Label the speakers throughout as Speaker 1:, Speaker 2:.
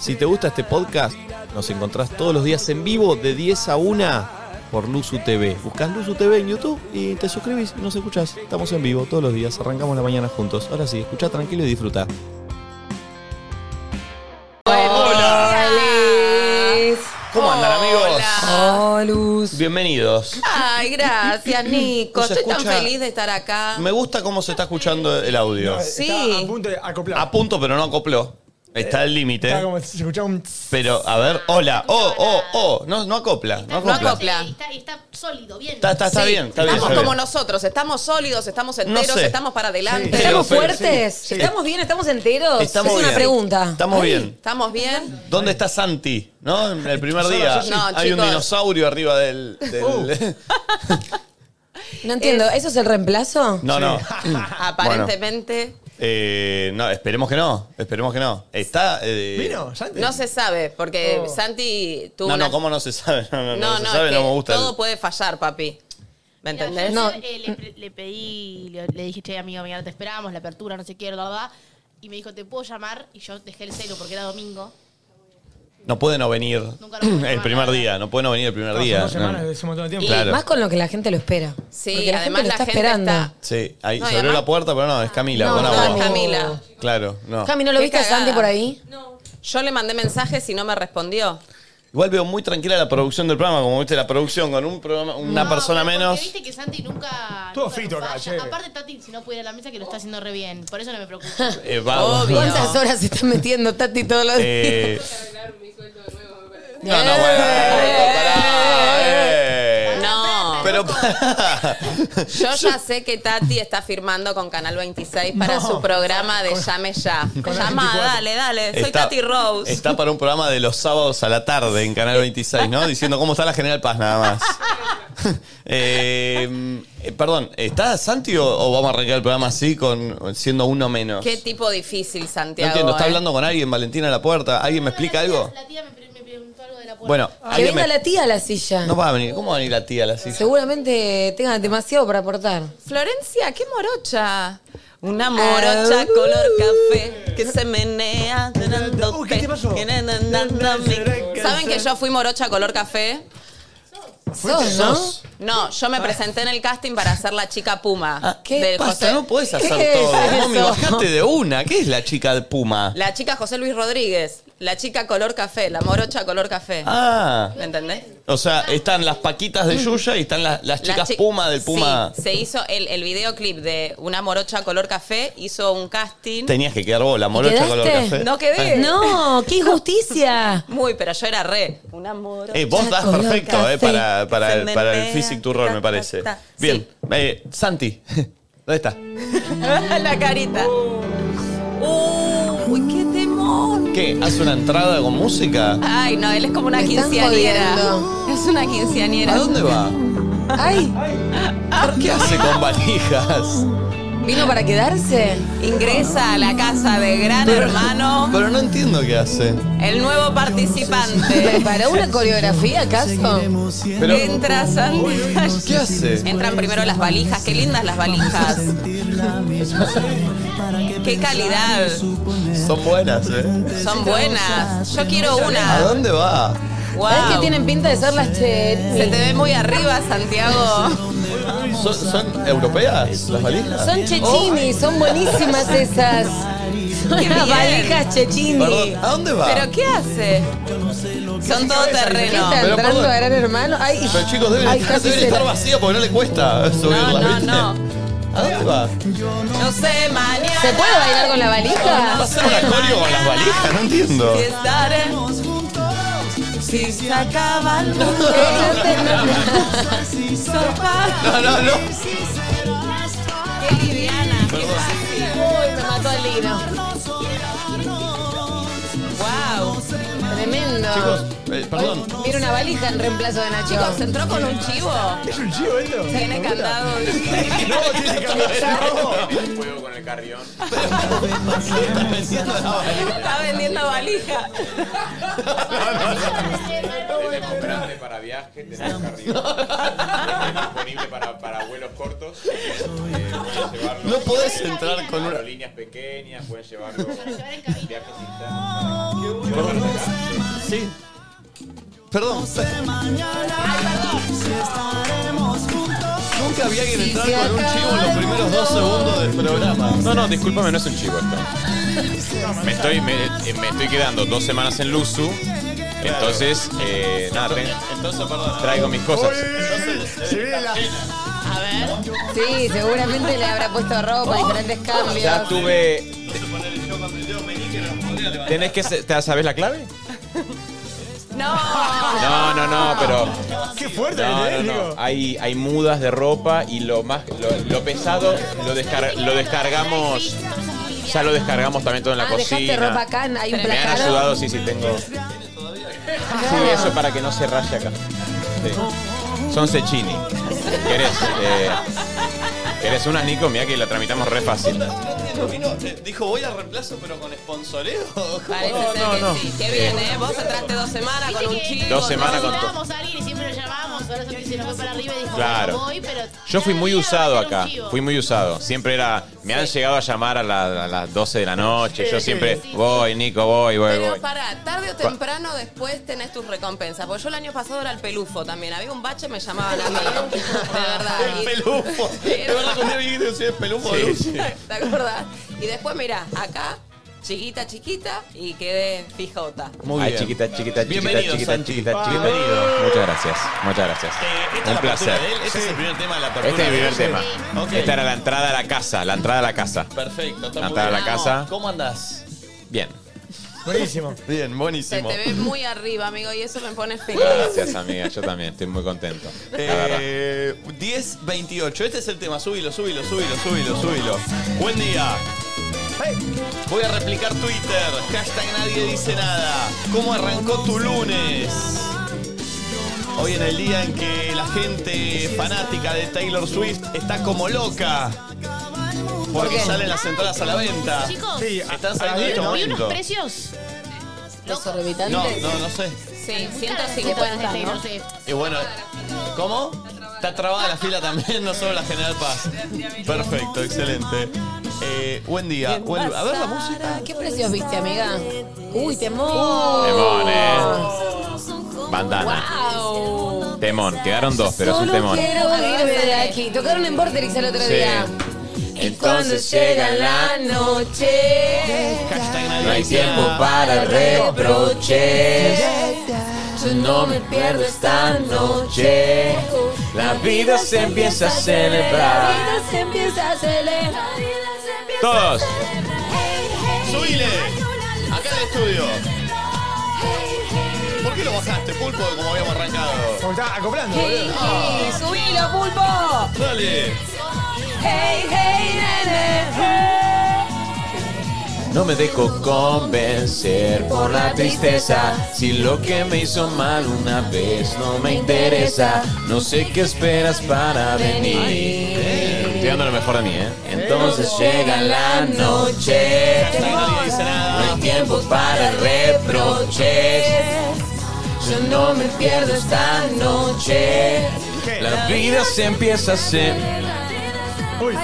Speaker 1: Si te gusta este podcast, nos encontrás todos los días en vivo de 10 a 1 por Luzu TV. Buscás Luzu TV en YouTube y te suscribís y nos escuchás. Estamos en vivo todos los días, arrancamos la mañana juntos. Ahora sí, escucha tranquilo y disfruta. ¿Cómo andan, amigos?
Speaker 2: Hola. Luz.
Speaker 1: Bienvenidos.
Speaker 2: Ay, gracias, Nico.
Speaker 1: No se
Speaker 2: Estoy tan
Speaker 1: escucha-
Speaker 2: feliz de estar
Speaker 3: Ah.
Speaker 2: acá.
Speaker 1: Me gusta cómo se está escuchando el audio.
Speaker 2: Sí.
Speaker 3: Está a punto de acoplar.
Speaker 1: A punto, pero no acopló. Está al límite.
Speaker 3: Está como si se escuchaba un... tss.
Speaker 1: Pero, a ver, hola, oh, oh, oh. No, no acopla, no
Speaker 2: No
Speaker 1: acopla.
Speaker 2: acopla.
Speaker 4: Y está, y está sólido, bien.
Speaker 1: Está, está, está
Speaker 2: Sí,
Speaker 1: bien, está bien.
Speaker 2: Estamos
Speaker 1: está
Speaker 2: como
Speaker 1: bien.
Speaker 2: nosotros, estamos sólidos, estamos enteros,
Speaker 1: sé.
Speaker 2: estamos para adelante.
Speaker 1: Sí.
Speaker 5: ¿Estamos
Speaker 1: pero-
Speaker 5: fuertes?
Speaker 3: sí, sí.
Speaker 5: ¿Estamos bien? ¿Estamos enteros?
Speaker 1: Estamos
Speaker 5: es una
Speaker 1: bien.
Speaker 5: pregunta.
Speaker 1: Estamos bien.
Speaker 2: ¿Estamos bien?
Speaker 1: ¿Dónde está Santi? ¿No? En El primer
Speaker 3: Yo no,
Speaker 1: día.
Speaker 3: yo sí.
Speaker 2: No,
Speaker 1: Hay un
Speaker 2: chicos.
Speaker 1: dinosaurio arriba del. del-
Speaker 5: No entiendo, ¿eso es el reemplazo?
Speaker 1: No, no.
Speaker 2: Aparentemente
Speaker 1: Eh, no, esperemos que no. Esperemos que no. Está. eh,
Speaker 3: Vino, Santi.
Speaker 2: no se sabe, porque
Speaker 3: Oh.
Speaker 2: Santi tuvo
Speaker 1: No,
Speaker 2: una...
Speaker 1: no, ¿cómo no se sabe? No, no, no,
Speaker 2: No,
Speaker 1: se
Speaker 2: no,
Speaker 1: sabe,
Speaker 2: es que
Speaker 1: no me gusta. el-
Speaker 2: todo puede fallar, papi. ¿Me
Speaker 4: Mira, yo
Speaker 2: entendés?
Speaker 5: No.
Speaker 4: ayer, eh, le, pre- le pedí, le, le dije, che, amigo, mira, te esperamos, la apertura, no sé qué, bla, bla, bla. Y me dijo, ¿te puedo llamar? Y yo dejé el celo porque era domingo.
Speaker 1: No puede no venir
Speaker 4: Nunca lo puede
Speaker 1: el
Speaker 4: llamar,
Speaker 1: primer
Speaker 4: nada.
Speaker 1: día. No puede no venir el primer
Speaker 3: Hace
Speaker 1: día.
Speaker 3: dos semanas,
Speaker 1: no.
Speaker 3: hace un montón de tiempo.
Speaker 1: Claro.
Speaker 5: Más con lo que la gente lo espera.
Speaker 2: Sí,
Speaker 5: Porque la
Speaker 2: además
Speaker 5: gente lo
Speaker 2: la
Speaker 5: está
Speaker 2: gente
Speaker 5: esperando.
Speaker 2: está-
Speaker 1: Sí, ahí
Speaker 2: No, y
Speaker 1: se abrió
Speaker 2: además-
Speaker 1: la puerta, pero no, es Camila.
Speaker 5: No,
Speaker 1: buena
Speaker 2: No,
Speaker 1: voz.
Speaker 5: vos.
Speaker 2: Camila.
Speaker 1: Claro, no.
Speaker 5: Cami, ¿no lo
Speaker 2: Qué
Speaker 5: viste a
Speaker 2: cagada.
Speaker 5: Santi por ahí?
Speaker 2: Yo le mandé mensajes y no me respondió.
Speaker 1: Igual veo muy tranquila la producción del programa, como viste la producción con un programa, una
Speaker 4: No,
Speaker 1: persona
Speaker 4: pero porque
Speaker 1: menos.
Speaker 4: Viste que Santi nunca.
Speaker 3: Todo
Speaker 4: nunca
Speaker 3: frito
Speaker 4: nos
Speaker 3: acá,
Speaker 4: falla.
Speaker 3: che.
Speaker 4: Aparte, Tati, si no pudiera la mesa, que lo está haciendo re bien. Por eso no me preocupo.
Speaker 1: eh, va-
Speaker 2: Obvio.
Speaker 5: ¿Cuántas horas se están metiendo Tati todos los días?
Speaker 1: Eh, no, no, bueno, eh, pará, eh.
Speaker 2: No.
Speaker 1: Pero pará.
Speaker 2: Yo ya sé que Tati está firmando con Canal 26 para
Speaker 3: No.
Speaker 2: su programa de Llame Ya.
Speaker 3: con la
Speaker 2: Llama,
Speaker 3: 24.
Speaker 2: dale, dale. Soy Tati Rose.
Speaker 1: Está para un programa de los sábados a la tarde en Canal 26, ¿no? Diciendo cómo está la General Paz, nada más. Eh, eh, perdón, ¿está Santi o, o vamos a arrancar el programa así, con siendo uno menos?
Speaker 2: Qué tipo difícil,
Speaker 1: no
Speaker 2: Santiago.
Speaker 1: entiendo, ¿está
Speaker 2: ¿eh?
Speaker 1: hablando con alguien, Valentina, a la puerta? ¿Alguien me explica
Speaker 4: La tía-
Speaker 1: algo?
Speaker 4: La tía me, pre- me preguntó algo de la puerta.
Speaker 1: Bueno,
Speaker 5: Ah, que
Speaker 1: alguien
Speaker 5: venga
Speaker 1: me-
Speaker 5: la tía a la silla.
Speaker 1: No va a venir. ¿Cómo va a venir la tía a la silla?
Speaker 5: Seguramente tenga demasiado para aportar.
Speaker 2: Florencia, qué morocha. Una
Speaker 1: Ah,
Speaker 2: morocha
Speaker 1: uh.
Speaker 2: color café que se menea.
Speaker 3: Uy, Uh, ¿qué te pasó?
Speaker 2: ¿Saben que yo fui morocha color café?
Speaker 5: ¿Sos, no?
Speaker 2: No, yo me presenté en el casting para ser la chica Puma.
Speaker 1: Ah,
Speaker 5: ¿qué
Speaker 2: del
Speaker 1: Basta,
Speaker 2: José-
Speaker 1: no podés hacer
Speaker 5: ¿Qué es
Speaker 1: todo.
Speaker 5: eso?
Speaker 1: Mami, bajate de una. ¿Qué es la chica de Puma?
Speaker 2: La chica José Luis Rodríguez, la chica color café, la morocha color café.
Speaker 1: Ah.
Speaker 2: ¿Me entendés?
Speaker 1: O sea, están las paquitas de Yuya y están las, las
Speaker 2: Mm. La
Speaker 1: chicas
Speaker 2: chi-
Speaker 1: Puma del Puma.
Speaker 2: Sí, se hizo el, el videoclip de una morocha color café, hizo un casting.
Speaker 1: Tenías que quedar vos, la morocha color
Speaker 5: quedaste?
Speaker 1: café. Eh,
Speaker 2: No quedé.
Speaker 5: No, qué injusticia.
Speaker 2: Muy, pero yo era re. Una morocha.
Speaker 1: Eh, vos das
Speaker 5: Color
Speaker 1: perfecto
Speaker 5: café.
Speaker 1: eh, para, para,
Speaker 2: Se
Speaker 1: el, para el
Speaker 2: menea,
Speaker 1: Physic to Roll, me
Speaker 2: ta,
Speaker 1: parece.
Speaker 2: ta, ta.
Speaker 1: Bien,
Speaker 2: Sí.
Speaker 1: eh, Santi, ¿dónde está?
Speaker 2: la carita. Uh. Uy, qué temor.
Speaker 1: ¿Qué? ¿Hace una entrada con música?
Speaker 2: Ay, no, él es como una
Speaker 5: Me están
Speaker 2: quinceañera.
Speaker 5: jodiendo.
Speaker 2: Es una quinceañera.
Speaker 1: ¿A dónde va?
Speaker 5: Ay,
Speaker 1: ¿Qué hace con valijas?
Speaker 5: ¿vino para quedarse?
Speaker 2: Ingresa a la casa de gran hermano,
Speaker 1: Pero no entiendo qué hace.
Speaker 2: el nuevo participante.
Speaker 5: ¿Preparó una coreografía acaso?
Speaker 1: Pero,
Speaker 2: Entra Santi.
Speaker 1: ¿qué hace?
Speaker 2: Entran primero las valijas, qué lindas las valijas. Qué calidad,
Speaker 1: Son buenas, ¿eh?
Speaker 2: son buenas. Yo quiero
Speaker 1: ¿A
Speaker 2: una.
Speaker 1: dónde va?
Speaker 5: ¿Sabes que
Speaker 2: Wow.
Speaker 5: tienen pinta de ser las
Speaker 2: Se te
Speaker 5: Chetney?
Speaker 2: ve muy arriba, Santiago.
Speaker 1: ¿Son, son europeas las valijas?
Speaker 5: Son Chechini, son buenísimas esas. Son
Speaker 2: Qué
Speaker 5: las
Speaker 2: bien.
Speaker 5: valijas Chechini.
Speaker 1: Perdón, ¿a dónde va?
Speaker 2: ¿Pero qué hace? Son todo
Speaker 5: ¿Qué
Speaker 2: terreno.
Speaker 5: está
Speaker 1: pero
Speaker 5: entrando
Speaker 1: perdón.
Speaker 5: a Gran Hermano? Ay,
Speaker 1: Pero chicos, deben,
Speaker 5: ay,
Speaker 1: estar,
Speaker 5: casi
Speaker 1: deben
Speaker 5: se
Speaker 1: estar
Speaker 5: la-
Speaker 1: vacías porque no le cuesta subirlas,
Speaker 2: no,
Speaker 1: ¿viste?
Speaker 2: no.
Speaker 1: ¿A dónde va?
Speaker 2: No sé, mañana.
Speaker 5: ¿Se puede bailar con la valija?
Speaker 1: ¿Va a hacer un acorio con las valijas? No entiendo.
Speaker 2: Si estaremos juntos, si se acaba el mundo. Sopa.
Speaker 1: No, no, no.
Speaker 2: Qué liviana, qué fácil.
Speaker 5: Uy, me mató el lino.
Speaker 2: Wow.
Speaker 5: Tremendo.
Speaker 1: Eh, perdón.
Speaker 5: Mira una valija en reemplazo de Nacho.
Speaker 2: Chicos, entró con un chivo.
Speaker 3: ¿Es un chivo esto?
Speaker 2: Tiene candado. Está vendiendo valija.
Speaker 6: Tenemos grande para viaje, tenemos carril disponible para, para vuelos cortos. eh, pueden llevarlo
Speaker 1: No podés entrar
Speaker 6: con
Speaker 1: con una.
Speaker 6: aerolíneas pequeñas, pueden llevarlo
Speaker 4: Para llevar en camino.
Speaker 6: viajes internos. Para-
Speaker 1: sí. Perdón. eh, Nunca había que entrar con un chivo en los primeros dos segundos del programa.
Speaker 6: No, no, discúlpame, no es un chivo esto. Me estoy, me, eh, me estoy quedando dos semanas en Luzu. Entonces, eh, nada, te-
Speaker 1: Entonces, perdón.
Speaker 6: traigo mis cosas.
Speaker 3: Se viene la.
Speaker 4: A ver.
Speaker 5: Sí, seguramente le habrá puesto ropa,
Speaker 1: Oh.
Speaker 5: diferentes cambios.
Speaker 6: Ya tuve. ¿Tenés que. se- ¿te- ¿Sabés la clave?
Speaker 2: No.
Speaker 6: No, no, no, pero.
Speaker 3: Qué fuerte,
Speaker 6: No,
Speaker 3: ¿eh?
Speaker 6: no, no.
Speaker 3: Digo.
Speaker 6: Hay, hay mudas de ropa y lo más lo, lo pesado lo, descar- lo descargamos. Ya lo descargamos también todo en la
Speaker 5: ah, dejaste
Speaker 6: cocina.
Speaker 5: ropa acá, hay un
Speaker 6: Me han
Speaker 5: placard.
Speaker 6: ayudado, sí, sí, tengo. Sí, eso para que no se raye acá. Sí. Son cecchini. ¿Querés, eh, ¿Querés unas, Nico? Mira que la tramitamos re fácil.
Speaker 1: eh, Dijo, voy al reemplazo, pero con sponsoreo.
Speaker 2: Parece ser que sí. Qué bien, ¿eh? Vos entraste dos semanas con un chico.
Speaker 6: Dos semanas con-
Speaker 4: Necesitábamos a alguien y siempre lo llamábamos. Ahora Santi se nos fue para arriba y dijo,
Speaker 6: Claro.
Speaker 4: "Bueno, voy, pero...
Speaker 6: Yo fui muy
Speaker 4: Todavía
Speaker 6: usado
Speaker 4: va a ser un
Speaker 6: acá,
Speaker 4: chivo.
Speaker 6: fui muy usado. Siempre era, me han llegado a llamar a, la- a las 12 de la noche, yo siempre voy, Nico, voy, voy,
Speaker 2: Pero
Speaker 6: voy.
Speaker 2: pará, tarde o temprano después tenés tus recompensas. Porque yo el año pasado era el pelufo también. Había un bache, me llamaban a mí. De verdad.
Speaker 1: El pelufo. De verdad que un día viniste y decís, el pelufo de Luzu.
Speaker 2: ¿Te acordás? Y después, mirá, acá, chiquita, chiquita, y quedé fijota.
Speaker 1: Muy
Speaker 6: Ay,
Speaker 1: bien.
Speaker 6: chiquita, chiquita, chiquita,
Speaker 1: Bienvenido,
Speaker 6: chiquita,
Speaker 1: Santi.
Speaker 6: chiquita, chiquita.
Speaker 1: Bienvenido. Eh,
Speaker 6: Muchas gracias, muchas gracias. Un placer.
Speaker 1: Este es el primer tema de la apertura.
Speaker 6: Este es el primer
Speaker 1: de él.
Speaker 6: tema.
Speaker 1: Ok.
Speaker 6: Esta era la entrada a la casa, la entrada a la casa.
Speaker 1: Perfecto. Está
Speaker 6: Andá a la casa.
Speaker 1: ¿Cómo andás?
Speaker 6: Bien.
Speaker 3: Buenísimo.
Speaker 1: Bien,
Speaker 2: Se
Speaker 1: buenísimo.
Speaker 2: te ve muy arriba, amigo, y eso me pone feliz.
Speaker 6: Gracias, amiga, yo también, estoy muy contento. La verdad.
Speaker 1: Eh, 10.28. Este es el tema. Súbilo, súbilo, súbilo, súbilo, súbilo. Buen día. Voy a replicar Twitter. Hashtag nadie dice nada. ¿Cómo arrancó tu lunes? Hoy en el día en que la gente fanática de Taylor Swift está como loca. Porque
Speaker 5: qué?
Speaker 1: salen las entradas a la venta.
Speaker 4: Chicos,
Speaker 3: Sí, a-
Speaker 1: Están
Speaker 3: a-
Speaker 1: saliendo en este
Speaker 4: vi unos
Speaker 1: momento.
Speaker 4: precios.
Speaker 5: Desorbitantes.
Speaker 1: No, no, no sé.
Speaker 2: Sí,
Speaker 4: Muy caras estas
Speaker 2: 150,
Speaker 4: de
Speaker 2: ¿no?
Speaker 4: Taylor Swift.
Speaker 1: Y bueno, ¿cómo? Está trabada la fila también, no solo la General Paz. Perfecto, excelente. Eh, buen día. Buen- a ver la música.
Speaker 5: ¿Qué precios viste, amiga? Uy, temor.
Speaker 6: Temones. Bandana.
Speaker 5: Wow.
Speaker 6: Temón. Quedaron dos, pero es un
Speaker 5: Solo
Speaker 6: temón.
Speaker 5: quiero irme de aquí. Tocaron en Vorterix el otro
Speaker 6: Sí.
Speaker 5: día.
Speaker 6: Entonces llega la
Speaker 5: noche.
Speaker 1: Hashtag nadie
Speaker 6: No hay
Speaker 1: dice
Speaker 6: tiempo
Speaker 1: nada.
Speaker 6: para reproches.
Speaker 5: Yo
Speaker 6: No me pierdo esta noche. La vida se empieza a celebrar.
Speaker 5: La vida se empieza a celebrar.
Speaker 6: Todos.
Speaker 1: ¡Subile! Acá en el estudio. ¿Por qué lo bajaste, pulpo, de como habíamos arrancado?
Speaker 3: Como está acoplando, boludo.
Speaker 5: Hey, subilo, pulpo.
Speaker 1: Ah, Dale.
Speaker 5: Hey, hey, nene.
Speaker 6: No me dejo convencer por la tristeza. Si lo que me hizo mal una vez no me interesa, no sé qué esperas para venir. Estoy dando lo mejor de mí, ¿eh? Entonces llega la noche.
Speaker 1: Hashtag nadie dice
Speaker 6: No
Speaker 1: nada.
Speaker 6: hay tiempo para reproches. Yo no me pierdo esta noche. La vida se empieza a hacer.
Speaker 3: Uy.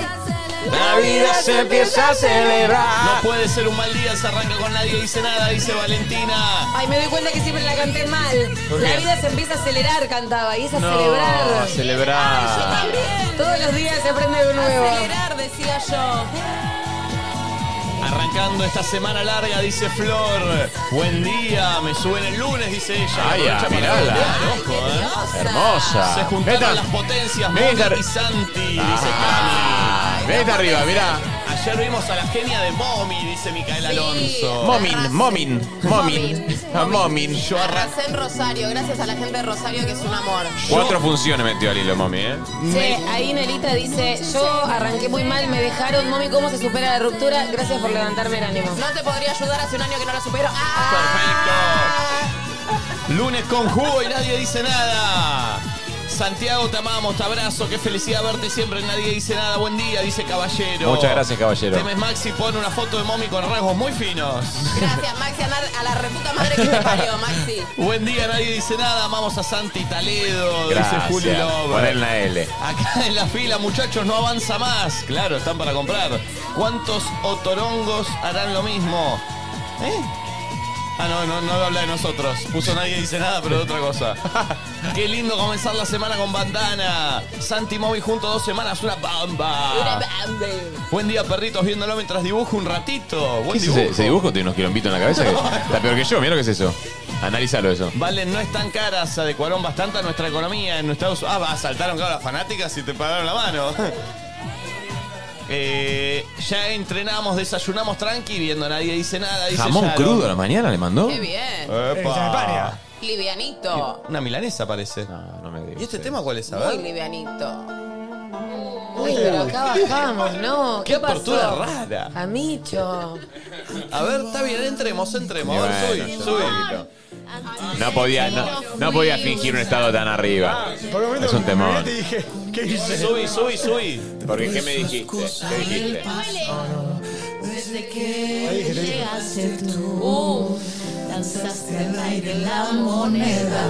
Speaker 6: La vida se empieza a
Speaker 1: No
Speaker 6: celebrar.
Speaker 1: puede ser un mal día, se arranca con nadie dice nada, dice Valentina.
Speaker 5: Ay, me doy cuenta que siempre la canté mal.
Speaker 1: ¿Por
Speaker 5: La
Speaker 1: qué?
Speaker 5: vida se empieza a acelerar, cantaba, y es a
Speaker 6: No,
Speaker 5: celebrar.
Speaker 6: a celebrar.
Speaker 2: Bien,
Speaker 5: Todos los días se aprende algo nuevo.
Speaker 2: acelerar, decía yo.
Speaker 1: Arrancando esta semana larga, dice Flor. Buen día, me suben el lunes, dice ella.
Speaker 6: Ay,
Speaker 1: Aprovecha
Speaker 6: ah,
Speaker 1: para
Speaker 6: mirala.
Speaker 1: cambiar, ojo, eh.
Speaker 6: Hermosa.
Speaker 1: Se juntaron
Speaker 6: Vete a-
Speaker 1: las potencias,
Speaker 6: Venga.
Speaker 1: Moby y Santi, dice
Speaker 6: Ah, Vete arriba, mirá.
Speaker 1: Cami. Ayer vimos a la genia de Momi, dice Micael Alonso.
Speaker 6: Momin, momin, momin, a momin.
Speaker 1: Yo arra-
Speaker 2: Arrasé en Rosario, gracias a la gente de Rosario que es un amor.
Speaker 6: Cuatro funciones metió al hilo, mami, ¿eh?
Speaker 5: Che, ahí Nelita dice, yo arranqué muy mal, me dejaron, mami, ¿cómo se supera la ruptura? Gracias por levantarme el ánimo.
Speaker 2: No te podría ayudar hace un año que no la supero. Ah,
Speaker 1: Perfecto. Lunes con jugo y nadie dice nada. Santiago, te amamos, te abrazo, qué felicidad verte siempre, nadie dice nada, buen día, dice Caballero.
Speaker 6: Muchas gracias, caballero.
Speaker 1: Temes Maxi pone una foto de Momi con rasgos muy finos.
Speaker 2: Gracias, Maxi, a la, a la reputa madre que te parió, Maxi.
Speaker 1: Buen día, nadie dice nada, amamos a Santi Taledo,
Speaker 6: Gracias.
Speaker 1: dice Julio Lobo.
Speaker 6: Ponen la L.
Speaker 1: Acá en la fila, muchachos, no avanza más. Claro, están para comprar. ¿Cuántos otorongos harán lo mismo? ¿Eh?
Speaker 6: Ah, no, no, no habla de nosotros. Puso nadie dice nada, pero de otra cosa. Qué lindo comenzar la semana con bandana. Santi y Moby juntos dos semanas, una bamba. Buen día, perritos, viéndolo mientras dibujo un ratito. Buen ¿Qué es dibujo. ese, ese dibujo tiene unos quilombitos en la cabeza que está peor que yo. Mira lo que es eso. Analízalo eso.
Speaker 1: Valen, no están caras, adecuaron bastante a nuestra economía en Estados Unidos. Ah, asaltaron, claro, las fanáticas y te pagaron la mano.
Speaker 6: Eh,
Speaker 1: ya entrenamos, desayunamos tranqui, viendo nadie dice nada. Dice
Speaker 6: jamón
Speaker 1: Sharon.
Speaker 6: crudo a la mañana le mandó.
Speaker 2: Qué bien.
Speaker 1: Eh, Epa.
Speaker 2: Livianito.
Speaker 1: Una milanesa parece. No,
Speaker 6: no me digas.
Speaker 1: ¿Y este tema cuál es? A
Speaker 2: Muy
Speaker 1: ver.
Speaker 2: livianito.
Speaker 5: Uy, pero acá bajamos, ¿no? ¿Qué,
Speaker 1: Qué
Speaker 5: pasó?
Speaker 1: tortura rara.
Speaker 5: Amicho.
Speaker 1: A ver, está bien, entremos, entremos. A
Speaker 6: Y
Speaker 1: ver,
Speaker 6: bueno, ya
Speaker 1: subí, subí.
Speaker 6: No podía, no, no podía fingir un estado tan arriba.
Speaker 1: Ah,
Speaker 6: Es un temor.
Speaker 7: Te dije, ¿qué hice?
Speaker 1: Subí, subí, subí.
Speaker 6: Porque ¿qué me dijiste? ¿Qué dijiste?
Speaker 7: Desde que
Speaker 8: Llegaste tú, lanzaste al aire la moneda.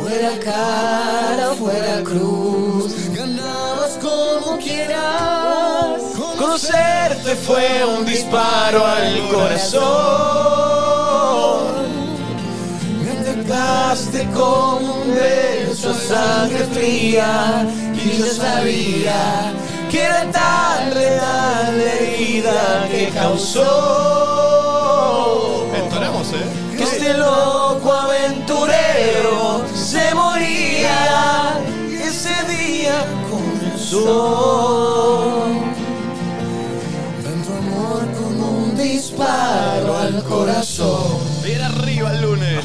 Speaker 7: fuera cara, fuera cruz, ganabas como quieras.
Speaker 6: Conocerte fue un disparo al
Speaker 7: corazón. Me atacaste con un beso a sangre fría y yo sabía que era tan real la herida que causó.
Speaker 1: Entonamos, ¿eh?
Speaker 7: Que este loco aventurero se moría ese día comenzó. Tanto amor como un disparo al corazón.
Speaker 1: Bien arriba el lunes.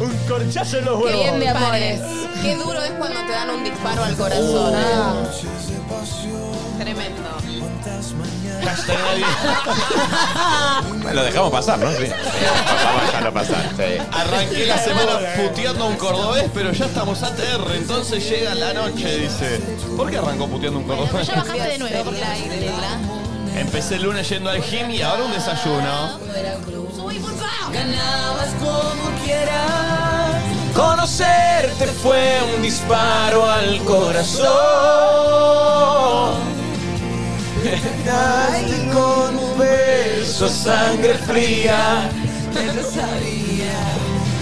Speaker 7: un corchazo en los
Speaker 5: Qué bien de amores.
Speaker 2: Pares. Qué duro es cuando te dan un disparo al corazón.
Speaker 5: Ah.
Speaker 2: Tremendo.
Speaker 6: Lo dejamos pasar, ¿no? Sí. Vamos a dejarlo pasar. Sí.
Speaker 1: Arranqué la semana puteando a un cordobés, pero ya estamos ATR, entonces llega la noche, dice. ¿Por qué arrancó puteando a un cordobés?
Speaker 4: Ya bajaste de nuevo. porque-
Speaker 1: Empecé el lunes yendo al gym y ahora un desayuno.
Speaker 7: Ganabas como quieras.
Speaker 6: Conocerte fue un disparo al corazón.
Speaker 7: Ay, con un beso.
Speaker 6: Su sangre fría.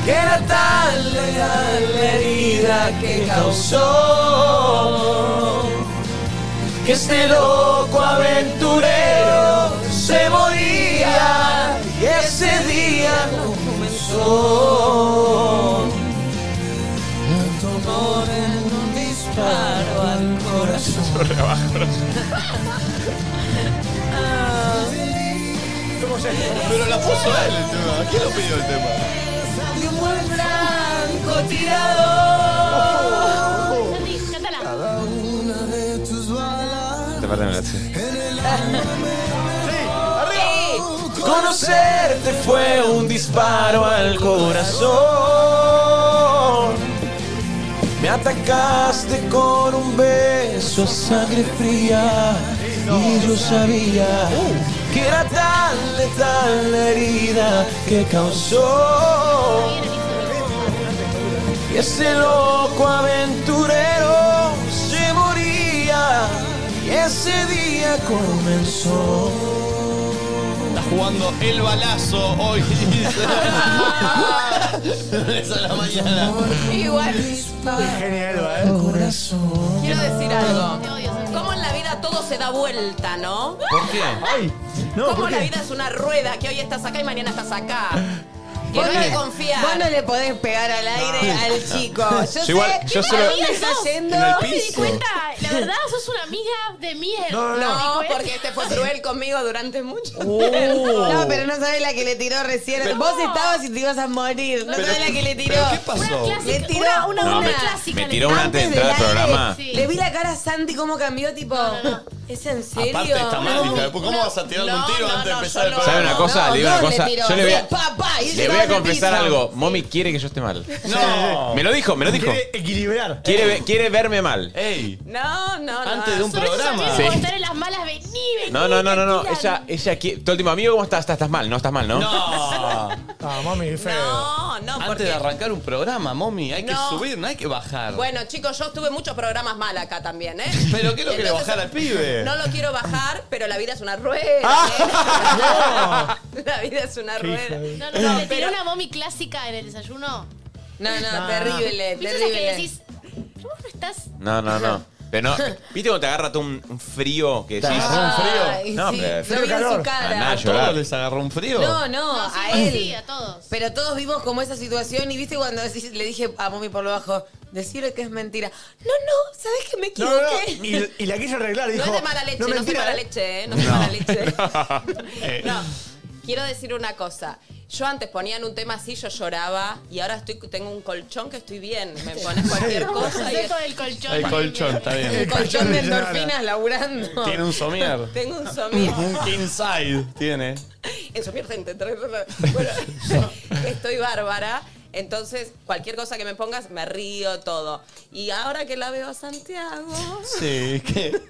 Speaker 7: Que era tan leal la herida que causó. Que este loco aventurero se moría. Y ese día comenzó. Tanto amor en un disparo al corazón.
Speaker 1: Pero la puso él el tema. ¿Quién lo pidió el tema?
Speaker 7: de un buen franco tirador.
Speaker 4: Santi, cántala.
Speaker 6: Te faltan las- sí.
Speaker 7: Conocerte fue un disparo al corazón. Me atacaste con un beso a sangre fría y yo sabía que era tan letal la herida que causó. Y ese loco aventurero se moría y ese día comenzó.
Speaker 1: Está jugando el balazo hoy. dice. Lunes a la mañana.
Speaker 2: Igual
Speaker 7: ¿eh? Corazón.
Speaker 2: quiero decir algo.
Speaker 4: Te odio, Santi.
Speaker 2: Cómo en la vida todo se da vuelta, ¿no?
Speaker 1: ¿Por qué?
Speaker 2: Cómo la vida es una rueda que hoy estás acá y mañana estás acá. Que no hay que
Speaker 5: vos no
Speaker 2: confiar.
Speaker 5: le podés pegar al aire al chico. Yo, sé
Speaker 6: igual- yo
Speaker 5: a
Speaker 6: solo-
Speaker 5: dónde está yendo.
Speaker 1: en el
Speaker 4: Me di
Speaker 1: piso.
Speaker 4: cuenta, la verdad, sos una amiga de mierda.
Speaker 7: No, no,
Speaker 4: ¿Te di
Speaker 2: No,
Speaker 4: cuenta?
Speaker 2: porque este fue cruel conmigo durante mucho.
Speaker 5: No, pero no sabés la que le tiró recién. vos estabas y te ibas a morir. No sabés la que le tiró.
Speaker 1: ¿Pero qué
Speaker 4: Una
Speaker 1: pasó?
Speaker 4: clásica.
Speaker 5: Le tiró
Speaker 4: una, una,
Speaker 5: No,
Speaker 4: una
Speaker 5: me-
Speaker 4: clásica.
Speaker 6: me
Speaker 4: le
Speaker 6: tiró una
Speaker 4: tiró.
Speaker 6: antes de entrar al
Speaker 5: del aire,
Speaker 6: programa.
Speaker 4: Sí.
Speaker 5: Le vi la cara a Santi cómo cambió, tipo. ¿Es en serio?
Speaker 1: Aparte está mal, hija de puta. ¿Cómo
Speaker 2: No,
Speaker 1: vas a tirarle
Speaker 2: no,
Speaker 1: un tiro
Speaker 2: no,
Speaker 1: antes de
Speaker 2: no,
Speaker 1: empezar el
Speaker 2: yo no.
Speaker 6: ¿Sabe una
Speaker 1: programa?
Speaker 6: cosa? Le digo una
Speaker 5: no,
Speaker 6: cosa.
Speaker 5: le tiró.
Speaker 6: Yo le voy a,
Speaker 5: Sí, pa, pa, y
Speaker 6: le
Speaker 5: llegaba
Speaker 6: voy a
Speaker 5: al
Speaker 6: confesar
Speaker 5: piso.
Speaker 6: algo. Mommy quiere que yo esté mal.
Speaker 1: No.
Speaker 6: Me lo dijo, me lo dijo.
Speaker 7: equilibrar.
Speaker 6: Quiere, ve- quiere verme mal.
Speaker 1: Ey,
Speaker 2: No, no, no.
Speaker 1: antes de un
Speaker 4: Soy
Speaker 1: programa.
Speaker 6: Sí.
Speaker 4: Santi, estar en las malas, vení, vení.
Speaker 6: No, no, no, no, no.
Speaker 4: te tiran.
Speaker 6: Ella, ella quiere. Todo el tiempo, amigo, ¿cómo estás? ¿Estás, estás mal? No, estás mal, ¿no?
Speaker 1: No.
Speaker 3: Ah, mami, feo.
Speaker 2: No, no,
Speaker 1: Antes
Speaker 2: porque-
Speaker 1: de arrancar un programa, mommy, hay
Speaker 2: No.
Speaker 1: que subir, no hay que bajar.
Speaker 2: Bueno, chicos, yo tuve muchos programas mal acá también, ¿eh?
Speaker 1: ¿Pero qué es lo que le
Speaker 2: Entonces,
Speaker 1: bajar al pibe?
Speaker 2: No lo quiero bajar, pero la vida es una rueda. ¿eh? La vida es una
Speaker 1: Qué hija
Speaker 2: rueda.
Speaker 1: de-
Speaker 4: No, no, no, te tiró una mommy clásica en el desayuno.
Speaker 2: No, no,
Speaker 4: Ah.
Speaker 2: terrible,
Speaker 4: ¿Viste esa
Speaker 2: terrible.
Speaker 4: que decís, vos no estás...
Speaker 6: No, no, no. Pero no, ¿viste cuando te agarra todo un, un frío que
Speaker 1: ¿Te
Speaker 6: decís?
Speaker 1: agarró un frío?
Speaker 5: Ay,
Speaker 6: No,
Speaker 5: sí.
Speaker 6: pero
Speaker 5: Lo vi en su cara.
Speaker 6: A nada,
Speaker 1: ¿A
Speaker 6: llorar.
Speaker 1: todos les agarró un frío?
Speaker 5: No, no,
Speaker 4: No, sí,
Speaker 5: a
Speaker 4: sí,
Speaker 5: él.
Speaker 4: sí, a todos.
Speaker 5: Pero todos vimos como esa situación y viste cuando decís- le dije a Mommy por lo bajo, decirle que es mentira. No, no, ¿sabes que me
Speaker 3: No, no, no.
Speaker 5: equivoqué?
Speaker 3: Y, y la quiso arreglar.
Speaker 2: No
Speaker 3: Dijo,
Speaker 2: es de mala leche, no, soy
Speaker 3: mentira,
Speaker 2: mala
Speaker 3: ¿eh?
Speaker 2: leche, ¿eh? No soy mala leche. no. Quiero decir una cosa. Yo antes ponían un tema así, yo lloraba y ahora estoy, tengo un colchón que estoy bien. Me pones cualquier cosa y
Speaker 4: Estoy con el colchón.
Speaker 1: El colchón, está bien.
Speaker 5: El colchón de endorfinas laburando.
Speaker 1: Tiene un somier.
Speaker 2: tengo un somier.
Speaker 1: Un king side tiene.
Speaker 2: Eso pierde entre- Bueno, estoy bárbara. Entonces, cualquier cosa que me pongas, me río todo. Y ahora que la veo a Santiago,
Speaker 1: Sí, que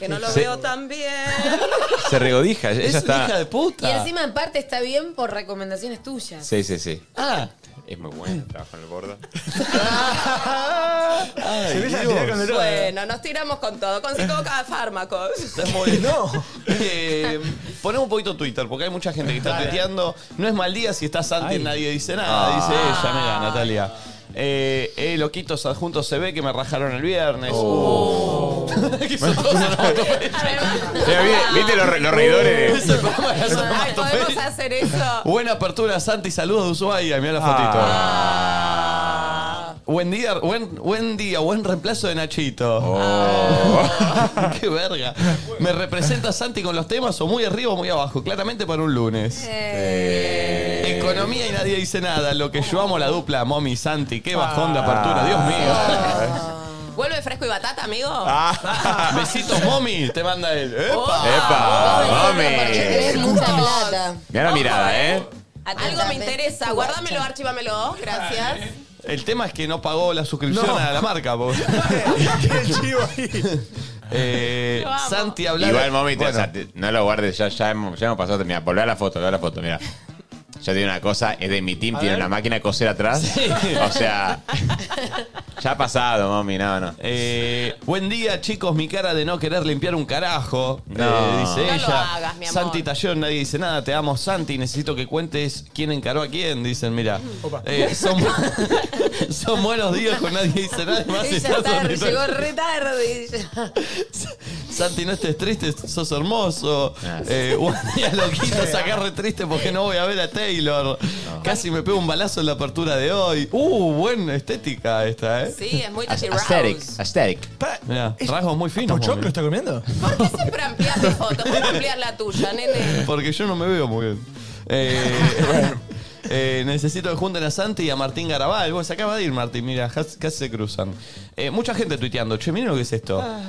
Speaker 2: que no lo
Speaker 6: Sí.
Speaker 2: veo tan bien.
Speaker 6: Se regodija, ella
Speaker 1: es una
Speaker 6: está.
Speaker 1: hija de
Speaker 5: Y
Speaker 1: puta.
Speaker 5: encima en parte está bien por recomendaciones tuyas.
Speaker 6: Sí, sí, sí.
Speaker 1: Ah.
Speaker 6: Es muy bueno el trabajo en el bordo.
Speaker 1: Ay,
Speaker 3: Ah. Se empieza a
Speaker 1: Dios.
Speaker 3: tirar con el otro.
Speaker 2: Bueno, nos tiramos con todo, con psicofármacos.
Speaker 1: Está muy no. Eh, ponemos un poquito Twitter, porque hay mucha gente que está tuiteando. No es mal día si está Santi y nadie dice
Speaker 6: Ah.
Speaker 1: nada. Dice ella, mira, Natalia. Eh, eh, loquitos adjuntos se ve que me rajaron el viernes.
Speaker 6: Oh.
Speaker 1: Que son todos
Speaker 6: O sea, ¿viste, viste los, re- los reidores?
Speaker 1: Es el programa de las
Speaker 2: Ay, podemos
Speaker 1: onomatopeyas.
Speaker 2: hacer eso.
Speaker 1: Buena apertura, Santi. Saludos de Ushuaia. Mirá la fotito. Buen día, buen, buen día, buen reemplazo de Nachito. Qué verga. Me representa Santi con los temas o muy arriba o muy abajo. Claramente para un lunes. Economía y nadie dice nada. Lo que yo amo la dupla, Momi y Santi. Qué bajón de apertura, Dios mío.
Speaker 2: Vuelve fresco y batata, amigo.
Speaker 1: Ah. Besitos, Momi. Te manda él. ¡Epa!
Speaker 6: ¡Epa!
Speaker 5: Porque
Speaker 6: ¡Mami!
Speaker 5: tenés mucha plata.
Speaker 6: Mirá la mirada, ¿eh?
Speaker 2: Algo me interesa. Guárdamelo, archívamelo. Gracias.
Speaker 1: El tema es que no pagó la suscripción
Speaker 3: No.
Speaker 1: a la marca. po.
Speaker 3: Tiene el chivo ahí.
Speaker 1: Eh,
Speaker 2: Lo amo.
Speaker 1: Santi hablar.
Speaker 6: Igual, mami, te-
Speaker 1: Bueno,
Speaker 6: o sea, te- no lo guardes, ya, ya hemos, ya hemos pasado. Mira, volvé a la foto, volvé a la foto, mira. Yo tiene una cosa, es de mi team, tiene una máquina de coser atrás. O sea, ya ha pasado, mami, no, no.
Speaker 1: eh, buen día, chicos. Mi cara de no querer limpiar un carajo.
Speaker 6: No.
Speaker 1: eh, dice
Speaker 2: No lo
Speaker 1: ella.
Speaker 2: hagas, mi amor.
Speaker 1: Santi Tallón, nadie dice nada. Te amo, Santi. Necesito que cuentes quién encaró a quién. Dicen, mira. eh, son, son buenos días con nadie dice nada. Más
Speaker 5: Ella
Speaker 1: estás
Speaker 5: está-
Speaker 1: donde
Speaker 5: llegó
Speaker 1: estás.
Speaker 5: re tarde.
Speaker 1: Santi, no estés triste, sos hermoso.
Speaker 6: Ah, sí.
Speaker 1: Eh, un día lo quito sacar re triste porque no voy a ver a Taylor. Casi me pego un balazo en la apertura de hoy. Uh, buena estética esta, eh.
Speaker 2: Sí, es muy touchy
Speaker 6: Aesthetic,
Speaker 2: rouse.
Speaker 6: aesthetic.
Speaker 3: Pará,
Speaker 1: Mirá,
Speaker 3: ¿es
Speaker 1: rasgos muy finos.
Speaker 3: ¿Pochoclo
Speaker 1: mami.
Speaker 3: está comiendo?
Speaker 2: ¿Por qué siempre amplias mi foto? ¿Por qué no amplias la tuya, nene?
Speaker 1: Porque yo no me veo muy bien. Eh, eh, necesito que junten a Santi y a Martín Garabal. Vos, se acaba de ir, Martín. Mira, jas- casi se cruzan. Eh, mucha gente tuiteando. Che, miren lo que es esto.
Speaker 7: Ah,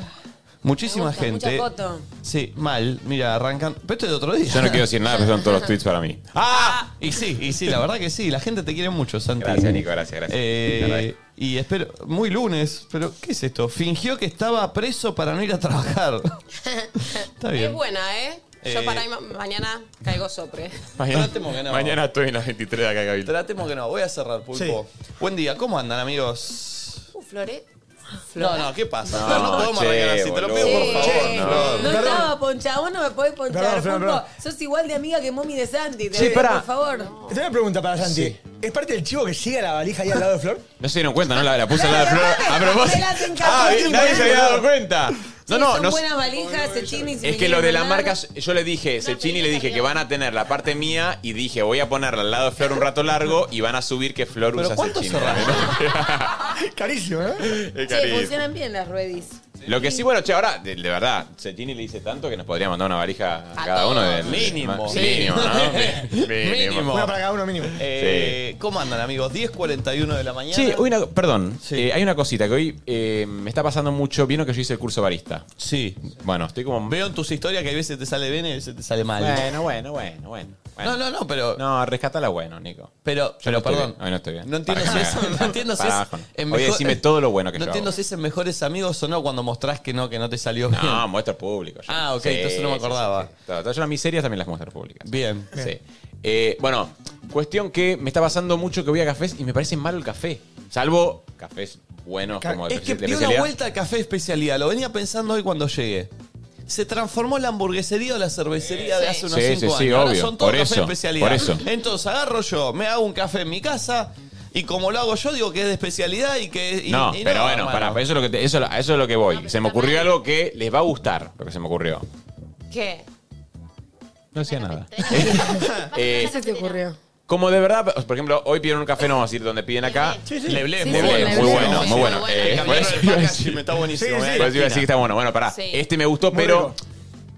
Speaker 1: Muchísima
Speaker 5: Me gusta,
Speaker 1: gente.
Speaker 5: mucha foto.
Speaker 1: Sí, mal. Mira, arrancan. Pero esto es de otro día.
Speaker 6: Yo no quiero decir nada, pero son todos los tweets para mí.
Speaker 1: Ah, y sí, y sí, la verdad que sí, la gente te quiere mucho, Santi.
Speaker 6: Gracias, Nico, gracias, gracias.
Speaker 1: Eh,
Speaker 6: La verdad.
Speaker 1: y espero, muy lunes, pero ¿qué es esto? Fingió que estaba preso para no ir a trabajar. Está bien.
Speaker 2: Es buena, ¿eh? Yo
Speaker 1: Eh,
Speaker 2: para ahí ma- mañana caigo sopre.
Speaker 6: Mañana,
Speaker 1: Tratemos que no.
Speaker 6: mañana estoy en las 23 de acá, Gaby.
Speaker 1: Tratemos que no, voy a cerrar, pulpo. Buen día, ¿cómo andan, amigos?
Speaker 2: Uh, Flore.
Speaker 1: No, no, ¿qué pasa? No,
Speaker 6: No,
Speaker 1: podemos
Speaker 6: che,
Speaker 1: arrancar así, te lo pido
Speaker 6: boludo.
Speaker 1: por favor.
Speaker 6: Che,
Speaker 1: no.
Speaker 5: No
Speaker 3: Perdón.
Speaker 5: estaba ponchado, vos no me podés ponchar.
Speaker 3: Perdón, perdón,
Speaker 5: Pulpo.
Speaker 3: perdón.
Speaker 5: Sos igual de amiga que Mommy de Sandy. te-
Speaker 3: Sí, pará.
Speaker 5: Por favor.
Speaker 3: Tengo una pregunta para Santi. ¿Es parte del chivo que sigue a la valija ahí al lado de Flor?
Speaker 6: No se dieron cuenta, ¿no? La, la puse al lado de Flor. A
Speaker 5: Me
Speaker 6: propósito.
Speaker 5: las encajó,
Speaker 6: Ah,
Speaker 5: qué
Speaker 6: nadie se había
Speaker 5: bueno.
Speaker 6: dado cuenta. No,
Speaker 5: Sí,
Speaker 6: no,
Speaker 5: son
Speaker 6: no.
Speaker 5: buenas valijas, Cecchini. si
Speaker 6: Es
Speaker 5: me
Speaker 6: que lo
Speaker 5: quieren
Speaker 6: de la
Speaker 5: mandar.
Speaker 6: marca, yo le dije, Sechini le dije que van a tener la parte mía y dije, voy a ponerla al lado de Flor un rato largo y van a subir que Flor
Speaker 1: Pero
Speaker 6: usa
Speaker 1: ¿cuánto
Speaker 6: Cecchini.
Speaker 3: Carísimo, ¿eh?
Speaker 6: Es
Speaker 5: Che,
Speaker 6: carísimo.
Speaker 5: funcionan bien las ruedis.
Speaker 6: Lo que sí, bueno, che, ahora, de, de verdad, Cecchini le dice tanto que nos podría mandar una varija a,
Speaker 2: A
Speaker 6: cada uno. De,
Speaker 2: todos.
Speaker 1: Mínimo.
Speaker 6: Sí. Mínimo, ¿no?
Speaker 1: Mínimo.
Speaker 3: Una para cada uno mínimo.
Speaker 1: Eh, ¿Cómo andan, amigos? 10.41 de la mañana.
Speaker 6: Sí, perdón,
Speaker 1: Sí.
Speaker 6: eh, hay una cosita que hoy eh, me está pasando mucho. Vieron que yo hice el curso barista.
Speaker 1: Sí.
Speaker 6: Bueno, estoy como...
Speaker 1: Veo en tus historias que a veces te sale bien y a veces te sale mal.
Speaker 6: Bueno, bueno, bueno, bueno. bueno.
Speaker 1: No, no, no, pero.
Speaker 6: No, rescatala bueno, Nico.
Speaker 1: Pero,
Speaker 6: Yo
Speaker 1: pero
Speaker 6: no estoy
Speaker 1: perdón.
Speaker 6: bien, hoy no estoy bien.
Speaker 1: No entiendo
Speaker 6: Para
Speaker 1: si
Speaker 6: acá.
Speaker 1: es, no entiendo si
Speaker 6: Para
Speaker 1: es
Speaker 6: abajo.
Speaker 1: en
Speaker 6: Oye,
Speaker 1: mejor-
Speaker 6: decime todo lo bueno que
Speaker 1: No
Speaker 6: yo
Speaker 1: entiendo
Speaker 6: hago.
Speaker 1: si es en mejores amigos o no cuando mostrás que no, que no te salió bien.
Speaker 6: No, muestra al público. yo.
Speaker 1: Ah, ok, entonces no me acordaba.
Speaker 6: sí, sí. Todas todas las miserias también las muestro al público.
Speaker 1: Bien.
Speaker 6: Sí. Eh, bueno, Cuestión que me está pasando mucho que voy a cafés y me parece malo el café. Salvo cafés buenos como de
Speaker 1: Es que
Speaker 6: de
Speaker 1: dio una
Speaker 6: especialidad.
Speaker 1: vuelta al café especialidad. Lo venía pensando hoy cuando llegué. Se transformó la hamburguesería o la cervecería de hace unos
Speaker 6: Sí,
Speaker 1: 5
Speaker 6: sí,
Speaker 1: años.
Speaker 6: sí,
Speaker 1: Ahora
Speaker 6: obvio.
Speaker 1: son todos
Speaker 6: Por
Speaker 1: café
Speaker 6: eso,
Speaker 1: especialidad.
Speaker 6: por eso.
Speaker 1: Entonces agarro yo, me hago un café en mi casa y como lo hago yo, digo que es de especialidad y que. y-
Speaker 6: no,
Speaker 1: y
Speaker 6: pero bueno,
Speaker 1: hermano.
Speaker 6: para, eso es lo que te- eso, a eso es lo que voy. se me ocurrió algo que les va a gustar, lo que se me ocurrió.
Speaker 2: ¿Qué?
Speaker 6: No hacía nada.
Speaker 5: ¿Qué
Speaker 6: Eh,
Speaker 5: se te ocurrió?
Speaker 6: como de verdad, por ejemplo, hoy pidieron un café, no vamos a ir donde piden acá.
Speaker 1: Sí, sí.
Speaker 6: Leblé,
Speaker 1: Sí,
Speaker 6: muy
Speaker 1: sí,
Speaker 6: bueno,
Speaker 1: Leblé.
Speaker 6: muy bueno,
Speaker 1: Sí,
Speaker 6: muy bueno.
Speaker 1: bueno.
Speaker 6: Eh,
Speaker 1: Cambiaron
Speaker 6: por
Speaker 1: el
Speaker 6: eso iba a
Speaker 1: packaging,
Speaker 6: decir-
Speaker 1: está buenísimo,
Speaker 6: Por
Speaker 1: eh.
Speaker 6: eso iba a decir que está bueno. Bueno, pará.
Speaker 4: Sí.
Speaker 6: Este me gustó, pero.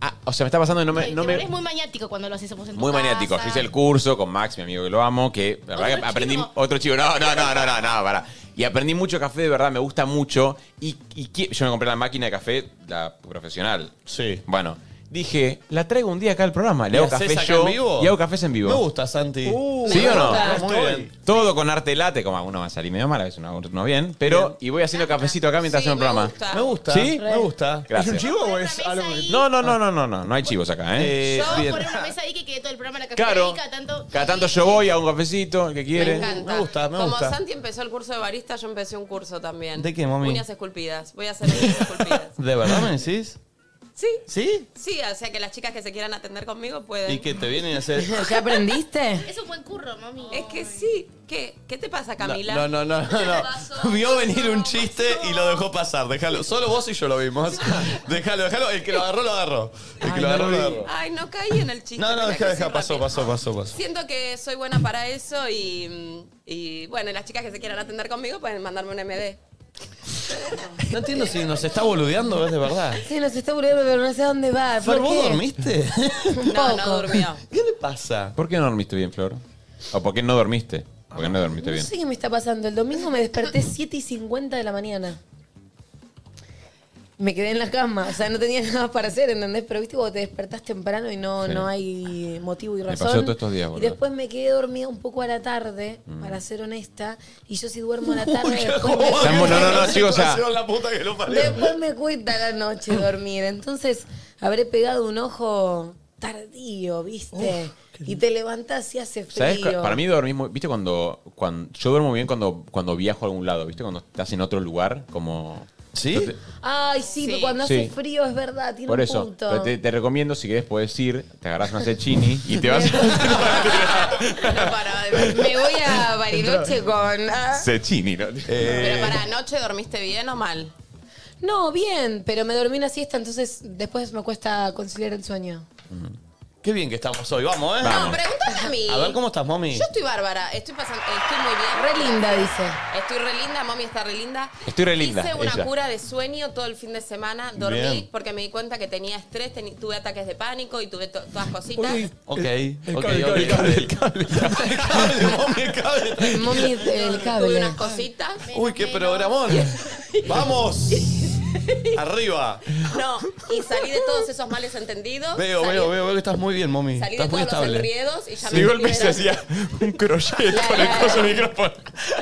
Speaker 6: Ah, o sea, me está pasando y no me.
Speaker 4: Te
Speaker 6: No me
Speaker 4: volvés muy maniático cuando lo haces vos en tu
Speaker 6: muy maniático.
Speaker 4: casa.
Speaker 6: Yo hice el curso con Max, mi amigo que lo amo, que la verdad que aprendí otro chico. No, no, no, no, no, no, para. Y aprendí mucho café, de verdad, me gusta mucho. Y, y qui- yo me compré la máquina de café, la profesional.
Speaker 1: Sí.
Speaker 6: Bueno, dije, la traigo un día acá al programa. Le hago
Speaker 1: ¿Y haces
Speaker 6: café
Speaker 1: acá
Speaker 6: yo.
Speaker 1: en vivo?
Speaker 6: Y hago cafés en vivo.
Speaker 1: Me gusta, Santi.
Speaker 6: ¿Sí o no?
Speaker 1: Muy bien.
Speaker 6: Todo con arte late, como uno va a salir medio mal, a veces uno, uno bien. Pero, y voy haciendo cafecito acá mientras hacemos el programa.
Speaker 1: Me gusta.
Speaker 6: ¿Sí?
Speaker 1: Me gusta.
Speaker 6: Gracias.
Speaker 7: ¿Es un chivo o es algo que.?
Speaker 6: No, no, no, no, no, no, no hay chivos acá, ¿eh?
Speaker 4: Yo poner una mesa ahí que quede todo el programa en la café.
Speaker 6: Claro.
Speaker 4: Cada tanto,
Speaker 6: Cada tanto yo voy, hago un cafecito, el que
Speaker 2: Me
Speaker 6: quiere.
Speaker 2: encanta.
Speaker 1: gusta, me
Speaker 2: Como
Speaker 1: gusta.
Speaker 2: Santi empezó el curso de barista, yo empecé un curso también.
Speaker 1: ¿De qué, mami?
Speaker 2: Uñas esculpidas. Voy a hacer uñas esculpidas.
Speaker 1: ¿De verdad me decís?
Speaker 2: Sí,
Speaker 1: ¿Sí?
Speaker 2: sí, o sea que las chicas que se quieran atender conmigo pueden.
Speaker 1: ¿Y que te vienen a hacer.?
Speaker 5: ¿Ya aprendiste?
Speaker 4: Es un buen curro, mami.
Speaker 2: Es que sí. ¿Qué? ¿Qué te pasa, Camila?
Speaker 1: No, no, no, no, no. Vio venir un chiste y lo dejó pasar. Déjalo. Solo vos y yo lo vimos. Déjalo, déjalo. El que lo agarró, lo agarró. El que lo agarró, lo agarró.
Speaker 2: Ay, no caí en el chiste.
Speaker 1: No, no,
Speaker 2: tenía que
Speaker 1: deja, deja.
Speaker 2: ser
Speaker 1: Pasó,
Speaker 2: rápido.
Speaker 1: pasó, pasó, pasó.
Speaker 2: Siento que soy buena para eso y, y, bueno, las chicas que se quieran atender conmigo pueden mandarme un MD.
Speaker 1: No entiendo si nos está boludeando o es de verdad.
Speaker 5: Sí, nos está burlando, pero no sé a dónde va. ¿Por
Speaker 1: Flor, ¿vos
Speaker 5: qué?
Speaker 1: dormiste?
Speaker 2: No, no durmió.
Speaker 1: ¿Qué le pasa?
Speaker 6: ¿Por qué no dormiste bien, Flor? ¿O por qué no dormiste? ¿Por qué no dormiste
Speaker 5: No
Speaker 6: bien?
Speaker 5: sé qué me está pasando. El domingo me desperté 7 y 50 de la mañana. Me quedé en la cama. O sea, no tenía nada para hacer, ¿entendés? Pero viste, cuando te despertás temprano y no,
Speaker 6: Sí.
Speaker 5: no hay motivo y
Speaker 6: Me
Speaker 5: razón.
Speaker 6: pasó todos estos días,
Speaker 5: y
Speaker 6: boludo. Mm.
Speaker 5: después me quedé dormida un poco a la tarde, para ser honesta. Y yo si duermo a la tarde,
Speaker 1: Uy, qué
Speaker 5: después me-
Speaker 1: joder.
Speaker 6: Estamos- no, no, no, chicos, o sea-
Speaker 1: La puta que lo parió.
Speaker 5: Después me cuesta la noche dormir. Entonces habré pegado un ojo tardío, ¿viste? y te levantás y hace frío.
Speaker 6: ¿Sabes? Para mí dormir muy... ¿Viste cuando, cuando... Yo duermo bien cuando, cuando viajo a algún lado, ¿viste? Cuando estás en otro lugar, como... Yo
Speaker 1: ¿Sí?
Speaker 6: te-
Speaker 5: Ay, sí, pero cuando
Speaker 6: Sí.
Speaker 5: hace frío es verdad, tiene
Speaker 6: por
Speaker 5: un
Speaker 6: eso,
Speaker 5: punto.
Speaker 6: pero te, te recomiendo, si querés, puedes ir, te agarras una cecchini y te vas...
Speaker 2: No paraba de ver.
Speaker 5: Me voy a Bariloche con... ah.
Speaker 6: cecchini, ¿no?
Speaker 5: Eh,
Speaker 2: Pero para anoche dormiste bien o mal?
Speaker 5: No, bien, pero me dormí una siesta, entonces después me cuesta conciliar el sueño.
Speaker 1: Qué bien que estamos hoy. Vamos, ¿eh?
Speaker 6: Vamos.
Speaker 2: No, pregúntame a mí.
Speaker 1: A ver cómo estás, mami.
Speaker 2: Yo estoy bárbara, estoy pasando, estoy muy bien.
Speaker 5: Re linda, dice.
Speaker 2: Estoy re linda, mami está re linda.
Speaker 6: Estoy re linda,
Speaker 2: Hice una
Speaker 6: ella.
Speaker 2: cura de sueño todo el fin de semana. Dormí
Speaker 1: Bien.
Speaker 2: porque me di cuenta que tenía estrés, teni- tuve ataques de pánico y tuve to- todas cositas.
Speaker 1: Ok,
Speaker 7: El
Speaker 1: ok,
Speaker 7: cable,
Speaker 1: ok.
Speaker 7: el cable,
Speaker 1: El cable, mami, el cable.
Speaker 5: Mami, el
Speaker 2: Eh, Tuve
Speaker 5: cable.
Speaker 2: unas cositas.
Speaker 1: Uy, qué programón. Vamos. Arriba.
Speaker 2: No, y salí de todos esos males entendidos.
Speaker 1: Veo,
Speaker 2: salí,
Speaker 1: veo, veo, veo que estás muy bien, mami.
Speaker 2: Salí
Speaker 1: Estás
Speaker 2: de
Speaker 1: muy
Speaker 2: todos los
Speaker 1: estable.
Speaker 2: enriedos y ya
Speaker 6: De
Speaker 2: me
Speaker 6: golpe se
Speaker 2: liberé.
Speaker 6: hacía un crochet
Speaker 5: La-
Speaker 6: con el
Speaker 5: la-
Speaker 6: coso del micrófono.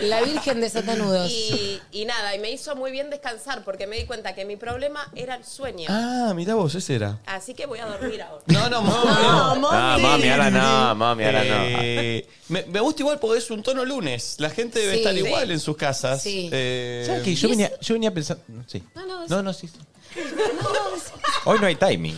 Speaker 5: La Virgen de Satanudos.
Speaker 2: Y, y nada, y me hizo muy bien descansar porque me di cuenta que mi problema era el sueño.
Speaker 1: Ah, mirá vos, ese era.
Speaker 2: Así que voy a dormir ahora.
Speaker 1: No, no, mami.
Speaker 6: No, Ah, mami, ahora no, mami, ahora no.
Speaker 1: Eh, me, me gusta igual porque es un tono lunes. La gente debe
Speaker 5: Sí.
Speaker 1: estar
Speaker 5: Sí.
Speaker 1: igual en sus casas.
Speaker 5: Sí.
Speaker 1: Eh,
Speaker 6: ¿Sabes qué? Yo venía, yo venía pensando. Sí.
Speaker 5: No, no, es-
Speaker 6: No, no, sí. sí.
Speaker 5: No, no, es-
Speaker 6: Hoy no hay timing.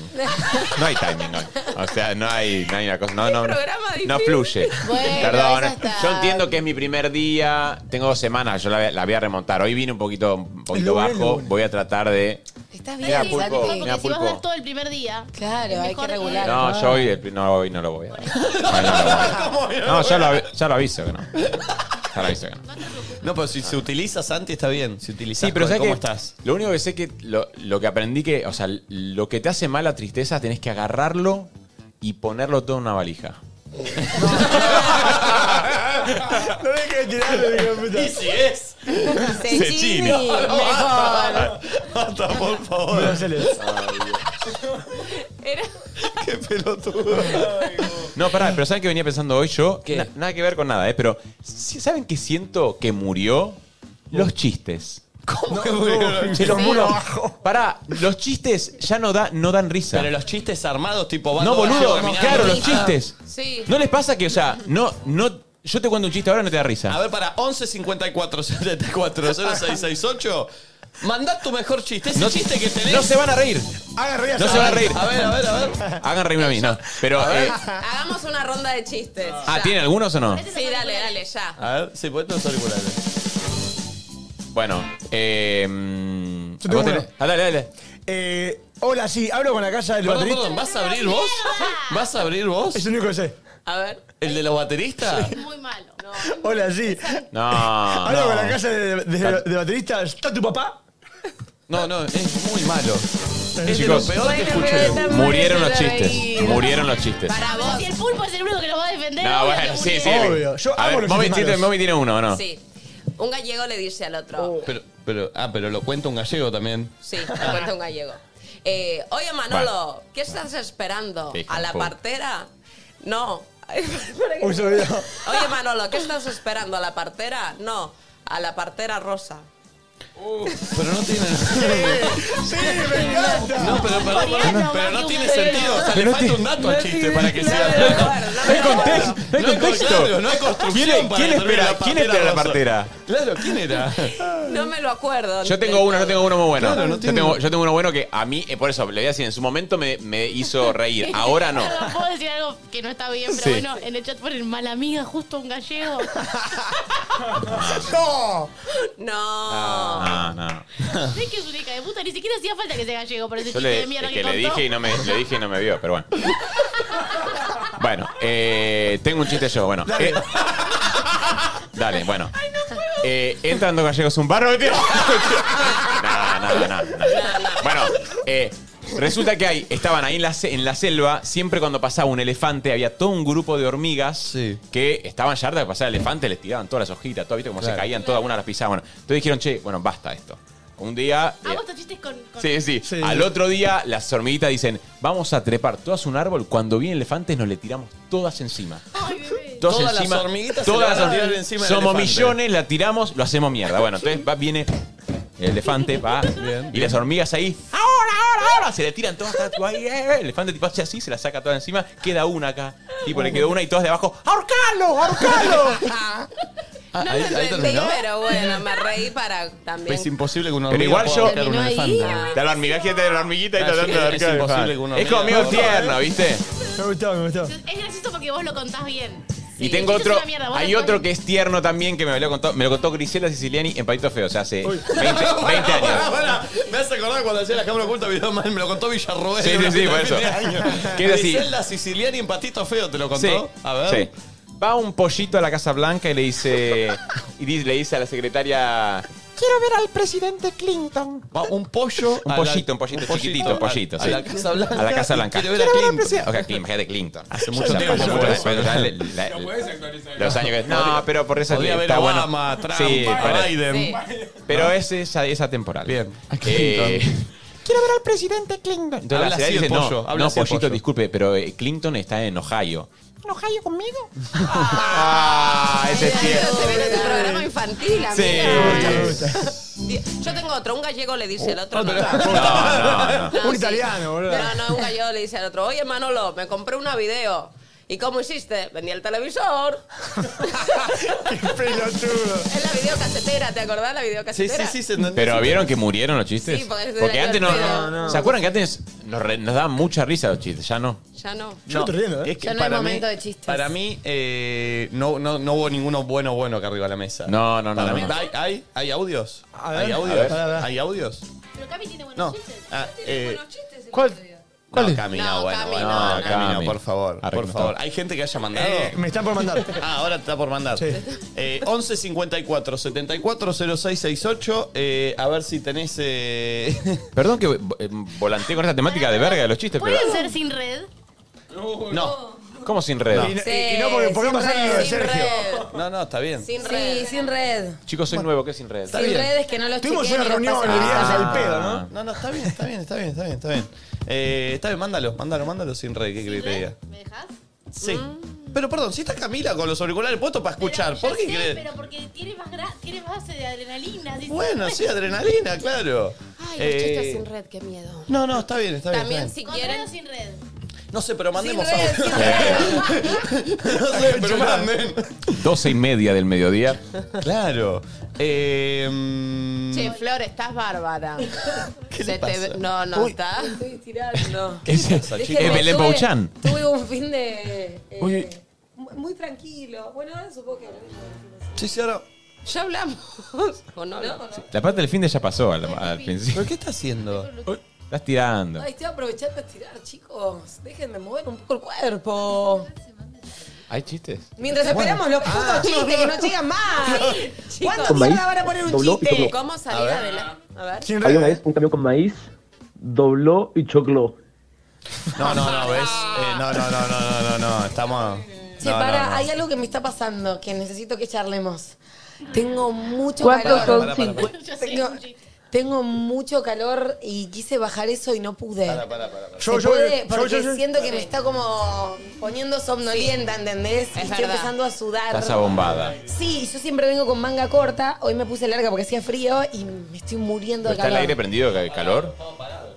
Speaker 6: No hay timing hoy. O sea, no hay, no hay una cosa. No, no, no,
Speaker 2: programa difícil.
Speaker 6: no fluye.
Speaker 5: Bueno,
Speaker 6: Perdón.
Speaker 5: eso está.
Speaker 6: Yo entiendo que es mi primer día. Tengo dos semanas. Yo la, la voy a remontar. Hoy vine un poquito, un poquito
Speaker 7: Lunes,
Speaker 6: bajo.
Speaker 7: lunes.
Speaker 6: Voy a tratar de.
Speaker 4: Está
Speaker 5: Estás bien,
Speaker 6: Mira,
Speaker 4: bien,
Speaker 6: pulpo,
Speaker 4: porque
Speaker 5: Santi.
Speaker 6: mira,
Speaker 4: si vas a
Speaker 6: pulpo.
Speaker 4: dar todo el primer día.
Speaker 5: Claro,
Speaker 4: es
Speaker 5: hay
Speaker 4: mejor
Speaker 5: que regular.
Speaker 6: No, yo hoy, el- no, hoy no lo voy a dar. Hoy no lo voy a dar. No, ya lo, avi- ya lo aviso que no. Ya lo aviso que no.
Speaker 1: No, pero si se utiliza Santi está bien. Si utilizas,
Speaker 6: Sí, pero ¿sabes
Speaker 1: ¿cómo
Speaker 6: qué?
Speaker 1: estás?
Speaker 6: Lo único que sé que lo, lo que aprendí que, o sea, lo que te hace mal la tristeza tenés que agarrarlo y ponerlo todo en una valija.
Speaker 7: No me que tirarlo, digo, puta.
Speaker 1: Y si es.
Speaker 5: Cecchini, mejor.
Speaker 1: Basta, por favor.
Speaker 2: Era-
Speaker 1: Qué pelotudo.
Speaker 6: No, pará, pero ¿saben qué venía pensando hoy yo? Na- nada que ver con nada, ¿eh? Pero ¿sí- ¿saben qué siento que murió? Los chistes. ¿Cómo
Speaker 1: que murieron?
Speaker 6: Che, los
Speaker 1: Sí.
Speaker 6: muros. Pará, los chistes ya no, da, no dan risa.
Speaker 1: Pero los chistes armados, tipo. van
Speaker 6: No,
Speaker 1: todos
Speaker 6: boludo,
Speaker 1: caminando.
Speaker 6: claro, los chistes.
Speaker 1: Sí.
Speaker 6: ¿No les pasa que, o sea, no, no, yo te cuento un chiste ahora y no te da risa?
Speaker 1: A ver, para 11 54 74 0668, mandá tu mejor chiste. Ese chiste que tenés.
Speaker 6: no se van a reír.
Speaker 3: Hagan reír
Speaker 6: No se van a reír.
Speaker 1: A ver, a ver, a ver.
Speaker 6: Hagan reírme a mí, no. Pero, eh,
Speaker 2: Hagamos una ronda de chistes.
Speaker 6: ah, ¿tienen algunos o no?
Speaker 2: Sí, dale, dale, ya.
Speaker 1: A ver, sí, pues, ponete los auriculares.
Speaker 6: Bueno, eh. mm,
Speaker 3: Yo tengo
Speaker 6: ¿vos tenés?
Speaker 3: uno.
Speaker 6: Ah, dale, dale.
Speaker 3: Eh, hola, sí, hablo con la casa del
Speaker 1: Perdón,
Speaker 3: baterista.
Speaker 1: perdón, ¿vas a abrir vos? ¿Vas a abrir vos?
Speaker 3: Es el único que sé.
Speaker 2: A ver.
Speaker 1: ¿El de los bateristas?
Speaker 4: Muy malo.
Speaker 3: Hola, sí.
Speaker 6: No.
Speaker 3: Hablo
Speaker 6: no.
Speaker 3: con la casa del de, de- de baterista. ¿Está tu papá?
Speaker 1: No, no, es muy malo. Es de lo
Speaker 6: Chicos,
Speaker 1: peor que
Speaker 6: Bueno,
Speaker 1: escuché.
Speaker 6: pero Murieron los chistes. Murieron los chistes.
Speaker 4: Para vos. Si el pulpo es el único que lo va a defender.
Speaker 6: No,
Speaker 4: obvio
Speaker 6: bueno,
Speaker 4: que
Speaker 6: sí, sí.
Speaker 4: murió.
Speaker 3: Obvio, yo
Speaker 6: a
Speaker 3: amo
Speaker 6: ver,
Speaker 3: los
Speaker 6: Momi
Speaker 3: chistes
Speaker 6: tiene,
Speaker 3: malos.
Speaker 6: Momi tiene uno, ¿o no?
Speaker 2: Sí. Un gallego le dice al otro.
Speaker 1: Pero, pero, ah, pero lo cuenta un gallego también.
Speaker 2: Sí, lo cuenta un gallego. Eh, Oye, Manolo, ¿qué estás esperando?
Speaker 1: Hijo
Speaker 2: ¿A la
Speaker 1: de puta.
Speaker 2: partera? No.
Speaker 3: Uy, se me olvidó.
Speaker 2: Oye, Manolo, ¿qué estás esperando? ¿A la partera? No. A la partera rosa.
Speaker 1: Pero no tiene.
Speaker 3: ¡Sí, me encanta!
Speaker 1: No, pero, perdón, perdón, pero no tiene sentido. O sea, le
Speaker 6: Pero
Speaker 1: falta
Speaker 6: ti-
Speaker 1: un dato al chiste para que
Speaker 2: No
Speaker 1: sea.
Speaker 2: me acuerdo, no
Speaker 6: No
Speaker 2: me
Speaker 6: hay contexto. No hay
Speaker 1: No hay
Speaker 6: contexto.
Speaker 1: claro, no hay construcción.
Speaker 6: ¿Quién,
Speaker 1: para
Speaker 6: quién
Speaker 1: construir
Speaker 6: espera,
Speaker 1: la
Speaker 6: quién espera la
Speaker 1: rosa.
Speaker 6: partera?
Speaker 1: Claro, ¿quién era?
Speaker 2: No me lo acuerdo.
Speaker 6: Yo tengo uno, yo tengo uno muy bueno.
Speaker 1: Claro, no
Speaker 6: yo,
Speaker 1: tiene-
Speaker 6: tengo, yo tengo uno bueno que a mí, eh, por eso, le voy a decir, en su momento me, me hizo reír. Ahora no.
Speaker 4: Perdón, Puedo decir algo que no está bien, pero
Speaker 6: Sí.
Speaker 4: bueno, en el chat ponen mala amiga, justo un gallego.
Speaker 3: ¡No!
Speaker 2: No.
Speaker 4: Ah.
Speaker 6: No, Ah, no.
Speaker 4: sé que es un hija de puta, ni siquiera hacía falta que sea gallego, pero ese
Speaker 6: Yo
Speaker 4: chiste
Speaker 6: le,
Speaker 4: de mierda
Speaker 6: es
Speaker 4: que,
Speaker 6: que le
Speaker 4: contó.
Speaker 6: dije y no me, le dije y no me vio, pero bueno. Bueno, eh, tengo un chiste yo, bueno. Dale, dale bueno. Eh, entran dos gallegos a un barro. tío. No, no, no, no. Bueno, eh, resulta que ahí estaban ahí en la, se- en la selva. Siempre cuando pasaba un elefante, había todo un grupo de hormigas
Speaker 1: Sí.
Speaker 6: que estaban ya hartas de pasar el elefante, les tiraban todas las hojitas, todo, ¿viste? Como se
Speaker 1: Claro.
Speaker 6: caían, todas una las pisaban. Bueno, entonces dijeron, che, bueno, basta esto. Un día. eh,
Speaker 4: Ah, vos te chistes con. con-
Speaker 6: Sí, sí,
Speaker 3: Sí.
Speaker 6: Al otro día las hormiguitas dicen, vamos a trepar todas un árbol, cuando vienen elefantes nos le tiramos todas encima.
Speaker 4: Ay, bebé.
Speaker 6: Todas,
Speaker 1: Todas
Speaker 6: encima,
Speaker 1: las hormiguitas se
Speaker 6: todas
Speaker 1: la van a
Speaker 6: hormiguitas.
Speaker 1: tirar encima del
Speaker 6: Somos
Speaker 1: elefante.
Speaker 6: millones, la tiramos, lo hacemos mierda. Bueno, entonces va, viene el elefante, va, y las hormigas ahí, ahora, ahora, ahora, se le tiran todas, todas, tipo, ahí, eh, eh. el elefante tipo hace así, se la saca toda encima, queda una acá, tipo le quedó una y todas de abajo, ahorcalo, ahorcalo.
Speaker 1: Ah,
Speaker 2: No
Speaker 1: ahí,
Speaker 2: lo
Speaker 1: ahí
Speaker 2: entendí,
Speaker 1: terminó.
Speaker 2: pero bueno, me reí para también.
Speaker 6: Pues
Speaker 1: Es imposible que una
Speaker 6: Pero
Speaker 1: hormiga
Speaker 6: igual
Speaker 1: pueda
Speaker 6: yo-
Speaker 1: ahorcar un
Speaker 5: Terminó ahí.
Speaker 1: elefante.
Speaker 6: La hormiga, fíjate, la hormiguita y
Speaker 1: Ah, sí,
Speaker 6: tratando de
Speaker 1: es
Speaker 6: ahorcar al
Speaker 1: imposible
Speaker 6: elefante.
Speaker 1: que una
Speaker 6: Es como
Speaker 1: hormiga-
Speaker 6: medio tierno, ¿viste?
Speaker 3: Me gustó, me gustó.
Speaker 4: Es gracioso porque vos lo contás bien.
Speaker 6: Y
Speaker 4: Sí,
Speaker 6: tengo
Speaker 4: el chiste
Speaker 6: otro,
Speaker 4: es una mierda, vos
Speaker 6: hay
Speaker 4: lo
Speaker 6: otro
Speaker 4: contás-
Speaker 6: que es tierno también, que me lo contó, me lo contó Grisela Siciliani en Palito Feo, o sea, hace 20, 20
Speaker 1: Pará, pará, pará,
Speaker 6: años.
Speaker 1: pará. Me hace acordar cuando hacía la cámara oculta, video mal, me lo contó Villarroel.
Speaker 6: Sí, sí, sí, por eso. ¿Qué es así?
Speaker 1: Griselda Siciliani en Patito Feo te lo contó. A ver.
Speaker 6: sí. Va un pollito a la Casa Blanca y le dice, y di- le dice a la secretaria, quiero ver al presidente Clinton.
Speaker 1: Va un pollo.
Speaker 6: Un
Speaker 1: a la-
Speaker 6: pollito, un pollito chiquitito, un pollito,
Speaker 1: A,
Speaker 6: sí.
Speaker 1: a la Casa Blanca.
Speaker 6: A la Casa Blanca.
Speaker 1: Quiere ver a
Speaker 6: ver al
Speaker 1: Clinton.
Speaker 6: presidente. O sea, imagínate Clinton. Hace
Speaker 1: mucho tiempo que fue eso.
Speaker 6: Los años que... No, pero por eso
Speaker 1: Podría ver
Speaker 6: está
Speaker 1: a
Speaker 6: bueno.
Speaker 1: Obama, Trump,
Speaker 6: Sí, para-
Speaker 1: Biden.
Speaker 2: Sí.
Speaker 6: Pero es esa, esa temporal.
Speaker 1: Bien.
Speaker 6: Eh, Quiero ver al presidente Clinton. Entonces
Speaker 1: Habla
Speaker 6: la señora
Speaker 1: así el
Speaker 6: dice, no,
Speaker 1: pollo, habla
Speaker 6: no,
Speaker 1: así el
Speaker 6: pollito,
Speaker 1: pollo.
Speaker 6: disculpe, pero eh, Clinton está en Ohio. ¿En Ohio conmigo? ah, ese es
Speaker 2: Pero se
Speaker 6: tierno.
Speaker 2: viene tu programa infantil,
Speaker 6: Sí.
Speaker 2: amiga. Di- Yo tengo otro, un gallego le dice al otro. No,
Speaker 6: No, no, no.
Speaker 2: No,
Speaker 3: Ah, Un
Speaker 2: sí.
Speaker 3: italiano, boludo.
Speaker 2: No, no, un gallego le dice al otro, oye Manolo, me compré una video. ¿Y cómo hiciste? Vendí el televisor.
Speaker 3: ¡Qué pelotudo!
Speaker 2: es la videocasetera, ¿te acordás la
Speaker 1: Sí, sí,
Speaker 2: videocasetera?
Speaker 1: sí, se entendió.
Speaker 6: Pero vieron que murieron los chistes.
Speaker 2: Sí, porque eso era
Speaker 6: antes no,
Speaker 2: divertido.
Speaker 6: ¿Se acuerdan que antes nos, re- nos daban mucha risa los chistes? Ya no.
Speaker 2: Ya no.
Speaker 3: Yo me estoy riendo, ¿eh?
Speaker 1: es que
Speaker 5: Ya no hay
Speaker 1: para mí-
Speaker 5: momento de chistes.
Speaker 1: Para mí, eh, no, no, no hubo ninguno bueno bueno acá arriba de la mesa.
Speaker 6: No, no, no,
Speaker 1: Para
Speaker 6: no,
Speaker 1: mí,
Speaker 6: no.
Speaker 1: ¿hay, hay, hay audios?
Speaker 3: A ver,
Speaker 1: ¿Hay
Speaker 3: a
Speaker 1: audios?
Speaker 3: ver, a ver.
Speaker 1: ¿Hay audios?
Speaker 4: Pero Cami tiene buenos
Speaker 1: No.
Speaker 4: chistes.
Speaker 1: Ah, eh,
Speaker 9: ¿Cuál? ¿Cuál
Speaker 1: no,
Speaker 9: es?
Speaker 1: Cami,
Speaker 2: No,
Speaker 1: no, bueno,
Speaker 2: Cami,
Speaker 1: bueno.
Speaker 2: no,
Speaker 1: No,
Speaker 2: no.
Speaker 1: Cami, no,
Speaker 6: Cami.
Speaker 1: por favor.
Speaker 6: Arre,
Speaker 1: Por
Speaker 6: no
Speaker 1: favor.
Speaker 6: está.
Speaker 1: ¿Hay gente que haya mandado?
Speaker 3: Ah, Eh, me están por mandar.
Speaker 1: Ah, ahora está por mandar.
Speaker 3: Sí.
Speaker 1: Eh, 11 54 74 0668. Eh, a ver si tenés. eh,
Speaker 6: Perdón que eh, volanteé con esta temática de verga de los chistes, pero.
Speaker 4: ¿Pueden ser sin red?
Speaker 1: no.
Speaker 6: ¿Cómo sin red?
Speaker 3: Y, no-
Speaker 2: Sí,
Speaker 3: y no porque, porque
Speaker 2: sin
Speaker 3: pasaron lo de
Speaker 2: red,
Speaker 3: Sergio.
Speaker 1: No, no, está bien.
Speaker 2: Sin red.
Speaker 5: Sí, sin red.
Speaker 6: Chicos, soy nuevo, ¿qué es sin red?
Speaker 1: Está
Speaker 5: sin
Speaker 1: bien.
Speaker 5: redes que no los
Speaker 3: Tuvimos
Speaker 5: chequean
Speaker 3: una
Speaker 5: y los
Speaker 3: reunión
Speaker 5: pasan.
Speaker 3: el día
Speaker 5: Ah.
Speaker 3: del pedo, ¿no?
Speaker 1: No, no, está bien, está bien, está bien, está bien, está bien. Eh, está bien, mándalo, mándalo, mándalo sin rey, ¿qué querés que te diga?
Speaker 4: ¿Me dejas?
Speaker 1: Sí. Pero perdón, si está Camila con los auriculares puestos para escuchar, ¿por qué
Speaker 4: Sí,
Speaker 1: crees?
Speaker 4: pero porque tiene más, gra- tiene más de adrenalina. dice.
Speaker 1: Bueno, sí, adrenalina, claro.
Speaker 4: Ay,
Speaker 1: Eh,
Speaker 4: los chistes sin red, qué miedo.
Speaker 1: No, no, está bien, está bien. está bien.
Speaker 4: También si quieren. sin red.
Speaker 1: No sé, pero mandemos
Speaker 4: Sin
Speaker 1: audio. no sé, pero manden.
Speaker 6: 12 y media del mediodía.
Speaker 1: Claro. Eh,
Speaker 2: Che, Flor, estás bárbara. ¿Qué
Speaker 6: le pasa?
Speaker 2: No, no, está.
Speaker 5: Estoy tirando.
Speaker 6: ¿Qué pasa,
Speaker 5: Es que
Speaker 6: chicos? Es Belén
Speaker 5: tuve-
Speaker 6: Bouchán.
Speaker 5: Tuve un fin de. eh,
Speaker 6: Oye.
Speaker 5: mu- Muy tranquilo. Bueno, ahora supongo que hablamos.
Speaker 1: Sí, sí, ahora.
Speaker 2: Ya hablamos. ¿O no?
Speaker 6: La parte del fin de ya pasó al, al principio.
Speaker 1: ¿Pero qué está haciendo?
Speaker 6: Estás tirando.
Speaker 5: Ay, estoy aprovechando a estirar, chicos. Dejen de mover un poco el cuerpo.
Speaker 6: ¿Hay chistes?
Speaker 5: Mientras esperamos los putos chistes que no llegan más. ¿Cuándo
Speaker 7: Con
Speaker 5: sola
Speaker 7: maíz,
Speaker 5: van a poner un
Speaker 7: dobló y
Speaker 5: chiste?
Speaker 7: dobló.
Speaker 5: ¿Cómo salir
Speaker 2: A ver.
Speaker 5: adelante? A ver.
Speaker 7: Había una vez un camión con maíz, dobló y chocló.
Speaker 1: No, no, no, ¿ves? Eh, no, no, no, no, no, no, no, estamos...
Speaker 5: Che,
Speaker 1: no, no,
Speaker 5: para,
Speaker 1: no.
Speaker 5: hay algo que me está pasando que necesito que charlemos. Tengo mucho
Speaker 7: ¿Cuántos
Speaker 5: calor.
Speaker 7: son Pará, pará, pará.
Speaker 5: Tengo, tengo mucho calor y quise bajar eso y no pude.
Speaker 10: Yo,
Speaker 5: ¿Se
Speaker 10: yo,
Speaker 5: puede?
Speaker 10: yo,
Speaker 5: Porque
Speaker 10: yo, yo.
Speaker 5: siento que me está como poniendo somnolienta, ¿entendés? Y estoy
Speaker 2: verdad.
Speaker 5: empezando a sudar.
Speaker 6: Estás abombada.
Speaker 5: Sí, yo siempre vengo con manga corta. Hoy me puse larga porque hacía frío y me estoy muriendo de
Speaker 6: ¿Está el
Speaker 5: calor.
Speaker 6: aire prendido? ca- ¿Calor? Está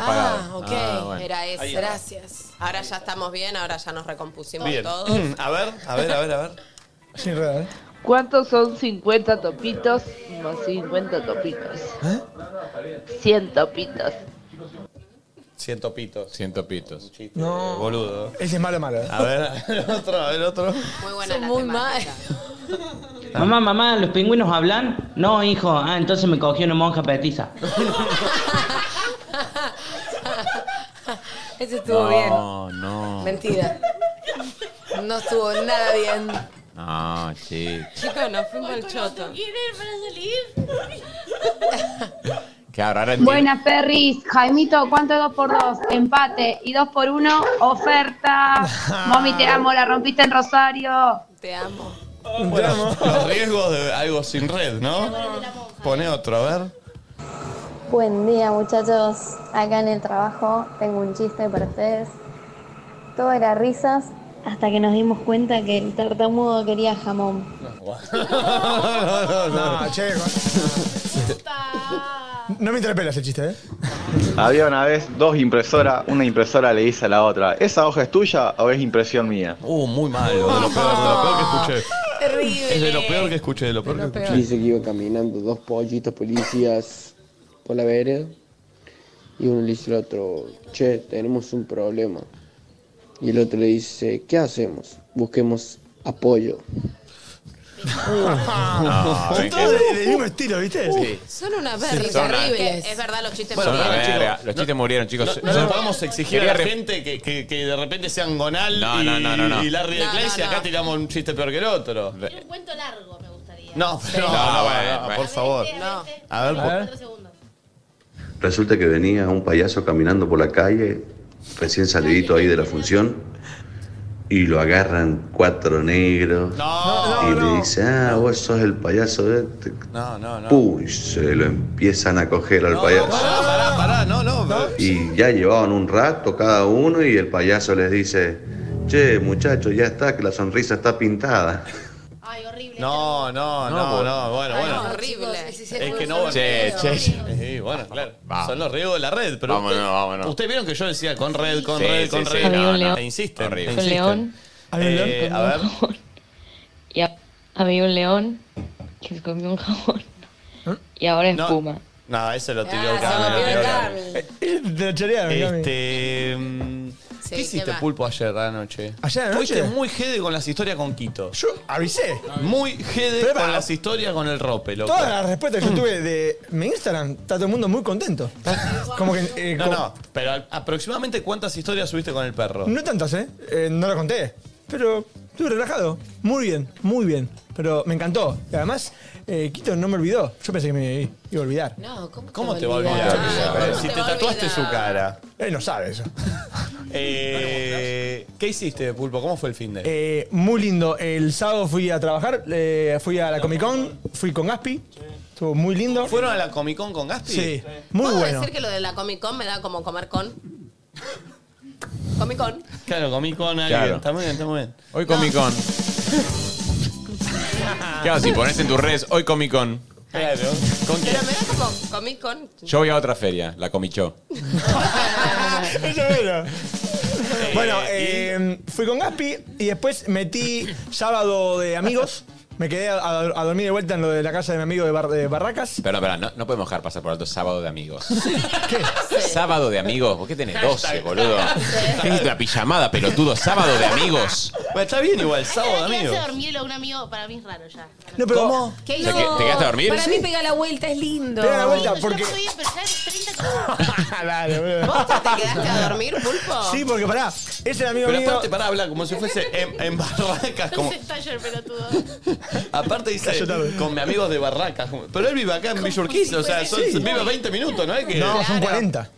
Speaker 5: Ah,
Speaker 6: apagado.
Speaker 5: ok.
Speaker 6: Ah, bueno.
Speaker 2: Era eso.
Speaker 5: Ahí va. Gracias.
Speaker 2: Ahora ya estamos bien, ahora ya nos recompusimos
Speaker 1: Bien.
Speaker 2: todos.
Speaker 1: A ver, a ver, a ver, a ver.
Speaker 3: Sin red, ¿eh?
Speaker 11: ¿Cuántos son 50 topitos más 50 topitos? 100 topitos.
Speaker 1: Ciento pitos.
Speaker 6: Ciento pitos.
Speaker 3: No.
Speaker 1: Boludo.
Speaker 3: Ese es malo, ¿eh? malo.
Speaker 1: A ver, el otro, a ver, otro.
Speaker 2: Muy buena Son muy mal.
Speaker 9: Mamá, mamá, ¿los pingüinos hablan? No, hijo. Ah, entonces me cogió una monja petiza.
Speaker 5: Ese estuvo bien.
Speaker 6: no.
Speaker 5: Mentira. No estuvo nada bien.
Speaker 6: No, sí.
Speaker 2: Chicos, nos fuimos al choto.
Speaker 6: Claro, ahora entiendo.
Speaker 12: Buenas, Perris. Jaimito, ¿cuánto es 2 por 2 Empate. Y 2 por 1 oferta. Mami, te amo, la rompiste en Rosario.
Speaker 2: Te amo.
Speaker 1: Bueno, riesgos de algo sin red, ¿no? Pone otro, a ver.
Speaker 13: Buen día muchachos, acá en el trabajo tengo un chiste para ustedes. Todo era risas hasta que nos dimos cuenta que el tartamudo quería jamón.
Speaker 3: No, no, no. Ah, che. No me interpelas el chiste, ¿eh?
Speaker 7: Había una vez dos impresoras, una impresora le dice a la otra, ¿esa hoja es tuya o es impresión mía?
Speaker 1: Uh, muy malo, de lo peor, de lo peor que escuché. Terrible. Es de lo peor que escuché, de lo peor que
Speaker 14: Y
Speaker 1: escuché.
Speaker 14: se iban caminando dos pollitos policías por la vereda. Y uno le dice al otro, che, tenemos un problema. Y el otro le dice, ¿qué hacemos? Busquemos apoyo.
Speaker 1: No,
Speaker 3: Son
Speaker 1: ven
Speaker 3: todos
Speaker 1: que-
Speaker 3: de- del mismo estilo, ¿viste?
Speaker 1: Sí.
Speaker 2: Son una
Speaker 1: verga.
Speaker 2: verga.
Speaker 1: Son
Speaker 2: terribles. Es verdad, los chistes
Speaker 1: Bueno,
Speaker 2: murieron.
Speaker 1: a ver,
Speaker 6: Verga,
Speaker 1: chicos,
Speaker 6: los chistes murieron, chicos.
Speaker 1: No, no le podemos exigir
Speaker 6: Quería
Speaker 1: a la
Speaker 6: re-
Speaker 1: gente que, que- que de repente sean Gonal
Speaker 6: No,
Speaker 1: y,
Speaker 6: no, no, no, no.
Speaker 1: y Larry de
Speaker 4: No,
Speaker 1: Clay, y
Speaker 4: no,
Speaker 1: acá
Speaker 4: no.
Speaker 1: tiramos un chiste peor que el otro.
Speaker 4: Un cuento largo me gustaría.
Speaker 1: No, pero- no,
Speaker 6: No,
Speaker 1: no,
Speaker 6: bueno,
Speaker 1: no,
Speaker 6: bueno.
Speaker 1: por favor.
Speaker 4: No.
Speaker 1: A ver, por-
Speaker 15: Resulta que venía un payaso caminando por la calle, recién salidito ahí de la función, y lo agarran cuatro negros y le dicen, ah, vos sos el payaso de este".
Speaker 1: No, no, no.
Speaker 15: Pum, y se lo empiezan a coger al payaso.
Speaker 1: Pará, pará, no, no.
Speaker 15: Y ya llevaban un rato cada uno y el payaso les dice, che, muchachos, ya está, que la sonrisa está pintada.
Speaker 1: No, no, no, no, bueno, bueno.
Speaker 5: horrible.
Speaker 1: Es que no,
Speaker 6: Che, che.
Speaker 1: Sí, bueno, claro. Son los riesgos de la red, pero.
Speaker 6: Vámonos,
Speaker 1: usted-
Speaker 6: vámonos.
Speaker 1: Ustedes vieron que yo decía con red, con
Speaker 6: Sí,
Speaker 1: red,
Speaker 6: sí,
Speaker 1: con
Speaker 6: sí,
Speaker 1: red.
Speaker 6: no, Había un
Speaker 1: no,
Speaker 6: león.
Speaker 1: Te insisten.
Speaker 6: Horrible.
Speaker 1: te
Speaker 6: Un
Speaker 1: insisten.
Speaker 6: león.
Speaker 1: Había un león.
Speaker 6: Eh,
Speaker 1: a ver.
Speaker 11: Y a- había un león que se comió un jabón. Y ahora espuma.
Speaker 1: No, ese lo tiró
Speaker 11: Ah, se lo tiró
Speaker 1: Cami.
Speaker 11: Cami.
Speaker 3: Eh, De la chorearon, Cami.
Speaker 1: Este. mm,
Speaker 3: Sí,
Speaker 1: ¿Qué hiciste,
Speaker 3: ¿qué va?
Speaker 1: Pulpo, ayer anoche?
Speaker 3: ¿Ayer anoche?
Speaker 1: Fuiste muy jede con las historias con Quito.
Speaker 3: Yo avisé.
Speaker 1: Muy jede
Speaker 3: Pero,
Speaker 1: con las historias con el rope, loco.
Speaker 3: Todas las respuestas que yo tuve de mi Instagram, está todo el mundo muy contento. Como que. eh,
Speaker 1: No,
Speaker 3: como-
Speaker 1: no, pero al- aproximadamente cuántas historias subiste con el perro.
Speaker 3: No tantas, ¿eh? Eh, No lo conté. Pero estuve relajado. Muy bien, muy bien. Pero me encantó. Y además, eh, Quito no me olvidó. Yo pensé que me iba a olvidar.
Speaker 5: No, ¿cómo,
Speaker 1: ¿Cómo
Speaker 5: te,
Speaker 1: te va a olvidar? Eh, si te, tatuaste su cara.
Speaker 3: Él no sabe eso.
Speaker 1: Eh, ¿Qué hiciste, Pulpo? ¿Cómo fue el fin de?
Speaker 3: Eh, muy lindo. El sábado fui a trabajar, eh, fui a la Comic Con, fui con Gaspi. Estuvo muy lindo.
Speaker 1: ¿Fueron a la Comic Con con Gaspi? Ah,
Speaker 3: Sí. Muy
Speaker 2: ¿Puedo
Speaker 3: bueno.
Speaker 2: decir que lo de la Comic Con me da como comer con? Comí con.
Speaker 1: Claro, comí con alguien.
Speaker 6: Claro.
Speaker 1: Está muy bien, está muy bien.
Speaker 6: Hoy comí con.
Speaker 5: Ah.
Speaker 6: Claro, si pones en tus redes hoy Comic Con.
Speaker 1: Claro. ¿Con
Speaker 2: Pero me da como comí con.
Speaker 6: Yo voy a otra feria, la Comichó.
Speaker 3: Eso era. Bueno, eh, fui con Gaspi y después metí sábado de amigos. Me quedé a, a dormir de vuelta en lo de la casa de mi amigo de, Bar- de Barracas.
Speaker 6: Pero, pero, no, no podemos dejar pasar por alto sábado de amigos. ¿Qué? Sábado de amigos. ¿Por qué tenés 12, boludo? ¿Qué es la pijamada, pelotudo? Sábado de amigos.
Speaker 1: Bueno, está bien igual, sábado,
Speaker 4: Quedarse
Speaker 6: amigo.
Speaker 4: a dormir a un amigo para mí es raro ya.
Speaker 3: No, pero
Speaker 6: O sea, que ¿Te quedaste a dormir?
Speaker 5: Para mí pega la vuelta, es lindo.
Speaker 3: Pega la vuelta,
Speaker 4: Yo
Speaker 3: porque-
Speaker 4: estoy, pero ya es 30
Speaker 3: Dale, boludo.
Speaker 2: ¿Te quedaste a dormir, pulpo?
Speaker 3: Sí, porque pará, es el amigo
Speaker 1: Pero
Speaker 3: mío.
Speaker 1: aparte, pará, habla como si fuese en, en Barracas. Como,
Speaker 4: Taller, pelotudo.
Speaker 1: aparte dice, con mis amigos de Barracas. como- Pero él vive acá en Villurquiza, o sea, son,
Speaker 3: Sí.
Speaker 1: vive 20 minutos, ¿no? Es que,
Speaker 3: No, son 40.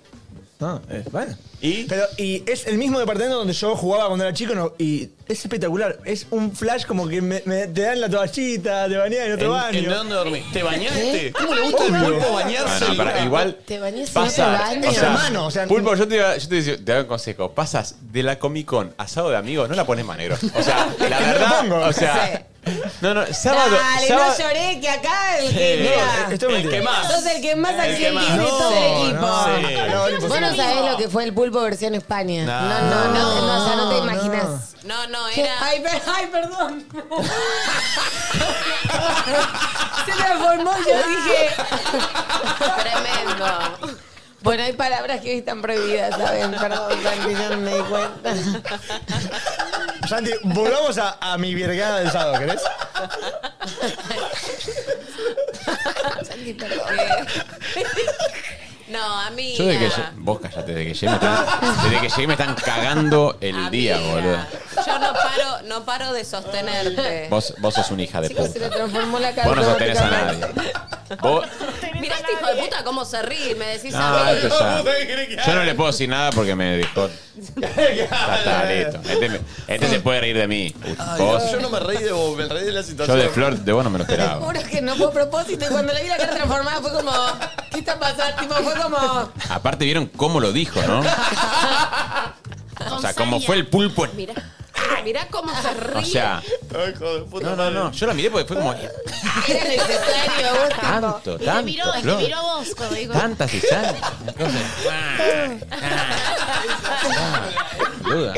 Speaker 3: No, eh, bueno. ¿Y? Pero, y es el mismo departamento donde yo jugaba cuando era chico no, y es espectacular. Es un flash como que me, me- te dan la toallita, te bañás en otro
Speaker 1: ¿En,
Speaker 3: baño.
Speaker 1: ¿En dónde dormís? ¿Te bañaste?
Speaker 3: ¿Eh?
Speaker 1: ¿Cómo le gusta al
Speaker 3: Obvio.
Speaker 1: pulpo bañarse?
Speaker 6: Bueno, pará, igual
Speaker 5: Te bañas en otro
Speaker 6: pasa.
Speaker 5: baño.
Speaker 6: o sea,
Speaker 3: Hermano, o sea,
Speaker 6: Pulpo, yo te, iba- yo te, decía- te doy un consejo. Pasas de la Comic Con a sábado de amigos, no la pones más negro. O sea, la verdad. o sea. No, no, sábado.
Speaker 5: Dale,
Speaker 6: sábado-
Speaker 5: no lloré, que acá el que. mira, Sos el que más acción tiene
Speaker 6: más.
Speaker 5: todo
Speaker 6: No,
Speaker 5: el equipo.
Speaker 6: no, sí.
Speaker 5: Vos no sabés lo que fue el pulpo versión España. No, no, no, no, o sea, no te imaginas.
Speaker 2: No, no,
Speaker 5: ¿Qué?
Speaker 2: era.
Speaker 5: Ay, per- ay, perdón. Se transformó, yo dije.
Speaker 2: Tremendo.
Speaker 5: Bueno, hay palabras que hoy están prohibidas, ¿saben? Perdón, Santi, yo no me di cuenta.
Speaker 3: Santi, volvamos a, a mi virgada del sábado, ¿querés?
Speaker 5: Santi, perdón.
Speaker 2: No, a mí.
Speaker 6: Yo desde que
Speaker 2: nada.
Speaker 6: lle- vos callate, desde que llegué me están, desde que llegué me están cagando el día, boludo.
Speaker 2: Yo no paro, no paro de sostenerte.
Speaker 6: Vos, vos sos una hija de puta.
Speaker 5: le transformó la
Speaker 6: Vos no sostenés a nadie. Vos,
Speaker 2: Mirá este hijo de puta cómo se ríe, me decís
Speaker 6: No,
Speaker 2: a mí.
Speaker 6: esto ya- yo no le puedo decir nada porque me dijo. Ya está, listo. Este, me- este se puede reír de mí. Vos,
Speaker 1: Yo no me reí de vos, me reí de la
Speaker 6: yo
Speaker 1: situación.
Speaker 6: de flor, de vos no me lo
Speaker 5: Te
Speaker 6: esperaba.
Speaker 5: juro que no fue a propósito y cuando le vi la cara transformada fue como, ¿qué está pasando? Tipo, fue como,
Speaker 6: Aparte vieron cómo lo dijo, ¿no? O sea, como fue el pulpo.
Speaker 2: Mirá, mirá cómo se ríe.
Speaker 6: O sea, no, no, no. Yo la miré porque fue como
Speaker 2: Era necesario, vos tipo-
Speaker 6: tanto,
Speaker 4: Y te
Speaker 6: tanto,
Speaker 4: miró, y te
Speaker 6: flor.
Speaker 4: miró a vos cuando dijo.
Speaker 6: Tanta cizaña. Entonces, boluda.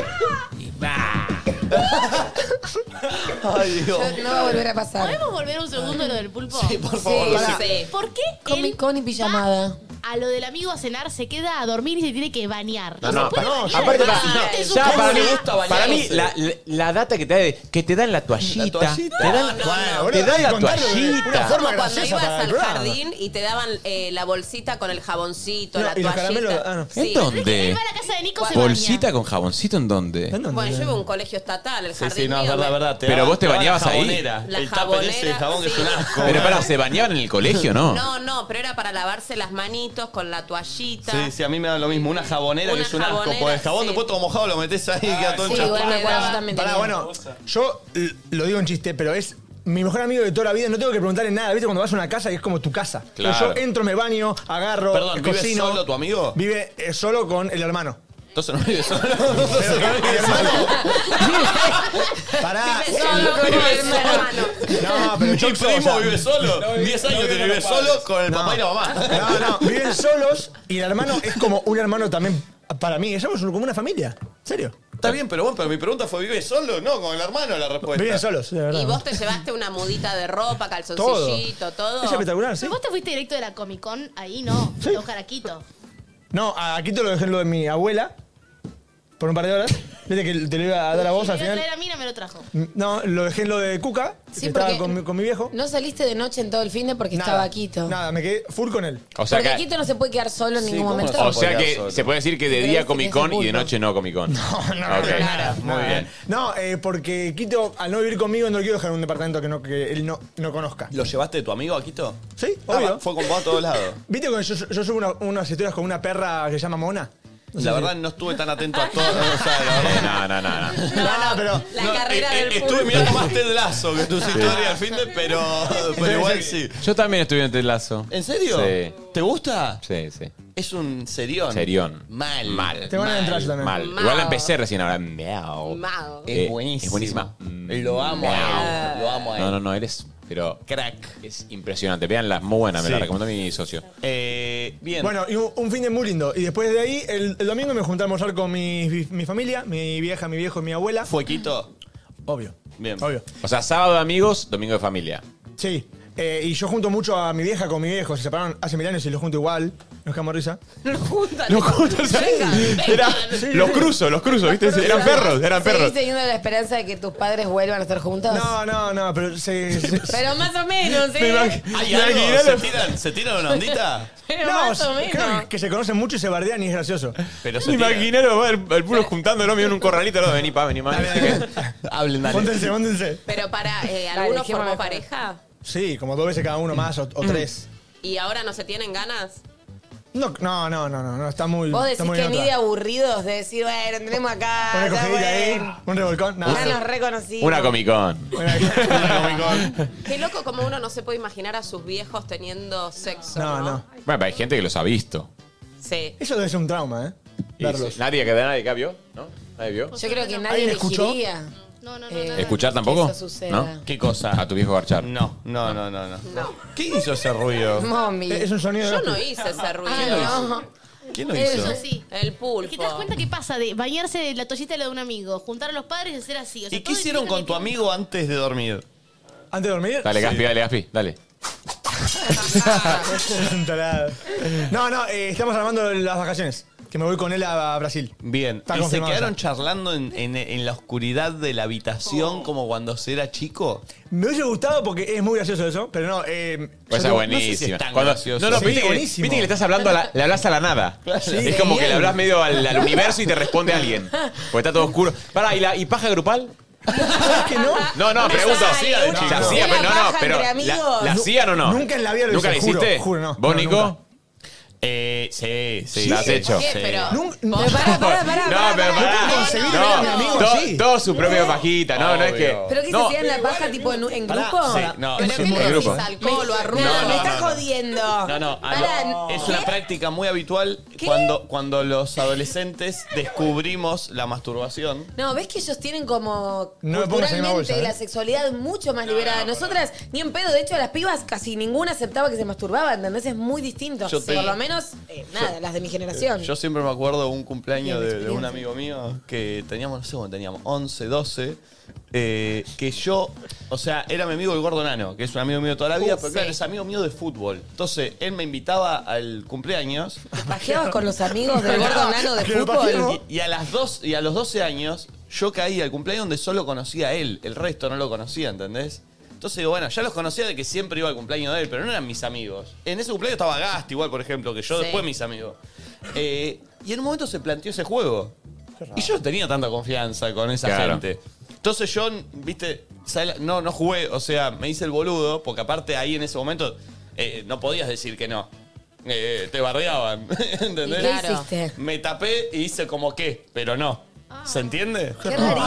Speaker 1: Ay, Dios.
Speaker 5: no va a volver a pasar.
Speaker 4: ¿Podemos volver un segundo a lo del pulpo?
Speaker 5: Sí, por favor, Sí, sí. sí.
Speaker 4: ¿Por qué él
Speaker 5: Comic Con y pijamada.
Speaker 4: a lo del amigo a cenar se queda a dormir y se tiene que bañar?
Speaker 6: No, no,
Speaker 4: puede
Speaker 6: para-
Speaker 4: bañar.
Speaker 6: aparte para,
Speaker 4: Ah, este es un
Speaker 6: ya
Speaker 4: cosa.
Speaker 6: para mí,
Speaker 1: gusta bañarse.
Speaker 6: para mí la, la- la data que te da de- que te dan la toallita,
Speaker 1: toallita.
Speaker 6: te dan,
Speaker 1: No, no,
Speaker 3: no.
Speaker 6: te dan la
Speaker 3: Boludo, hay que contarlo de
Speaker 6: toallita.
Speaker 3: una forma
Speaker 2: Como cuando
Speaker 3: graciosa
Speaker 2: ibas
Speaker 3: para el
Speaker 2: al
Speaker 3: programa.
Speaker 2: jardín y te daban eh, la bolsita con el jaboncito,
Speaker 3: No,
Speaker 2: la
Speaker 3: y los
Speaker 2: toallita.
Speaker 3: caramelos, ah, no.
Speaker 6: ¿En
Speaker 2: Sí.
Speaker 6: dónde?
Speaker 4: A la casa de Nico se baña.
Speaker 6: Bolsita con jaboncito en dónde?
Speaker 2: Bueno, yo iba a un colegio estatal, el
Speaker 6: Sí,
Speaker 2: jardín
Speaker 6: sí, no, es
Speaker 2: mío,
Speaker 6: verdad,
Speaker 2: me-
Speaker 6: verdad, te Pero vos te
Speaker 1: Estaba
Speaker 6: bañabas
Speaker 1: la
Speaker 6: ahí.
Speaker 1: jabonera,
Speaker 2: La
Speaker 1: el tupper ese de
Speaker 2: jabonera,
Speaker 1: jabón que es
Speaker 2: sí.
Speaker 1: un asco.
Speaker 6: Pero pará, se bañaban en el colegio, ¿no?
Speaker 2: No, no, pero era para lavarse las manitos con la toallita.
Speaker 1: Sí, sí, a mí me da lo mismo. Una jabonera
Speaker 2: Una
Speaker 1: que es un asco.
Speaker 2: jabonera,
Speaker 1: Porque el jabón
Speaker 2: sí.
Speaker 1: después todo mojado lo metes ahí y queda todo
Speaker 2: sí,
Speaker 1: enchapado.
Speaker 2: igual me acuerdo, yo también
Speaker 3: Pará, bueno, yo l- lo digo en chiste, pero es mi mejor amigo de toda la vida, no tengo que preguntarle nada, ¿viste? Cuando vas a una casa y es como tu casa.
Speaker 1: Claro.
Speaker 3: Yo entro, me baño, agarro,
Speaker 1: Perdón, ¿vive
Speaker 3: cocino.
Speaker 1: solo tu amigo?
Speaker 3: Vive eh, solo con el hermano.
Speaker 1: Entonces no vive solo. Entonces no vive solo.
Speaker 3: Pará.
Speaker 2: Vive solo con
Speaker 1: Vive
Speaker 2: el
Speaker 1: solo.
Speaker 2: hermano.
Speaker 3: No, pero
Speaker 1: Mi
Speaker 3: yo
Speaker 1: primo vive solo. 10 años tiene, vive solo con el papá y la mamá.
Speaker 3: No, no, viven solos y el hermano es como un hermano también para mí. Somos como una familia. ¿En serio?
Speaker 1: Está bien, pero bueno, pero mi pregunta fue, ¿vive solo? No, con el hermano la respuesta.
Speaker 3: Viven solos, de verdad.
Speaker 2: Y vos te llevaste una mudita de ropa, calzoncillito, todo.
Speaker 3: Es espectacular, sí.
Speaker 4: Pero vos te fuiste directo de la Comic Con, ahí no, a Oscar a Quito.
Speaker 3: No, aquí te lo dejé en lo de mi abuela por un par de horas. Viste que te lo iba a dar a vos
Speaker 4: Me
Speaker 3: al
Speaker 4: iba a
Speaker 3: final.
Speaker 4: traer a mí, no me lo trajo.
Speaker 3: No, lo dejé en lo de Cuca,
Speaker 5: Sí,
Speaker 3: que estaba
Speaker 5: porque-
Speaker 3: con mi, con mi viejo.
Speaker 5: No saliste de noche en todo el fin de porque estaba Quito.
Speaker 3: Nada, me quedé full con él.
Speaker 6: O sea
Speaker 5: porque
Speaker 6: que,
Speaker 5: Quito no se puede quedar solo en ningún momento.
Speaker 6: o sea que se puede decir que de
Speaker 5: Pero
Speaker 6: día
Speaker 5: ese-
Speaker 6: Comic
Speaker 5: ese
Speaker 6: Con y de
Speaker 5: punto.
Speaker 6: noche no Comic Con. No,
Speaker 3: no,
Speaker 6: Muy bien.
Speaker 3: No, eh, porque Quito, al no vivir conmigo, no lo quiero dejar en un departamento que, no, que él no, no conozca.
Speaker 1: ¿Lo llevaste de tu amigo a Quito?
Speaker 3: Sí,
Speaker 1: Ah,
Speaker 3: obvio.
Speaker 1: va, fue con vos a todos lados.
Speaker 3: ¿Viste cuando yo, yo subo una- unas historias con una perra que se llama Mona? No sé
Speaker 1: La
Speaker 3: si-
Speaker 1: verdad no estuve tan atento a todo. O sea, la
Speaker 6: Eh,
Speaker 1: verdad.
Speaker 6: No, no, no, no.
Speaker 3: No, pero.
Speaker 2: La carrera del
Speaker 1: eh, Estuve
Speaker 2: pulpo.
Speaker 1: mirando más Ted Lasso que tus historias al fin de, pero, pero igual sí.
Speaker 6: Yo también estuve en Ted Lasso.
Speaker 1: ¿En serio?
Speaker 6: Sí.
Speaker 1: ¿Te gusta?
Speaker 6: Sí, sí.
Speaker 1: Es un serión.
Speaker 6: Serión.
Speaker 1: Mal.
Speaker 6: Mal.
Speaker 1: Te van a
Speaker 6: mal,
Speaker 1: entrar yo también.
Speaker 6: mal.
Speaker 1: Mao.
Speaker 6: Igual la empecé recién ahora. Miau.
Speaker 2: Mao.
Speaker 1: Es
Speaker 6: Eh,
Speaker 1: buenísimo. Mm,
Speaker 6: Es buenísima.
Speaker 1: Lo amo a él. Lo amo a él.
Speaker 6: No, no, no, eres. Pero. Crack. Es impresionante. Veanla, muy buena. Me
Speaker 1: Sí.
Speaker 6: la recomendó mi socio.
Speaker 1: Eh, bien.
Speaker 3: Bueno, y un, un fin de muy lindo. Y después de ahí, el, el domingo me junté a almorzar con mi, mi- mi familia, mi vieja, mi viejo y mi abuela.
Speaker 1: ¿Fuequito?
Speaker 3: Obvio.
Speaker 1: Bien.
Speaker 3: Obvio.
Speaker 6: O sea, sábado de amigos, domingo de familia.
Speaker 3: Sí. Eh, y yo junto mucho a mi vieja con mi viejo. Se separaron hace mil años y los junto igual. Nos quedamos risa.
Speaker 6: Los juntos, Era- los cruzo, los cruzo, ¿viste? Eran perros, eran perros.
Speaker 5: ¿Seguís teniendo la esperanza de que tus padres vuelvan a estar juntos?
Speaker 3: No, no, no, pero se. se-
Speaker 5: Pero más o menos,
Speaker 3: Me
Speaker 5: ¿eh?
Speaker 3: imag-
Speaker 1: ¿Hay
Speaker 3: me imaginé
Speaker 1: algo? ¿Se
Speaker 3: los-
Speaker 1: tiran, ¿Se tiran una ondita?
Speaker 5: Pero más o menos.
Speaker 3: creo que- que se conocen mucho y se bardean y es gracioso.
Speaker 1: Pero se tiran.
Speaker 6: Imaginaros, el, el puro juntándolo, mío en un corralito, lo vení pa, vení más.
Speaker 1: Hablen, dale.
Speaker 3: Póntense, póntense.
Speaker 2: Pero para, eh,
Speaker 5: Dale,
Speaker 2: ¿alguno
Speaker 5: dejémoslo para-
Speaker 2: formó pareja?
Speaker 3: Sí, como dos veces cada uno más o,
Speaker 5: Mm.
Speaker 3: o tres.
Speaker 2: ¿Y ahora no se tienen ganas?
Speaker 3: No, no, no, no, no, no, está muy.
Speaker 5: Vos
Speaker 3: está
Speaker 5: decís
Speaker 3: muy
Speaker 5: que
Speaker 3: en
Speaker 5: ni
Speaker 3: otra.
Speaker 5: de aburridos, de decir, bueno, tenemos acá.
Speaker 3: Una
Speaker 5: ya,
Speaker 3: cogedita ahí,
Speaker 5: bueno,
Speaker 3: un revolcón. No,
Speaker 5: Ya nos reconocimos.
Speaker 6: Una comicón.
Speaker 2: Qué loco como uno no se puede imaginar a sus viejos teniendo sexo. No,
Speaker 3: no.
Speaker 6: Bueno, pero hay gente que los ha visto.
Speaker 2: Sí.
Speaker 3: Eso debe ser un trauma, ¿eh?
Speaker 6: Y sí, Nadie, que nadie acá vio, ¿no? Nadie vio.
Speaker 5: Yo creo que nadie
Speaker 3: ¿Alguien escuchó?
Speaker 5: elegiría. Eh, No, no, no.
Speaker 6: ¿Escuchar tampoco?
Speaker 5: Que eso suceda.
Speaker 6: ¿No? ¿Qué cosa? A tu viejo garchar.
Speaker 1: No, no, no, no, no. ¿Qué hizo ese ruido?
Speaker 5: Mami.
Speaker 1: Es un sonido de
Speaker 2: Yo
Speaker 1: gato.
Speaker 2: no hice
Speaker 3: Ah,
Speaker 2: ese ruido.
Speaker 1: ¿Quién lo hizo? ¿Quién lo hizo?
Speaker 4: Ah, Eso sí.
Speaker 2: El pulpo.
Speaker 4: Es que te das cuenta que pasa de bañarse de la toallita de la de un amigo, juntar a los padres y hacer así. O sea,
Speaker 1: ¿Y qué
Speaker 4: todo
Speaker 1: hicieron
Speaker 4: implica
Speaker 1: con tu amigo antes de dormir?
Speaker 3: ¿Antes de dormir?
Speaker 6: Dale, Gaspi, dale, Gaspi, dale.
Speaker 3: Es un tarado. No, no, eh, estamos armando las vacaciones. Que me voy con él a Brasil.
Speaker 1: Bien.
Speaker 3: Está
Speaker 1: ¿Y se
Speaker 3: confirmado
Speaker 1: quedaron
Speaker 3: ya.
Speaker 1: charlando en, en- en la oscuridad de la habitación
Speaker 5: Oh.
Speaker 1: como cuando se era chico?
Speaker 3: Me hubiese gustado porque es muy gracioso eso, pero no. Eh,
Speaker 6: Pues
Speaker 3: yo
Speaker 6: está
Speaker 3: tengo-
Speaker 1: no sé si
Speaker 6: buenísima.
Speaker 1: es tan
Speaker 6: Cuando-
Speaker 1: gracioso.
Speaker 6: no, no,
Speaker 1: Sí,
Speaker 6: viste, que,
Speaker 3: buenísimo.
Speaker 6: viste que le estás hablando, a la- le hablas a la nada.
Speaker 3: Sí,
Speaker 6: es como que
Speaker 3: genial.
Speaker 6: le hablas medio al, al universo y te responde alguien. Porque está todo oscuro. Para, ¿y, la, y paja grupal? No, no,
Speaker 1: Una
Speaker 6: pregunto.
Speaker 1: paja,
Speaker 6: ¿La
Speaker 1: una-
Speaker 6: hacían? pero no,
Speaker 1: una
Speaker 6: no,
Speaker 1: paja
Speaker 6: pero.
Speaker 1: entre
Speaker 6: ¿La,
Speaker 1: amigos.
Speaker 6: la hacían o no?
Speaker 1: Nunca en la vida lo
Speaker 6: ¿Nunca
Speaker 1: hice,
Speaker 6: la
Speaker 1: juro,
Speaker 6: hiciste?
Speaker 1: juro, no.
Speaker 6: ¿Vos,
Speaker 1: No,
Speaker 6: Nico?
Speaker 1: nunca. Eh, sí, sí.
Speaker 6: ¿La has hecho?
Speaker 1: Sí.
Speaker 6: Pero-
Speaker 5: Pero pará, pará, pará,
Speaker 6: No,
Speaker 5: pará,
Speaker 6: pero
Speaker 5: pará.
Speaker 6: pará.
Speaker 5: Concebí ver a mi amigo
Speaker 6: No, todo-
Speaker 5: así.
Speaker 6: todo su propia pajita. No, no es que.
Speaker 5: ¿Pero qué
Speaker 6: no,
Speaker 5: se hacían la paja tipo en, en
Speaker 6: Pará,
Speaker 5: grupo?
Speaker 6: sí, no,
Speaker 5: ¿Pero
Speaker 6: es
Speaker 5: qué
Speaker 6: un
Speaker 5: le
Speaker 6: grupo.
Speaker 5: decís? ¿Alcohol o arroz?
Speaker 1: No, no,
Speaker 5: me
Speaker 1: no,
Speaker 5: estás
Speaker 1: no.
Speaker 5: jodiendo.
Speaker 1: No, no, a
Speaker 5: Ah. Pará,
Speaker 1: lo- es una práctica muy habitual
Speaker 5: ¿Qué?
Speaker 1: cuando, cuando los adolescentes descubrimos la masturbación.
Speaker 5: No, ves que ellos tienen como
Speaker 1: No me pongas en la misma
Speaker 5: culturalmente
Speaker 1: bolsa, ¿eh?
Speaker 5: la sexualidad mucho más liberada. Nosotras, ni en pedo, de hecho, las pibas casi ninguna aceptaba que se masturbaba, ¿entendés? Es muy distinto.
Speaker 1: Yo te-
Speaker 5: Por lo menos, eh, nada, las de mi generación.
Speaker 1: Yo siempre me acuerdo de un cumpleaños
Speaker 5: Bien,
Speaker 1: de, de un
Speaker 5: experiencia.
Speaker 1: amigo mío que teníamos, no sé cuándo teníamos, 11, 12, eh, que yo, o sea, era mi amigo el gordo nano, que es un amigo mío de toda la vida,
Speaker 5: Uh,
Speaker 1: pero
Speaker 5: sí.
Speaker 1: claro, es amigo mío de fútbol. Entonces, él me invitaba al cumpleaños.
Speaker 5: ¿Pajeabas con los amigos del gordo nano de fútbol?
Speaker 1: Y, y a las dos, y a los 12 años, yo caí al cumpleaños donde solo conocía a él, el resto no lo conocía, ¿entendés? Entonces digo, bueno, ya los conocía de que siempre iba al cumpleaños de él, pero no eran mis amigos. En ese cumpleaños estaba Gast, igual, por ejemplo, que yo
Speaker 6: Sí.
Speaker 1: después mis amigos. Eh, y en un momento se planteó ese juego. Y yo no tenía tanta confianza con esa
Speaker 6: Claro.
Speaker 1: gente. Entonces yo, viste, sal- no, no jugué, o sea, me hice el boludo, porque aparte ahí en ese momento eh, no podías decir que no. Eh, te bardeaban, ¿entendés?
Speaker 5: ¿Y qué Claro. hiciste?
Speaker 1: Me tapé y hice como que, pero no. ¿Se entiende?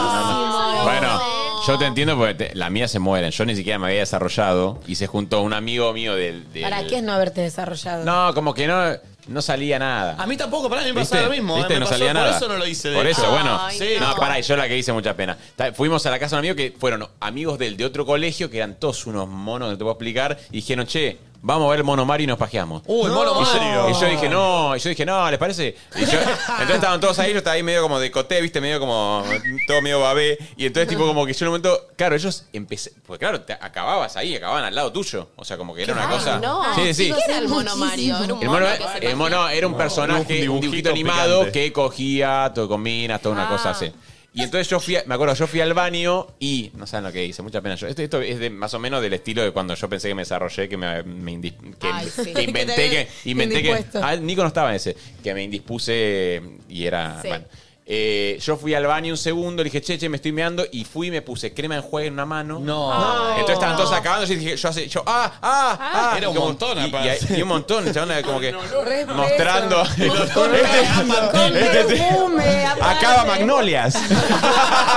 Speaker 1: Ah.
Speaker 6: Bueno, yo te entiendo porque te- la mía se mueren. Yo ni siquiera me había desarrollado y se juntó un amigo mío del. del-
Speaker 5: ¿Para qué es no haberte desarrollado?
Speaker 6: No, como que no, no salía nada.
Speaker 1: A mí tampoco, para mí me pasaba
Speaker 6: ¿Viste?
Speaker 1: lo mismo. ¿eh?
Speaker 6: ¿Viste?
Speaker 1: Me
Speaker 6: No
Speaker 1: pasó-
Speaker 6: salía
Speaker 1: por
Speaker 6: nada.
Speaker 1: eso no lo hice. de
Speaker 6: Por
Speaker 1: hecho.
Speaker 6: eso, bueno.
Speaker 1: Sí,
Speaker 6: no, pará, yo la que hice mucha pena. Ta- Fuimos a la casa de un amigo que fueron amigos del de otro colegio, que eran todos unos monos, no te puedo explicar, y dijeron, che, vamos a ver el mono Mario y nos pajeamos.
Speaker 1: Uh, el mono
Speaker 6: Y yo-
Speaker 1: Mario.
Speaker 6: Y yo, dije, no, y yo dije, no, ¿les parece? Y yo- entonces estaban todos ahí, yo estaba ahí medio como de coté, viste, medio como, todo medio babé. Y entonces tipo como que yo en un momento, claro, ellos empecé, porque claro, te acababas ahí, acababan al lado tuyo. O sea, como que era una cosa.
Speaker 2: No,
Speaker 6: sí, sí.
Speaker 2: ¿Quién era el mono Mario? Era un
Speaker 6: El mono,
Speaker 2: mono que se
Speaker 6: el mono era un personaje, un dibujito, animado que cogía, todo con minas, toda una cosa así. Y entonces yo fui, a- me acuerdo, yo fui al baño y, no saben lo que hice, mucha pena yo. Esto, esto es de- más o menos del estilo de cuando yo pensé que me desarrollé, que me, me indi- que,
Speaker 7: Ay, sí.
Speaker 6: que
Speaker 7: Que
Speaker 6: inventé
Speaker 7: tenés
Speaker 6: que, inventé que,
Speaker 7: indispuesto.
Speaker 6: ah, Nico no estaba en ese, que me indispuse y era,
Speaker 7: Sí.
Speaker 6: bueno. Eh, yo fui al baño un segundo, le dije, che, che, me estoy meando. Y fui y me puse crema en juega en una mano. No.
Speaker 1: No.
Speaker 6: Entonces estaban todos acabando. Yo dije, yo hace, yo, ah, ah, ah.
Speaker 1: Era un
Speaker 6: como-
Speaker 1: montón,
Speaker 6: y- y,
Speaker 1: aparte.
Speaker 6: y un montón, chabón, como que
Speaker 5: Re
Speaker 6: mostrando.
Speaker 5: Con
Speaker 6: Este-
Speaker 5: perfume,
Speaker 6: Acaba Magnolias.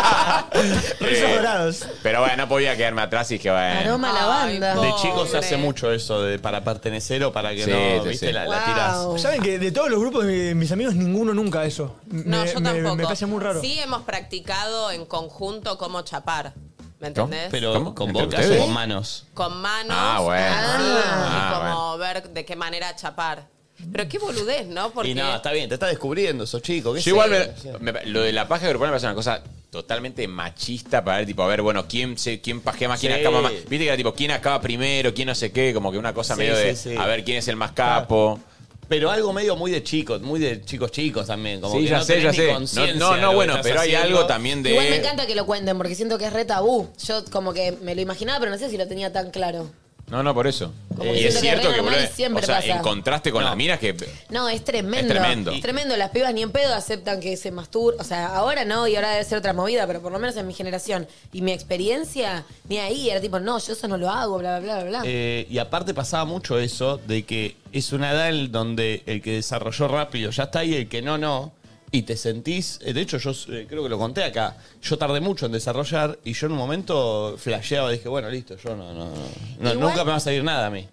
Speaker 6: Eh,
Speaker 3: dorados.
Speaker 6: pero bueno, no podía quedarme atrás y que bueno.
Speaker 5: Aroma a lavanda.
Speaker 1: De chicos se hace mucho eso, de para pertenecer o para que
Speaker 6: Sí,
Speaker 1: no,
Speaker 6: sí,
Speaker 1: viste,
Speaker 6: sí.
Speaker 1: La, la tirás.
Speaker 3: Saben que de todos los grupos de mi- mis amigos, ninguno nunca eso.
Speaker 2: No,
Speaker 3: Me-
Speaker 2: yo
Speaker 3: me-
Speaker 2: tampoco.
Speaker 3: Me parece muy raro.
Speaker 2: Sí hemos practicado en conjunto cómo chapar. ¿Me entendés?
Speaker 1: Pero con
Speaker 6: ¿Entre
Speaker 1: bocas o
Speaker 6: ustedes?
Speaker 1: con manos.
Speaker 2: Con manos.
Speaker 6: Ah, bueno.
Speaker 2: así,
Speaker 6: Ah,
Speaker 2: y como ver de qué manera chapar. Pero qué boludez, ¿no? Porque
Speaker 1: Y no, está bien, te está descubriendo esos chicos.
Speaker 2: Pues
Speaker 1: qué
Speaker 6: Yo
Speaker 1: sé.
Speaker 6: igual me- me- lo de la paja grupal me parece una cosa totalmente machista para ver, tipo, a ver, bueno, quién se, quién pajea más, quién
Speaker 1: Sí.
Speaker 6: acaba más. Viste que era tipo, quién acaba primero, quién no sé qué, como que una cosa
Speaker 1: Sí,
Speaker 6: medio de
Speaker 1: sí, sí.
Speaker 6: a ver quién es el más capo.
Speaker 1: Pero algo medio muy de chicos, muy de chicos chicos también. Como
Speaker 6: Sí,
Speaker 1: que
Speaker 6: ya
Speaker 1: no
Speaker 6: sé, ya
Speaker 1: tenés ni
Speaker 6: sé.
Speaker 1: conciencia
Speaker 6: No, no,
Speaker 1: de
Speaker 6: no,
Speaker 1: lo que
Speaker 6: bueno,
Speaker 1: estás
Speaker 6: pero hay
Speaker 1: haciendo.
Speaker 6: algo también de.
Speaker 5: Igual me encanta que lo cuenten porque siento que es re tabú. Yo como que me lo imaginaba, pero no sé si lo tenía tan claro.
Speaker 6: No, no, por eso.
Speaker 5: que
Speaker 6: y es
Speaker 5: siento que
Speaker 6: cierto
Speaker 5: re
Speaker 6: que,
Speaker 5: normal
Speaker 6: boludo,
Speaker 5: siempre
Speaker 6: o sea,
Speaker 5: pasa.
Speaker 6: en contraste con las minas que...
Speaker 5: No, es tremendo.
Speaker 6: Es tremendo.
Speaker 5: Es tremendo. Las pibas ni en pedo aceptan que se masturban. O sea, ahora no, y ahora debe ser otra movida, pero por lo menos en mi generación. Y mi experiencia, ni ahí, era tipo, no, yo eso no lo hago, bla, bla, bla, bla, bla.
Speaker 1: Eh, y aparte pasaba mucho eso de que es una edad en donde el que desarrolló rápido ya está ahí, el que no, no. Y te sentís, eh, de hecho yo eh, creo que lo conté acá, yo tardé mucho en desarrollar y yo en un momento flasheaba, dije, bueno, listo, yo no, no, no, no, nunca me va a salir nada a mí.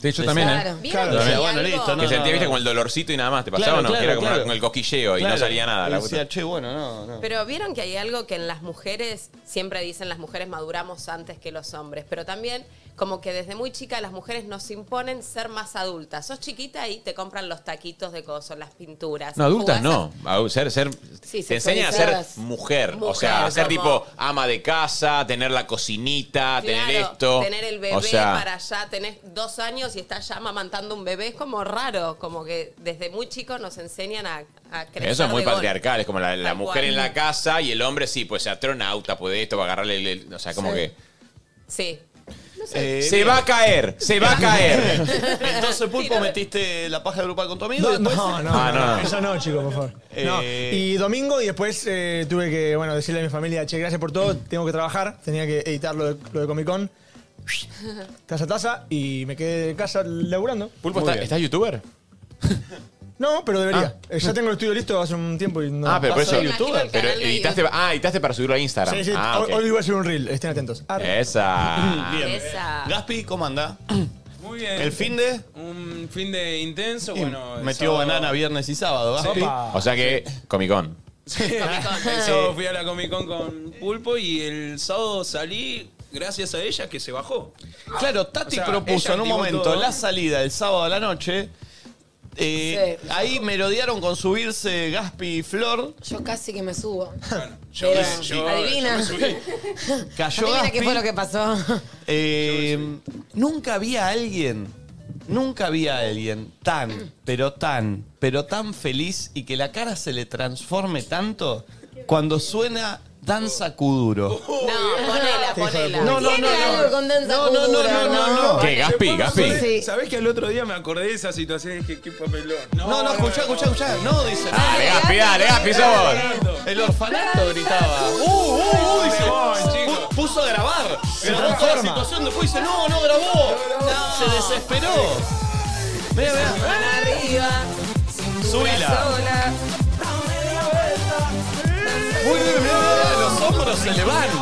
Speaker 6: Sí, yo también, ¿eh?
Speaker 1: Claro, bueno, listo, no,
Speaker 6: que sentía,
Speaker 1: no,
Speaker 6: viste,
Speaker 1: no.
Speaker 6: como el dolorcito y nada más, ¿te pasaba
Speaker 1: Claro,
Speaker 6: o no? que
Speaker 1: claro,
Speaker 6: era como
Speaker 1: claro.
Speaker 6: con el cosquilleo y no
Speaker 1: Claro.
Speaker 6: salía nada. La
Speaker 1: Y decía,
Speaker 6: puta.
Speaker 1: che, bueno, no, no.
Speaker 2: Pero vieron que hay algo que en las mujeres, siempre dicen las mujeres maduramos antes que los hombres, pero también como que desde muy chica las mujeres nos imponen ser más adultas. Sos chiquita y te compran los taquitos de coso, las pinturas.
Speaker 6: No, adultas
Speaker 2: Jugás a-
Speaker 6: no. A- Ser, ser,
Speaker 2: Sí,
Speaker 6: te enseñan a ser
Speaker 2: sexualizadas.
Speaker 6: mujer. O
Speaker 2: Mujer,
Speaker 6: sea, a ser
Speaker 2: como-
Speaker 6: tipo ama de casa, tener la cocinita, tener
Speaker 2: Claro,
Speaker 6: esto.
Speaker 2: Tener el bebé
Speaker 6: o sea,
Speaker 2: para allá, tenés dos años y estás ya amamantando un bebé, es como raro, como que desde muy chicos nos enseñan a, a crecer.
Speaker 6: Eso es muy
Speaker 2: de golpe.
Speaker 6: patriarcal. Es como la, la
Speaker 2: Tal
Speaker 6: mujer
Speaker 2: cual.
Speaker 6: en la casa y el hombre sí, pues astronauta, puede esto, va a agarrarle. el- el- o sea, como
Speaker 2: Sí.
Speaker 6: que.
Speaker 2: Sí.
Speaker 1: Eh,
Speaker 6: se
Speaker 1: bien.
Speaker 6: va a caer, se va a caer.
Speaker 1: Entonces, Pulpo, metiste la paja grupal con tu amigo.
Speaker 3: No,
Speaker 1: después-
Speaker 3: no, no,
Speaker 6: Ah, no.
Speaker 3: Eso no, chicos, por favor. No.
Speaker 1: Eh,
Speaker 3: Y domingo, y después eh, tuve que bueno, decirle a mi familia, che, gracias por todo, tengo que trabajar, tenía que editar lo de, lo de Comic Con, taza a taza, y me quedé en casa laburando.
Speaker 6: Pulpo,
Speaker 3: Muy
Speaker 6: ¿está-
Speaker 3: bien.
Speaker 6: ¿estás youtuber?
Speaker 3: No, pero debería. Eh, ya tengo el estudio listo hace un tiempo y no.
Speaker 6: ah, pero por
Speaker 3: Paso
Speaker 6: eso.
Speaker 3: de YouTube.
Speaker 6: Pero editaste, ah, editaste para subirlo a Instagram.
Speaker 3: Sí, sí,
Speaker 6: Ah,
Speaker 3: hoy-
Speaker 6: ok.
Speaker 3: hoy, voy a hacer un reel, estén atentos. Arre.
Speaker 6: Esa.
Speaker 1: Bien. Gaspi, ¿cómo anda?
Speaker 16: Muy bien.
Speaker 1: ¿El fin de?
Speaker 16: Un fin de intenso, bueno. el
Speaker 1: Metió
Speaker 16: sábado-
Speaker 1: banana viernes y sábado, Gaspi.
Speaker 16: Sí.
Speaker 6: O sea que, Comic Con.
Speaker 16: El sábado fui a la Comic Con con Pulpo y el sábado salí gracias a ella que se bajó.
Speaker 1: Claro, Tati
Speaker 16: O sea,
Speaker 1: propuso
Speaker 16: ella
Speaker 1: en un
Speaker 16: activó
Speaker 1: momento
Speaker 16: todo.
Speaker 1: la salida el sábado a la noche. Eh, Ahí merodearon con subirse Gaspi y Flor.
Speaker 5: Yo casi que me subo.
Speaker 1: yo
Speaker 5: Pero,
Speaker 1: me- yo-
Speaker 5: adivina.
Speaker 1: yo me Cayó
Speaker 5: adivina
Speaker 1: Gaspi.
Speaker 5: qué fue lo que pasó.
Speaker 1: Eh, nunca había alguien, nunca había alguien tan, pero tan, pero tan feliz y que la cara se le transforme tanto cuando suena Danza Kuduro.
Speaker 2: No, ponela, ponela.
Speaker 1: No, no,
Speaker 5: Tiene
Speaker 1: no, no.
Speaker 5: algo con danza
Speaker 1: No, no, no,
Speaker 5: cubra,
Speaker 1: no, no, no. ¿Qué, Gaspi,
Speaker 16: Después,
Speaker 1: Gaspi?
Speaker 16: ¿sabés-
Speaker 1: Sí.
Speaker 16: ¿Sabés que al otro día me acordé de esa situación y dije, qué papelón?
Speaker 1: No, no, escuchá, escuchá, escuchá. No, dice.
Speaker 16: Dale,
Speaker 6: Gaspi, dale, Gaspi,
Speaker 16: somos.
Speaker 1: El orfanato gritaba. Uh, uh, uh, dice. Pu- Puso a grabar. Grabó toda la situación, después dice, no, no grabó. Se desesperó. Mirá, mirá.
Speaker 5: Arriba.
Speaker 1: Subila. Muy bien, mirá, mirá, los hombros se le van.
Speaker 16: ¿Te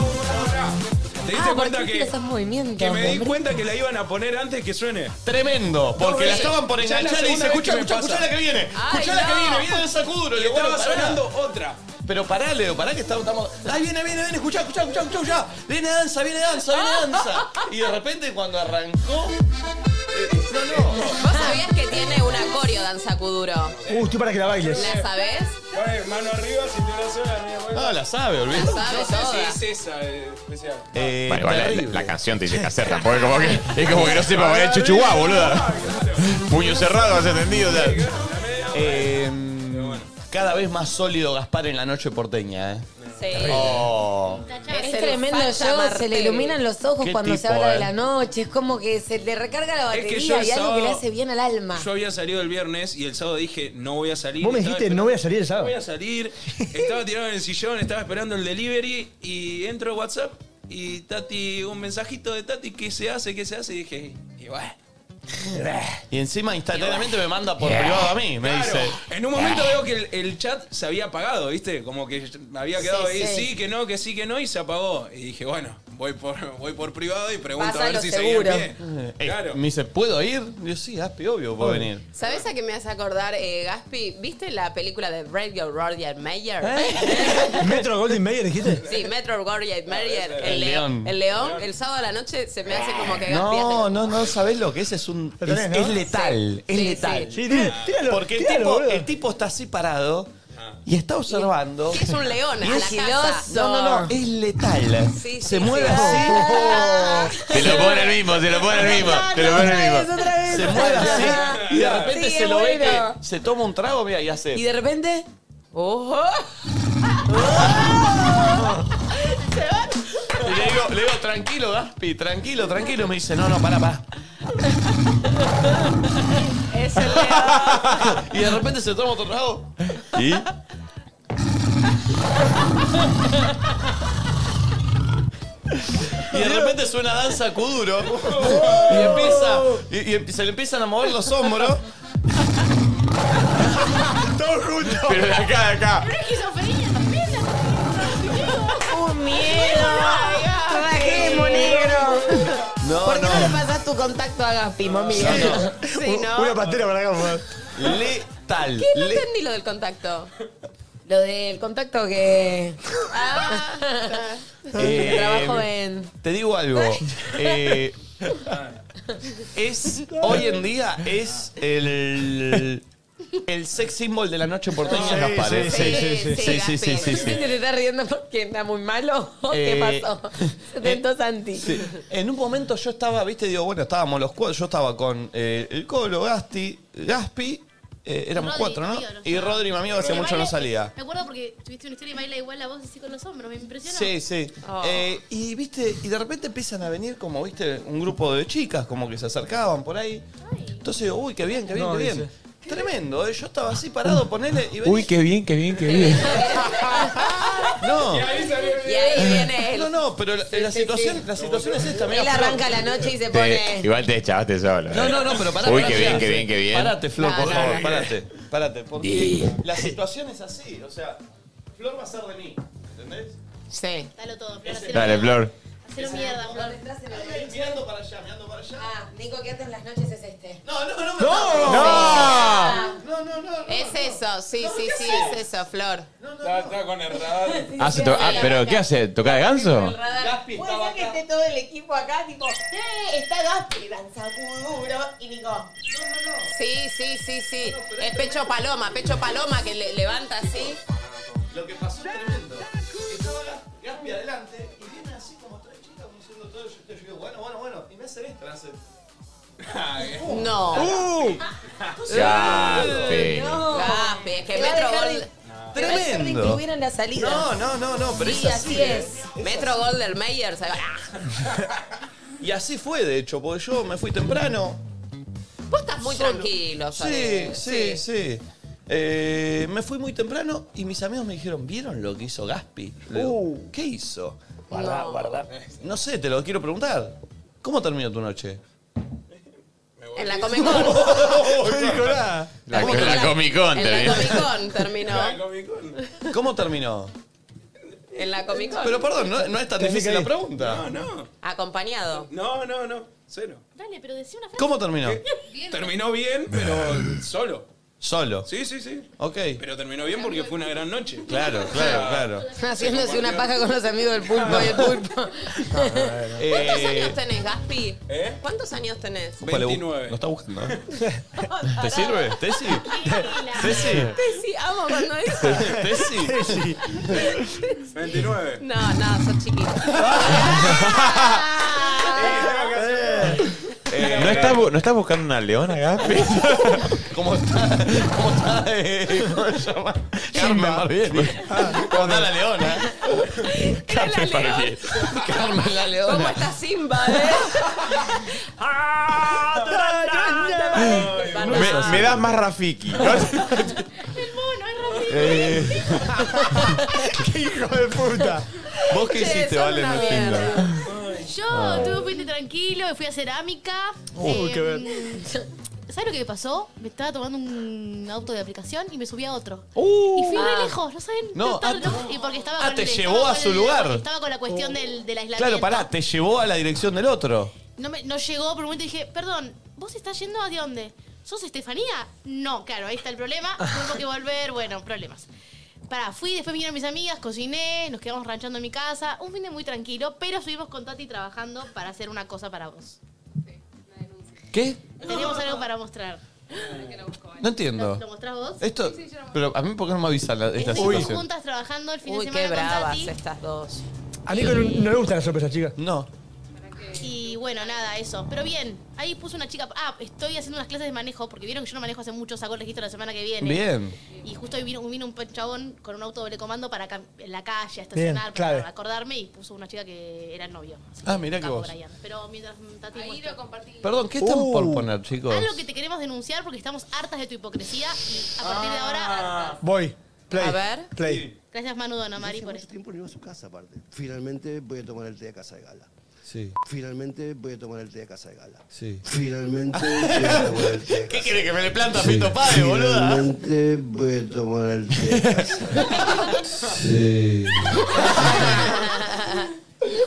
Speaker 5: Ah,
Speaker 16: diste
Speaker 5: ¿por
Speaker 16: cuenta
Speaker 5: qué
Speaker 16: que,
Speaker 5: tiene esos movimientos?
Speaker 16: que me di
Speaker 5: hombre?
Speaker 16: cuenta que la iban a poner antes que suene?
Speaker 1: Tremendo, porque la estaban por enganchar y dice, escucha, escucha, escucha la que viene.
Speaker 16: Ay,
Speaker 1: Escucha la que
Speaker 16: no.
Speaker 1: viene, viene Danza Kuduro.
Speaker 16: Y
Speaker 1: Le
Speaker 16: estaba sonando otra.
Speaker 1: Pero pará, Leo, pará que estamos. estamos- ¡Ay, viene, viene, viene! ¡Escuchá, escuchá, escuchá, escuchá! escuchá. ¡Viene danza, viene danza, viene danza! Y de repente cuando arrancó. eh, no, no.
Speaker 2: ¿Vos sabías que tiene una coreo danza Kuduro?
Speaker 3: Uh, estoy para que la bailes.
Speaker 2: ¿La sabés?
Speaker 16: Mano arriba, cintura sola, mira, bueno.
Speaker 1: No, Ah, la sabe, olvidé.
Speaker 16: No
Speaker 2: sabe
Speaker 16: sé
Speaker 2: toda.
Speaker 16: si es esa eh, especial.
Speaker 6: Bueno, igual la- la, la canción te dice que hacer, tampoco es como que, es como que no sepa poner chuchuá, boluda. Puño cerrado, has entendido. O sea.
Speaker 1: Em, Eh, cada vez más sólido Gaspar en la noche porteña, ¿eh?
Speaker 2: Sí.
Speaker 1: Oh.
Speaker 5: Es,
Speaker 2: el
Speaker 5: tremendo
Speaker 2: Facha
Speaker 5: show, se le
Speaker 2: Martel.
Speaker 5: iluminan los ojos
Speaker 1: Qué
Speaker 5: cuando se
Speaker 1: tipo,
Speaker 5: habla de
Speaker 1: eh.
Speaker 5: la noche, es como que se le recarga la
Speaker 16: Es que
Speaker 5: batería
Speaker 16: yo el
Speaker 5: y algo que le
Speaker 16: sábado-
Speaker 5: hace bien al alma.
Speaker 16: Yo había salido el viernes y el sábado dije, no voy a salir.
Speaker 3: Vos me
Speaker 16: Estaba
Speaker 3: dijiste, no voy a salir el
Speaker 16: No
Speaker 3: sábado.
Speaker 16: voy a salir. Estaba tirado en el sillón, estaba esperando el delivery y entro a WhatsApp y Tati, un mensajito de Tati, ¿qué se hace? ¿Qué se hace? Y dije, y bueno.
Speaker 1: Y encima instantáneamente me manda por privado a mí, me dice.
Speaker 16: En un momento veo que el, el chat se había apagado, ¿viste? Como que me había quedado
Speaker 1: Sí,
Speaker 16: ahí,
Speaker 1: sí.
Speaker 16: sí. que no, que sí, que no, y se apagó. Y dije, bueno, voy por, voy por privado y pregunto
Speaker 2: Vas a
Speaker 16: a ver
Speaker 2: lo
Speaker 16: si
Speaker 2: seguro.
Speaker 16: seguía en pie.
Speaker 1: Eh,
Speaker 16: Claro.
Speaker 1: Me dice, ¿puedo ir? Yo sí, Gaspi, obvio, puedo venir.
Speaker 2: ¿Sabes a qué me hace acordar, eh, Gaspi? ¿Viste la película de Radio Roger Mayer?
Speaker 1: ¿Eh?
Speaker 3: ¿Metro Golden Mayer dijiste?
Speaker 2: Sí, Metro Goldwyn Mayer,
Speaker 1: El
Speaker 2: el león.
Speaker 1: león.
Speaker 2: El león, el sábado a la noche se me hace como que Gaspi hace-
Speaker 1: No, no, no, ¿sabés lo que es? Es un. Es,
Speaker 2: tenés, ¿no?
Speaker 1: es letal, es letal. Porque el
Speaker 2: tíralo,
Speaker 1: tipo,
Speaker 2: boludo.
Speaker 1: el tipo está así parado y está observando.
Speaker 2: Es un león a
Speaker 1: Y
Speaker 2: la
Speaker 1: es-
Speaker 2: casa.
Speaker 1: No, no, no, es letal.
Speaker 2: Sí,
Speaker 1: Se
Speaker 2: sí,
Speaker 1: mueve
Speaker 2: sí.
Speaker 1: así.
Speaker 2: Ah.
Speaker 1: Se lo pone el mismo, se lo pone el mismo. Se lo pone el mismo. Se mueve así y de repente
Speaker 5: Sí,
Speaker 1: se
Speaker 5: es
Speaker 1: lo ve
Speaker 5: bueno.
Speaker 1: que se toma un trago, mira, y hace.
Speaker 5: Y de repente.
Speaker 2: ¡Ojo!
Speaker 1: Y le digo, le digo, tranquilo, Gaspi, tranquilo, tranquilo. Me dice, no, no, para, para.
Speaker 2: Es el león.
Speaker 1: Y de repente se toma otro trago. ¿Y? Y de repente suena danza Kuduro.
Speaker 5: Oh.
Speaker 1: Y empieza. Y, y se le empiezan a mover los hombros. Todos juntos. Pero de acá, de acá.
Speaker 4: Pero es esquizofrenia también.
Speaker 5: ¡Un miedo! ¡Rajemos, negro!
Speaker 1: No,
Speaker 5: ¿Por qué no.
Speaker 1: no.
Speaker 5: le pasas tu contacto a Gaspi, mami?
Speaker 1: Sí,
Speaker 5: no.
Speaker 3: Una pantera para acá, mamá.
Speaker 1: Letal.
Speaker 5: ¿Qué?
Speaker 2: No
Speaker 1: le-
Speaker 2: entendí lo del contacto.
Speaker 5: Lo del contacto que.
Speaker 1: Eh,
Speaker 5: Trabajo en.
Speaker 1: Te digo algo. eh, es. Hoy en día es el. El sex symbol de la noche porteña
Speaker 5: Sí,
Speaker 1: es Gaspar.
Speaker 5: sí,
Speaker 1: ¿eh?
Speaker 5: sí,
Speaker 1: sí, sí, sí, sí, sí.
Speaker 5: ¿Te estás riendo porque está muy malo? ¿O ¿Qué
Speaker 1: Eh,
Speaker 5: pasó? Se tentó Santi.
Speaker 1: Sí. En un momento yo estaba, viste, digo, bueno, estábamos los cuatro. Yo estaba con eh, el Colo, Gasti, Gaspi. eh, éramos
Speaker 4: Rodri,
Speaker 1: cuatro, ¿no?
Speaker 4: amigo, no
Speaker 1: Y
Speaker 4: estaba.
Speaker 1: Rodri, mi amigo, hace
Speaker 4: Pero
Speaker 1: mucho no
Speaker 4: baila-
Speaker 1: salía.
Speaker 4: Me acuerdo porque tuviste una historia y baila igual la voz así con los hombros, me impresionó.
Speaker 1: Sí, sí. Eh, y viste, y de repente empiezan a venir como, viste, un grupo de chicas, como que se acercaban por ahí. Entonces digo, uy, qué bien, qué bien,
Speaker 7: No,
Speaker 1: qué bien.
Speaker 7: dice.
Speaker 1: Tremendo, eh. yo estaba así parado, ponele y
Speaker 7: Uy, qué bien, qué bien, qué bien.
Speaker 1: No.
Speaker 7: Y ahí
Speaker 5: Y ahí viene él.
Speaker 1: No, no, pero la, la situación, la situación es esta, mira.
Speaker 5: Él arranca la noche y se pone.
Speaker 17: igual te echaste solo.
Speaker 6: eh.
Speaker 1: No, no, no, pero pará.
Speaker 17: Uy,
Speaker 1: pará,
Speaker 17: qué bien,
Speaker 1: pará.
Speaker 17: qué bien, qué bien.
Speaker 1: Parate, Flor,
Speaker 17: No,
Speaker 1: por
Speaker 17: no,
Speaker 1: favor,
Speaker 17: no.
Speaker 1: parate. Parate, porque la situación es así, o sea, Flor va a ser de mí, ¿entendés?
Speaker 2: Sí.
Speaker 4: Dalo todo, Flor. hacelo
Speaker 17: Dale,
Speaker 4: mierda.
Speaker 17: Flor.
Speaker 4: Hacelo mierda, Flor.
Speaker 1: Mirando para allá, mirando para allá.
Speaker 5: Ah, Nico, que antes las noches es este.
Speaker 1: No, no, no.
Speaker 7: ¡No!
Speaker 1: No, no, no.
Speaker 2: Es eso, sí, sí, sí, es eso, Flor.
Speaker 16: Está, está con el radar.
Speaker 17: Ah, se to- ah, pero ¿qué hace? ¿Toca de ganso?
Speaker 5: Puede ser que esté todo el equipo acá, tipo, ¡eh! Está Gaspi, danza duro y Nico.
Speaker 2: Sí, sí, sí, sí. Es pecho paloma, pecho paloma que le- levanta así.
Speaker 1: Lo que pasó es tremendo. Estaba Gaspi adelante y viene así como tres chicas diciendo todo. Yo estoy yo, bueno, bueno, bueno. Y me hace esto, me hace.
Speaker 2: No.
Speaker 1: Uh.
Speaker 17: Gaspi.
Speaker 5: No.
Speaker 2: Gaspi, es que
Speaker 5: Te va a
Speaker 2: Metro
Speaker 5: dejar de-
Speaker 2: Gold.
Speaker 5: Tremendo. Que hubieran la salida.
Speaker 1: No, no, no, no, pero
Speaker 5: Sí,
Speaker 1: es así.
Speaker 5: así es.
Speaker 2: Metro Golden Mayer se va. Ah,
Speaker 1: Y así fue, de hecho, porque yo me fui temprano.
Speaker 2: Vos estás muy tranquilo,
Speaker 1: Sí,
Speaker 2: ¿sabes?
Speaker 1: sí, sí. Eh, me fui muy temprano y mis amigos me dijeron, ¿vieron lo que hizo Gaspi? Le digo, ¿Qué hizo?
Speaker 7: Guardá, No. guardá.
Speaker 1: No sé, te lo quiero preguntar. ¿Cómo terminó tu noche?
Speaker 2: En la Comic Con.
Speaker 1: No dijo nada.
Speaker 17: La- la Comic Con
Speaker 2: En la Comic Con terminó.
Speaker 1: ¿Cómo terminó?
Speaker 2: En la Comic Con.
Speaker 1: Pero perdón, no, no es tan difícil la pregunta.
Speaker 16: No, no.
Speaker 2: Acompañado.
Speaker 16: No, no, no. Cero.
Speaker 4: Dale, pero decía una frase.
Speaker 1: ¿Cómo terminó?
Speaker 16: Eh, Terminó bien, pero solo.
Speaker 1: Solo.
Speaker 16: Sí, sí, sí.
Speaker 1: Ok.
Speaker 16: Pero terminó bien porque fue una gran noche.
Speaker 1: Claro, claro, claro. Ah,
Speaker 5: Haciéndose una paja con los amigos del pulpo y el pulpo.
Speaker 2: ¿Cuántos
Speaker 1: Eh,
Speaker 2: años tenés, Gaspi?
Speaker 16: ¿Eh?
Speaker 2: ¿Cuántos años tenés?
Speaker 1: Opa, le bu- Lo está buscando. ¿eh? ¿Te
Speaker 2: Pará.
Speaker 1: sirve? ¿Tesi? ¿Tesi?
Speaker 2: Tessy, amo cuando dice.
Speaker 1: ¿Tesi? ¿Tesi?
Speaker 16: 29.
Speaker 2: No, no, sos chiquito.
Speaker 4: Eh,
Speaker 17: No es
Speaker 6: estás, bu- ¿No estás buscando una leona acá?
Speaker 1: ¿Cómo está? ¿Cómo está? eh, ¿Cómo se llama? Carmen Barbieri. ¿Cómo está la leona? Carmen Barbieri. Carmen la leona.
Speaker 2: ¿Cómo está Simba, eh?
Speaker 1: Ah,
Speaker 6: me, me das más Rafiki.
Speaker 7: Eh. ¡Qué hijo de puta!
Speaker 6: ¿Vos qué
Speaker 4: Che,
Speaker 6: hiciste,
Speaker 4: son
Speaker 6: Vale, en
Speaker 4: una
Speaker 6: el Tinder?
Speaker 4: Yo
Speaker 6: Ah.
Speaker 4: tuve un fin de tranquilo, me fui a cerámica.
Speaker 6: Uy, qué
Speaker 4: bien. ¿Sabes lo que me pasó? Me estaba tomando un auto de aplicación y me subí a otro.
Speaker 1: Uh.
Speaker 4: y fui re
Speaker 1: Ah.
Speaker 4: lejos, no saben.
Speaker 1: No,
Speaker 4: tanto, ¿no? Y porque estaba
Speaker 1: Ah,
Speaker 4: con
Speaker 1: te
Speaker 4: el-
Speaker 1: llevó
Speaker 4: estaba
Speaker 1: a
Speaker 4: con
Speaker 1: su
Speaker 4: el-
Speaker 1: lugar.
Speaker 4: Estaba con la cuestión del, del aislamiento.
Speaker 1: Claro, pará, te llevó a la dirección del otro.
Speaker 4: No, me- no llegó, por un momento dije, perdón, ¿vos estás yendo hacia dónde? ¿Sos Estefanía? No, claro, ahí está el problema. Tengo que volver, bueno, problemas. Pará, fui, después vinieron mis amigas, cociné, nos quedamos ranchando en mi casa. Un fin de muy tranquilo, pero estuvimos con Tati trabajando para hacer una cosa para vos.
Speaker 1: ¿Qué?
Speaker 4: Tenemos algo para mostrar.
Speaker 1: No entiendo.
Speaker 4: ¿Lo mostrás vos?
Speaker 1: Esto, pero a mí, ¿por qué no me avisan la- esta
Speaker 4: Estuvimos
Speaker 1: situación?
Speaker 4: juntas trabajando el fin
Speaker 2: Uy,
Speaker 4: de
Speaker 2: qué
Speaker 4: semana con
Speaker 2: bravas
Speaker 4: Tati.
Speaker 2: estas dos.
Speaker 3: A Nico no, no le gustan las sorpresas, chicas.
Speaker 1: No.
Speaker 4: Y bueno, nada, eso. Pero bien, ahí puso una chica. Ah, estoy haciendo unas clases de manejo, porque vieron que yo no manejo hace mucho, saco el registro la semana que viene.
Speaker 1: Bien.
Speaker 4: Y justo hoy vino, vino un chabón con un auto doble comando para acá, en la calle, a estacionar,
Speaker 1: clave.
Speaker 4: para acordarme, y puso una chica que era el novio. Así
Speaker 1: Ah,
Speaker 4: que,
Speaker 1: mirá que
Speaker 4: capo,
Speaker 1: vos.
Speaker 4: Brian. Pero mientras mm, Tati muestra.
Speaker 1: Perdón, ¿qué están por poner, chicos?
Speaker 4: Haz lo Uh. que te queremos denunciar porque estamos hartas de tu hipocresía y a partir de ahora.
Speaker 1: Ah.
Speaker 4: hartas.
Speaker 3: Voy. Play.
Speaker 4: A ver.
Speaker 3: Play.
Speaker 4: Gracias, Manu Donamari, por este esto.
Speaker 18: tiempo no iba a su casa aparte. Finalmente voy a tomar el té de casa de gala.
Speaker 1: Sí.
Speaker 18: Finalmente voy a tomar el té de casa de gala.
Speaker 1: Sí.
Speaker 18: Finalmente voy a tomar el té de
Speaker 1: ¿Qué quiere que me le planta
Speaker 18: Sí.
Speaker 1: Pito Páez, boluda?
Speaker 18: Finalmente voy a tomar el té de casa de gala.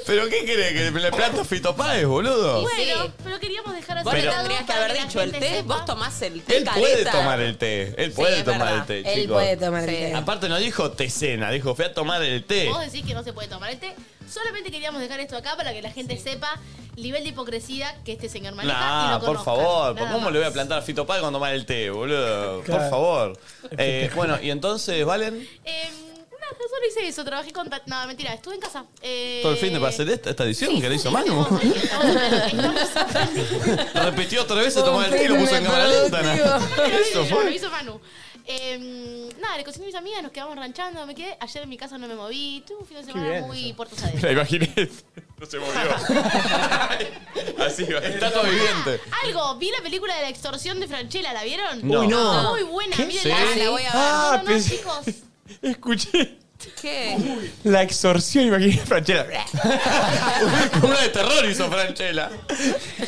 Speaker 1: ¿Pero qué quiere que me le planta Fito Páez, boludo?
Speaker 4: Bueno, pero queríamos dejar así.
Speaker 2: Vos le
Speaker 4: de lado
Speaker 2: tendrías que
Speaker 4: para
Speaker 2: haber
Speaker 4: la
Speaker 2: dicho el
Speaker 4: gente
Speaker 2: té.
Speaker 4: sepa.
Speaker 2: Vos tomás el té,
Speaker 1: Él puede
Speaker 2: careta.
Speaker 1: tomar el té. Él puede
Speaker 2: es
Speaker 1: tomar
Speaker 2: verdad.
Speaker 1: el té,
Speaker 5: Él
Speaker 1: chicos.
Speaker 5: puede tomar el té.
Speaker 1: Aparte no dijo tecena, dijo fui a tomar el té.
Speaker 4: Vos decís que no se puede tomar el té. Solamente queríamos dejar esto acá para que la gente sepa el nivel de hipocresía que este señor maneja y
Speaker 1: Nah,
Speaker 4: lo
Speaker 1: por
Speaker 4: conozcan.
Speaker 1: favor,
Speaker 4: Nada
Speaker 1: ¿cómo
Speaker 4: más.
Speaker 1: le voy a plantar a Fito Páez cuando tomar el té, boludo?
Speaker 4: Claro.
Speaker 1: Por favor. Eh, bueno, y entonces, ¿valen?
Speaker 4: Eh, nada, solo hice eso. Trabajé con... Tat- No, mentira. Estuve en casa. Eh,
Speaker 1: Todo el fin de para hacer esta, esta edición que le hizo Manu. Repitió otra vez a tomar el té y lo puso en cámara lenta. nada. Eso
Speaker 4: Eso Lo
Speaker 1: fue.
Speaker 4: hizo Manu. Eh, nada, le cociné a mis amigas, nos quedamos ranchando, me quedé. Ayer en mi casa no me moví, tuve un fin de semana
Speaker 1: bien
Speaker 4: muy puertos adentro.
Speaker 1: La imaginé. No se movió. Así va. Estatua viviente.
Speaker 4: Algo, vi la película de la extorsión de Franchella, ¿la vieron? Ah,
Speaker 1: No. Uy, no.
Speaker 4: Muy buena,
Speaker 1: ¿Qué?
Speaker 4: mírenla.
Speaker 1: ¿Sí?
Speaker 4: La voy a ver.
Speaker 1: Ah,
Speaker 4: no, no, no,
Speaker 1: pensé-
Speaker 4: chicos.
Speaker 1: Escuché.
Speaker 2: ¿Qué?
Speaker 1: La exorción, imaginé a Franchella. Una de terror hizo Franchella.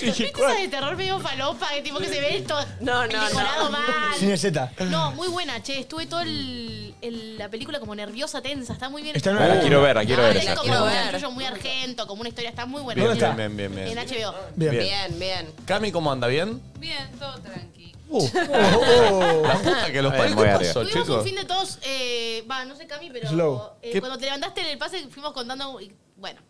Speaker 4: ¿Viste esa de terror medio falopa? Que tipo que se ve esto no,
Speaker 2: no.
Speaker 4: decorado mal.
Speaker 3: Cine Z.
Speaker 4: No, muy buena, che. Estuve todo el, el- la película como nerviosa, tensa. Está muy bien.
Speaker 3: Está en
Speaker 6: Ah, la quiero ver, la quiero ver
Speaker 4: Es
Speaker 6: esa.
Speaker 4: como
Speaker 6: Quiero
Speaker 4: un
Speaker 6: ver.
Speaker 4: arroyo muy argento, como una historia. Está muy buena.
Speaker 1: Bien, bien, bien, bien, bien.
Speaker 4: En HBO.
Speaker 1: Bien.
Speaker 2: Bien, bien.
Speaker 1: Cami, ¿cómo anda? ¿Bien?
Speaker 14: Bien, todo tranqui.
Speaker 6: Uh,
Speaker 1: Uh, La puta que los
Speaker 6: Ay,
Speaker 1: parió.
Speaker 6: muy
Speaker 1: ¿Qué
Speaker 6: arriba.
Speaker 1: pasó,
Speaker 4: Tuvimos un
Speaker 1: chicos?
Speaker 4: fin de todos, eh, va, no sé Cami, pero
Speaker 1: Slow.
Speaker 4: eh,
Speaker 1: ¿Qué?
Speaker 4: cuando te levantaste en el pase fuimos contando, y, bueno,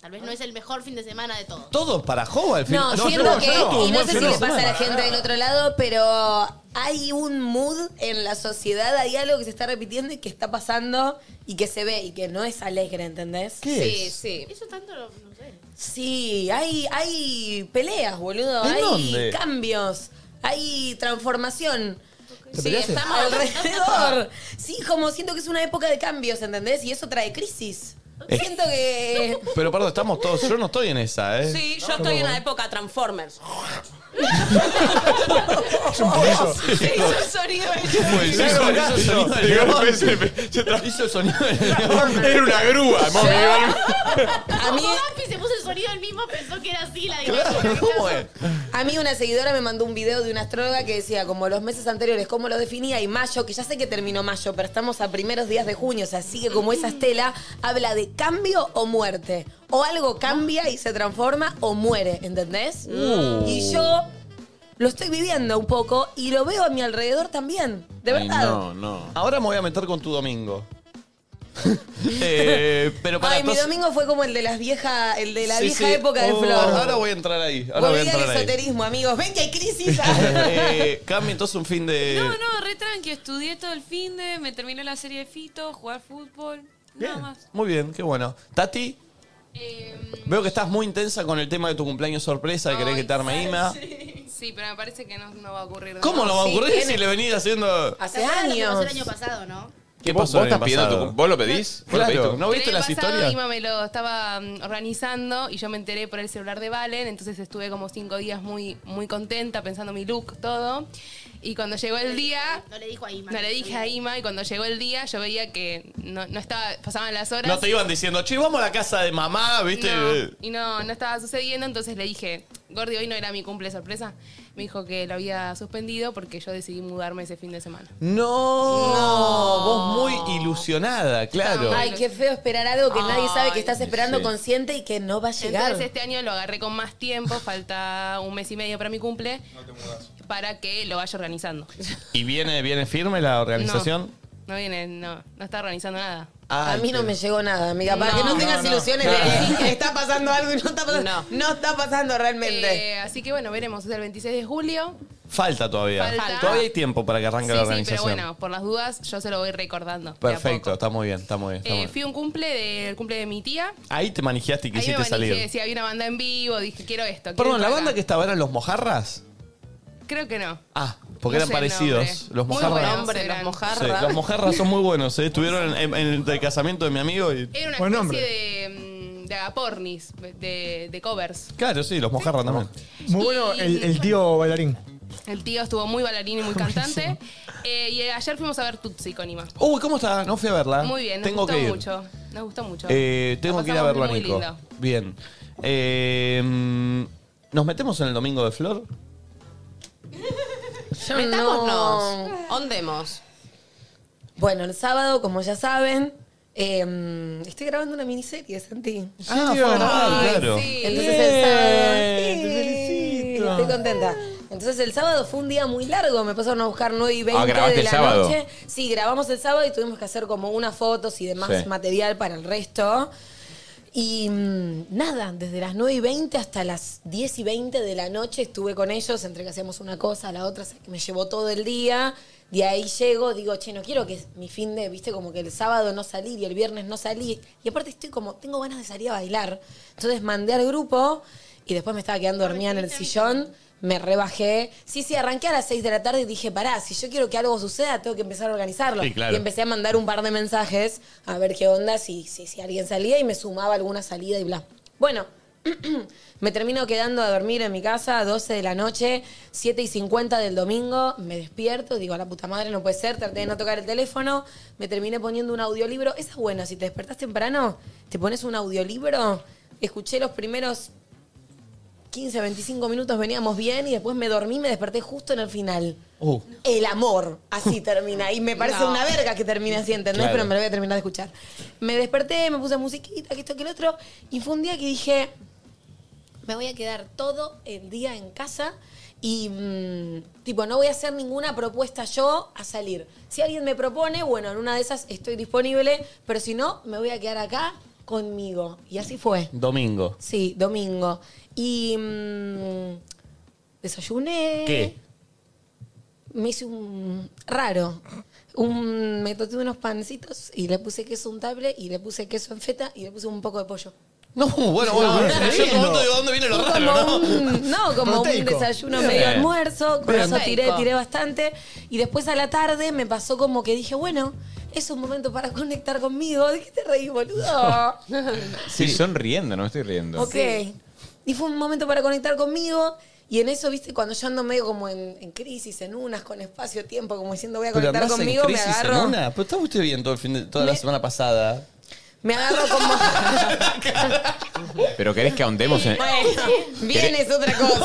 Speaker 4: tal vez no es el mejor fin de semana de todos.
Speaker 1: Todos para Jova al fin.
Speaker 5: No,
Speaker 1: yo
Speaker 5: siento que,
Speaker 1: yo tuve
Speaker 5: y
Speaker 1: un
Speaker 5: no
Speaker 1: buen
Speaker 5: sé si
Speaker 1: fin
Speaker 5: le
Speaker 1: de
Speaker 5: pasa a la
Speaker 1: semana.
Speaker 5: gente del otro lado, pero hay un mood en la sociedad, hay algo que se está repitiendo y que está pasando y que se ve y que no es alegre, ¿entendés?
Speaker 4: sí, sí. Eso tanto, lo- no sé.
Speaker 5: Sí, hay, hay peleas, boludo.
Speaker 4: ¿En
Speaker 5: hay
Speaker 4: dónde?
Speaker 5: cambios, hay transformación.
Speaker 2: ¿Te
Speaker 5: Sí,
Speaker 2: peleaste?
Speaker 5: estamos alrededor. Sí, como siento que es una época de cambios, ¿entendés? Y eso trae crisis.
Speaker 1: Es-
Speaker 5: Siento que...
Speaker 1: Pero perdón, estamos todos. Yo no estoy en esa, ¿eh?
Speaker 2: Sí, yo estoy en la época Transformers.
Speaker 1: Sí,
Speaker 2: Hizo el sonido
Speaker 1: ¿Qué fue? Hizo el sonido- hizo el sonido del león. Hizo el sonido del león. Era una grúa, mami.
Speaker 5: A mí,
Speaker 4: Papi se puso el sonido el mismo, pensó que era así la
Speaker 1: Claro, ¿cómo es?
Speaker 5: A mí una seguidora me mandó un video de una astróloga que decía como los meses anteriores, cómo lo definía y mayo, que ya sé que terminó mayo, pero estamos a primeros días de junio, o sea, sigue como esa estela, habla de cambio o muerte. O algo cambia y se transforma o muere, ¿entendés?
Speaker 7: Uh.
Speaker 5: Y yo lo estoy viviendo un poco y lo veo a mi alrededor también, de verdad.
Speaker 1: no. Ahora me voy a meter con tu domingo. Eh, pero para
Speaker 5: Ay, mi
Speaker 1: entonces-
Speaker 5: domingo fue como el de las viejas, el de la
Speaker 1: Sí,
Speaker 5: vieja
Speaker 1: sí.
Speaker 5: época de
Speaker 1: Oh,
Speaker 5: Flor.
Speaker 1: Ahora voy a entrar ahí. Ahora voy a
Speaker 5: Volví al
Speaker 1: entrar ahí.
Speaker 5: esoterismo, amigos. Ven que hay crisis.
Speaker 1: Eh, Cami, entonces un fin de.
Speaker 14: No, no, re tranqui. Estudié todo el fin de, me terminé la serie de Fito, jugar fútbol, nada más.
Speaker 1: Muy bien, qué bueno. Tati,
Speaker 11: Em,
Speaker 1: veo que estás muy intensa con el tema de tu cumpleaños sorpresa que querés que te arme Ima.
Speaker 11: Sí, pero me parece que no, no va a ocurrir. de
Speaker 1: ¿Cómo
Speaker 11: nuevo.
Speaker 1: lo va a
Speaker 11: Sí,
Speaker 1: ocurrir
Speaker 11: tiene-
Speaker 1: si le venís haciendo.
Speaker 5: Hace
Speaker 4: Lo que pasó el
Speaker 5: años.
Speaker 4: año pasado, ¿no?
Speaker 1: ¿Qué
Speaker 6: ¿Vos-
Speaker 1: pasó
Speaker 6: vos
Speaker 1: el año
Speaker 6: estás pidiendo
Speaker 1: pasado?
Speaker 6: tu- vos lo pedís? ¿Vos lo
Speaker 1: Claro.
Speaker 6: pedís tú?
Speaker 1: ¿No viste
Speaker 11: El
Speaker 1: las
Speaker 11: año pasado
Speaker 1: historias?
Speaker 11: Ima me lo estaba mm, organizando y yo me enteré por el celular de Valen, entonces estuve como cinco días muy, muy contenta pensando mi look, todo. Y cuando llegó el día,
Speaker 4: No le dijo a Ima.
Speaker 11: no le dije a Ima y cuando llegó el día yo veía que no, no estaba, pasaban las horas.
Speaker 1: No te iban diciendo, che, vamos a la casa de mamá, ¿viste? Eh.
Speaker 11: No, y no, no estaba sucediendo, entonces le dije, Gordi, hoy no era mi cumple sorpresa. Me dijo que lo había suspendido porque yo decidí mudarme ese fin de semana.
Speaker 1: No, vos muy ilusionada, claro.
Speaker 5: Ay, qué feo esperar algo que nadie sabe que
Speaker 11: Ay,
Speaker 5: estás esperando
Speaker 1: sí.
Speaker 5: consciente y que no va a llegar.
Speaker 11: Entonces este año lo agarré con más tiempo, falta un mes y medio para mi cumple, para que lo vaya organizando.
Speaker 1: ¿Y viene, viene firme la organización? Ah,
Speaker 11: No viene, no, no está organizando nada.
Speaker 1: Ay,
Speaker 5: a mí no
Speaker 1: pero-
Speaker 5: me llegó nada, amiga. Para
Speaker 11: No,
Speaker 5: que no tengas
Speaker 11: no, no.
Speaker 5: ilusiones de
Speaker 11: Claro.
Speaker 5: que está pasando algo y no está pasando. No, está pasando realmente.
Speaker 11: Eh, así que bueno, veremos, es el 26 de julio.
Speaker 1: Falta todavía.
Speaker 11: Falta.
Speaker 1: Todavía hay tiempo para que arranque
Speaker 11: Sí,
Speaker 1: la
Speaker 11: sí, pero
Speaker 1: organización.
Speaker 11: bueno, por las dudas yo se lo voy recordando. de a
Speaker 1: Perfecto, está muy bien, está muy bien. está
Speaker 11: poco.
Speaker 1: muy
Speaker 11: Eh,
Speaker 1: bien.
Speaker 11: fui a un cumple, del cumple de mi tía.
Speaker 1: Ahí te manejaste y
Speaker 11: Ahí me
Speaker 1: quisiste
Speaker 11: manejé,
Speaker 1: salir.
Speaker 11: decía, había una banda en vivo, dije, quiero esto. quiero
Speaker 1: Perdón,
Speaker 11: esto
Speaker 1: ¿la
Speaker 11: acá".
Speaker 1: banda que estaba eran los mojarras?
Speaker 11: Creo que no.
Speaker 1: Ah, porque
Speaker 11: No
Speaker 1: eran
Speaker 11: sé el
Speaker 1: parecidos.
Speaker 11: nombre.
Speaker 1: Los
Speaker 11: Muy
Speaker 1: mojarras.
Speaker 11: buenos eran.
Speaker 1: Sí, los mojarras son muy buenos, ¿eh? Estuvieron en, en el casamiento de mi amigo y.
Speaker 11: Era una especie de, mm, de agapornis, de, de covers.
Speaker 1: Claro, sí, los mojarras también.
Speaker 3: Muy bueno el, el tío bailarín.
Speaker 11: El tío estuvo muy bailarín y muy cantante. Eh, y ayer fuimos a ver Tutsi con Ima.
Speaker 1: Uy, ¿cómo está? No fui a verla.
Speaker 11: Muy bien, nos
Speaker 1: Ah, tengo
Speaker 11: gustó
Speaker 1: que ir.
Speaker 11: mucho. Nos gustó mucho.
Speaker 1: Eh, tengo
Speaker 11: La
Speaker 1: que ir a
Speaker 11: pasamos
Speaker 1: verlo a
Speaker 11: muy
Speaker 1: Nico.
Speaker 11: lindo.
Speaker 1: Bien. Eh, mm, ¿Nos metemos en el domingo de Flor?
Speaker 2: Metámonos.
Speaker 5: Ondemos. Bueno, el sábado, como ya saben, eh, estoy grabando una miniserie, Santi.
Speaker 1: Ah, fue verdad,
Speaker 5: Ay,
Speaker 1: claro.
Speaker 5: sí. Entonces el
Speaker 1: Bien,
Speaker 5: sábado.
Speaker 1: te felicito.
Speaker 5: Estoy contenta. Entonces el sábado fue un día muy largo, me pasaron a buscar 9 y 20
Speaker 6: Ah, grabaste
Speaker 5: de
Speaker 6: el
Speaker 5: la
Speaker 6: sábado.
Speaker 5: noche. Sí, grabamos el sábado y tuvimos que hacer como unas fotos y demás
Speaker 6: Sí.
Speaker 5: material para el resto. Y mm, nada, desde las 9 y 20 hasta las 10 y 20 de la noche estuve con ellos, entre que hacíamos una cosa, la otra, se- me llevó todo el día. De ahí llego, digo, che, no quiero que mi fin de, viste, como que el sábado no salí y el viernes no salí. Y aparte estoy como, tengo ganas de salir a bailar. Entonces mandé al grupo y después me estaba quedando dormida en el sillón. Me rebajé. Sí, sí, arranqué a las 6 de la tarde y dije, pará, si yo quiero que algo suceda, tengo que empezar a organizarlo.
Speaker 1: Sí, claro.
Speaker 5: Y empecé a mandar un par de mensajes a ver qué onda, si, si, si alguien salía y me sumaba alguna salida y bla. Bueno, me termino quedando a dormir en mi casa a 12 de la noche, 7 y 50 del domingo, me despierto, digo, a la puta madre no puede ser, traté de no tocar el teléfono, me terminé poniendo un audiolibro. Esa es buena, si te despertás temprano, te pones un audiolibro, escuché los primeros 15, 25 minutos, veníamos bien y después me dormí, me desperté justo en el final.
Speaker 1: Uh,
Speaker 5: El amor, así termina. Y me parece
Speaker 2: No.
Speaker 5: una verga que termine así, ¿entendés?
Speaker 2: Claro.
Speaker 5: Pero me lo voy a terminar de escuchar. Me desperté, me puse musiquita, que esto, que el otro. Y fue un día que dije, me voy a quedar todo el día en casa y, mm, tipo, no voy a hacer ninguna propuesta yo a salir. Si alguien me propone, bueno, en una de esas estoy disponible, pero si no, me voy a quedar acá conmigo. Y así fue.
Speaker 1: Domingo.
Speaker 5: Sí, domingo. Y mm, desayuné.
Speaker 1: ¿Qué?
Speaker 5: Me hice un raro. Un, me toté unos pancitos y le puse queso untable y le puse queso en feta y le puse un poco de pollo.
Speaker 1: No, bueno, bueno, bueno. Yo
Speaker 7: lindo.
Speaker 1: pregunto, digo, ¿dónde viene lo
Speaker 5: Como
Speaker 1: raro, no?
Speaker 5: un- no, como
Speaker 1: Proteico.
Speaker 5: un desayuno
Speaker 1: Bien.
Speaker 5: medio almuerzo, con
Speaker 1: Bien.
Speaker 5: eso tiré,
Speaker 1: Proteico.
Speaker 5: tiré bastante. Y después a la tarde me pasó como que dije, bueno, es un momento para conectar conmigo. ¿De qué te reís, boludo?
Speaker 6: Sí, sonriendo, no me estoy riendo.
Speaker 5: Ok. Y fue un momento para conectar conmigo. Y en eso, viste, cuando yo ando medio como en, en crisis, en unas, con espacio-tiempo, como diciendo voy a
Speaker 1: Pero
Speaker 5: conectar
Speaker 1: andás
Speaker 5: conmigo,
Speaker 1: en
Speaker 5: me
Speaker 1: crisis en
Speaker 5: agarro.
Speaker 1: una. Pero estaba usted bien todo el fin de, toda la semana pasada.
Speaker 5: Me agarro como.
Speaker 6: Pero querés que ahondemos en.
Speaker 5: bueno, bien
Speaker 6: ¿Querés-
Speaker 5: es otra cosa.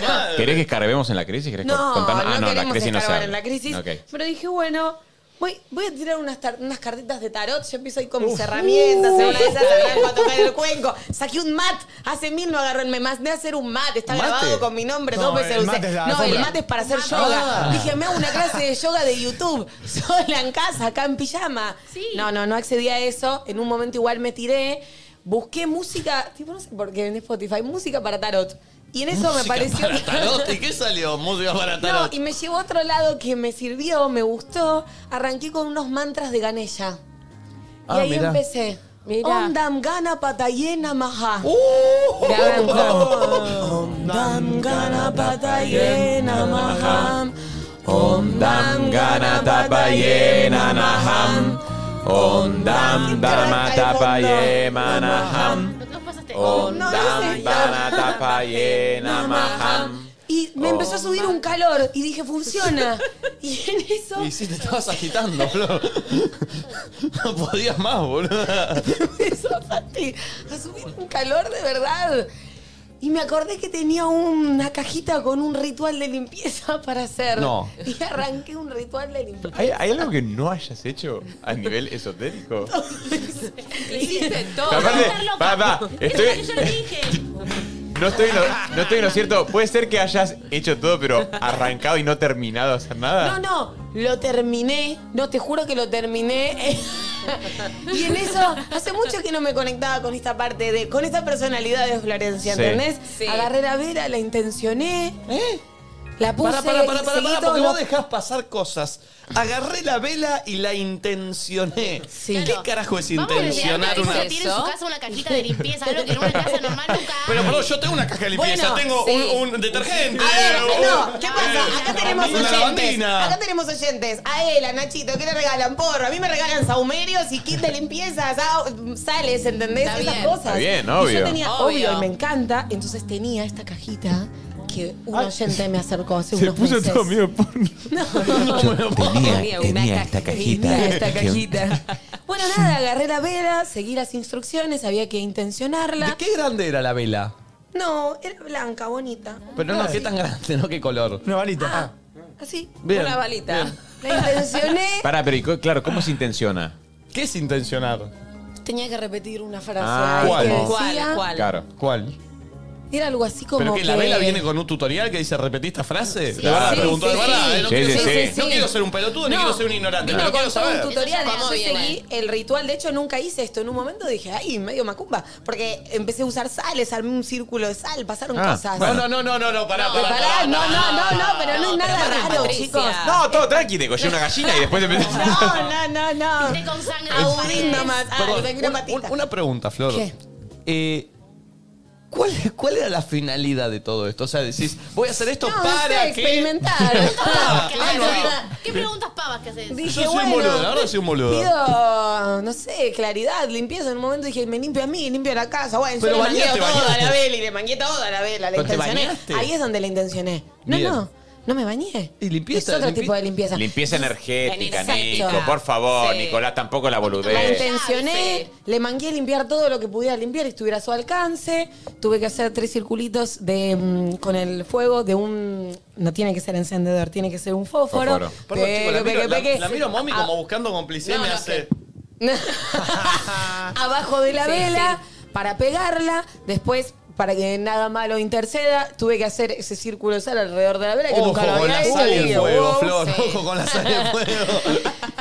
Speaker 5: claro.
Speaker 6: ¿Querés que escarbemos en la crisis? ¿Querés
Speaker 5: No,
Speaker 6: contarnos?
Speaker 5: no,
Speaker 6: Ah, no, la
Speaker 5: queremos
Speaker 6: crisis no se
Speaker 5: escarbar
Speaker 6: habla.
Speaker 5: en la crisis.
Speaker 6: Ok.
Speaker 5: Pero dije, bueno, voy, voy a tirar unas, tar- unas cartitas de tarot. Yo empiezo ahí con mis herramientas,
Speaker 7: Uh.
Speaker 5: una de esas arranco a tocar el cuenco. Saqué un mat. Hace mil no agarré me más. De hacer un mat. Está
Speaker 7: ¿Mate?
Speaker 5: grabado con mi nombre
Speaker 7: No,
Speaker 5: dos veces.
Speaker 7: el
Speaker 5: lo usé.
Speaker 7: mate es la
Speaker 5: no, el
Speaker 7: alfombra.
Speaker 5: mat es para hacer
Speaker 7: Ah.
Speaker 5: yoga. Dije, me hago una clase de yoga de YouTube. Sola en casa, acá en pijama. No, no, no accedí a eso. En un momento igual me tiré. Busqué música, tipo, no sé por qué en Spotify, música para tarot. Y en eso me
Speaker 1: Música
Speaker 5: pareció.
Speaker 1: para tarot. ¿Y qué salió? Música para tarot.
Speaker 5: No, y me llevó a otro lado que me sirvió, me gustó. Arranqué con unos mantras de Ganella.
Speaker 7: Ah,
Speaker 5: y ahí
Speaker 7: mirá.
Speaker 5: empecé. Om Dam
Speaker 7: uh,
Speaker 1: Oh.
Speaker 5: Gana Patayena Maha.
Speaker 7: Om Dam Gana
Speaker 5: Tapayén, Amaham. Om Dam Gana
Speaker 17: Tapayén, Anaham. Om Dam Dharma Tapayén, Anaham. Om Dam Dharma Tapayén, Anaham.
Speaker 5: Y me empezó a subir un calor y dije, funciona. y en eso
Speaker 1: Y sí, te estabas agitando, Flor. No podías más, boludo.
Speaker 5: empezó a Fati, a subir un calor de verdad. Y me acordé que tenía una cajita con un ritual de limpieza para hacer.
Speaker 6: No.
Speaker 5: Y arranqué un ritual de limpieza.
Speaker 6: ¿Hay, hay algo que no hayas hecho a nivel esotérico?
Speaker 2: Hiciste todo.
Speaker 6: Aparte,
Speaker 2: Estar loca.
Speaker 6: va, va, estoy-
Speaker 2: Eso que yo le dije.
Speaker 6: No estoy, en lo, no estoy en lo cierto. Puede ser que hayas hecho todo, pero arrancado y no terminado de hacer
Speaker 5: No,
Speaker 1: Ah.
Speaker 6: nada.
Speaker 5: no, lo terminé. No, te juro que lo terminé. y en eso, hace mucho que no me conectaba con esta parte de. con esta personalidad de Florencia,
Speaker 7: Sí.
Speaker 5: ¿entendés?
Speaker 7: Sí.
Speaker 5: Agarré la vela, la intencioné.
Speaker 1: ¿Eh?
Speaker 5: La puse.
Speaker 1: Para, para, para,
Speaker 5: y
Speaker 1: para,
Speaker 5: seguí
Speaker 1: para,
Speaker 5: todos
Speaker 1: porque
Speaker 5: los-
Speaker 1: vos dejás pasar cosas. Agarré la vela y la intencioné. ¿Qué carajo es
Speaker 4: Vamos a decir,
Speaker 1: intencionar
Speaker 4: alguien
Speaker 1: una
Speaker 4: que tiene en su casa una cajita de limpieza, algo que en una casa normal nunca
Speaker 1: Pero perdón, yo tengo una caja de limpieza,
Speaker 5: Bueno,
Speaker 1: tengo
Speaker 5: sí.
Speaker 1: un, un detergente.
Speaker 5: A ver,
Speaker 1: un-
Speaker 5: no, ¿qué pasa?
Speaker 1: eh,
Speaker 5: Acá tenemos
Speaker 1: una
Speaker 5: oyentes.
Speaker 1: lavandina.
Speaker 5: Acá tenemos oyentes. A él, a Nachito, ¿qué le regalan? Porro. A mí me regalan saumerios y kit de limpieza, sa- sales, ¿entendés?
Speaker 2: Está
Speaker 5: Esas
Speaker 2: bien.
Speaker 5: cosas.
Speaker 6: Está bien,
Speaker 5: Y
Speaker 6: obvio.
Speaker 5: yo tenía,
Speaker 1: Oh.
Speaker 2: Obvio.
Speaker 5: obvio, y me encanta. Entonces tenía esta cajita que un oyente me acercó hace unos
Speaker 6: puso
Speaker 5: meses.
Speaker 6: todo
Speaker 5: mío
Speaker 7: Tenía, tenía esta cajita.
Speaker 5: Tenía esta cajita. Bueno, nada, agarré la vela, seguí las instrucciones, había que intencionarla.
Speaker 1: ¿De qué grande era la vela?
Speaker 5: No, era blanca, bonita.
Speaker 1: Pero no, qué tan grande, no qué color.
Speaker 3: Una
Speaker 5: Ah,
Speaker 3: balita.
Speaker 5: Así,
Speaker 1: Bien,
Speaker 5: una balita.
Speaker 1: bien.
Speaker 5: La intencioné.
Speaker 6: Pará, pero y co- claro, ¿cómo se intenciona?
Speaker 1: ¿Qué es intencionar?
Speaker 5: Tenía que repetir una frase.
Speaker 6: Ah,
Speaker 5: ahí
Speaker 6: ¿cuál?
Speaker 5: que
Speaker 6: ¿Cuál?
Speaker 5: decía-
Speaker 6: Claro.
Speaker 1: ¿Cuál?
Speaker 5: Era algo así como
Speaker 1: ¿Pero
Speaker 5: que...
Speaker 1: que la vela viene con un tutorial que dice repetí esta frase?
Speaker 5: Sí,
Speaker 1: Le van a
Speaker 5: sí,
Speaker 1: preguntar,
Speaker 5: sí,
Speaker 1: "Pará,
Speaker 5: sí.
Speaker 1: eh, no,
Speaker 5: Sí,
Speaker 1: quiero,
Speaker 5: sí,
Speaker 1: ser,
Speaker 5: sí, sí.
Speaker 1: no quiero ser un pelotudo, ni
Speaker 5: No.
Speaker 1: quiero ser un ignorante,
Speaker 5: Vino
Speaker 1: pero quiero
Speaker 5: con todo un
Speaker 1: saber.
Speaker 5: tutorial.
Speaker 2: Eso
Speaker 5: Yo
Speaker 2: está muy
Speaker 5: seguí el ritual. De hecho, nunca hice esto. En un momento dije, ay, medio macumba. Porque empecé a usar sales, armé un círculo de sal, pasaron
Speaker 1: Ah,
Speaker 5: cosas.
Speaker 6: bueno.
Speaker 1: No, no, no, no, no, pará,
Speaker 5: No,
Speaker 1: pará,
Speaker 5: pará,
Speaker 1: pará,
Speaker 5: no,
Speaker 1: pará.
Speaker 5: no, no, no, pero no es nada raro, chicos.
Speaker 6: No, todo tranqui, te collé una gallina y después empezó.
Speaker 5: No, no, no.
Speaker 4: Viste con sangre.
Speaker 5: Audín nomás. Ah,
Speaker 1: Perdón,
Speaker 5: le pegué una
Speaker 1: un-
Speaker 5: patita.
Speaker 1: un- una pregunta, Flor. Eh, ¿cuál, ¿Cuál era la finalidad de todo esto? O sea, decís, voy a hacer esto
Speaker 4: No, no
Speaker 1: para
Speaker 4: sé,
Speaker 1: que...
Speaker 5: experimentar.
Speaker 1: Ah,
Speaker 4: Claro.
Speaker 1: claro.
Speaker 4: ¿Qué preguntas pavas que haces?
Speaker 5: Dije,
Speaker 1: Yo soy un
Speaker 5: bueno,
Speaker 1: boludo, la verdad soy un boludo.
Speaker 5: Pido, no sé, claridad, limpieza. En un momento dije, me limpio a mí, limpio la casa. Bueno,
Speaker 1: Pero
Speaker 5: yo le
Speaker 1: bañaste,
Speaker 5: mangué toda
Speaker 1: bañaste.
Speaker 5: la vela y le mangué toda la vela. La
Speaker 1: Pero te
Speaker 5: intencioné.
Speaker 1: bañaste.
Speaker 5: Ahí es donde la intencioné. No,
Speaker 6: Bien.
Speaker 5: no, no me bañé.
Speaker 1: Y limpieza.
Speaker 5: Es otro
Speaker 6: limpi-
Speaker 5: tipo de limpieza.
Speaker 6: Limpieza energética,
Speaker 5: Exacto.
Speaker 6: Nico. Por favor,
Speaker 5: Sí.
Speaker 6: Nicolás, tampoco la
Speaker 5: La
Speaker 6: boludez.
Speaker 5: intencioné, le mangué a limpiar todo lo que pudiera limpiar y estuviera a su alcance. Tuve que hacer tres circulitos de, mm, con el fuego de un. No tiene que ser encendedor, tiene que ser un fósforo.
Speaker 1: Perdón, chicos, la,
Speaker 5: Peque,
Speaker 1: miro,
Speaker 5: peque,
Speaker 1: la-
Speaker 5: peque.
Speaker 1: la miro a Momi
Speaker 5: Ah,
Speaker 1: como buscando complicidad y
Speaker 5: No,
Speaker 1: me
Speaker 5: no,
Speaker 1: hace...
Speaker 5: abajo de la
Speaker 2: Sí,
Speaker 5: vela para pegarla. Después, para que nada malo interceda, tuve que hacer ese círculo de sal alrededor de la vela que
Speaker 1: Ojo
Speaker 5: nunca lo
Speaker 1: con
Speaker 5: había
Speaker 1: la
Speaker 5: hecho.
Speaker 1: sal y el
Speaker 5: Digo,
Speaker 1: fuego,
Speaker 5: wow,
Speaker 1: Flor.
Speaker 5: sí.
Speaker 1: Ojo con la sal y el fuego.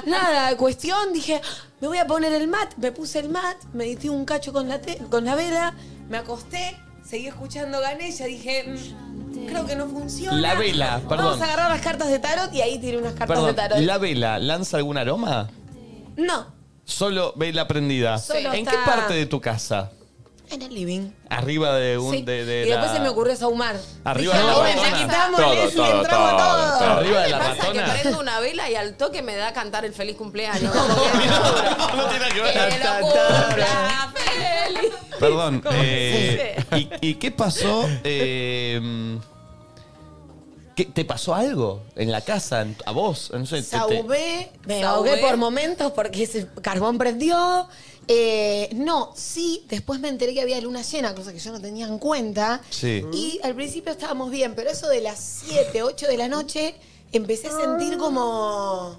Speaker 5: Nada, cuestión, dije, me voy a poner el mat. Me puse el mat, me diste un cacho con la, te- con la vela, me acosté, seguí escuchando Ganella, dije, "Mm, creo que no funciona.
Speaker 1: La vela,
Speaker 5: Vamos
Speaker 1: perdón.
Speaker 5: a agarrar las cartas de tarot y ahí tiré unas cartas
Speaker 1: Perdón,
Speaker 5: de tarot.
Speaker 1: ¿la vela lanza algún aroma?
Speaker 5: No,
Speaker 1: Solo vela prendida.
Speaker 5: Solo
Speaker 1: ¿En
Speaker 5: está-
Speaker 1: qué parte de tu casa?
Speaker 5: en el living.
Speaker 1: Arriba de un...
Speaker 5: Sí.
Speaker 1: De, de
Speaker 5: y después
Speaker 1: la-
Speaker 5: se me ocurrió saumar.
Speaker 1: Arriba de
Speaker 5: Dije, "Ah,
Speaker 1: la
Speaker 5: "Ahora ya
Speaker 1: ratona.
Speaker 5: quitamos
Speaker 1: Todo,
Speaker 5: Leslie,
Speaker 1: todo,
Speaker 5: entramos
Speaker 1: todo,
Speaker 5: todo".
Speaker 1: todo. Arriba de la
Speaker 2: pasa que
Speaker 1: ratona.
Speaker 2: prendo una vela y al toque me da a cantar el feliz cumpleaños.
Speaker 1: No tiene que ver.
Speaker 2: Que lo cumpla feliz.
Speaker 1: Perdón.
Speaker 2: ¿Cómo
Speaker 1: eh, ¿y, y qué pasó? Eh, ¿qué- ¿Te pasó algo en la casa? en- ¿A vos? No sé, te- te-
Speaker 5: Saubé, Este, me
Speaker 2: Saubé.
Speaker 5: ahogué por momentos porque ese carbón prendió. Eh, no, sí, después me enteré que había luna llena, cosa que yo no tenía en cuenta.
Speaker 1: Sí.
Speaker 5: Y al principio estábamos bien, pero eso de las 7, 8 de la noche empecé a sentir como.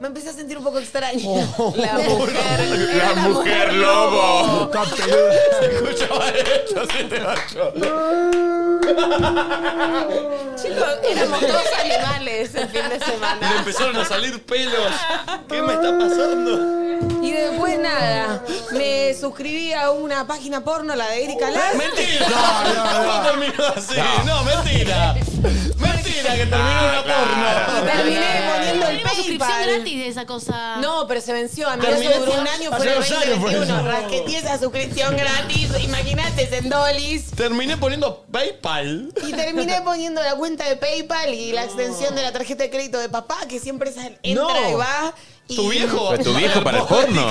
Speaker 5: Me empecé a sentir un poco extraña.
Speaker 1: Oh,
Speaker 5: La mujer.
Speaker 6: La mujer lobo.
Speaker 1: Escuchaba esto, se te bajó.
Speaker 2: Chicos, éramos todos animales el fin de semana.
Speaker 1: Le empezaron a salir pelos. ¿Qué me está pasando?
Speaker 5: Y después nada, me suscribí a una página porno, la de Erika Lara.
Speaker 1: ¡Mentira! No, no, terminó así? No, mentira. Mentira que terminó una porno.
Speaker 5: Terminé poniendo el peine.
Speaker 4: inscripción gratis de esa cosa.
Speaker 5: No, pero se venció. A mí
Speaker 4: Terminó
Speaker 5: eso duró
Speaker 4: hace-
Speaker 5: un año,
Speaker 4: hace
Speaker 5: fue en el
Speaker 4: dos años fue
Speaker 5: 2021.
Speaker 4: eso.
Speaker 5: Rasqueteé Ah, esa suscripción gratis. Imagínate, es en Dolis.
Speaker 1: Terminé poniendo PayPal.
Speaker 5: Y terminé poniendo la cuenta de PayPal y la extensión de la tarjeta de crédito de papá, que siempre esa entra
Speaker 1: No.
Speaker 5: y va. Y...
Speaker 1: Tu viejo.
Speaker 6: Pero tu viejo para el porno.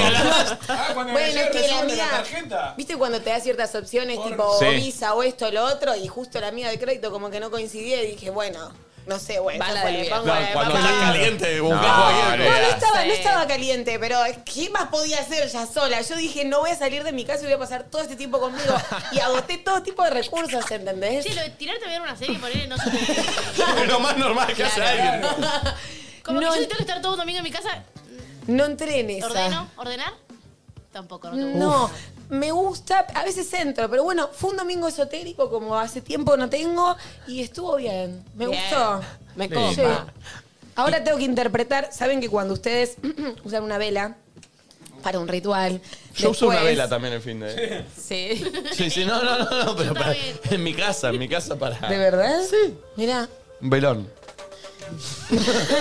Speaker 5: Bueno, es que la
Speaker 7: resuelve la
Speaker 5: mía, viste cuando te da ciertas opciones tipo
Speaker 6: Sí.
Speaker 5: o Visa o esto o lo otro y justo la mía de crédito como que no coincidía y dije, bueno, no sé, bueno,
Speaker 2: Va
Speaker 5: ya
Speaker 2: la
Speaker 5: fue,
Speaker 2: del viejo.
Speaker 5: pongo la de
Speaker 1: cuando
Speaker 5: papá.
Speaker 1: estás caliente,
Speaker 6: No,
Speaker 1: buscás cualquier
Speaker 5: No, no
Speaker 1: cosa.
Speaker 5: estaba, no estaba caliente, pero eh, ¿qué más podía hacer ya sola? Yo dije, no voy a salir de mi casa y voy a pasar todo este tiempo conmigo. Y agoté todo tipo de recursos, ¿entendés?
Speaker 4: Sí, lo de tirarte a ver una serie y ponerle no sé.
Speaker 1: Es lo más normal que hace alguien.
Speaker 4: Como
Speaker 5: No.
Speaker 4: que yo si tengo que estar todo un domingo en mi casa.
Speaker 5: No entré en esa.
Speaker 4: ¿Ordeno? ¿Ordenar? Tampoco, no te gusta.
Speaker 5: No, me gusta, a veces entro, pero bueno, fue un domingo esotérico como hace tiempo no tengo y estuvo bien. Me
Speaker 2: Bien.
Speaker 5: gustó.
Speaker 2: Me
Speaker 5: Sí.
Speaker 2: copa.
Speaker 5: Ahora tengo que interpretar, saben que cuando ustedes usan una vela para un ritual,
Speaker 1: Yo uso una
Speaker 5: después-
Speaker 1: vela también el fin de.
Speaker 5: Sí.
Speaker 1: Sí, sí, no, no, no, no, pero para- en mi casa, en mi casa para.
Speaker 5: ¿De verdad? Sí. Mira,
Speaker 1: Un velón.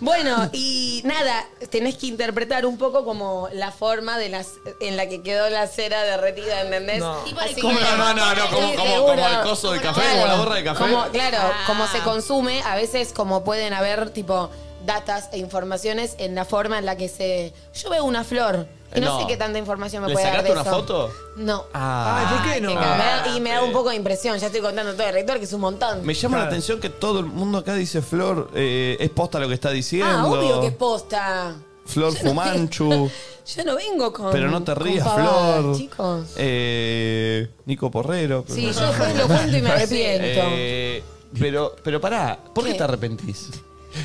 Speaker 5: Bueno, y nada, tenés que interpretar un poco como la forma de las, en la que quedó la cera derretida, ¿entendés?
Speaker 1: No.
Speaker 5: Tipo el
Speaker 1: ¿Cómo?
Speaker 5: que-
Speaker 1: No, no, no, no, como-
Speaker 5: Sí,
Speaker 1: como-
Speaker 5: seguro.
Speaker 1: como el coso del café, como la borra del café. Ah.
Speaker 5: Como, claro, como se consume, a veces como pueden haber tipo datas e informaciones en la forma en la que se... Yo veo una flor y no,
Speaker 1: Eh, No.
Speaker 5: sé qué tanta información me
Speaker 1: ¿Le
Speaker 5: puede dar
Speaker 1: sacaste
Speaker 5: de
Speaker 1: una
Speaker 5: eso.
Speaker 1: foto?
Speaker 5: No.
Speaker 1: Ah. Ay, ¿por qué no?
Speaker 5: Me da- y me da un poco de impresión, ya estoy contando todo el rector, que es un montón.
Speaker 1: Me llama la atención que todo el mundo acá dice Flor, eh, es posta lo que está diciendo.
Speaker 5: Ah, obvio que es posta.
Speaker 1: Flor Fumanchu.
Speaker 5: Yo no vengo con.
Speaker 1: Pero no te
Speaker 5: con
Speaker 1: rías,
Speaker 5: pavadas,
Speaker 1: Flor.
Speaker 5: chicos.
Speaker 1: Eh, Nico Porrero.
Speaker 5: Sí, yo después lo cuento y me arrepiento.
Speaker 1: Eh, pero, pero pará, ¿por qué,
Speaker 5: ¿Qué?
Speaker 1: te arrepentís?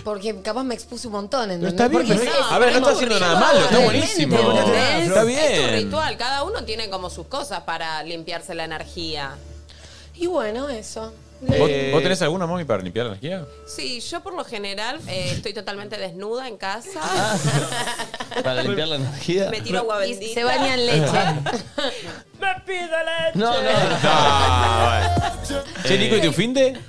Speaker 5: Porque capaz me expuse un montón, ¿entendés?
Speaker 1: está bien,
Speaker 5: Porque
Speaker 1: pero-
Speaker 5: es-
Speaker 1: a ver, no está haciendo nada malo, está buenísimo.
Speaker 5: ¿entendés?
Speaker 1: Está
Speaker 2: Es tu
Speaker 1: bien.
Speaker 2: ritual, cada uno tiene como sus cosas para limpiarse la energía.
Speaker 5: Y bueno, eso.
Speaker 6: ¿Vos,
Speaker 1: Eh,
Speaker 6: vos tenés alguna mami para limpiar la energía?
Speaker 2: Sí, yo por lo general eh, estoy totalmente desnuda en casa.
Speaker 1: Ah, Para limpiar la energía.
Speaker 2: Me tiro agua bendita.
Speaker 5: se baña en leche.
Speaker 2: Me pido leche.
Speaker 1: No, no, no. Ah,
Speaker 6: Che, Nico, ¿y tu finde?
Speaker 1: Eh,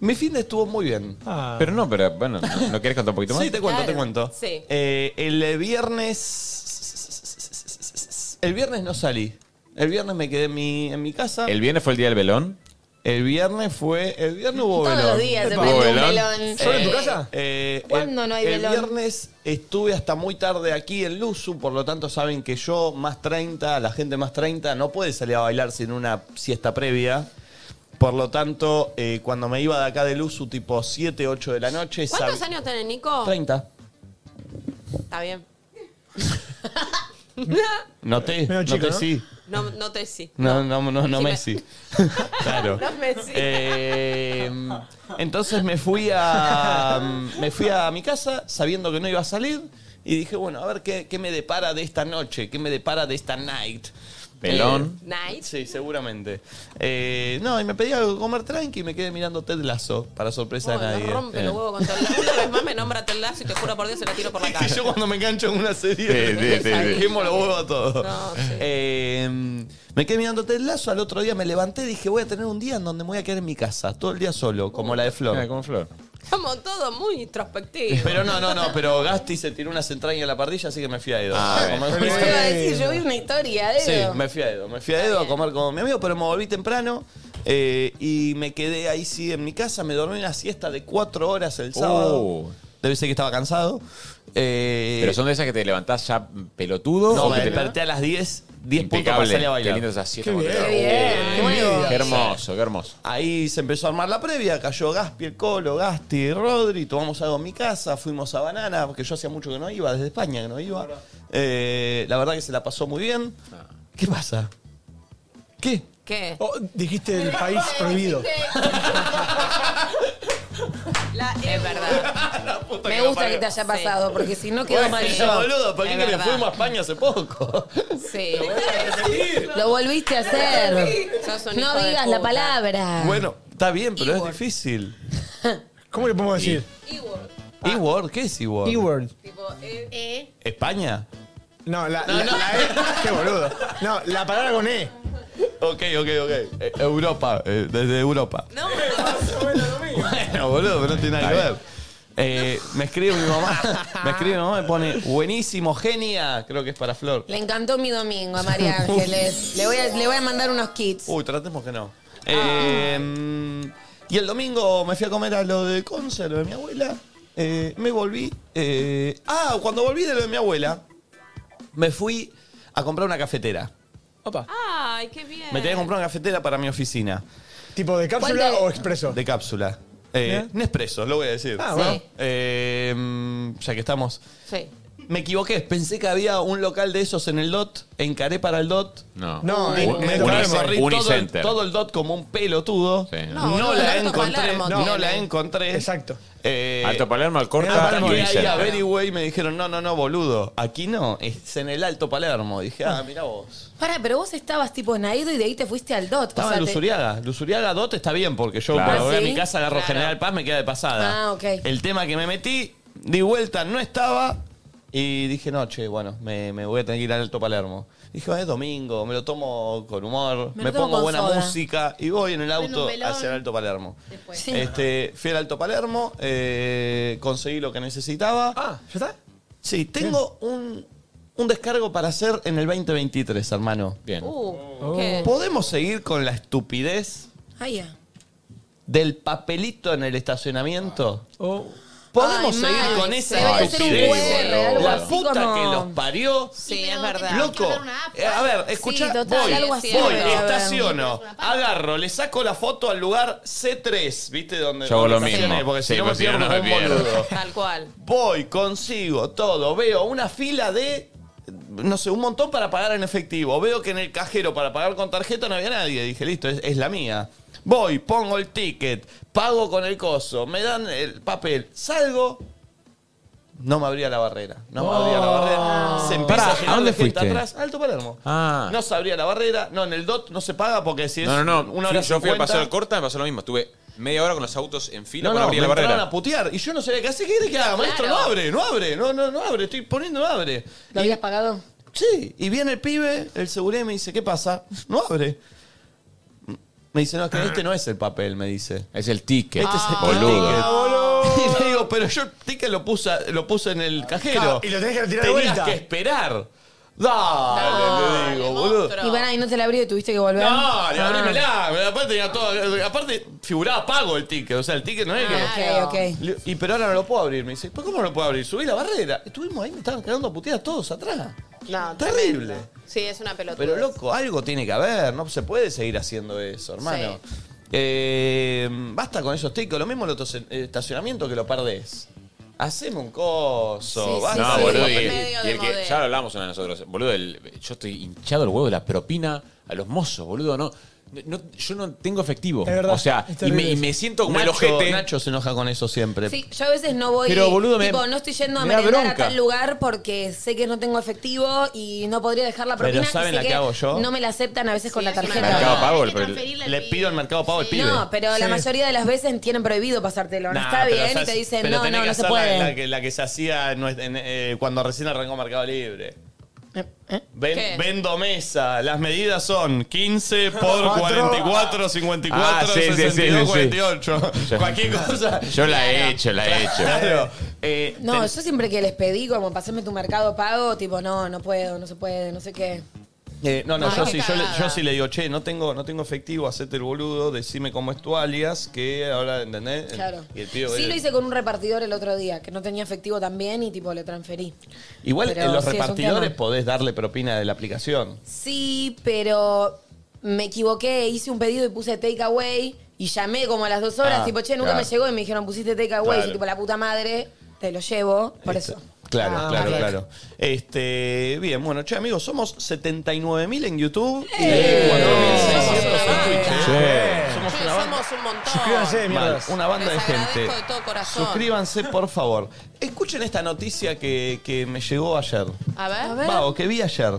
Speaker 1: Mi fin de estuvo muy bien.
Speaker 5: Ah.
Speaker 6: Pero no, pero bueno, ¿no, no querés contar un poquito más?
Speaker 1: Sí, te cuento, te
Speaker 6: Claro.
Speaker 1: cuento.
Speaker 2: Sí.
Speaker 1: Eh, el viernes. El viernes no salí. El viernes me quedé en mi, en mi casa.
Speaker 6: ¿El viernes fue el día del velón?
Speaker 1: El viernes fue. El viernes hubo
Speaker 5: Todos
Speaker 1: velón.
Speaker 5: los días se
Speaker 1: Epa.
Speaker 5: prende un velón.
Speaker 3: ¿Solo en tu casa?
Speaker 1: Eh, el-
Speaker 5: ¿Cuándo no hay
Speaker 1: el
Speaker 5: velón?
Speaker 1: viernes estuve hasta muy tarde aquí en Luzu, por lo tanto saben que yo, más 30, la gente más 30, no puede salir a bailar sin una siesta previa. Por lo tanto, eh, cuando me iba de acá de Luzu, tipo 7, 8 de la noche,
Speaker 2: ¿Cuántos
Speaker 1: sab-
Speaker 2: años tenés, Nico?
Speaker 1: 30.
Speaker 2: Está bien.
Speaker 1: Noté,
Speaker 2: Medio chico,
Speaker 1: noté
Speaker 2: ¿no?
Speaker 1: sí.
Speaker 2: No, no te sí.
Speaker 1: No, no, no, no,
Speaker 2: Sí, me-
Speaker 1: Messi. claro.
Speaker 2: No, Messi.
Speaker 1: Eh, entonces me fui a me fui a mi casa sabiendo que no iba a salir y dije, bueno, a ver qué, qué me depara de esta noche, qué me depara de esta night.
Speaker 6: Pelón.
Speaker 1: Eh, Sí, seguramente. Eh, no, y me pedí algo de comer tranqui y me quedé mirando Ted Lazo, para sorpresa de
Speaker 2: Me
Speaker 1: nadie.
Speaker 2: rompe
Speaker 1: Eh.
Speaker 2: los huevos con todo el Una vez más me nombra Ted Lasso y te juro por Dios se lo tiro por la cara.
Speaker 1: yo cuando me engancho en una serie,
Speaker 6: Sí, sí, sí, sí.
Speaker 1: quemo los huevos a todo.
Speaker 2: No, sí.
Speaker 1: Eh, me quedé mirando Ted Lasso, al otro día me levanté y dije, voy a tener un día en donde me voy a quedar en mi casa, todo el día solo, como la de Flor.
Speaker 6: Ah, como Flor.
Speaker 2: Como todo muy introspectivo.
Speaker 1: Pero no, no, no, pero Gasti se tiró unas entrañas en la parrilla, así que me fui a Edo.
Speaker 6: Ah,
Speaker 1: Como-
Speaker 5: Te iba a decir, yo vi una historia de
Speaker 1: Sí,
Speaker 5: eso.
Speaker 1: me fui a Edo. Me fui a Edo a comer con mi amigo, pero me volví temprano eh, y me quedé ahí sí en mi casa. Me dormí una siesta de cuatro horas el sábado.
Speaker 6: Oh.
Speaker 1: Debe ser que estaba cansado. Eh,
Speaker 6: Pero son de esas que te levantás ya pelotudo.
Speaker 1: No,
Speaker 6: o
Speaker 1: me
Speaker 6: que te-
Speaker 1: desperté a las 10, 10 puntos para
Speaker 6: Impecable.
Speaker 1: salir a bailar.
Speaker 6: Qué lindo esas siestas
Speaker 1: Qué
Speaker 6: cuando
Speaker 1: bien.
Speaker 6: te-
Speaker 1: Qué
Speaker 6: Oh,
Speaker 1: bien.
Speaker 6: Qué hermoso, qué hermoso.
Speaker 1: Ahí se empezó a armar la previa, cayó Gaspi, el Colo, Gasti, Rodri, tomamos algo en mi casa, fuimos a Banana, porque yo hacía mucho que no iba, desde España que no iba. Eh, la verdad que se la pasó muy bien.
Speaker 3: Ah.
Speaker 1: ¿Qué pasa? ¿Qué?
Speaker 2: ¿Qué?
Speaker 3: Oh, dijiste el país prohibido.
Speaker 2: es verdad.
Speaker 5: Me gusta que te haya pasado, porque si no quedó
Speaker 1: Bueno,
Speaker 5: mal
Speaker 1: sí,
Speaker 5: yo.
Speaker 1: boludo, ¿para
Speaker 5: Es
Speaker 1: qué que le
Speaker 5: verdad.
Speaker 1: fuimos a España hace poco?
Speaker 2: Sí.
Speaker 5: Lo volviste a hacer.
Speaker 2: Sos un hijo
Speaker 5: No
Speaker 2: de
Speaker 5: digas la
Speaker 2: puta.
Speaker 5: palabra.
Speaker 1: Bueno, está bien, pero es difícil.
Speaker 3: ¿Cómo le podemos decir?
Speaker 1: ¿E-Word? ¿Qué es E-Word?
Speaker 3: E-word.
Speaker 4: Eh,
Speaker 1: ¿España?
Speaker 3: No, la, la- la E. Qué boludo. No, la palabra con E.
Speaker 1: Ok, ok, ok. Eh, Europa, eh, desde Europa.
Speaker 2: No,
Speaker 1: Bueno, boludo, pero no tiene nada que ver. Eh, me escribe mi mamá. Me escribe mi mamá, me pone buenísimo, genia. Creo que es para Flor.
Speaker 5: Le encantó mi domingo a María Ángeles. le, voy a, le voy a mandar unos kits.
Speaker 1: Uy, tratemos que no. Eh, mm, y el domingo me fui a comer a lo de Conce, lo de mi abuela. Eh, me volví. eh, ah, cuando volví de lo de mi abuela, me fui a comprar una cafetera.
Speaker 2: Ay, qué bien.
Speaker 1: Me tenía que comprar una cafetera para mi oficina.
Speaker 3: ¿Tipo de cápsula
Speaker 2: ¿Cuál de-
Speaker 3: o expreso?
Speaker 1: De cápsula. Eh, Nespresso, lo voy a decir.
Speaker 2: Ah, bueno. Sí.
Speaker 1: Eh, mm, ya que estamos.
Speaker 2: Sí.
Speaker 1: Me equivoqué, pensé que había un local de esos en el DOT, encaré para el DOT.
Speaker 6: No.
Speaker 3: No,
Speaker 1: Di-
Speaker 3: en-
Speaker 1: me
Speaker 3: en-
Speaker 1: corrí
Speaker 6: Unicenter.
Speaker 1: todo el-
Speaker 6: Unicenter.
Speaker 1: Todo, el DOT como un pelotudo.
Speaker 6: No,
Speaker 1: No,
Speaker 6: boludo,
Speaker 1: la
Speaker 6: Alto
Speaker 1: encontré,
Speaker 6: Palermo
Speaker 1: no,
Speaker 6: tiene.
Speaker 1: la encontré. Exacto. Eh,
Speaker 6: Alto Palermo, Alcorta
Speaker 1: Hasta
Speaker 6: y
Speaker 1: que ahí
Speaker 6: Unicenter.
Speaker 1: averigüé y me dijeron, no, no, no, boludo, aquí no, es en el Alto Palermo. Dije, ah, mirá vos.
Speaker 5: Para, pero vos estabas tipo en Aedo y de ahí te fuiste al DOT.
Speaker 1: Estaba
Speaker 5: O sea,
Speaker 1: en
Speaker 5: te-
Speaker 1: Luzuriaga. Luzuriaga DOT está bien porque yo
Speaker 5: Claro.
Speaker 1: cuando voy a
Speaker 5: ¿Sí?
Speaker 1: mi casa agarro
Speaker 5: Claro.
Speaker 1: General Paz, me queda de pasada.
Speaker 5: Ah, ok.
Speaker 1: El tema que me metí, di vuelta, no estaba. Y dije, no, che, bueno, me, me voy a tener que ir al Alto Palermo. Dije, "Ah, es domingo, me lo tomo con humor,
Speaker 6: Me
Speaker 1: me,
Speaker 6: lo tomo
Speaker 1: pongo
Speaker 6: con
Speaker 1: buena
Speaker 6: soda".
Speaker 1: música y voy en el
Speaker 6: Prendo
Speaker 1: auto
Speaker 6: un velón.
Speaker 1: hacia el Alto Palermo.
Speaker 6: Sí.
Speaker 1: Este, fui al Alto Palermo, eh, conseguí lo que necesitaba. Ah, ¿ya está? Sí, tengo un, un descargo para hacer en el 2023, hermano. Bien. Oh.
Speaker 2: Uh, ¿qué?
Speaker 1: ¿Podemos seguir con la estupidez
Speaker 5: Ah, ya.
Speaker 1: del papelito en el estacionamiento? Oh. ¿Podemos
Speaker 5: Ay,
Speaker 1: seguir
Speaker 5: mal.
Speaker 1: con esa
Speaker 5: Debería ser un
Speaker 1: estupidez?
Speaker 5: QR, algo
Speaker 1: La
Speaker 5: así
Speaker 1: puta
Speaker 5: como-
Speaker 1: que los parió.
Speaker 2: Sí, es verdad.
Speaker 1: Loco, eh, a ver, escucha,
Speaker 2: Sí, total,
Speaker 1: voy,
Speaker 2: algo así
Speaker 1: voy,
Speaker 2: debe haber.
Speaker 1: estaciono, agarro, le saco la foto al lugar C3, ¿viste? Donde
Speaker 6: Yo hago
Speaker 1: donde
Speaker 6: lo mismo.
Speaker 1: estacioné, Porque
Speaker 6: Sí,
Speaker 1: si no me
Speaker 6: porque si no,
Speaker 1: pierdo,
Speaker 6: no me
Speaker 1: un
Speaker 6: pierdo.
Speaker 1: boludo.
Speaker 2: Tal cual.
Speaker 1: Voy, consigo todo. Veo una fila de, no sé, un montón para pagar en efectivo. Veo que en el cajero para pagar con tarjeta no había nadie. Dije, listo, es, es la mía. Voy, pongo el ticket, pago con el coso, me dan el papel, salgo. No me abría la barrera. No me abría la
Speaker 7: Ah.
Speaker 1: barrera. Se empieza
Speaker 6: Pará,
Speaker 1: Oh. a llenar
Speaker 6: ¿a dónde
Speaker 1: de gente
Speaker 6: fuiste?
Speaker 1: atrás. Alto Palermo.
Speaker 6: Ah.
Speaker 1: No se abría la barrera. No, en el DOT no se paga porque si es
Speaker 6: No, no, no.
Speaker 1: una hora
Speaker 6: Fui- yo fui al
Speaker 1: 50,
Speaker 6: paseo del Corta, me pasó lo mismo. Estuve media hora con los autos en fila
Speaker 1: no,
Speaker 6: para
Speaker 1: no, me
Speaker 6: abrir la
Speaker 1: entraron
Speaker 6: barrera.
Speaker 1: a putear. Y yo no sabía qué hacer. ¿Qué querés que haga, maestro? No abre, no abre, no, no, no abre. Estoy poniendo, no abre.
Speaker 5: ¿Lo habías pagado?
Speaker 1: Sí. Y viene el pibe, el seguridad, y me dice, ¿qué pasa? No abre. Me dice, no, es que este no es el papel, me dice.
Speaker 6: Es el ticket. Ah.
Speaker 1: Este es
Speaker 5: Ah.
Speaker 1: el
Speaker 6: boludo.
Speaker 1: ticket. Y le digo, pero yo el ticket lo puse, lo puse en el cajero.
Speaker 3: Claro, y lo tenés que retirar de
Speaker 1: Tenías
Speaker 3: vuelta.
Speaker 1: que esperar. Dale, le digo, boludo.
Speaker 5: Y van ahí, no te la abrió y tuviste que volver.
Speaker 1: No, le
Speaker 5: Ah.
Speaker 1: abrímela. Aparte, tenía todo- aparte, figuraba pago el ticket. O sea, el ticket no es que.
Speaker 5: Ah, ok, ok.
Speaker 1: Le- Y pero ahora no lo puedo abrir. Me dice, ¿pero cómo no lo puedo abrir? Subí la barrera. Estuvimos ahí, me estaban cagando a puteadas todos atrás.
Speaker 2: No,
Speaker 1: Terrible.
Speaker 2: tremendo. Sí, es una pelota.
Speaker 1: Pero loco, algo tiene que haber. No se puede seguir haciendo eso, hermano. Eh, basta con esos tickets. Lo mismo el otro se- el estacionamiento que lo perdés. Haceme un coso. basta
Speaker 6: no,
Speaker 1: de
Speaker 6: boludo, y,
Speaker 1: papel.
Speaker 6: y el que ya lo hablamos una de nosotros, boludo, el- yo estoy hinchado el huevo de la propina a los mozos, boludo, no, no- yo no tengo efectivo.
Speaker 1: Es verdad,
Speaker 6: o sea,
Speaker 1: es
Speaker 6: y me,
Speaker 1: terrible
Speaker 6: y me siento como
Speaker 1: Nacho,
Speaker 6: el ojete.
Speaker 1: Nacho se enoja con eso siempre.
Speaker 5: Sí, yo a veces no voy.
Speaker 1: Pero, boludo, me-
Speaker 5: tipo, no estoy yendo a
Speaker 1: me da
Speaker 5: merendar
Speaker 1: bronca.
Speaker 5: a tal lugar porque sé que no tengo efectivo y no podría dejar la
Speaker 1: Pero
Speaker 5: propina. y
Speaker 1: ¿saben
Speaker 5: sé
Speaker 1: la que hago yo?
Speaker 5: No me la aceptan a veces con la tarjeta.
Speaker 1: Mercado Pago, el- le pido el Mercado Pago al pibe.
Speaker 5: No, pero la mayoría de las veces tienen prohibido pasártelo. No
Speaker 1: Nah,
Speaker 5: está
Speaker 1: pero
Speaker 5: bien y
Speaker 1: esas-
Speaker 5: te dicen,
Speaker 1: pero
Speaker 5: no,
Speaker 1: tenés
Speaker 5: no,
Speaker 1: que
Speaker 5: no se
Speaker 1: hacer la-
Speaker 5: puede.
Speaker 1: La que, la que se hacía en- en- eh, cuando recién arrancó Mercado Libre.
Speaker 6: Eh,
Speaker 1: Ven-
Speaker 5: ¿Qué?
Speaker 1: vendo mesa. Las medidas son 15 por 44, 54,
Speaker 6: Ah, sí, sí, sí,
Speaker 1: 62,
Speaker 6: sí, sí.
Speaker 1: 48. Cualquier cosa.
Speaker 6: Yo la he hecho, la he hecho.
Speaker 1: Claro. Eh,
Speaker 5: No,
Speaker 1: ten-
Speaker 5: yo siempre que les pedí, como, pasame tu mercado pago, tipo, no, no puedo, no se puede, no sé qué.
Speaker 1: Eh, no, no,
Speaker 5: Ah,
Speaker 1: yo
Speaker 5: qué
Speaker 1: sí, yo le,
Speaker 5: cagada.
Speaker 1: yo sí le digo, che, no tengo, no tengo efectivo, hacete el boludo, decime cómo es tu alias, que ahora, ¿entendés?
Speaker 5: Claro.
Speaker 1: Y el pibe,
Speaker 5: Sí
Speaker 1: eh,
Speaker 5: lo hice con un repartidor el otro día, que no tenía efectivo también y tipo le transferí.
Speaker 1: Igual
Speaker 5: Pero
Speaker 1: en los
Speaker 5: sí, es un
Speaker 1: repartidores
Speaker 5: tema.
Speaker 1: podés darle propina de la aplicación.
Speaker 5: Sí, pero me equivoqué, hice un pedido y puse takeaway y llamé como a las dos horas,
Speaker 1: Ah,
Speaker 5: tipo, che, nunca
Speaker 1: claro.
Speaker 5: me llegó y me dijeron, pusiste takeaway,
Speaker 1: Claro. Este.
Speaker 5: y yo, tipo, la puta madre, te lo llevo, por eso.
Speaker 1: Claro,
Speaker 5: Ah,
Speaker 1: claro,
Speaker 5: bien.
Speaker 1: claro. Este, bien, bueno, che, amigos, somos 79.000 en YouTube. y
Speaker 7: ¡Eh!
Speaker 1: 4.600 en Twitch, ¿eh?
Speaker 2: Che,
Speaker 1: Somos una banda.
Speaker 2: somos un montón.
Speaker 1: Mal, una banda de
Speaker 2: Les agradezco
Speaker 1: gente.
Speaker 2: de todo corazón.
Speaker 1: Suscríbanse, por favor. Escuchen esta noticia que, que me llegó ayer.
Speaker 2: A ver.
Speaker 1: Vago, que vi ayer.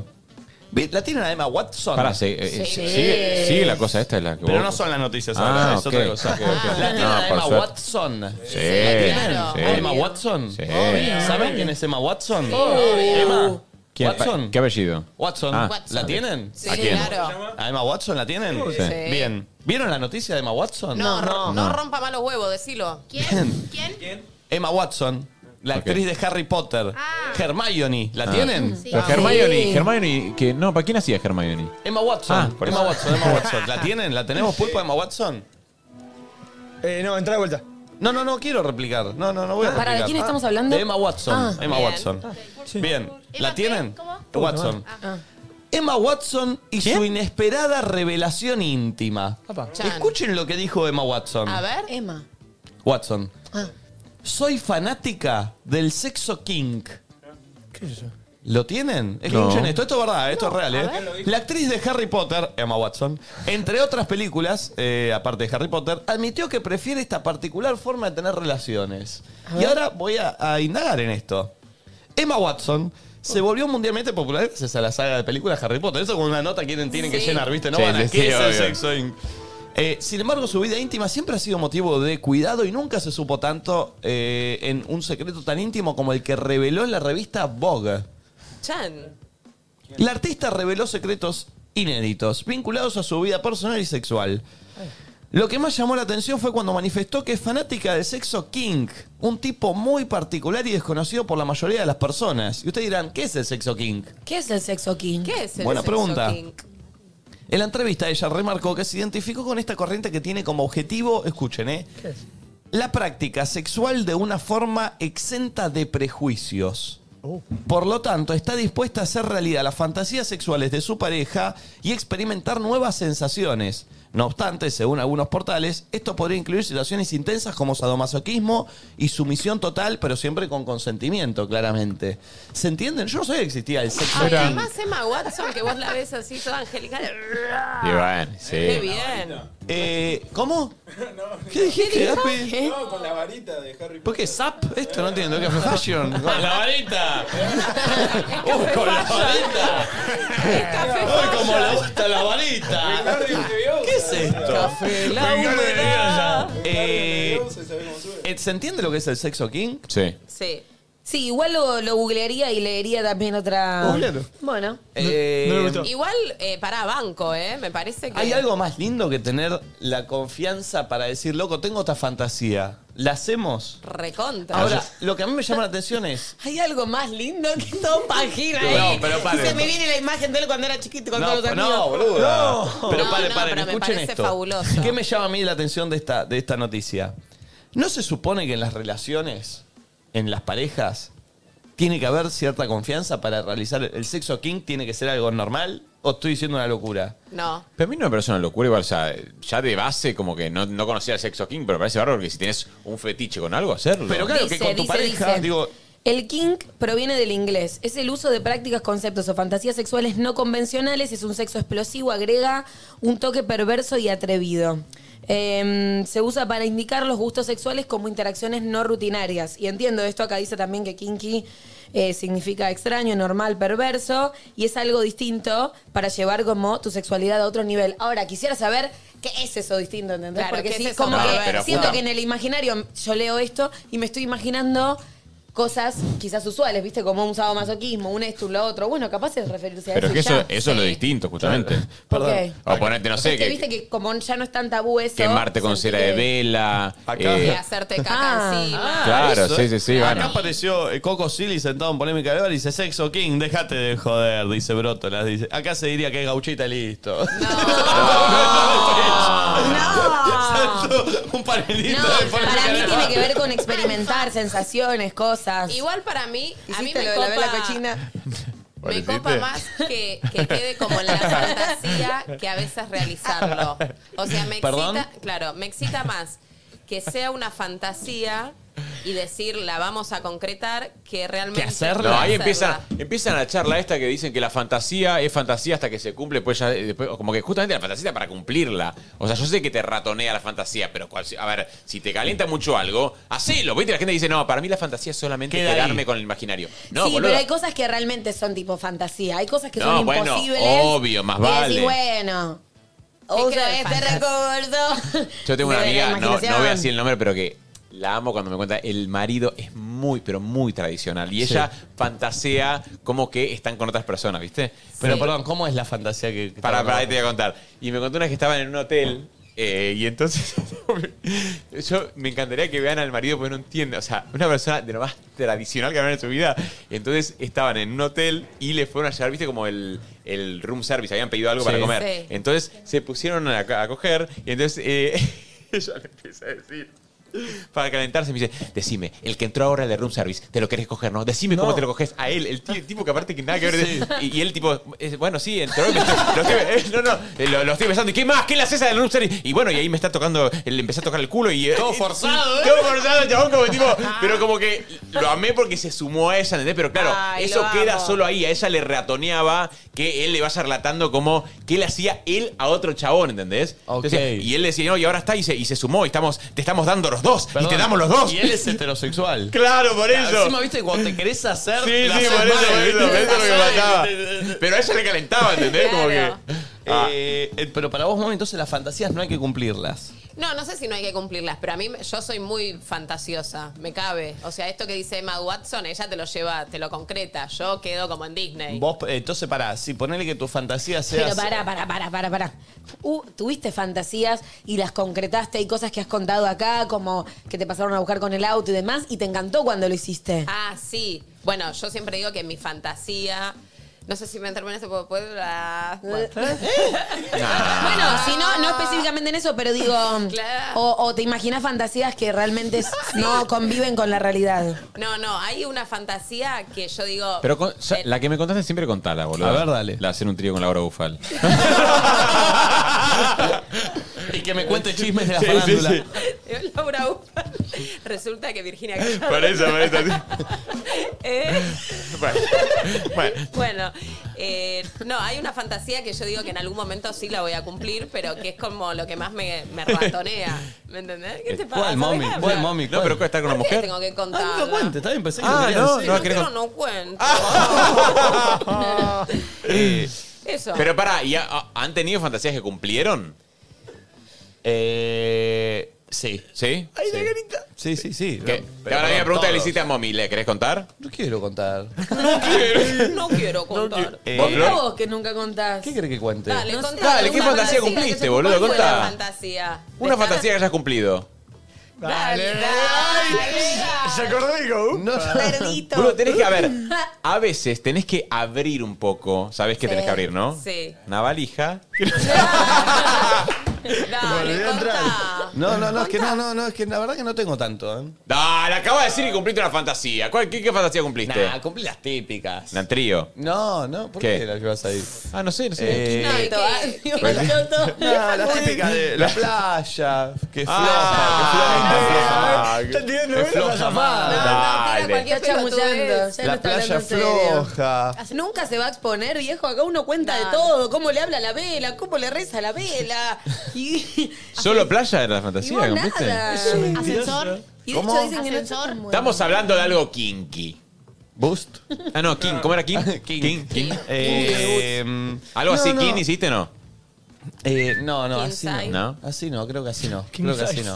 Speaker 1: Vi- La tiene la Emma Watson.
Speaker 6: Pará, sí, eh, eh, Sigue, sigue la cosa esta. es La que
Speaker 1: Pero
Speaker 6: vos-
Speaker 1: no son las noticias ahora,
Speaker 6: Ah,
Speaker 1: es otra
Speaker 6: ok,
Speaker 1: cosa.
Speaker 6: ok, ok.
Speaker 1: La tiene
Speaker 6: No,
Speaker 1: la
Speaker 6: por
Speaker 1: Emma
Speaker 6: suerte.
Speaker 1: Watson.
Speaker 6: Sí,
Speaker 1: ¿La tienen?
Speaker 6: sí.
Speaker 1: Emma Watson.
Speaker 6: Sí.
Speaker 1: ¿Saben quién es Emma Watson?
Speaker 6: Obvio.
Speaker 5: Uh.
Speaker 1: Emma.
Speaker 6: ¿Qué,
Speaker 1: Watson.
Speaker 6: ¿Qué apellido?
Speaker 1: Watson.
Speaker 6: Ah.
Speaker 1: ¿La tienen?
Speaker 6: Sí, ¿A quién?
Speaker 2: claro.
Speaker 1: ¿A Emma Watson la tienen?
Speaker 6: Sí. Sí.
Speaker 1: Bien. ¿Vieron la noticia de Emma Watson?
Speaker 2: No, no, rompa más los huevos, decilo. ¿Quién? ¿Quién?
Speaker 1: Emma Watson, la actriz de Harry Potter. Hermione, ¿la
Speaker 6: Ah.
Speaker 1: tienen?
Speaker 6: Pero Hermione, Hermione, que no, ¿para quién hacía Hermione?
Speaker 1: Emma Watson.
Speaker 6: Ah, por
Speaker 1: Emma
Speaker 6: eso.
Speaker 1: Watson, Emma Watson. ¿La tienen? ¿La tenemos pulpo Emma Watson?
Speaker 3: Eh, no, entra de vuelta.
Speaker 1: No, no, no quiero replicar. No, no, no voy a replicar.
Speaker 5: Ah, ¿Para de quién estamos hablando?
Speaker 1: De Emma Watson.
Speaker 5: Ah.
Speaker 1: Emma
Speaker 5: Bien.
Speaker 1: Watson. Bien. ¿La tienen? Watson.
Speaker 5: Ah.
Speaker 1: Emma Watson y su inesperada revelación íntima.
Speaker 5: Chan.
Speaker 1: Escuchen lo que dijo Emma Watson.
Speaker 5: A ver. Emma.
Speaker 1: Watson.
Speaker 5: Ah.
Speaker 1: Soy fanática del sexo kink.
Speaker 3: ¿Qué es eso?
Speaker 1: ¿Lo tienen?
Speaker 6: No.
Speaker 1: Escuchen esto, esto es verdad, esto es real.
Speaker 6: a
Speaker 1: ¿eh?
Speaker 6: ver.
Speaker 1: La actriz de Harry Potter, Emma Watson, entre otras películas, eh, aparte de Harry Potter, admitió que prefiere esta particular forma de tener relaciones.
Speaker 6: A
Speaker 1: Y
Speaker 6: ver.
Speaker 1: ahora voy a, a indagar en esto. Emma Watson se volvió mundialmente popular gracias a la saga de películas Harry Potter. Eso con una nota quieren tienen que
Speaker 6: Sí.
Speaker 1: llenar, ¿viste? No
Speaker 6: Sí,
Speaker 1: van a
Speaker 6: sí,
Speaker 1: ¿qué
Speaker 6: sí,
Speaker 1: es el
Speaker 6: obvio.
Speaker 1: sexo? Eh, sin embargo, su vida íntima siempre ha sido motivo de cuidado y nunca se supo tanto eh, en un secreto tan íntimo como el que reveló en la revista Vogue.
Speaker 2: Chan.
Speaker 1: La artista reveló secretos inéditos, vinculados a su vida personal y sexual. Lo que más llamó la atención fue cuando manifestó que es fanática del sexo king, un tipo muy particular y desconocido por la mayoría de las personas. Y ustedes dirán, ¿qué es el sexo king?
Speaker 5: ¿Qué es el sexo king?
Speaker 2: ¿Qué es
Speaker 1: Buena pregunta. En la entrevista ella remarcó que se identificó con esta corriente que tiene como objetivo, escuchen, ¿eh? La práctica sexual de una forma exenta de prejuicios. Por lo tanto, está dispuesta a hacer realidad las fantasías sexuales de su pareja y experimentar nuevas sensaciones. No obstante, según algunos portales, esto podría incluir situaciones intensas como sadomasoquismo y sumisión total, pero siempre con consentimiento, claramente. ¿Se entienden? Yo no sabía que existía el sexo.
Speaker 2: Ay,
Speaker 1: king.
Speaker 2: además Emma Watson, que vos la ves así toda angelical.
Speaker 6: Y bueno, sí.
Speaker 2: Qué bien.
Speaker 1: Eh, ¿Cómo? ¿Qué
Speaker 2: ¿Qué
Speaker 1: dijiste,
Speaker 2: dijo?
Speaker 1: Api?
Speaker 16: No, con la varita de Harry
Speaker 1: ¿Por qué Zap? Esto no entiendo. ¿Qué fue Fashion?
Speaker 16: Con la varita.
Speaker 1: Uy, con la varita. Uy, como le gusta la varita. ¿Qué es esto?
Speaker 7: Café
Speaker 1: humedad. Eh, eh, ¿Se entiende lo que es el sexo king?
Speaker 6: Sí.
Speaker 5: Sí. Sí, igual lo, lo googlearía y leería también otra.
Speaker 1: Googlealo.
Speaker 5: Bueno.
Speaker 2: Igual, eh, para banco, ¿eh? Me parece que.
Speaker 1: Hay algo más lindo que tener la confianza para decir, loco, tengo esta fantasía. ¿La hacemos?
Speaker 2: Recontra.
Speaker 1: Ahora, lo que a mí me llama la atención es.
Speaker 5: Hay algo más lindo que todo pajira
Speaker 1: No,
Speaker 5: ahí.
Speaker 1: pero paren.
Speaker 5: Y se me viene la imagen de él cuando era chiquito con todos los amigos.
Speaker 1: no, boluda. Pero
Speaker 5: No,
Speaker 1: paren,
Speaker 5: no,
Speaker 1: paren,
Speaker 5: pero me
Speaker 1: escuchen
Speaker 5: parece
Speaker 1: esto.
Speaker 5: fabuloso.
Speaker 1: ¿Qué me llama a mí la atención de esta, de esta noticia? ¿No se supone que en las relaciones, en las parejas, tiene que haber cierta confianza para realizar el sexo king? ¿Tiene que ser algo normal? ¿O estoy diciendo una locura?
Speaker 2: No.
Speaker 6: Pero a mí no me parece una locura, igual, o sea, ya de base, como que no, no conocía el sexo king, pero me parece bárbaro que si tienes un fetiche con algo, hacerlo.
Speaker 1: Pero claro que
Speaker 5: Dice,
Speaker 1: con tu
Speaker 5: dice,
Speaker 1: pareja,
Speaker 5: dice.
Speaker 1: digo,
Speaker 5: El kink proviene del inglés. Es el uso de prácticas, conceptos o fantasías sexuales no convencionales. Es un sexo explosivo, agrega un toque perverso y atrevido. Em, se usa para indicar los gustos sexuales como interacciones no rutinarias. Y entiendo esto, acá dice también que kinky eh, significa extraño, normal, perverso, y es algo distinto para llevar como tu sexualidad a otro nivel. Ahora, quisiera saber qué es eso distinto, ¿entendés?
Speaker 2: Claro,
Speaker 5: Porque
Speaker 2: ¿qué es
Speaker 5: sí,
Speaker 2: eso
Speaker 5: como
Speaker 2: perverso?
Speaker 5: que
Speaker 2: Pero
Speaker 5: siento
Speaker 2: justa-
Speaker 5: que en el imaginario yo leo esto y me estoy imaginando cosas quizás usuales, ¿viste? Como un sadomasoquismo, un esto, un lo otro. Bueno, capaz es referirse a
Speaker 6: Pero es
Speaker 5: eso.
Speaker 6: que
Speaker 5: y
Speaker 6: eso,
Speaker 5: ya.
Speaker 6: eso es lo distinto, justamente.
Speaker 5: Perdón.
Speaker 6: O ponerte, no sé,
Speaker 5: Es que
Speaker 6: que,
Speaker 5: viste que como ya no es tan tabú eso.
Speaker 6: que Marte con cera de vela.
Speaker 1: Y
Speaker 6: eh,
Speaker 2: hacerte caca encima.
Speaker 6: Claro,
Speaker 1: eso,
Speaker 6: sí,
Speaker 1: ¿eh?
Speaker 6: sí, sí,
Speaker 1: Acá
Speaker 6: bueno.
Speaker 1: apareció eh, Coco Silly sentado en polémica de bar y dice, sexo king, déjate de joder, dice Brótolas. Dice, acá se diría que es gauchita y listo.
Speaker 2: Ah,
Speaker 1: un panelito de polémica
Speaker 5: Para mí
Speaker 1: de
Speaker 5: tiene
Speaker 1: bar.
Speaker 5: que ver con experimentar sensaciones, cosas.
Speaker 2: Igual para mí, a mí
Speaker 5: ¿Hiciste
Speaker 2: me
Speaker 5: lo de la
Speaker 2: copa,
Speaker 5: vela cochina?
Speaker 2: me copa más que, que quede como en la fantasía que a veces realizarlo. O sea, me
Speaker 1: ¿Perdón?
Speaker 2: excita, claro, me excita más que sea una fantasía y decir la vamos a concretar que
Speaker 5: Ah,
Speaker 2: realmente.
Speaker 6: No, ahí empiezan, empiezan la charla esta que dicen que la fantasía es fantasía hasta que se cumple, pues ya eh, después, como que justamente la fantasía está para cumplirla. O sea, yo sé que te ratonea la fantasía, pero cual- a ver, si te calienta mucho algo, hacelo. ¿Viste? La gente dice, no, para mí la fantasía es solamente
Speaker 1: Queda ahí.
Speaker 6: quedarme con el imaginario. No,
Speaker 5: sí,
Speaker 6: boludo.
Speaker 5: pero hay cosas que realmente son tipo fantasía. Hay cosas que
Speaker 6: No,
Speaker 5: son
Speaker 6: bueno,
Speaker 5: imposibles.
Speaker 6: obvio, más
Speaker 5: Y
Speaker 6: vale.
Speaker 5: decís, bueno, uso este recuerdo.
Speaker 6: Yo tengo una
Speaker 5: de la
Speaker 6: amiga, no, no voy a
Speaker 5: imaginación.
Speaker 6: decir el nombre, pero que la amo cuando me cuenta, el marido es muy, pero muy tradicional. Y ella fantasea como que están con otras personas, ¿viste?
Speaker 1: Pero perdón, ¿cómo es la fantasía que... que
Speaker 6: Para,
Speaker 1: estaba-
Speaker 6: para, ahí te voy a contar. Y me contó una que estaban en un hotel eh, y entonces Yo me encantaría que vean al marido porque no entiende. O sea, una persona de lo más tradicional que habían en su vida. Entonces estaban en un hotel y le fueron a llevar, viste, como el, el room service. Habían pedido algo para
Speaker 1: Sí.
Speaker 6: comer.
Speaker 1: Sí.
Speaker 6: Entonces se pusieron a, a coger y entonces eh, ella le empieza a decir. Para calentarse me dice, decime, el que entró ahora al de room service, ¿te lo querés coger, no? Decime cómo te lo coges a él, el, ti- el tipo que aparte que nada que ver.
Speaker 1: Sí.
Speaker 6: Y, y él tipo, eh, bueno, sí, entró y me estoy- lo estoy- eh, no, no, eh, lo, lo estoy besando. ¿Y qué más? ¿Qué le haces al room service? Y bueno, y ahí me está tocando, le empecé a tocar el culo y... eh,
Speaker 1: Todo
Speaker 6: eh,
Speaker 1: forzado, ¿eh? Ah.
Speaker 6: Todo forzado, chabón, como tipo... Pero como que lo amé porque se sumó a ella, ¿entendés? Pero claro,
Speaker 1: Ay,
Speaker 6: eso
Speaker 1: lo
Speaker 6: queda
Speaker 1: amo.
Speaker 6: solo ahí. A ella le ratoneaba que él le vaya relatando como que le hacía él a otro chabón, ¿entendés? Entonces, y él le decía, no, y ahora está, y se, y se sumó, y estamos, te estamos dando los dos, y te damos los dos.
Speaker 1: Y él es heterosexual.
Speaker 6: Claro, por eso.
Speaker 1: Encima, viste, cuando te querés hacer.
Speaker 6: Sí,
Speaker 1: la
Speaker 6: sí,
Speaker 1: haces
Speaker 6: por eso,
Speaker 1: mal,
Speaker 6: por eso,
Speaker 1: ¿viste?
Speaker 6: por eso lo que
Speaker 1: Pasá y
Speaker 6: mataba.
Speaker 1: te-
Speaker 6: Pero a ella le calentaba, ¿entendés? Como
Speaker 1: Claro.
Speaker 6: que- Ah.
Speaker 1: Eh, eh, pero para vos, Mami, entonces las fantasías no hay que cumplirlas.
Speaker 2: No, no sé si no hay que cumplirlas, pero a mí yo soy muy fantasiosa, me cabe. O sea, esto que dice Emma Watson, ella te lo lleva, te lo concreta. Yo quedo como en Disney.
Speaker 1: Vos, eh, entonces, pará, si ponele que tu fantasía sea.
Speaker 5: Pero pará, pará, pará, pará, pará. Uh, tuviste fantasías y las concretaste. Hay cosas que has contado acá, como que te pasaron a buscar con el auto y demás, y te encantó cuando lo hiciste.
Speaker 2: Ah, sí. Bueno, yo siempre digo que mi fantasía. No sé si me terminaste por poder. ah, bueno.
Speaker 5: Bueno, si no, no específicamente en eso, pero digo. O, o te imaginas fantasías que realmente s- no conviven con la realidad.
Speaker 2: No, no, hay una fantasía que yo digo.
Speaker 6: Pero con- ya- la que me contaste siempre contala, boludo.
Speaker 1: Eh, A ver,
Speaker 6: dale. La hacer un trío con Laura Bufal.
Speaker 1: Y que me cuente chismes de la
Speaker 6: Sí, sí,
Speaker 1: farándula.
Speaker 6: sí.
Speaker 2: Laura Ufal. Resulta que Virginia. Gallardo-
Speaker 6: Por eso, por eso.
Speaker 2: Eh,
Speaker 6: Bueno, bueno.
Speaker 2: Bueno, eh, no, hay una fantasía que yo digo que en algún momento sí la voy a cumplir, pero que es como lo que más me, me ratonea. ¿Me entendés? ¿Qué te pasa?
Speaker 6: ¿Cuál, mommy?
Speaker 2: Dejame.
Speaker 6: ¿Cuál, mommy? No, ¿Cuál? pero ¿cuál, estar con una
Speaker 2: ¿Por qué
Speaker 6: mujer?
Speaker 2: tengo que contar?
Speaker 1: Ah, No cuente, está bien, pensé que
Speaker 6: Ah,
Speaker 1: lo querías
Speaker 6: no,
Speaker 1: decir.
Speaker 6: no, Ah.
Speaker 2: no
Speaker 6: querés
Speaker 2: quiero, no cuento.
Speaker 6: Eh,
Speaker 2: Eso.
Speaker 6: Pero pará, ¿y ha- ha- ¿han tenido fantasías que cumplieron?
Speaker 1: Eh, sí.
Speaker 6: ¿Sí?
Speaker 1: Ay, la carita. Sí, sí, sí.
Speaker 6: ¿Qué? Te ahora hay una pregunta que le hiciste a Momi, ¿le querés contar?
Speaker 1: No quiero contar.
Speaker 2: No quiero contar.
Speaker 6: Eh,
Speaker 5: ¿Vos,
Speaker 6: Flor,
Speaker 5: vos que nunca contás?
Speaker 1: ¿Qué crees que cuente?
Speaker 2: Dale,
Speaker 5: No sé.
Speaker 2: contá
Speaker 6: Dale, ¿qué
Speaker 2: alguna
Speaker 6: fantasía
Speaker 2: fantasía que
Speaker 6: cumpliste,
Speaker 2: se-
Speaker 6: boludo?
Speaker 2: ¿Cuál fue la
Speaker 6: Contá.
Speaker 2: fantasía?
Speaker 6: Una fantasía que hayas cumplido.
Speaker 2: Dale.
Speaker 3: ¿Se acordó de Go?
Speaker 1: No,
Speaker 6: Boludo, tenés que, a ver, a veces tenés que abrir un poco. Sabés que tenés que abrir, ¿no?
Speaker 2: Sí.
Speaker 6: Una valija.
Speaker 2: Dale,
Speaker 5: Ah.
Speaker 2: contá.
Speaker 1: No, no, no, es que no, no, no, es que la verdad que no tengo tanto, ¿eh?
Speaker 6: Dale, acabas de decir que cumpliste una fantasía. ¿Cuál, qué, qué fantasía cumpliste?
Speaker 1: Nah, cumplí las típicas.
Speaker 6: Un trío.
Speaker 1: No, no, ¿por
Speaker 6: ¿Qué?
Speaker 1: qué, las llevas ahí?
Speaker 6: Ah, no sé, no sé.
Speaker 1: Eh, No, las típicas de la playa, que floja,
Speaker 6: Ah,
Speaker 1: que floja, que floja.
Speaker 6: está tirando
Speaker 1: que
Speaker 6: buena la llamada.
Speaker 1: mal.
Speaker 6: Dale.
Speaker 5: Está chamullando. ya no
Speaker 1: La
Speaker 5: está
Speaker 1: playa
Speaker 5: hablando en serio.
Speaker 1: floja.
Speaker 5: Nunca se va a exponer, viejo. Acá uno cuenta de todo. Cómo le habla a la vela, cómo le reza a la vela. Y,
Speaker 6: ¿Solo playa era la
Speaker 5: y
Speaker 6: fantasía
Speaker 5: vos
Speaker 6: que cumpliste?
Speaker 5: nada.
Speaker 4: Ascensor.
Speaker 5: Y de hecho dicen que no estás muerto.
Speaker 6: Estamos hablando de algo kinky.
Speaker 1: ¿Boost?
Speaker 6: Ah, no, king. ¿Cómo era king? king. king.
Speaker 1: Eh,
Speaker 6: ¿Algo
Speaker 1: no,
Speaker 6: así
Speaker 1: no.
Speaker 6: king hiciste o no?
Speaker 1: Eh, no, no,
Speaker 6: King
Speaker 1: así
Speaker 6: size.
Speaker 1: no.
Speaker 6: ¿No?
Speaker 1: Así no, creo que así no.
Speaker 6: King
Speaker 1: Creo que así
Speaker 6: size.
Speaker 1: no.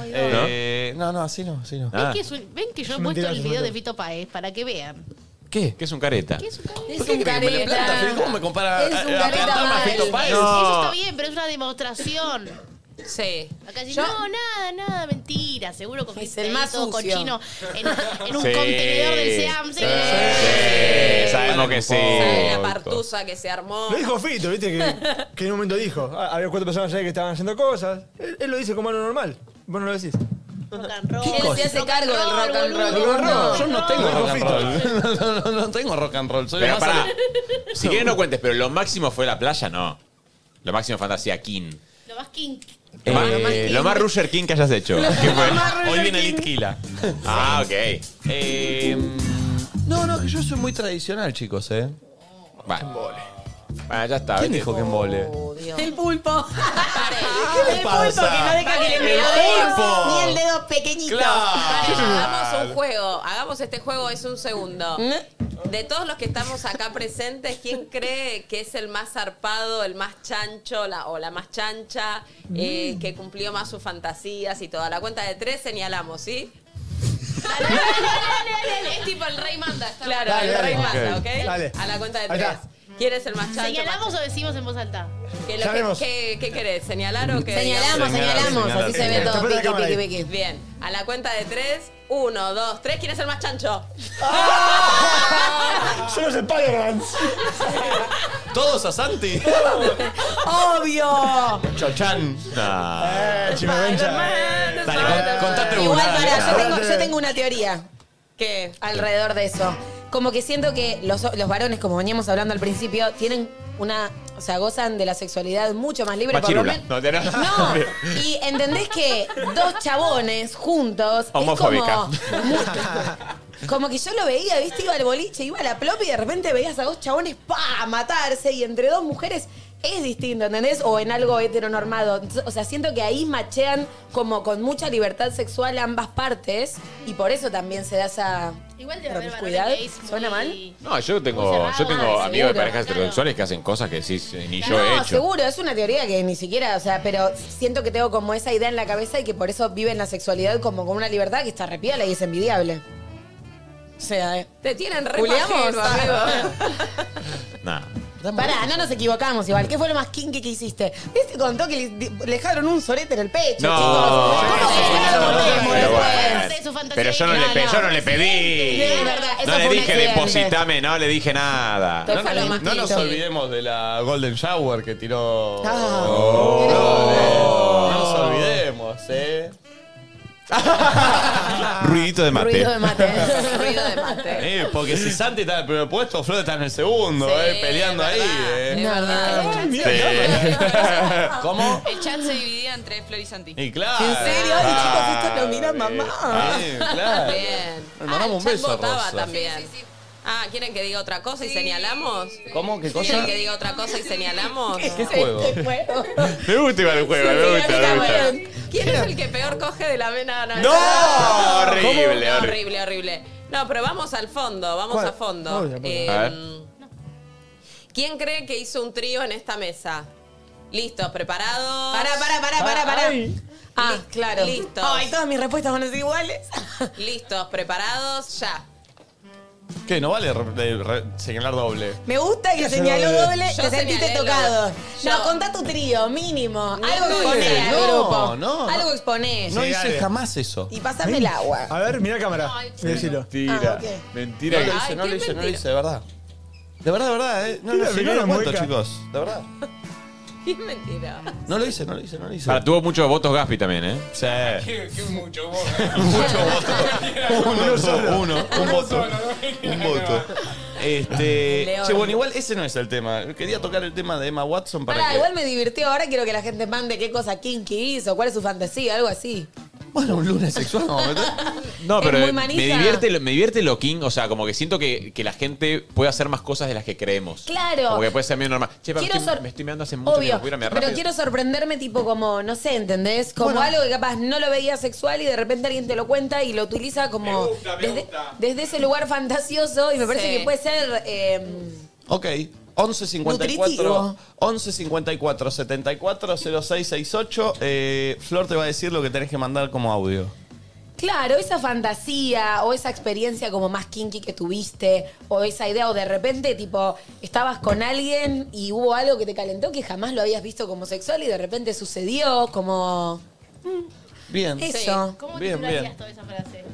Speaker 4: Ay, no.
Speaker 1: Eh, no, no, así no, así no.
Speaker 4: ¿Ven, que es un- ven que yo he puesto
Speaker 6: mentira,
Speaker 4: el
Speaker 6: es
Speaker 4: video
Speaker 6: mentira.
Speaker 4: de Fito Paez para que vean.
Speaker 6: ¿Qué? ¿Qué es un careta?
Speaker 4: ¿Qué es un careta?
Speaker 5: Es un
Speaker 1: crees que me le planta?
Speaker 5: careta.
Speaker 1: ¿Cómo me compara Eh,
Speaker 5: Es
Speaker 6: Eh,
Speaker 1: a-
Speaker 5: un
Speaker 1: a
Speaker 5: careta
Speaker 1: plantarme a
Speaker 5: mal.
Speaker 1: Fito Páez?
Speaker 4: Eso está bien, pero es una demostración.
Speaker 2: Sí.
Speaker 4: Acá dicen,
Speaker 2: Yo-
Speaker 4: no, nada, nada, mentira. Seguro que
Speaker 5: el más
Speaker 4: todo
Speaker 5: sucio.
Speaker 4: cochino en, en un
Speaker 6: Sí.
Speaker 4: contenedor del SEAM. Sí.
Speaker 6: Eh, sabemos que sí.
Speaker 2: ¿Saben la partusa que se armó?
Speaker 3: Lo dijo Fito, viste, que, que en un momento dijo. ah, había cuatro personas allá que estaban haciendo cosas. Él, él lo dice como algo normal. Vos no lo decís.
Speaker 5: Él se hace cargo del rock and roll.
Speaker 1: Rock and roll. Yo no tengo
Speaker 3: No,
Speaker 1: rock and roll. No, no, no tengo rock and roll. Soy
Speaker 6: Pero
Speaker 1: más
Speaker 6: pará.
Speaker 1: ale-
Speaker 6: Si quieren no cuentes, pero lo máximo fue la playa, no. Lo máximo fantasía king.
Speaker 4: Lo más kink.
Speaker 6: Lo, más, lo más Rusher King que hayas hecho. ¿Qué fue?
Speaker 1: Hoy viene el Itquila.
Speaker 6: Ah, ok.
Speaker 1: Eh, no, no, que yo soy muy tradicional, chicos, ¿eh?
Speaker 6: Bueno. Bueno, Ah, ya está.
Speaker 1: ¿Quién
Speaker 6: ¿viste?
Speaker 1: dijo que embole?
Speaker 5: El pulpo.
Speaker 1: ¿Qué
Speaker 5: el
Speaker 1: le
Speaker 5: pulpo que no
Speaker 1: pasa?
Speaker 5: deja que le
Speaker 1: El
Speaker 5: merodees
Speaker 1: pulpo.
Speaker 5: ni el dedo pequeñito.
Speaker 2: Vale, hagamos un juego. Hagamos este juego, es un segundo.
Speaker 5: Mm.
Speaker 2: De todos los que estamos acá presentes, ¿quién cree que es el más zarpado, el más chancho la- o la más chancha,
Speaker 5: Mm.
Speaker 2: eh, que cumplió más sus fantasías y toda la cuenta de tres señalamos, ¿sí? Es tipo el rey manda. Claro,
Speaker 3: Dale,
Speaker 2: el
Speaker 3: dale.
Speaker 2: rey manda, ¿ok?
Speaker 3: Dale.
Speaker 2: A la cuenta de
Speaker 3: Ahí
Speaker 2: tres.
Speaker 3: está.
Speaker 2: ¿Quién es el más chancho?
Speaker 4: ¿Señalamos o decimos en voz alta?
Speaker 2: ¿Qué, lo
Speaker 4: Sabemos.
Speaker 2: que- qué- qué querés? ¿Señalar o qué?
Speaker 5: Señalamos, Señalar, señalamos, señalar, así se ve señalar. todo,
Speaker 2: Tapate la
Speaker 5: piqui,
Speaker 2: cámara
Speaker 5: piqui,
Speaker 2: ahí. Bien, a la cuenta de tres. Uno, dos, tres. ¿Quién es el más chancho?
Speaker 3: Son los spider
Speaker 1: Todos a Santi.
Speaker 5: ¡Obvio!
Speaker 1: Chochán.
Speaker 3: Eh, chimevencha.
Speaker 1: Dale, con- contate una.
Speaker 5: Igual
Speaker 1: dale,
Speaker 5: para, yo
Speaker 1: dale.
Speaker 5: tengo, yo tengo una teoría.
Speaker 2: ¿Qué?
Speaker 5: Alrededor de eso. Como que siento que los, los varones, como veníamos hablando al principio, tienen una. O sea, gozan de la sexualidad mucho más libre.
Speaker 6: Más
Speaker 5: por lo
Speaker 6: chirula.
Speaker 5: men-
Speaker 6: No, te- no.
Speaker 5: Y entendés que dos chabones juntos.
Speaker 6: Homofóbica.
Speaker 5: Es como, como que yo lo veía, ¿viste? Iba al boliche, iba a la plop y de repente veías a dos chabones pa matarse y entre dos mujeres. Es distinto, ¿entendés? O en algo heteronormado. Entonces, O sea, siento que ahí machean como con mucha libertad sexual ambas partes y por eso también se da esa
Speaker 4: Igual debe haber
Speaker 5: promiscuidad.
Speaker 4: varones gays
Speaker 5: ¿Suena mal?
Speaker 6: No, yo tengo, yo tengo
Speaker 5: seguro.
Speaker 6: amigos de parejas heterosexuales que hacen cosas que sí, ni yo
Speaker 5: no,
Speaker 6: he hecho.
Speaker 5: seguro, es una teoría que ni siquiera, o sea, pero siento que tengo como esa idea en la cabeza y que por eso viven la sexualidad como con una libertad que está repiola y es envidiable. O sea, eh.
Speaker 2: Te tienen re
Speaker 5: ¿Juliamos? Ah.
Speaker 2: pajero, amigo.
Speaker 6: Nada.
Speaker 5: Pará, no nos equivocamos igual. ¿Qué fue lo más kinky que hiciste? Este contó que le, le dejaron un sorete en el pecho,
Speaker 6: No,
Speaker 5: chicos.
Speaker 6: eso
Speaker 5: ¿Cómo
Speaker 6: sí,
Speaker 5: que no
Speaker 6: eso
Speaker 5: lo
Speaker 6: no,
Speaker 5: contemos
Speaker 6: pero
Speaker 5: después?
Speaker 6: bueno.
Speaker 5: Su fantasía
Speaker 6: Pero yo no, le, pe- yo no le pedí.
Speaker 5: Sí, es verdad, eso
Speaker 6: no le
Speaker 5: fue un
Speaker 6: dije
Speaker 5: accidente.
Speaker 6: depositame, no le dije nada.
Speaker 5: Esto fue lo más
Speaker 1: No nos
Speaker 5: quinto.
Speaker 1: olvidemos de la Golden Shower que tiró.
Speaker 5: Ah. Oh.
Speaker 1: Oh. No, no nos olvidemos, ¿eh?
Speaker 6: Ruidito de mate.
Speaker 5: Ruido de mate.
Speaker 2: Ruido de mate.
Speaker 1: Eh, porque si Santi está en el primer puesto, Flor está en el segundo, eh, peleando ahí. Eh.
Speaker 5: No, no.
Speaker 1: Sí. ¿Cómo?
Speaker 19: El chat se dividía entre Flor y Santi.
Speaker 1: Y claro.
Speaker 19: ¿En serio?
Speaker 5: Ay,
Speaker 1: Ah,
Speaker 5: chicos, esto lo mira mamá.
Speaker 1: eh, claro.
Speaker 2: Bien.
Speaker 1: Le mandamos un
Speaker 2: Chan
Speaker 1: beso a
Speaker 2: votaba
Speaker 1: Rosa.
Speaker 2: también. Ah, ¿quieren que diga otra cosa y señalamos?
Speaker 1: ¿Cómo? ¿Qué cosa?
Speaker 2: ¿Quieren que diga otra cosa y señalamos?
Speaker 1: ¿Qué es juego? este
Speaker 5: juego?
Speaker 6: Me gusta igual el juego, me gusta, me gusta.
Speaker 2: ¿Quién es el que peor coge de la vena?
Speaker 6: ¡No! Horrible,
Speaker 2: No,
Speaker 6: horrible.
Speaker 2: horrible, horrible. No, pero vamos al fondo, vamos
Speaker 6: ¿Cuál?
Speaker 2: a fondo.
Speaker 6: Obvio, por
Speaker 2: Eh,
Speaker 6: favor. A ver.
Speaker 2: ¿Quién cree que hizo un trío en esta mesa? Listo, preparados.
Speaker 5: Pará, pará, pará, pará, pará. Ah, claro.
Speaker 2: Listo.
Speaker 5: Ay, todas mis respuestas van a ser iguales.
Speaker 2: Listos, preparados, ya.
Speaker 1: ¿Qué? ¿No vale re- de- re- señalar doble?
Speaker 5: Me gusta que
Speaker 1: Yo
Speaker 5: señaló
Speaker 1: no-
Speaker 5: doble,
Speaker 1: yo
Speaker 5: te sentiste
Speaker 2: señalé
Speaker 5: tocado.
Speaker 2: doble.
Speaker 5: No, contá tu trío, mínimo.
Speaker 2: No,
Speaker 5: Algo
Speaker 2: no,
Speaker 5: exponé al
Speaker 1: no,
Speaker 5: grupo.
Speaker 1: no, no.
Speaker 5: Algo exponé.
Speaker 1: No hice jamás eso.
Speaker 5: Y pasame el agua.
Speaker 3: A ver, mira cámara. Decilo.
Speaker 1: Mentira.
Speaker 5: Ah, ok.
Speaker 1: Mentira. No lo hice,
Speaker 5: Ay,
Speaker 1: no
Speaker 5: qué
Speaker 1: lo hice, no lo
Speaker 5: mentira.
Speaker 1: hice, de verdad. De verdad, de verdad, eh. No, no,
Speaker 3: Tira,
Speaker 1: si no
Speaker 3: tira,
Speaker 1: lo cuento,
Speaker 3: mueca.
Speaker 1: chicos. De verdad.
Speaker 2: Qué mentira.
Speaker 1: No lo hice, no lo hice, no lo hice.
Speaker 6: Ahora, tuvo muchos votos Gaspi también, ¿eh?
Speaker 1: Sí.
Speaker 16: Qué, qué mucho vos.
Speaker 1: Mucho voto. Uno,
Speaker 16: Uno
Speaker 1: uno,
Speaker 16: solo.
Speaker 1: uno, un
Speaker 16: Uno
Speaker 1: voto.
Speaker 16: solo, no.
Speaker 1: Un voto. Este.
Speaker 5: León.
Speaker 1: Che, bueno, igual ese no es el tema. Quería tocar el tema de Emma Watson para
Speaker 5: Pará,
Speaker 1: que.
Speaker 5: igual me divirtió. Ahora quiero que la gente mande qué cosa kinky hizo, cuál es su fantasía, algo así.
Speaker 1: Bueno, un lunes sexual vamos a meter.
Speaker 6: No,
Speaker 5: Es
Speaker 6: pero
Speaker 5: muy
Speaker 6: me
Speaker 5: manija.
Speaker 6: divierte, lo- me divierte lo king, o sea, como que siento que, que la gente puede hacer más cosas de las que creemos.
Speaker 5: Claro.
Speaker 6: Como que puede ser medio normal. Che, pa, me
Speaker 5: Quiero
Speaker 6: estoy,
Speaker 5: sor-
Speaker 6: me estoy meando hace mucho que
Speaker 5: Obvio,
Speaker 6: me pudiera mear
Speaker 5: pero
Speaker 6: rápido.
Speaker 5: quiero sorprenderme tipo como, no sé, ¿entendés? Como
Speaker 6: Bueno.
Speaker 5: algo que capaz no lo veía sexual y de repente alguien te lo cuenta y lo utiliza como desde, desde ese lugar fantasioso y me parece
Speaker 2: Sí.
Speaker 5: que puede ser... eh,
Speaker 1: Ok. 11 54
Speaker 5: Nutritivo.
Speaker 1: 11 54 74 06 68. Eh, Flor te va a decir lo que tenés que mandar como audio.
Speaker 5: Claro, esa fantasía o esa experiencia como más kinky que tuviste o esa idea o de repente tipo estabas con alguien y hubo algo que te calentó que jamás lo habías visto como sexual y de repente sucedió como...
Speaker 1: Bien.
Speaker 5: Eso.
Speaker 4: Sí. ¿Cómo
Speaker 1: Bien,
Speaker 4: titularías
Speaker 1: bien.
Speaker 4: toda esa frase?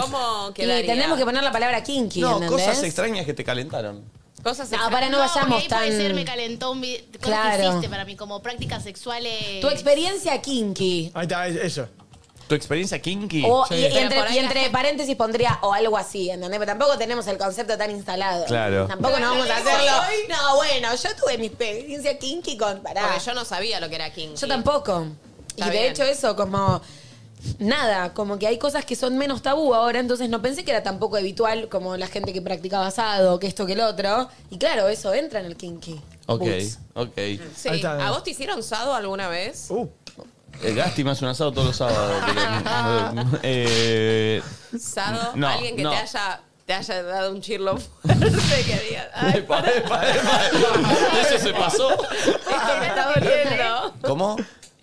Speaker 2: ¿Cómo
Speaker 5: Y
Speaker 2: quedaría?
Speaker 5: tenemos que poner la palabra kinky,
Speaker 1: No,
Speaker 5: ¿entendés?
Speaker 1: cosas extrañas que te calentaron.
Speaker 2: Cosas
Speaker 5: No, para no
Speaker 4: porque
Speaker 5: vayamos
Speaker 4: ahí
Speaker 5: tan-
Speaker 4: Puede ser, me calentó un video. Cosas que
Speaker 5: Claro.
Speaker 4: hiciste para mí, como prácticas sexuales.
Speaker 5: Tu experiencia kinky.
Speaker 3: Ahí está, eso.
Speaker 1: ¿Tu experiencia kinky?
Speaker 5: O,
Speaker 1: Sí.
Speaker 5: y, y entre, y entre paréntesis pondría o algo así, ¿entendés? Pero tampoco tenemos el concepto tan instalado.
Speaker 1: Claro.
Speaker 5: Tampoco nos vamos a hacerlo. No, bueno, yo tuve mi experiencia kinky con... Pará.
Speaker 2: Porque yo no sabía lo que era kinky.
Speaker 5: Yo tampoco.
Speaker 2: Está
Speaker 5: y de
Speaker 2: bien.
Speaker 5: hecho eso, como... Nada, como que hay cosas que son menos tabú ahora, entonces no pensé que era tampoco habitual como la gente que practicaba asado, que esto, que el otro. Y claro, eso entra en el kinky.
Speaker 1: Ok,
Speaker 5: Boots.
Speaker 1: ok.
Speaker 2: Sí. ¿A vos te hicieron sado alguna vez?
Speaker 1: Eh, Lástima, es un asado todos los sábados. pero, eh,
Speaker 2: ¿Sado?
Speaker 1: No,
Speaker 2: Alguien que
Speaker 1: no.
Speaker 2: te haya te haya dado un chirlo fuerte que "Ah, digas, ay,
Speaker 1: ¿Eso se pasó?
Speaker 2: esto me está doliendo.
Speaker 1: ¿Cómo?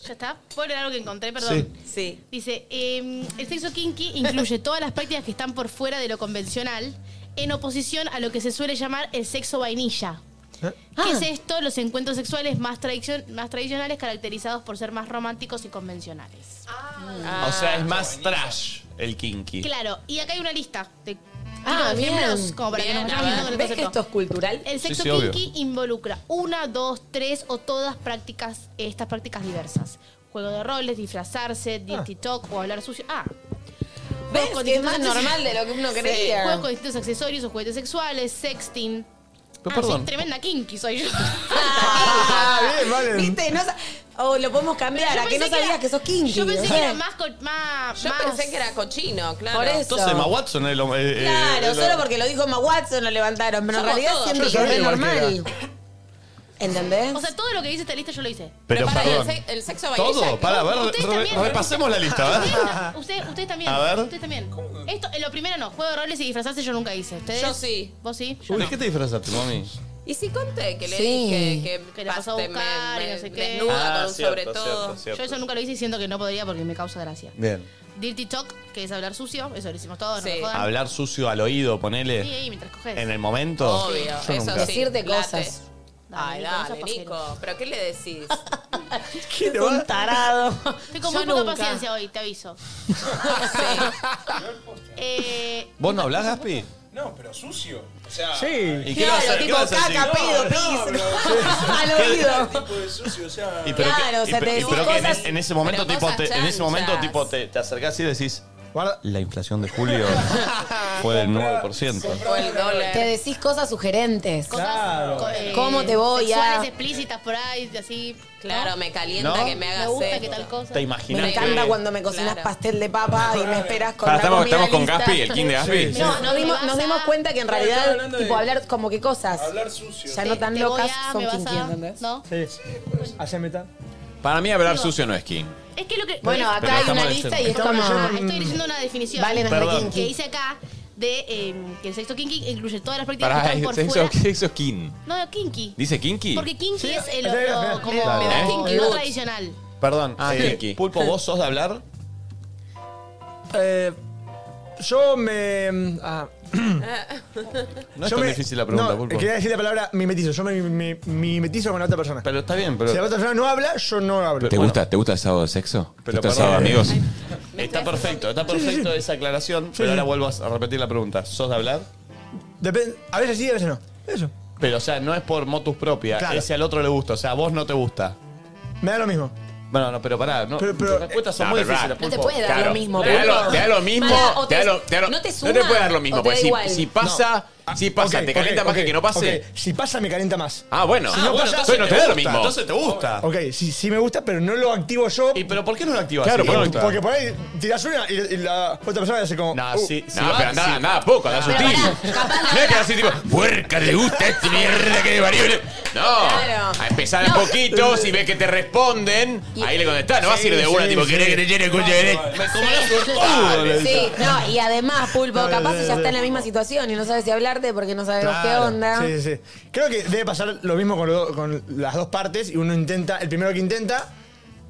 Speaker 4: ¿Ya está? ¿Puedo leer algo que encontré? Perdón. em,
Speaker 2: Sí.
Speaker 4: Dice, eh, el sexo kinky incluye todas las prácticas que están por fuera de lo convencional en oposición a lo que se suele llamar el sexo vainilla.
Speaker 3: ¿Eh?
Speaker 4: ¿Qué es esto? Los encuentros sexuales más, tradicion- más tradicionales caracterizados por ser más románticos y convencionales.
Speaker 7: Ah.
Speaker 1: o sea, es más trash el kinky.
Speaker 4: Claro, y acá hay una lista de
Speaker 5: Ah,
Speaker 4: ah,
Speaker 5: bien.
Speaker 4: miembros como para
Speaker 5: Bien,
Speaker 4: que nos
Speaker 5: a
Speaker 4: vayamos
Speaker 5: ver.
Speaker 4: viendo con el
Speaker 5: ¿Ves que
Speaker 4: concepto.
Speaker 5: esto es cultural?
Speaker 4: El
Speaker 5: Sí,
Speaker 4: sexo
Speaker 5: sí, obvio.
Speaker 4: kinky involucra una, dos, tres o todas prácticas, estas prácticas diversas. Juego de roles, disfrazarse, dirty talk o hablar sucio. Ah. Juegos con
Speaker 5: Ah. que es más
Speaker 4: distintos-
Speaker 5: normal de lo que uno
Speaker 4: Sí.
Speaker 5: creía.
Speaker 4: Juegos con distintos accesorios o juguetes sexuales, sexting.
Speaker 5: Pero
Speaker 4: ah,
Speaker 5: perdón.
Speaker 4: soy tremenda kinky, soy yo.
Speaker 3: bien, vale.
Speaker 5: Ah, ¿Viste? No sa- o lo podemos cambiar,
Speaker 4: Pero
Speaker 5: a
Speaker 4: yo
Speaker 5: que no
Speaker 4: pensé que
Speaker 5: sabías
Speaker 4: era-
Speaker 5: que, sos kinky.
Speaker 4: yo pensé
Speaker 5: o
Speaker 4: que
Speaker 5: sea.
Speaker 4: era más, co- más,
Speaker 2: Yo
Speaker 4: más-
Speaker 2: pensé que era cochino, claro.
Speaker 5: Ah, Por eso.
Speaker 1: Entonces, Emma Watson es lo. eh, eh,
Speaker 5: Claro,
Speaker 1: lo-
Speaker 5: solo porque lo dijo Ma Watson lo levantaron, pero en
Speaker 2: Somos
Speaker 5: realidad
Speaker 2: todos,
Speaker 5: siempre
Speaker 2: yo
Speaker 5: que es re
Speaker 2: sabía igual que
Speaker 5: normal. ¿Entendés?
Speaker 4: O sea, todo lo que dice esta lista yo lo hice.
Speaker 1: Pero
Speaker 2: Para el,
Speaker 1: perdón.
Speaker 2: se- el sexo vainilla.
Speaker 1: Todo, para, a ver,
Speaker 4: Ustedes
Speaker 1: re-
Speaker 4: también.
Speaker 1: repasemos la lista, ¿verdad?
Speaker 4: Usted- Ustedes también.
Speaker 1: A ver.
Speaker 4: Ustedes también. Esto, eh, lo primero no. Juego de roles y disfrazarse yo nunca hice. ¿Ustedes?
Speaker 2: Yo sí.
Speaker 4: ¿Vos sí?
Speaker 1: Uy, ¿de qué te disfrazaste, mami?
Speaker 2: Y sí conté que le
Speaker 4: Sí.
Speaker 2: dije que,
Speaker 4: Que la pasó a
Speaker 2: paste, me-
Speaker 4: buscar y
Speaker 2: me
Speaker 4: no sé qué.
Speaker 2: desnuda
Speaker 1: Ah,
Speaker 2: con un
Speaker 1: cierto,
Speaker 2: sobre todo.
Speaker 1: cierto, cierto.
Speaker 4: Yo eso nunca lo hice y siento que no podría porque me causa gracia.
Speaker 1: Bien.
Speaker 4: Dirty Talk, que es hablar sucio. Eso lo hicimos todos, no me jodan.
Speaker 1: Hablar sucio al oído, ponele.
Speaker 4: Sí, ahí, mientras coges.
Speaker 1: En el momento.
Speaker 2: Obvio,
Speaker 1: Yo
Speaker 2: eso
Speaker 1: nunca.
Speaker 2: sí.
Speaker 5: Decirte
Speaker 2: late.
Speaker 5: cosas.
Speaker 2: Ay,
Speaker 4: Dale, Nico, no
Speaker 2: dale,
Speaker 4: seas
Speaker 2: Nico. ¿Pero qué le decís?
Speaker 5: Es un tarado.
Speaker 4: Estoy con
Speaker 5: Yo
Speaker 4: muy poca
Speaker 5: nunca.
Speaker 4: paciencia hoy, te aviso. Eh,
Speaker 1: ¿Vos no hablás, Gaspi?
Speaker 16: No, pero sucio. O sea,
Speaker 1: Sí.
Speaker 16: ¿Y
Speaker 1: Claro,
Speaker 16: vas a hacer?
Speaker 1: tipo
Speaker 16: vas a hacer?
Speaker 1: caca, pedo,
Speaker 16: no,
Speaker 5: pis.
Speaker 16: pero-
Speaker 5: Al
Speaker 16: ¿Qué
Speaker 5: oído.
Speaker 16: tipo de sucio? O sea,
Speaker 1: Y pero
Speaker 5: Claro,
Speaker 1: que,
Speaker 5: o sea,
Speaker 1: y
Speaker 5: te
Speaker 1: pero- y
Speaker 5: decís
Speaker 1: pero que en
Speaker 5: cosas-
Speaker 1: es- en, ese momento,
Speaker 5: pero
Speaker 1: tipo,
Speaker 5: cosas
Speaker 1: te, en ese momento,
Speaker 5: chanchas.
Speaker 1: tipo, te, te acercás y decís, la inflación de julio fue del 9%.
Speaker 5: Te decís cosas sugerentes.
Speaker 1: Claro.
Speaker 4: co- eh,
Speaker 5: ¿Cómo te voy ah? a...?
Speaker 4: sexuales explícitas por ahí, así.
Speaker 2: Claro, me calienta
Speaker 1: ¿No?
Speaker 2: que me
Speaker 4: Me
Speaker 2: hagas
Speaker 4: gusta que
Speaker 2: esto.
Speaker 4: tal cosa.
Speaker 1: Te imaginas.
Speaker 5: Me encanta cuando me cocinas pastel de papa y me esperas con
Speaker 1: Para,
Speaker 5: la
Speaker 1: estamos-
Speaker 5: comida
Speaker 1: estamos con
Speaker 5: lista.
Speaker 1: Gaspi, el king de Gaspi. Sí,
Speaker 5: No,
Speaker 1: sí.
Speaker 5: nos dimos, nos dimos cuenta que en
Speaker 1: Claro, estaba
Speaker 5: realidad,
Speaker 1: hablando
Speaker 5: tipo,
Speaker 1: de-
Speaker 5: hablar como que cosas.
Speaker 16: Hablar sucio.
Speaker 5: Ya no tan
Speaker 4: Te voy
Speaker 5: locas
Speaker 4: a,
Speaker 5: son
Speaker 4: me vas
Speaker 5: kinky,
Speaker 4: a-
Speaker 5: ¿entendés?
Speaker 4: ¿No?
Speaker 3: Sí. pues, Haceme tal.
Speaker 6: Para mí hablar sucio no es king.
Speaker 4: Es que lo que.
Speaker 5: Bueno,
Speaker 6: Pero
Speaker 5: acá hay
Speaker 6: estamos
Speaker 5: una lista y es
Speaker 6: diciendo-
Speaker 5: como...
Speaker 4: Ah, estoy leyendo una definición
Speaker 5: Vale, no es
Speaker 6: Perdón. kinky.
Speaker 4: que dice acá de eh, que el sexo kinky incluye todas las prácticas
Speaker 6: Para
Speaker 4: que están por
Speaker 6: sexo,
Speaker 4: fuera.
Speaker 6: sexo king.
Speaker 4: No, kinky.
Speaker 6: ¿Dice kinky?
Speaker 4: Porque kinky es el
Speaker 3: o sea,
Speaker 4: otro,
Speaker 3: me-
Speaker 4: como
Speaker 6: me da
Speaker 4: no,
Speaker 6: kinky
Speaker 4: no
Speaker 6: boots.
Speaker 4: tradicional.
Speaker 1: ¿Eh? Perdón,
Speaker 6: Ah,
Speaker 1: eh,
Speaker 6: kinky.
Speaker 1: Pulpo, ¿vos sos de hablar?
Speaker 3: Eh, yo
Speaker 6: mm,
Speaker 3: me. ah,
Speaker 1: No es
Speaker 3: yo
Speaker 1: tan
Speaker 3: me-
Speaker 1: difícil la pregunta,
Speaker 3: no,
Speaker 1: Pulpo.
Speaker 3: Quería decir la palabra mimetizo. Yo me, me- mimetizo con la otra persona.
Speaker 1: Pero está bien, pero.
Speaker 3: si la otra persona no habla, yo no hablo.
Speaker 6: ¿Te gusta, te gusta el sábado de sexo? ¿Te
Speaker 1: Pero
Speaker 6: gusta el
Speaker 1: perdón.
Speaker 6: sábado, amigos?
Speaker 1: Está perfecto, está perfecto esa aclaración, pero ahora vuelvo a repetir la pregunta. ¿Sos de hablar?
Speaker 3: Depende- a veces sí, a veces no. Eso.
Speaker 1: Pero, o sea, no es por motus propia,
Speaker 3: Claro.
Speaker 1: es si al otro le gusta, o sea, a vos no te gusta.
Speaker 3: Me da lo mismo.
Speaker 1: Bueno, no, pero pará, no.
Speaker 3: Pero- pero-
Speaker 1: tus respuestas son
Speaker 6: No,
Speaker 1: muy
Speaker 6: pero
Speaker 1: difíciles.
Speaker 6: pará. No te
Speaker 1: Pulpo.
Speaker 5: puede dar lo mismo.
Speaker 6: Te da
Speaker 5: Pulpo.
Speaker 6: lo, te da lo mismo,
Speaker 5: Para, o
Speaker 6: te da
Speaker 5: te-
Speaker 6: lo- te da lo-
Speaker 5: no te
Speaker 6: no
Speaker 5: suma,
Speaker 6: puede dar lo
Speaker 5: o
Speaker 6: mismo,
Speaker 5: te
Speaker 6: porque
Speaker 5: da
Speaker 6: si,
Speaker 5: igual.
Speaker 6: si pasa, si pasa,
Speaker 3: Ok,
Speaker 6: te calienta
Speaker 3: Ah, ok,
Speaker 6: más
Speaker 3: ok,
Speaker 6: que que no pase.
Speaker 3: ok. Si pasa, me calienta más.
Speaker 6: Ah, bueno.
Speaker 3: Si
Speaker 1: Ah,
Speaker 3: no
Speaker 1: bueno,
Speaker 3: pasa-
Speaker 1: entonces
Speaker 6: Bueno,
Speaker 1: te
Speaker 6: te da lo
Speaker 1: gusta,
Speaker 6: mismo.
Speaker 1: Entonces te gusta.
Speaker 3: Ok, sí, sí me gusta, pero no lo activo yo.
Speaker 1: ¿Y pero por qué no lo activas?
Speaker 6: Claro,
Speaker 1: Sí,
Speaker 6: porque-
Speaker 1: gusta.
Speaker 3: Porque por ahí tirás una y, y la otra persona hace como.
Speaker 1: Nah,
Speaker 3: uh,
Speaker 1: sí, sí
Speaker 6: No,
Speaker 1: va-
Speaker 6: pero
Speaker 1: sí.
Speaker 6: andaba, andaba poco, andaba
Speaker 1: Pero
Speaker 6: sutil. Mira que era así tipo, puerca, te gusta esta este mierda que de variable. No,
Speaker 5: Claro.
Speaker 6: a empezar de poquito, si ves que te responden, ahí le contestás, no vas a ir de
Speaker 3: Sí,
Speaker 6: una
Speaker 3: sí,
Speaker 6: tipo,
Speaker 3: sí.
Speaker 6: ¿querés que te llene con
Speaker 1: Me como la
Speaker 6: Ah,
Speaker 1: tortuga.
Speaker 5: Sí, no, y además, Pulpo,
Speaker 3: Dale,
Speaker 5: capaz
Speaker 3: dale,
Speaker 5: ella
Speaker 3: dale.
Speaker 5: está en la misma situación y no sabe si hablarte porque no sabemos
Speaker 3: Claro.
Speaker 5: qué onda.
Speaker 3: Sí, sí, sí. Creo que debe pasar lo mismo con, los do- con las dos partes y uno intenta, el primero que intenta.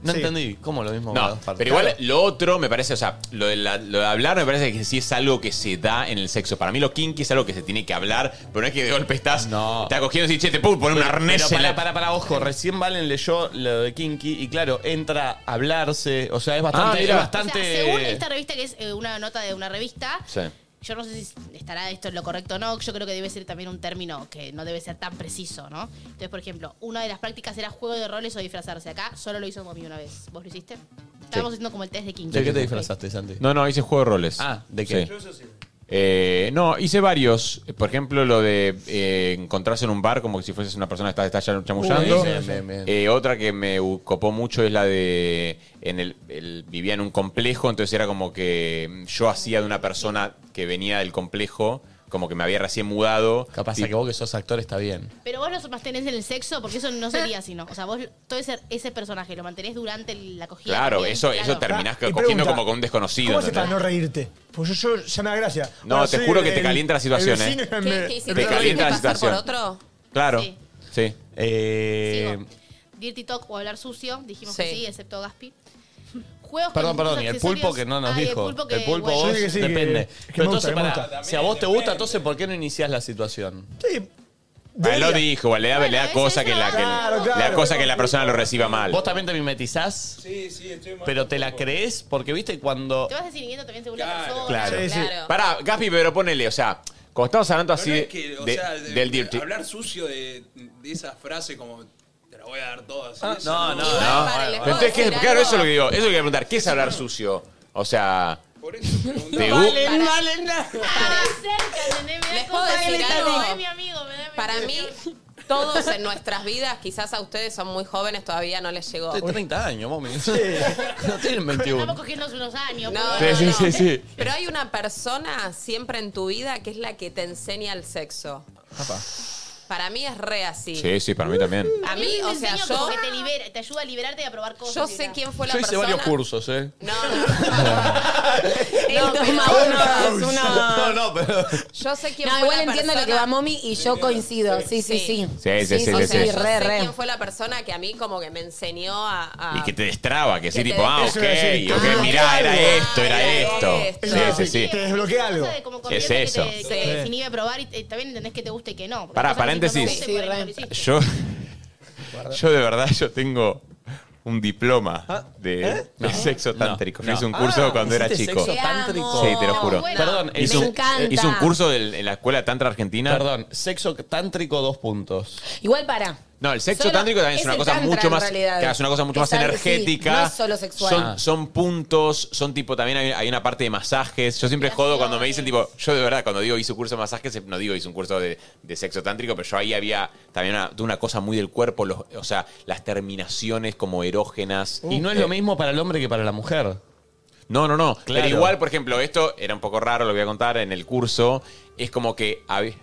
Speaker 1: No
Speaker 3: sí.
Speaker 1: entendí. ¿Cómo lo mismo? con
Speaker 6: No,
Speaker 1: las partes?
Speaker 6: pero igual
Speaker 1: Claro.
Speaker 6: lo otro me parece, o sea, lo de, la- lo de hablar me parece que sí es algo que se da en el sexo. Para mí lo kinky es algo que se tiene que hablar, pero no es que de golpe estás,
Speaker 1: No.
Speaker 6: estás cogiendo y decís, che, te puedo poner un arnés
Speaker 1: Pero
Speaker 6: en
Speaker 1: para,
Speaker 6: la...
Speaker 1: para, para, ojo, recién Valen leyó lo de Kinky y claro, entra a hablarse, o sea, es bastante...
Speaker 6: Ah, mira.
Speaker 1: es
Speaker 4: O
Speaker 1: bastante
Speaker 4: sea, según esta revista, que es eh, una nota de una revista,
Speaker 6: Sí.
Speaker 4: yo no sé si estará esto en lo correcto o no, yo creo que debe ser también un término que no debe ser tan preciso, ¿no? Entonces, por ejemplo, una de las prácticas era juego de roles o disfrazarse. Acá solo lo hizo Momi una vez. ¿Vos lo hiciste? Estábamos haciendo como el test de Kinky.
Speaker 1: ¿De qué te disfrazaste, Santi?
Speaker 6: No, no, hice juego de roles.
Speaker 1: Ah, ¿de qué?
Speaker 6: Sí. Eh, no, hice varios. Por ejemplo, lo de eh, encontrarse en un bar como si fueses una persona que está, está chamullando.
Speaker 1: Uy, bien, bien, bien.
Speaker 6: Eh, otra que me u- copó mucho es la de. En el, el- vivía en un complejo, entonces era como que yo hacía de una persona que venía del complejo, como que me había recién mudado.
Speaker 1: Capaz
Speaker 6: Tip-
Speaker 1: que vos que sos actor está bien.
Speaker 4: Pero vos lo mantenés en el sexo porque eso no sería así, ¿no? O sea, vos todo ese, ese personaje lo mantenés durante la cogida.
Speaker 6: Claro,
Speaker 4: también,
Speaker 6: eso, eso
Speaker 4: claro.
Speaker 6: terminás
Speaker 3: Y
Speaker 6: cogiendo
Speaker 3: pregunta,
Speaker 6: como con un desconocido.
Speaker 3: ¿Cómo haces para
Speaker 6: ¿entendés?
Speaker 3: no reírte? Pues yo, yo ya me da gracia.
Speaker 6: No, te
Speaker 3: soy
Speaker 6: juro que te
Speaker 3: el-
Speaker 6: calienta la
Speaker 3: el
Speaker 6: situación,
Speaker 3: vecino
Speaker 6: ¿eh?
Speaker 3: en
Speaker 2: ¿Qué,
Speaker 3: vez-
Speaker 2: qué
Speaker 6: Te
Speaker 2: hiciste? ¿Tuviste
Speaker 6: calienta
Speaker 2: que
Speaker 6: la
Speaker 2: pasar por
Speaker 6: situación.
Speaker 2: otro?
Speaker 6: Claro.
Speaker 4: Sí.
Speaker 6: sí. Eh,
Speaker 1: Eh,
Speaker 4: Dirty Talk o hablar sucio, dijimos
Speaker 2: Sí.
Speaker 4: que sí, excepto Gaspi. juegos
Speaker 1: Perdón,
Speaker 4: con
Speaker 1: perdón, y el
Speaker 4: accesorios-
Speaker 1: pulpo que no nos
Speaker 4: Ah, y el
Speaker 1: dijo.
Speaker 4: pulpo que,
Speaker 1: el pulpo
Speaker 4: bueno.
Speaker 1: vos, depende.
Speaker 3: que
Speaker 1: Pero
Speaker 3: me gusta,
Speaker 1: entonces,
Speaker 3: que me gusta.
Speaker 1: pará, si a vos te gusta, entonces ¿por qué no iniciás la situación?
Speaker 6: Él lo dijo, igual, le da, le da cosa que la, que,
Speaker 1: Claro,
Speaker 6: le da
Speaker 1: claro.
Speaker 6: cosa que la persona lo reciba mal.
Speaker 1: Vos también te mimetizás,
Speaker 16: Sí, sí, estoy mal.
Speaker 1: pero te la crees porque, viste, cuando...
Speaker 4: Te vas desinhibiendo también según la persona.
Speaker 6: Claro.
Speaker 4: Sí, sí.
Speaker 6: Pará, Gaspi, pero ponele, o sea, cuando estamos hablando así
Speaker 16: No es que, o
Speaker 6: de-
Speaker 16: sea, de-
Speaker 6: del dirty.
Speaker 16: Hablar sucio de, de esa frase como te la voy a dar todas.
Speaker 1: Ah,
Speaker 16: Eso
Speaker 1: no, no,
Speaker 6: No,
Speaker 1: no.
Speaker 6: bueno,
Speaker 1: Vale,
Speaker 6: pero entonces,
Speaker 16: ¿puedo
Speaker 6: ¿qué es?
Speaker 16: decir
Speaker 6: claro,
Speaker 16: algo?
Speaker 6: eso es lo que digo. Eso es lo que voy a preguntar. ¿Qué es hablar sucio? O sea. ¿te gu-
Speaker 2: Vale,
Speaker 4: Para-
Speaker 2: vale,
Speaker 4: Ah, cerca, nene, me da
Speaker 2: Les puedo
Speaker 4: cosa que
Speaker 2: decir
Speaker 4: le
Speaker 2: algo.
Speaker 4: toque, mi amigo, me da mi
Speaker 2: Para mí,
Speaker 4: amigo.
Speaker 2: todos en nuestras vidas, quizás a ustedes son muy jóvenes, todavía no les llegó.
Speaker 1: Tiene 30 años, mami. No tienen
Speaker 4: Estamos
Speaker 1: 21.
Speaker 4: cogiéndonos unos años.
Speaker 2: No,
Speaker 4: por
Speaker 1: Sí, sí, sí,
Speaker 4: favor.
Speaker 1: sí.
Speaker 2: Pero hay una persona siempre en tu vida que es la que te enseña el sexo.
Speaker 6: Apa.
Speaker 2: Para mí es re así.
Speaker 6: Sí, sí, para mí también.
Speaker 2: A mí,
Speaker 4: Te
Speaker 2: o sea,
Speaker 4: enseña
Speaker 2: yo,
Speaker 4: como que te, libera, te ayuda a liberarte y a probar cosas.
Speaker 2: yo
Speaker 4: y
Speaker 2: sé
Speaker 4: bla.
Speaker 2: quién fue la
Speaker 1: Yo hice
Speaker 2: persona.
Speaker 1: varios cursos, ¿eh?
Speaker 5: El dos más uno es uno.
Speaker 1: No, no, pero...
Speaker 2: Yo sé quién
Speaker 5: No,
Speaker 2: fue
Speaker 5: igual
Speaker 2: la
Speaker 5: entiendo lo que
Speaker 2: persona-
Speaker 5: va Momi y yo coincido. Sí, sí, sí.
Speaker 6: Sí, sí, sí, sí,
Speaker 5: sí,
Speaker 6: sí.
Speaker 2: Yo
Speaker 5: re,
Speaker 2: sé
Speaker 5: re.
Speaker 2: quién fue la persona que a mí como que me enseñó a... a-
Speaker 6: Y que te destraba, que sí,
Speaker 2: Ah. Que te
Speaker 6: tipo, ah, ok,
Speaker 2: Eso iba a decir.
Speaker 6: ok,
Speaker 2: Ah,
Speaker 6: mirá,
Speaker 2: claro.
Speaker 6: era esto,
Speaker 2: Ah,
Speaker 6: era
Speaker 2: era
Speaker 6: esto.
Speaker 2: esto.
Speaker 6: Sí, sí,
Speaker 3: Te
Speaker 6: sí.
Speaker 3: desbloquea algo.
Speaker 4: de como
Speaker 6: Es
Speaker 4: corriente que
Speaker 6: eso.
Speaker 4: te- que te
Speaker 6: Sí.
Speaker 4: desinhibe a probar y eh, también entendés que te guste y que no. porque
Speaker 6: Pará,
Speaker 4: cosas que
Speaker 6: paréntesis.
Speaker 4: no te gusten, por ahí no lo hiciste.
Speaker 6: Yo. Yo de verdad, yo tengo un diploma de, de sexo tántrico. Yo hice un curso
Speaker 1: ¿eh? Ah,
Speaker 6: cuando era
Speaker 1: ¿hiciste
Speaker 6: chico.
Speaker 1: sexo Te tántrico? amo.
Speaker 6: Sí, te lo juro.
Speaker 1: Bueno, Perdón, me
Speaker 6: hice un,
Speaker 5: encanta.
Speaker 6: hice un curso del- en la escuela tantra argentina.
Speaker 1: Perdón, sexo tántrico dos puntos.
Speaker 5: Igual para.
Speaker 6: No, el sexo
Speaker 5: Solo-
Speaker 6: tántrico también es,
Speaker 5: es
Speaker 6: una
Speaker 5: el
Speaker 6: cosa
Speaker 5: tantra,
Speaker 6: mucho
Speaker 5: en
Speaker 6: más,
Speaker 5: realidad.
Speaker 6: claro, es una cosa mucho
Speaker 5: Es
Speaker 6: más
Speaker 5: algo- sí,
Speaker 6: energética.
Speaker 5: no es solo sexual.
Speaker 6: Son,
Speaker 5: Ah.
Speaker 6: son puntos, son tipo también hay, hay una parte de masajes. Yo siempre jodo cuando me dicen tipo, yo de verdad cuando digo hice un curso de masajes eh, no digo hice un curso de, de sexo tántrico, pero yo ahí había también una, de una cosa muy del cuerpo, los- o sea, las terminaciones como erógenas.
Speaker 1: Uh, Y no es
Speaker 6: Eh,
Speaker 1: lo mismo para el hombre que para la mujer.
Speaker 6: no, no, no.
Speaker 1: Claro.
Speaker 6: Pero igual, por ejemplo, esto era un poco raro, lo voy a contar en el curso. Es como que había.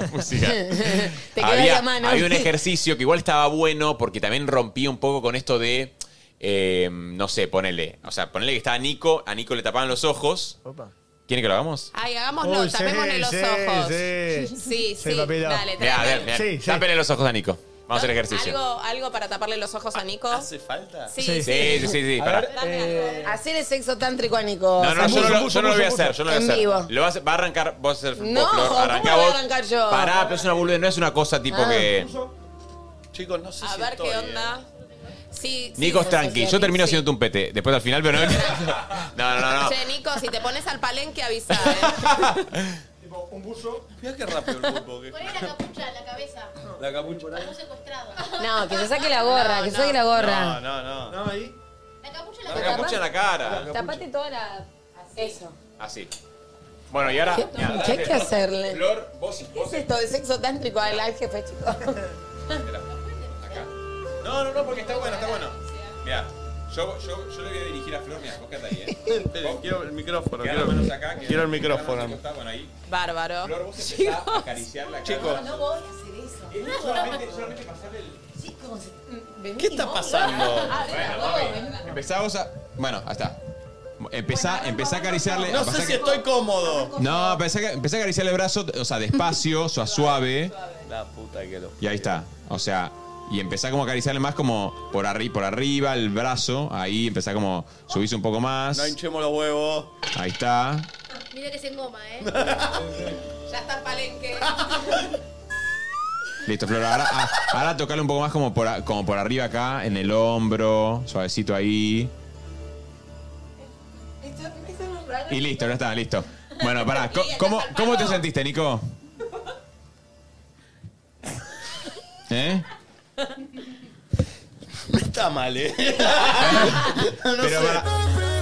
Speaker 6: La música.
Speaker 5: Te quedó ahí
Speaker 6: había,
Speaker 5: a mano.
Speaker 6: había un ejercicio que igual estaba bueno porque también rompía un poco con esto de. eh, no sé, ponele. O sea, ponele que estaba Nico, a Nico le tapaban los ojos. ¿Quiere que lo hagamos?
Speaker 2: Ay, hagámoslo,
Speaker 6: Uy, sí,
Speaker 2: tapémosle los
Speaker 6: sí,
Speaker 2: ojos.
Speaker 6: sí.
Speaker 2: sí,
Speaker 6: Sí,
Speaker 3: papito.
Speaker 2: dale,
Speaker 6: Mirá, a
Speaker 2: tráeme.
Speaker 6: ver, mirá. Tápenle los ojos a Nico. Vamos a hacer ejercicio.
Speaker 2: ¿Algo, algo para taparle los ojos a Nico. ¿Hace
Speaker 1: falta?
Speaker 2: Sí,
Speaker 6: Sí, Eh, sí, sí, sí,
Speaker 5: A
Speaker 6: pará.
Speaker 5: ver, Hacer el sexo tántrico a Nico.
Speaker 6: No, no, yo no, lo, yo no lo voy a hacer, yo no lo voy a
Speaker 5: En
Speaker 6: hacer.
Speaker 5: vivo.
Speaker 6: Lo vas, va a arrancar vos hacer
Speaker 5: No,
Speaker 6: vos, Flor,
Speaker 5: ¿cómo
Speaker 6: arrancá
Speaker 5: voy a
Speaker 6: vos.
Speaker 5: arrancar yo?
Speaker 6: Pará, pero es una boluda, no es una cosa tipo
Speaker 5: Ah.
Speaker 6: que.
Speaker 1: Chicos, no sé eh.
Speaker 2: A ver qué onda. Sí, sí,
Speaker 6: Nico es
Speaker 2: sí,
Speaker 6: tranqui,
Speaker 2: sí,
Speaker 6: yo
Speaker 2: sí.
Speaker 6: termino haciéndote un pete. Después al final, pero no. No, no, no. no.
Speaker 2: Che, Nico, si te pones al palenque, avisa. eh.
Speaker 3: Un buzo.
Speaker 16: Mirá qué rápido el pulpo. que-
Speaker 4: Poné la capucha en la cabeza.
Speaker 16: La capucha.
Speaker 4: Estamos secuestrados.
Speaker 5: No, que se saque la gorra, que se saque la
Speaker 1: No,
Speaker 5: gorra.
Speaker 1: no,
Speaker 3: no. ahí.
Speaker 6: La capucha en la cara.
Speaker 5: Tapate toda la. Eso.
Speaker 6: Así. Bueno, y ahora.
Speaker 5: ¿Qué hay que hacerle?
Speaker 6: Flor, vos y
Speaker 5: ¿Qué es esto de sexo tántrico al al jefe, chicos?
Speaker 6: No, no, no, porque está bueno, está bueno. Mira, yo, yo, yo le voy a dirigir a Flor, mira, cógete ahí, eh.
Speaker 1: Quiero el micrófono,
Speaker 6: Quedan las manos acá, quedan-
Speaker 1: quiero
Speaker 6: quedan
Speaker 1: el
Speaker 6: las
Speaker 1: micrófono.
Speaker 6: manos acá, bueno, ahí.
Speaker 2: Bárbaro.
Speaker 6: Flor, vos empezás a acariciar la cara.
Speaker 1: Chicos.
Speaker 5: No voy a hacer eso.
Speaker 6: solamente- solamente pasarle el-
Speaker 5: Chicos, eh,
Speaker 6: ¿Qué está pasando? Bueno,
Speaker 5: Bueno,
Speaker 6: Empezamos a. Bueno, ahí está. Empezá, empezá a acariciarle.
Speaker 1: No
Speaker 6: pasá
Speaker 1: sé si
Speaker 6: que-
Speaker 1: estoy cómodo.
Speaker 6: No, empecé a, empecé a acariciarle el brazo, o sea, despacio, su- a suave.
Speaker 1: La puta que lo...
Speaker 6: Y ahí está. O sea, y empecé como a acariciarle más como por, arri por arriba, el brazo. Ahí empecé como subirse un poco más.
Speaker 1: No hinchemos los huevos.
Speaker 6: Ahí está.
Speaker 4: Mira que se engoma, ¿eh?
Speaker 2: Ya está en palenque.
Speaker 6: Listo, Flor. Ahora, ah, ahora tocarle un poco más como por, a- como por arriba acá, en el hombro, suavecito ahí.
Speaker 5: Este
Speaker 6: Y listo, ya está, listo. Bueno, pará. co- ¿Cómo, cómo te sentiste, Nico? ¿Eh?
Speaker 1: Está mal, eh.
Speaker 6: Pero pará.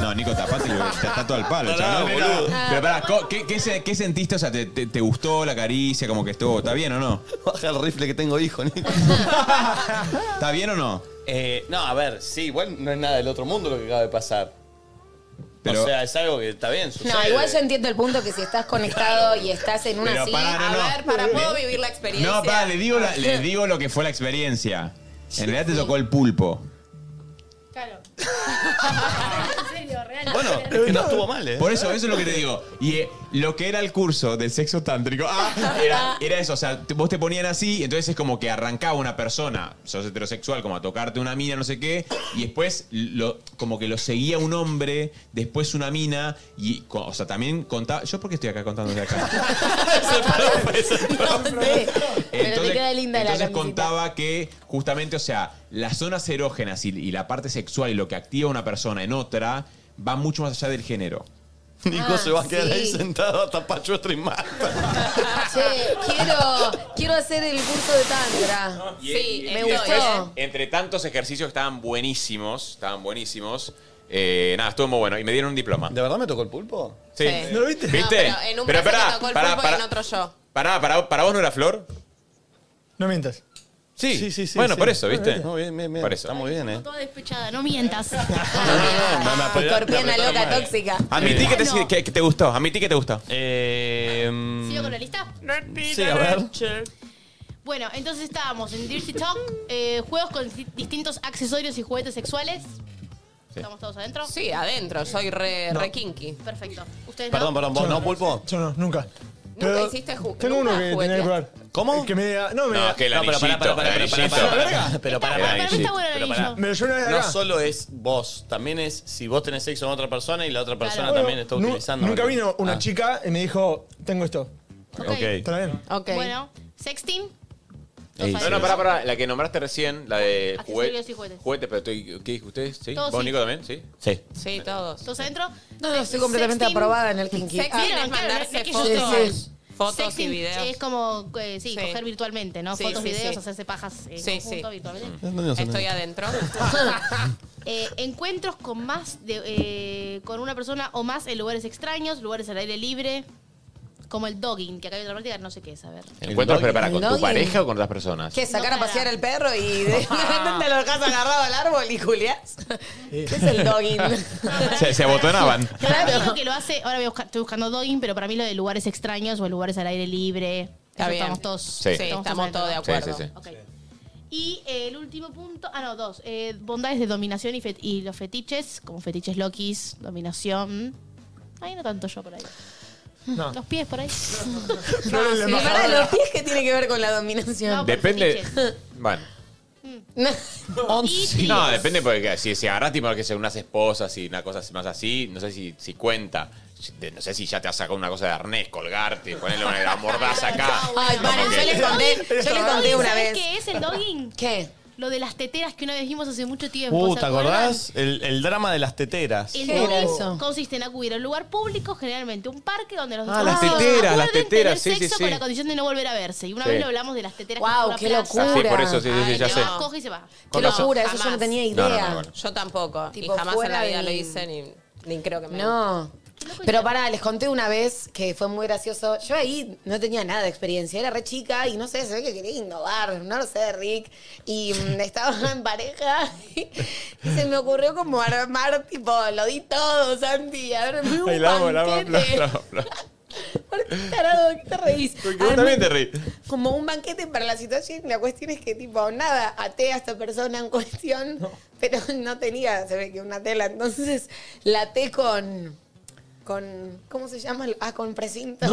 Speaker 6: No, Nico, tapate, que está, está todo al palo,
Speaker 1: Pará,
Speaker 6: chaval.
Speaker 1: boludo.
Speaker 6: Pero pará, co- ¿qué, qué se- qué sentiste? O sea, ¿te, te, te gustó la caricia? Como que estuvo. ¿Está bien o no?
Speaker 1: Baja el rifle que tengo hijo, Nico.
Speaker 6: ¿Está bien o no?
Speaker 1: Eh, no, a ver, sí, bueno, no es nada del otro mundo lo que acaba de pasar.
Speaker 6: Pero-
Speaker 1: o sea, es algo que está bien, sucede.
Speaker 5: No, igual yo entiendo el punto que si estás conectado y estás en una
Speaker 6: Pero
Speaker 5: así.
Speaker 6: pará, no, A no. ver,
Speaker 2: Para puedo vivir la experiencia.
Speaker 6: No, pará, le digo,
Speaker 4: Ah.
Speaker 6: la- le digo lo que fue la experiencia. En realidad te tocó el pulpo.
Speaker 4: Claro. en serio, real.
Speaker 6: Bueno,
Speaker 4: real.
Speaker 6: es que no estuvo mal,
Speaker 1: ¿eh?
Speaker 6: Por eso, eso es lo que te digo. Y eh, lo que era el curso del sexo tántrico, ah, era, era eso. O sea, te- vos te ponían así, entonces es como que arrancaba una persona, sos heterosexual, como a tocarte una mina, no sé qué, y después lo, como que lo seguía un hombre, después una mina, y, co- o sea, también contaba. ¿Yo por qué estoy acá contando de acá?
Speaker 7: Pero te queda linda la
Speaker 6: entonces
Speaker 7: camiseta.
Speaker 6: contaba que justamente, o sea, las zonas erógenas y, y la parte sexual y lo que activa una persona en otra va mucho más allá del género.
Speaker 1: Nico se va a quedar ahí
Speaker 5: sí.
Speaker 1: sentado hasta Pacho streamar.
Speaker 5: Che, quiero, quiero hacer el curso de tantra.
Speaker 6: Sí,
Speaker 5: me
Speaker 6: Después,
Speaker 5: gustó.
Speaker 6: entre tantos ejercicios que estaban buenísimos, estaban buenísimos. eh, nada, estuvo muy bueno. Y me dieron un diploma. ¿De
Speaker 1: verdad me tocó el pulpo?
Speaker 6: Sí.
Speaker 2: Sí. No,
Speaker 6: ¿Viste?
Speaker 2: pero en un
Speaker 6: Pero
Speaker 2: brazo
Speaker 6: pará,
Speaker 2: me tocó el
Speaker 6: pará,
Speaker 2: pulpo y
Speaker 6: pará.
Speaker 2: en otro yo.
Speaker 6: Pará, para, para vos no era flor.
Speaker 3: No mientas.
Speaker 6: Sí,
Speaker 1: sí, sí.
Speaker 6: bueno, por
Speaker 1: sí.
Speaker 6: eso, ¿viste?
Speaker 1: No, bien, bien, bien.
Speaker 6: Por eso.
Speaker 1: Está muy bien, ¿eh?
Speaker 4: Toda despechada, no mientas.
Speaker 5: Escorpiana loca tóxica.
Speaker 6: Admití que, te, que- que te gustó, admití que te gustó. Eh,
Speaker 4: ¿Sigo con la lista?
Speaker 6: mm. Sí, a ver.
Speaker 4: Bueno, entonces estábamos en Dirty Talk, eh, juegos con di- distintos accesorios y juguetes sexuales. ¿Estamos todos adentro?
Speaker 2: Sí, adentro, soy re,
Speaker 4: No.
Speaker 2: re kinky.
Speaker 4: Perfecto. ¿Ustedes
Speaker 1: Perdón,
Speaker 4: no?
Speaker 1: perdón, vos no, pulpo.
Speaker 3: Yo no, nunca.
Speaker 2: Nunca hiciste ju-
Speaker 3: Tengo
Speaker 2: nunca
Speaker 3: uno que tenía que
Speaker 2: jugueteaste.
Speaker 3: probar.
Speaker 1: ¿Cómo?
Speaker 3: Que me diga. No, me diga-
Speaker 1: que el No, pero pará, pará, pará,
Speaker 6: anillito,
Speaker 1: pará,
Speaker 6: el
Speaker 1: pará, pará,
Speaker 6: anillito.
Speaker 1: pará, Pero pará,
Speaker 6: Está-
Speaker 1: pará,
Speaker 6: para mí está bueno el
Speaker 1: pero
Speaker 6: anillo.
Speaker 1: pará.
Speaker 6: Me lo llevo una vez
Speaker 1: No
Speaker 6: acá.
Speaker 1: solo es vos, también es si vos tenés sexo con otra persona y la otra persona
Speaker 3: Bueno,
Speaker 1: también está
Speaker 3: nu-
Speaker 1: utilizando.
Speaker 3: Nunca vino una
Speaker 1: Ah.
Speaker 3: chica y me dijo, tengo esto.
Speaker 6: Ok.
Speaker 3: ¿Está bien?
Speaker 4: Bueno, sexting.
Speaker 6: No, no, pará, pará. La que nombraste recién, la de
Speaker 4: Accesorios
Speaker 6: juguete.
Speaker 4: y juguetes.
Speaker 6: Juguete, pero estoy- ¿qué dijo usted? ¿Sí?
Speaker 4: Todos
Speaker 6: ¿Vos,
Speaker 4: sí.
Speaker 6: Nico, también? ¿Sí?
Speaker 1: Sí.
Speaker 2: Sí, todos.
Speaker 4: ¿Todos adentro?
Speaker 5: No, no, estoy completamente aprobada en el kinky.
Speaker 4: Sexting
Speaker 5: Ah,
Speaker 4: es
Speaker 5: ¿vieron?
Speaker 4: mandarse
Speaker 5: Claro, no es que yo
Speaker 4: fotos.
Speaker 5: estoy-
Speaker 2: Fotos y
Speaker 4: Sexting
Speaker 2: videos.
Speaker 4: Es como, eh, sí,
Speaker 2: Sí.
Speaker 4: coger virtualmente, ¿no?
Speaker 2: Sí,
Speaker 4: Fotos,
Speaker 2: sí,
Speaker 4: videos,
Speaker 2: sí.
Speaker 4: hacerse pajas en
Speaker 2: Sí,
Speaker 4: conjunto
Speaker 2: sí.
Speaker 4: virtualmente.
Speaker 2: Estoy adentro.
Speaker 4: Eh, encuentros con más de, eh, con una persona o más en lugares extraños, lugares al aire libre, como el dogging, que acá hay otra práctica, no sé qué es, a ver.
Speaker 6: ¿Encuentros, pero para,
Speaker 5: El
Speaker 6: con tu
Speaker 5: noggin.
Speaker 6: pareja o con otras personas?
Speaker 5: ¿Qué? ¿Sacar a pasear el perro y de repente te lo dejas agarrado al árbol y Juliás? ¿Qué es el dogging?
Speaker 6: Se, se abotonaban.
Speaker 4: Para mí lo que lo hace, ahora voy a buscar- estoy buscando dogging, pero para mí lo de lugares extraños o lugares al aire libre,
Speaker 2: Está
Speaker 4: eso
Speaker 2: bien.
Speaker 4: estamos todos,
Speaker 2: Sí. Sí, estamos todos de
Speaker 4: adentro, ¿no?
Speaker 2: acuerdo. Sí, sí, sí.
Speaker 4: Ok. Y eh, el último punto, ah no, dos, eh, bondades de dominación y, fe- y los fetiches, como fetiches lokis, dominación. Ahí no tanto yo por ahí.
Speaker 3: No.
Speaker 4: Los pies por ahí.
Speaker 5: No, sí.
Speaker 4: embajadora.
Speaker 5: Pará, los pies que tiene que ver con la dominación.
Speaker 4: No,
Speaker 6: Depende. Bueno.
Speaker 5: Once.
Speaker 6: No, depende porque si, si agarras tipo que sea unas esposas y una cosa más así, no sé si, si cuenta. Si te- No sé si ya te has sacado una cosa de arnés, colgarte, ponerle una mordaza acá.
Speaker 5: Ay, paren, yo les conté, yo les conté una
Speaker 4: ¿Sabes
Speaker 5: vez.
Speaker 4: qué es el dogging?
Speaker 5: ¿Qué?
Speaker 4: Lo de las teteras que una vez vimos hace mucho tiempo.
Speaker 1: Uh,
Speaker 4: ¿se
Speaker 1: ¿te
Speaker 4: acuerdan?
Speaker 1: acordás? El, el drama de las teteras.
Speaker 4: El
Speaker 5: ¿Qué era
Speaker 4: dogging
Speaker 5: eso?
Speaker 4: consiste en acudir a un lugar público, generalmente un parque donde los
Speaker 6: Ah, las
Speaker 4: distintos
Speaker 6: teteras, las
Speaker 4: acuerden
Speaker 6: teteras,
Speaker 4: tener
Speaker 6: sí, sí,
Speaker 4: sexo
Speaker 6: sí.
Speaker 4: con la condición de no volver a verse. Y una
Speaker 6: Sí.
Speaker 4: vez lo hablamos de las teteras.
Speaker 5: Guau,
Speaker 4: que
Speaker 5: qué
Speaker 4: es una plaza.
Speaker 6: Ah, sí, por eso, sí, sí, sí, ya
Speaker 4: Te
Speaker 6: sé.
Speaker 4: vas, coge y se va.
Speaker 6: Con
Speaker 5: Qué
Speaker 6: razón.
Speaker 5: locura, eso yo no
Speaker 2: Jamás.
Speaker 5: tenía
Speaker 6: No, no,
Speaker 5: idea.
Speaker 6: no, bueno.
Speaker 2: Yo tampoco.
Speaker 5: Tipo,
Speaker 2: y jamás en
Speaker 5: fuera
Speaker 2: la vida
Speaker 5: de
Speaker 2: lo
Speaker 5: mi-
Speaker 2: hice ni, ni creo que me.
Speaker 5: No. Pero pará, les conté una vez que fue muy gracioso. Yo ahí no tenía nada de experiencia, era re chica y no sé, se ve que quería innovar, no lo sé, Rick. Y mm, estaba en pareja y, se me ocurrió como armar, tipo, lo di todo, Santi, a ver, un
Speaker 6: Ay, la amo, la amo,
Speaker 5: banquete.
Speaker 6: la amo, la amo.
Speaker 5: Tarado, ¿qué te reís?
Speaker 6: Porque vos también te reís.
Speaker 5: como un banquete para la situación. y La cuestión es que, tipo, nada, até a esta persona en cuestión, pero no tenía, se ve que una tela. Entonces la até con. con ¿Cómo se llama? Ah, con precinto.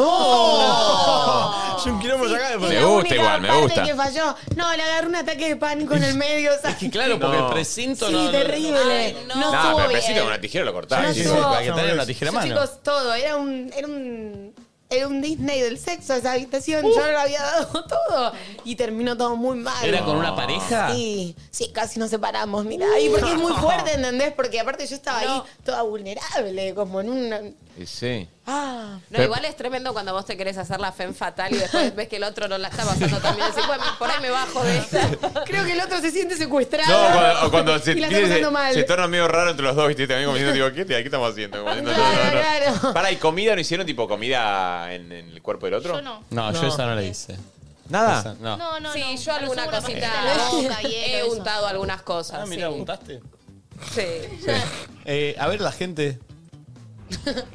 Speaker 3: ¡No! Yo un quilombo acá de
Speaker 5: Y
Speaker 6: Me
Speaker 5: la
Speaker 6: gusta
Speaker 5: única
Speaker 6: igual, me
Speaker 5: parte
Speaker 6: gusta.
Speaker 5: que falló. No, le agarró un ataque de pánico en el medio. o sea,
Speaker 1: Que Claro, porque
Speaker 6: No.
Speaker 1: el precinto
Speaker 5: sí,
Speaker 1: no. no-
Speaker 5: terrible. no,
Speaker 6: Nah,
Speaker 5: estuvo
Speaker 6: pero
Speaker 5: bien.
Speaker 6: precisamente con una tijera lo cortás.
Speaker 5: No
Speaker 6: Sí,
Speaker 5: estuvo-
Speaker 6: sí,
Speaker 5: Para
Speaker 1: que te den una tijera a
Speaker 5: Yo,
Speaker 1: mano.
Speaker 5: chicos, todo. Era un, era un, era un Disney del sexo esa habitación. Yo le había dado todo. Y terminó todo muy mal.
Speaker 1: ¿Era con una pareja?
Speaker 5: Sí, sí, casi nos separamos, mirá. Y porque es muy fuerte, ¿entendés? Porque aparte yo estaba ahí toda vulnerable, como en una.
Speaker 6: Sí.
Speaker 5: Ah.
Speaker 2: No, igual es tremendo cuando vos te querés hacer la fe fatal y después ves que el otro no la está pasando también. Decís, bueno, por ahí me bajo de esta.
Speaker 5: Creo que el otro se siente secuestrado.
Speaker 6: No, cuando, o cuando se,
Speaker 5: y la está
Speaker 6: se,
Speaker 5: pasando mal.
Speaker 6: se torna medio raro entre los dos, ¿viste? También como diciendo, digo, ¿qué, te- qué estamos haciendo? Como diciendo, no, no, no. Para, ¿y comida no hicieron tipo comida en, en el cuerpo del otro? Ah.
Speaker 4: Yo no.
Speaker 1: No, yo
Speaker 6: No.
Speaker 1: esa no la hice.
Speaker 6: ¿Nada?
Speaker 1: Esa- no.
Speaker 4: No, no,
Speaker 2: sí,
Speaker 4: no.
Speaker 2: yo alguna
Speaker 4: Pero seguro
Speaker 2: cosita.
Speaker 4: una pastillita en la boca,
Speaker 2: he
Speaker 4: hielo, eso.
Speaker 2: untado algunas cosas.
Speaker 1: Ah, mirá,
Speaker 2: sí.
Speaker 1: ¿untaste?
Speaker 2: Sí.
Speaker 1: Eh, a ver, la gente.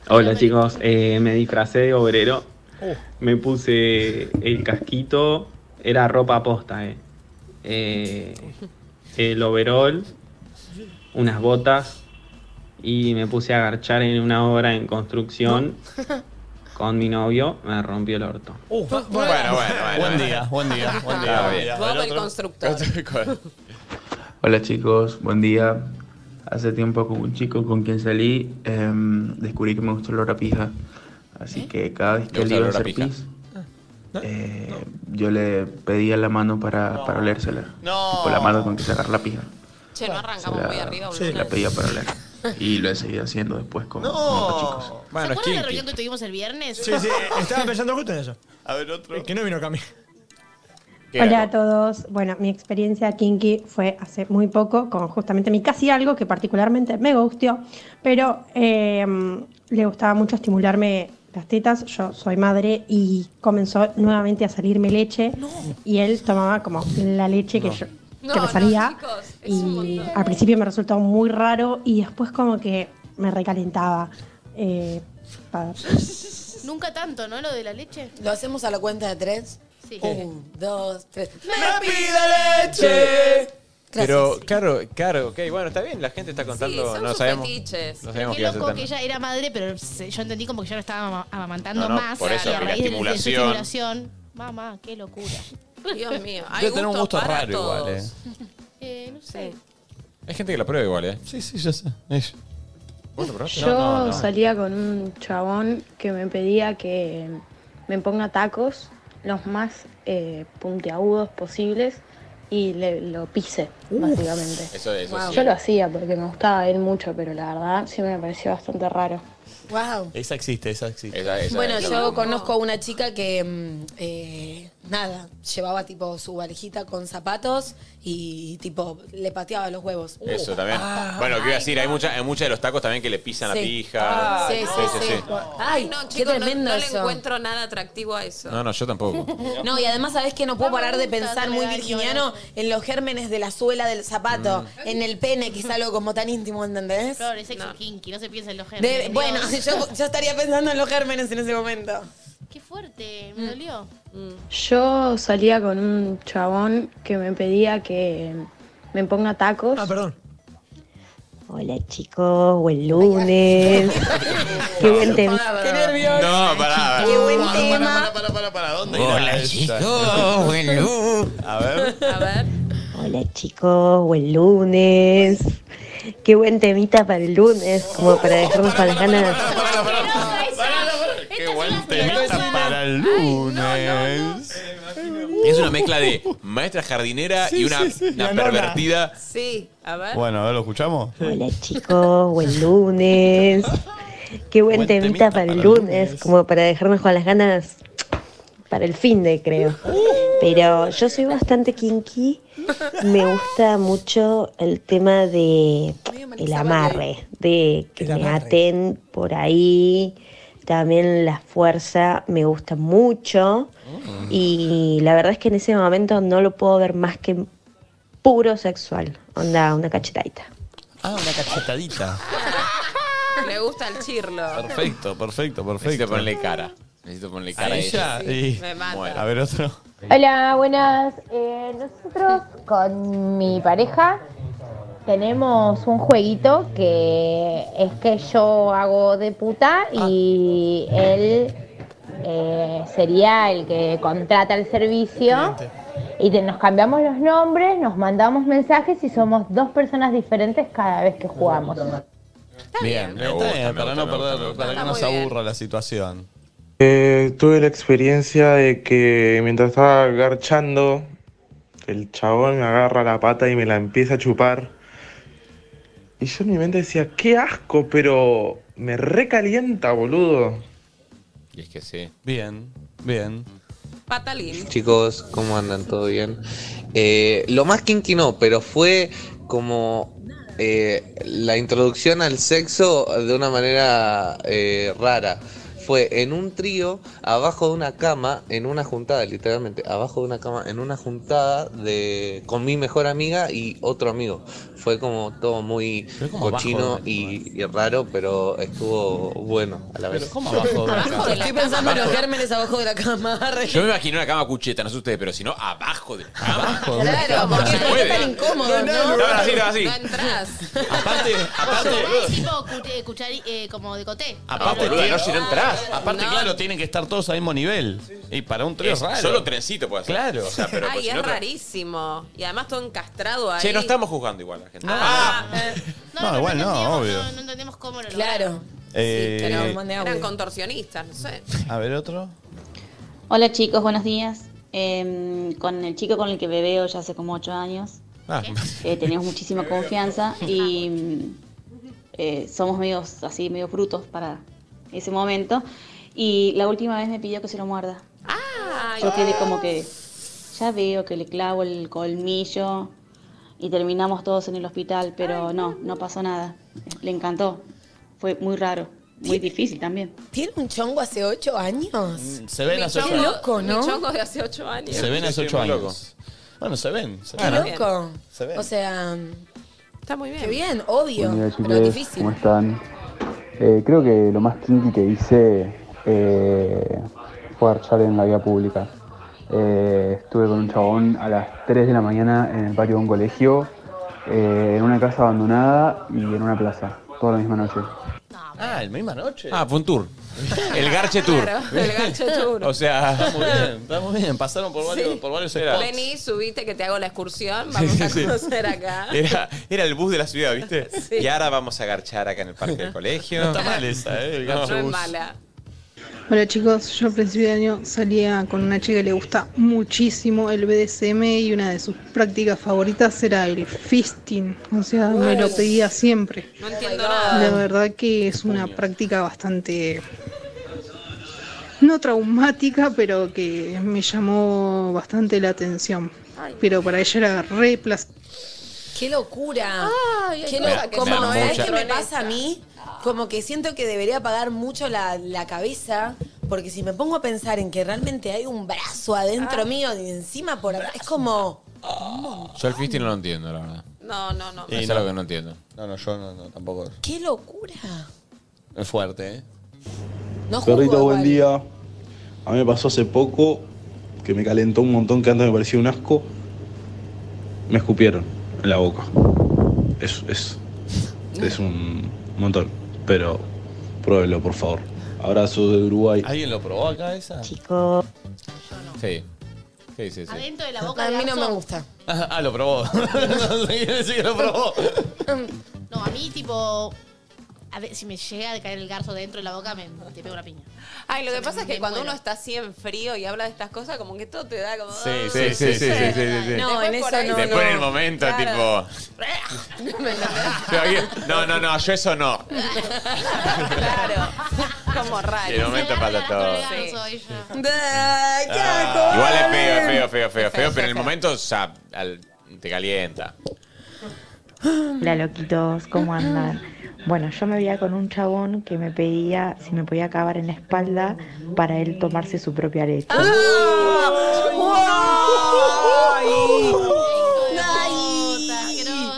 Speaker 20: Hola chicos, eh, me disfracé de obrero. Me puse el casquito, era ropa posta, eh. Eh, el overol,
Speaker 21: unas botas y me puse a garchar en una obra en construcción con mi novio, me rompió el orto.
Speaker 1: Uh, bueno, bueno, bueno. Buen día, buen día, buen día.
Speaker 21: Ah,
Speaker 1: buen
Speaker 21: bien.
Speaker 1: día.
Speaker 2: Bob el
Speaker 1: Otro.
Speaker 2: constructor.
Speaker 16: Hola chicos, buen día. Hace tiempo con un chico con quien salí em, descubrí que me gusta el olor a pija. Así
Speaker 1: ¿Eh?
Speaker 16: que cada vez
Speaker 6: ¿Le
Speaker 16: que
Speaker 6: gusta
Speaker 16: le
Speaker 6: el
Speaker 16: iba a
Speaker 6: olor a
Speaker 16: hacer
Speaker 6: pija?
Speaker 16: pis, eh, yo le pedía la mano para, para olérsela. Tipo, la mano con que sacar la pija.
Speaker 2: Che, no arrancamos
Speaker 16: Se la,
Speaker 2: muy arriba,
Speaker 16: se
Speaker 2: boludo.
Speaker 16: la pedía para oler. Y lo he seguido haciendo después con,
Speaker 22: No.
Speaker 16: con otros chicos.
Speaker 22: ¿Se acuerdan de la reunión que tuvimos el viernes?
Speaker 23: Sí, sí,
Speaker 6: eh,
Speaker 23: estaba pensando justo en eso.
Speaker 1: A ver, otro.
Speaker 23: que no vino Cami.
Speaker 13: Hola a todos. Bueno, mi experiencia kinky fue hace muy poco con justamente mi casi algo que particularmente me gustió, pero eh, le gustaba mucho estimularme las tetas. Yo soy madre y comenzó nuevamente a salirme leche y él tomaba como la leche que yo que me salía y al principio me resultó muy raro y después como que me recalentaba. Eh, para-
Speaker 22: Nunca tanto, ¿no? Lo de la leche.
Speaker 5: ¿Lo hacemos a la cuenta de tres?
Speaker 22: Sí.
Speaker 5: Un, dos, tres.
Speaker 22: ¡Me
Speaker 5: pide leche!
Speaker 6: Pero, claro, claro, ok, bueno, está bien, la gente está contando, no sabemos. No sabemos qué
Speaker 22: Qué
Speaker 6: va a hacer
Speaker 22: loco que
Speaker 6: tan-
Speaker 22: ella era madre, pero se- yo entendí como que ya lo estaba ama- amamantando
Speaker 6: No, no,
Speaker 22: más.
Speaker 6: por eso,
Speaker 22: y a
Speaker 6: que la
Speaker 22: raíz de- de su
Speaker 6: estimulación.
Speaker 22: estimulación. Mamá, qué locura.
Speaker 2: Dios mío.
Speaker 6: Debe tener un gusto raro igual, eh.
Speaker 22: Eh, no sé.
Speaker 6: Hay gente que la prueba igual, ¿eh? Sí, sí, yo sé. ¿Vos lo probaste?
Speaker 7: Yo salía con un chabón que me pedía que me ponga tacos los más eh, puntiagudos posibles y le, lo pise, básicamente.
Speaker 6: Eso, eso sí.
Speaker 7: Yo lo hacía porque me gustaba él mucho, pero la verdad sí me pareció bastante raro.
Speaker 5: Wow.
Speaker 1: Esa existe, esa existe.
Speaker 5: Bueno, yo conozco a una chica que, mm, eh, nada, llevaba tipo su valijita con zapatos y tipo le pateaba los huevos. Uh. Ah.
Speaker 6: Eso también. bueno, lo que iba a decir, hay mucha, hay mucha de los tacos también que le pisan la
Speaker 5: Sí. Ah,
Speaker 6: pija.
Speaker 5: Sí, sí, sí.
Speaker 2: Ay, no, chicos, no,
Speaker 5: tremendo
Speaker 2: no le
Speaker 5: eso.
Speaker 2: encuentro nada atractivo a eso.
Speaker 6: No, no, yo tampoco.
Speaker 5: No, y además sabes que no puedo
Speaker 2: No me
Speaker 5: parar de
Speaker 2: gusta,
Speaker 5: pensar muy
Speaker 2: Soledad,
Speaker 5: virginiano en los gérmenes de la suela del zapato,
Speaker 6: Mm.
Speaker 5: en el pene, que es algo como tan íntimo, ¿entendés?
Speaker 22: Flor, es sexo kinky, no se piensa en los
Speaker 5: De-
Speaker 22: gérmenes.
Speaker 5: bueno,
Speaker 22: Dios.
Speaker 5: yo, yo estaría pensando en los gérmenes en ese momento.
Speaker 22: Qué fuerte, me dolió.
Speaker 5: Mm.
Speaker 7: Yo salía con un chabón que me pedía que me ponga tacos. Ah,
Speaker 23: perdón.
Speaker 7: Hola chicos, buen lunes. Qué buen tema.
Speaker 5: Qué nervioso.
Speaker 6: No, pará.
Speaker 5: Qué buen
Speaker 1: tema.
Speaker 5: tema.
Speaker 1: Para, para, para, para, ¿dónde
Speaker 6: Hola,
Speaker 1: irá esta?
Speaker 6: chicos, buen luz.
Speaker 1: A ver.
Speaker 2: A ver.
Speaker 7: Hola chicos, buen lunes. Qué buen temita para el lunes, como para dejarnos con las ganas.
Speaker 6: Qué buen temita para el lunes. Es
Speaker 1: Eh,
Speaker 6: una mezcla de maestra jardinera
Speaker 1: Sí,
Speaker 6: y una,
Speaker 1: sí, sí.
Speaker 6: una
Speaker 1: La nona.
Speaker 6: pervertida.
Speaker 2: Sí, Ah, a ver.
Speaker 1: Bueno, a ver, ¿lo escuchamos?
Speaker 7: Hola chicos, buen lunes. Qué buen, temita, para el lunes, como para dejarnos con las ganas para el fin de creo. Pero yo soy bastante kinky, me gusta mucho el tema de el amarre, de que me aten por ahí, también la fuerza me gusta mucho
Speaker 6: Oh.
Speaker 7: y la verdad es que en ese momento no lo puedo ver más que puro sexual, onda una cachetadita.
Speaker 1: Ah, una cachetadita.
Speaker 2: Le gusta el chirlo.
Speaker 1: Perfecto, perfecto, perfecto.
Speaker 6: Necesito ponerle cara. Necesito ponerle cara
Speaker 1: A
Speaker 6: a
Speaker 1: ella.
Speaker 6: ella.
Speaker 1: y-
Speaker 2: Me mata.
Speaker 6: Bueno.
Speaker 1: A ver, otro.
Speaker 4: Hola, buenas. Eh, nosotros con mi pareja tenemos un jueguito que es que yo hago de puta y él eh, sería el que contrata el servicio. Y te- nos cambiamos los nombres, nos mandamos mensajes y somos dos personas diferentes cada vez que jugamos.
Speaker 1: Bien, me gusta, para no perder, para que no se aburra la situación.
Speaker 3: Eh, tuve la experiencia de que mientras estaba garchando, el chabón me agarra la pata y me la empieza a chupar. Y yo en mi mente decía, qué asco, pero me recalienta, boludo.
Speaker 6: Y es que sí.
Speaker 1: Bien, bien.
Speaker 2: Patalín.
Speaker 24: Chicos, ¿cómo andan? ¿Todo bien? Eh, lo más kinky no, pero fue como eh, la introducción al sexo de una manera eh, rara. fue en un trío, abajo de una cama, en una juntada, literalmente, abajo de una cama, en una juntada de con mi mejor amiga y otro amigo. Fue como todo muy
Speaker 6: como abajo de
Speaker 24: cochino
Speaker 6: la
Speaker 24: y, y raro, pero estuvo bueno a la vez.
Speaker 6: ¿Cómo abajo de la cama?
Speaker 5: Estoy pensando en los gérmenes abajo de la cama. Arre.
Speaker 6: Yo me imagino una cama cucheta, no sé ustedes, pero si no, abajo de la cama.
Speaker 5: Claro,
Speaker 6: No
Speaker 5: porque
Speaker 6: se
Speaker 5: no
Speaker 6: puede.
Speaker 5: es tan incómodo, ¿no?
Speaker 6: No, así, no, así.
Speaker 2: No entras.
Speaker 6: Aparte, aparte.
Speaker 4: tipo cu- eh, cuchari- eh, como de coté.
Speaker 6: Ah,
Speaker 1: Aparte,
Speaker 4: Pero-
Speaker 1: boluda, no, si no entrás. Aparte, claro, tienen que estar todos al mismo nivel. Y para un trío
Speaker 6: Es
Speaker 1: es raro.
Speaker 6: solo trencito puede hacer.
Speaker 1: Claro.
Speaker 6: O sea, pero
Speaker 2: Ay,
Speaker 6: pues, si
Speaker 2: es
Speaker 6: no, tra-
Speaker 2: rarísimo. Y además todo encastrado ahí.
Speaker 6: Che, no estamos jugando igual la gente. Ah.
Speaker 1: Ah. No, igual no, obvio.
Speaker 4: No entendemos cómo lo
Speaker 2: Claro.
Speaker 1: Eh,
Speaker 2: Eran contorsionistas, no sé.
Speaker 1: a ver, otro.
Speaker 13: Hola chicos, buenos días. Em, con el chico con el que bebeo ya hace como 8 años,
Speaker 1: Ah.
Speaker 13: eh, tenemos muchísima confianza y mm, eh, somos medios así, medio brutos para ese momento. Y la última vez me pidió que se lo muerda. Yo quedé como que ya veo que le clavo el colmillo y terminamos todos en el hospital, pero no, no pasó nada. Le encantó. Fue muy raro, muy difícil también.
Speaker 5: ¿Tiene un chongo hace ocho años?
Speaker 1: Se ven
Speaker 5: Mi
Speaker 1: hace ocho
Speaker 5: chongo-
Speaker 1: años.
Speaker 5: loco, ¿no?
Speaker 2: Mi chongo de hace ocho años.
Speaker 1: Se ven hace
Speaker 6: Sí, sí,
Speaker 1: ocho
Speaker 6: muy
Speaker 1: años.
Speaker 6: loco.
Speaker 1: Bueno, se ven. Se
Speaker 5: Qué
Speaker 1: ven.
Speaker 5: loco.
Speaker 1: Se ven.
Speaker 5: O sea,
Speaker 2: está muy bien.
Speaker 5: Qué bien, obvio,
Speaker 25: Buen día,
Speaker 5: pero
Speaker 25: chicos.
Speaker 5: difícil.
Speaker 25: ¿Cómo están? Eh, creo que lo más kinky que hice eh, fue archar en la vía pública. Eh, estuve con un chabón a las 3 de la mañana en el patio de un colegio, eh, en una casa abandonada y en una plaza, toda la misma noche.
Speaker 1: Ah, el misma noche.
Speaker 6: Ah, fue un tour. El Garche Tour.
Speaker 2: Claro, el Garche Tour.
Speaker 6: O sea.
Speaker 1: Está muy bien, está muy bien. Pasaron por varios, por varios spots.
Speaker 2: Vení, subite que te hago la excursión. Vamos
Speaker 6: Sí,
Speaker 2: a
Speaker 6: sí, sí.
Speaker 2: conocer acá.
Speaker 6: Era, era el bus de la ciudad, ¿viste?
Speaker 2: Sí.
Speaker 6: Y ahora vamos a garchar acá en el parque del colegio.
Speaker 1: No está mal esa, ¿eh? El
Speaker 6: No.
Speaker 1: garcho
Speaker 2: No es
Speaker 1: bus.
Speaker 2: mala.
Speaker 22: Hola chicos, yo a principio de año salía con una chica que le gusta muchísimo el BDSM y una de sus prácticas favoritas era el fisting, o sea, me lo pedía siempre.
Speaker 2: No entiendo
Speaker 22: La
Speaker 4: Ah.
Speaker 2: nada.
Speaker 22: verdad que es una práctica bastante no traumática, pero que me llamó bastante la atención. Pero para ella era re placer.
Speaker 5: Qué locura.
Speaker 2: hay
Speaker 5: Qué
Speaker 2: cosas
Speaker 5: lo-
Speaker 2: que
Speaker 5: como,
Speaker 22: son
Speaker 5: ¿sabes
Speaker 22: muchas.
Speaker 5: qué me pasa a mí? Como que siento que debería pagar mucho la, la cabeza, porque si me pongo a pensar en que realmente hay un brazo adentro mío y encima por acá, es como...
Speaker 6: Yo el fisting no lo entiendo, la verdad.
Speaker 2: No, no, no.
Speaker 6: Eso es algo que no entiendo.
Speaker 1: No, no, yo no, no, tampoco.
Speaker 5: ¡Qué locura!
Speaker 1: Es fuerte, ¿eh?
Speaker 5: No
Speaker 18: Perrito, buen día. A mí me pasó hace poco que me calentó un montón que antes me parecía un asco. Me escupieron en la boca. Es, es, es un montón. Pero pruébelo, por favor. Abrazo de Uruguay.
Speaker 1: ¿Alguien lo probó acá esa?
Speaker 22: Chico.
Speaker 6: Sí. ¿Qué dices?
Speaker 4: Adentro de la boca.
Speaker 5: A mí
Speaker 4: del
Speaker 5: no me
Speaker 4: garzo.
Speaker 5: gusta.
Speaker 1: Ah, ah, lo probó. no sé quiere decir que lo probó.
Speaker 4: No, a mí tipo. A ver, si me llega a caer el garzo dentro de la boca, me, te pego la piña.
Speaker 2: Ay, lo que pasa es que
Speaker 4: me
Speaker 2: cuando
Speaker 4: muero.
Speaker 2: uno está así en frío y habla de estas cosas, como que todo te da como.
Speaker 6: Sí, sí, sí, sí, sí, sí, sí, sí.
Speaker 5: No, en eso no.
Speaker 6: Después
Speaker 5: no.
Speaker 6: en el momento,
Speaker 5: Claro.
Speaker 6: tipo. pero bien, No, no, no, yo eso no.
Speaker 2: Como raro.
Speaker 6: Y el momento pasa todo.
Speaker 5: Ay, qué
Speaker 6: Ah,
Speaker 5: asco.
Speaker 6: igual es feo, es feo, feo, feo, feo, pero en el momento o sea, al- te calienta.
Speaker 26: Hola loquitos, ¿cómo andan? Bueno, yo me veía con un chabón que me pedía si me podía acabar en la espalda para él tomarse su propia leche.
Speaker 2: Ah.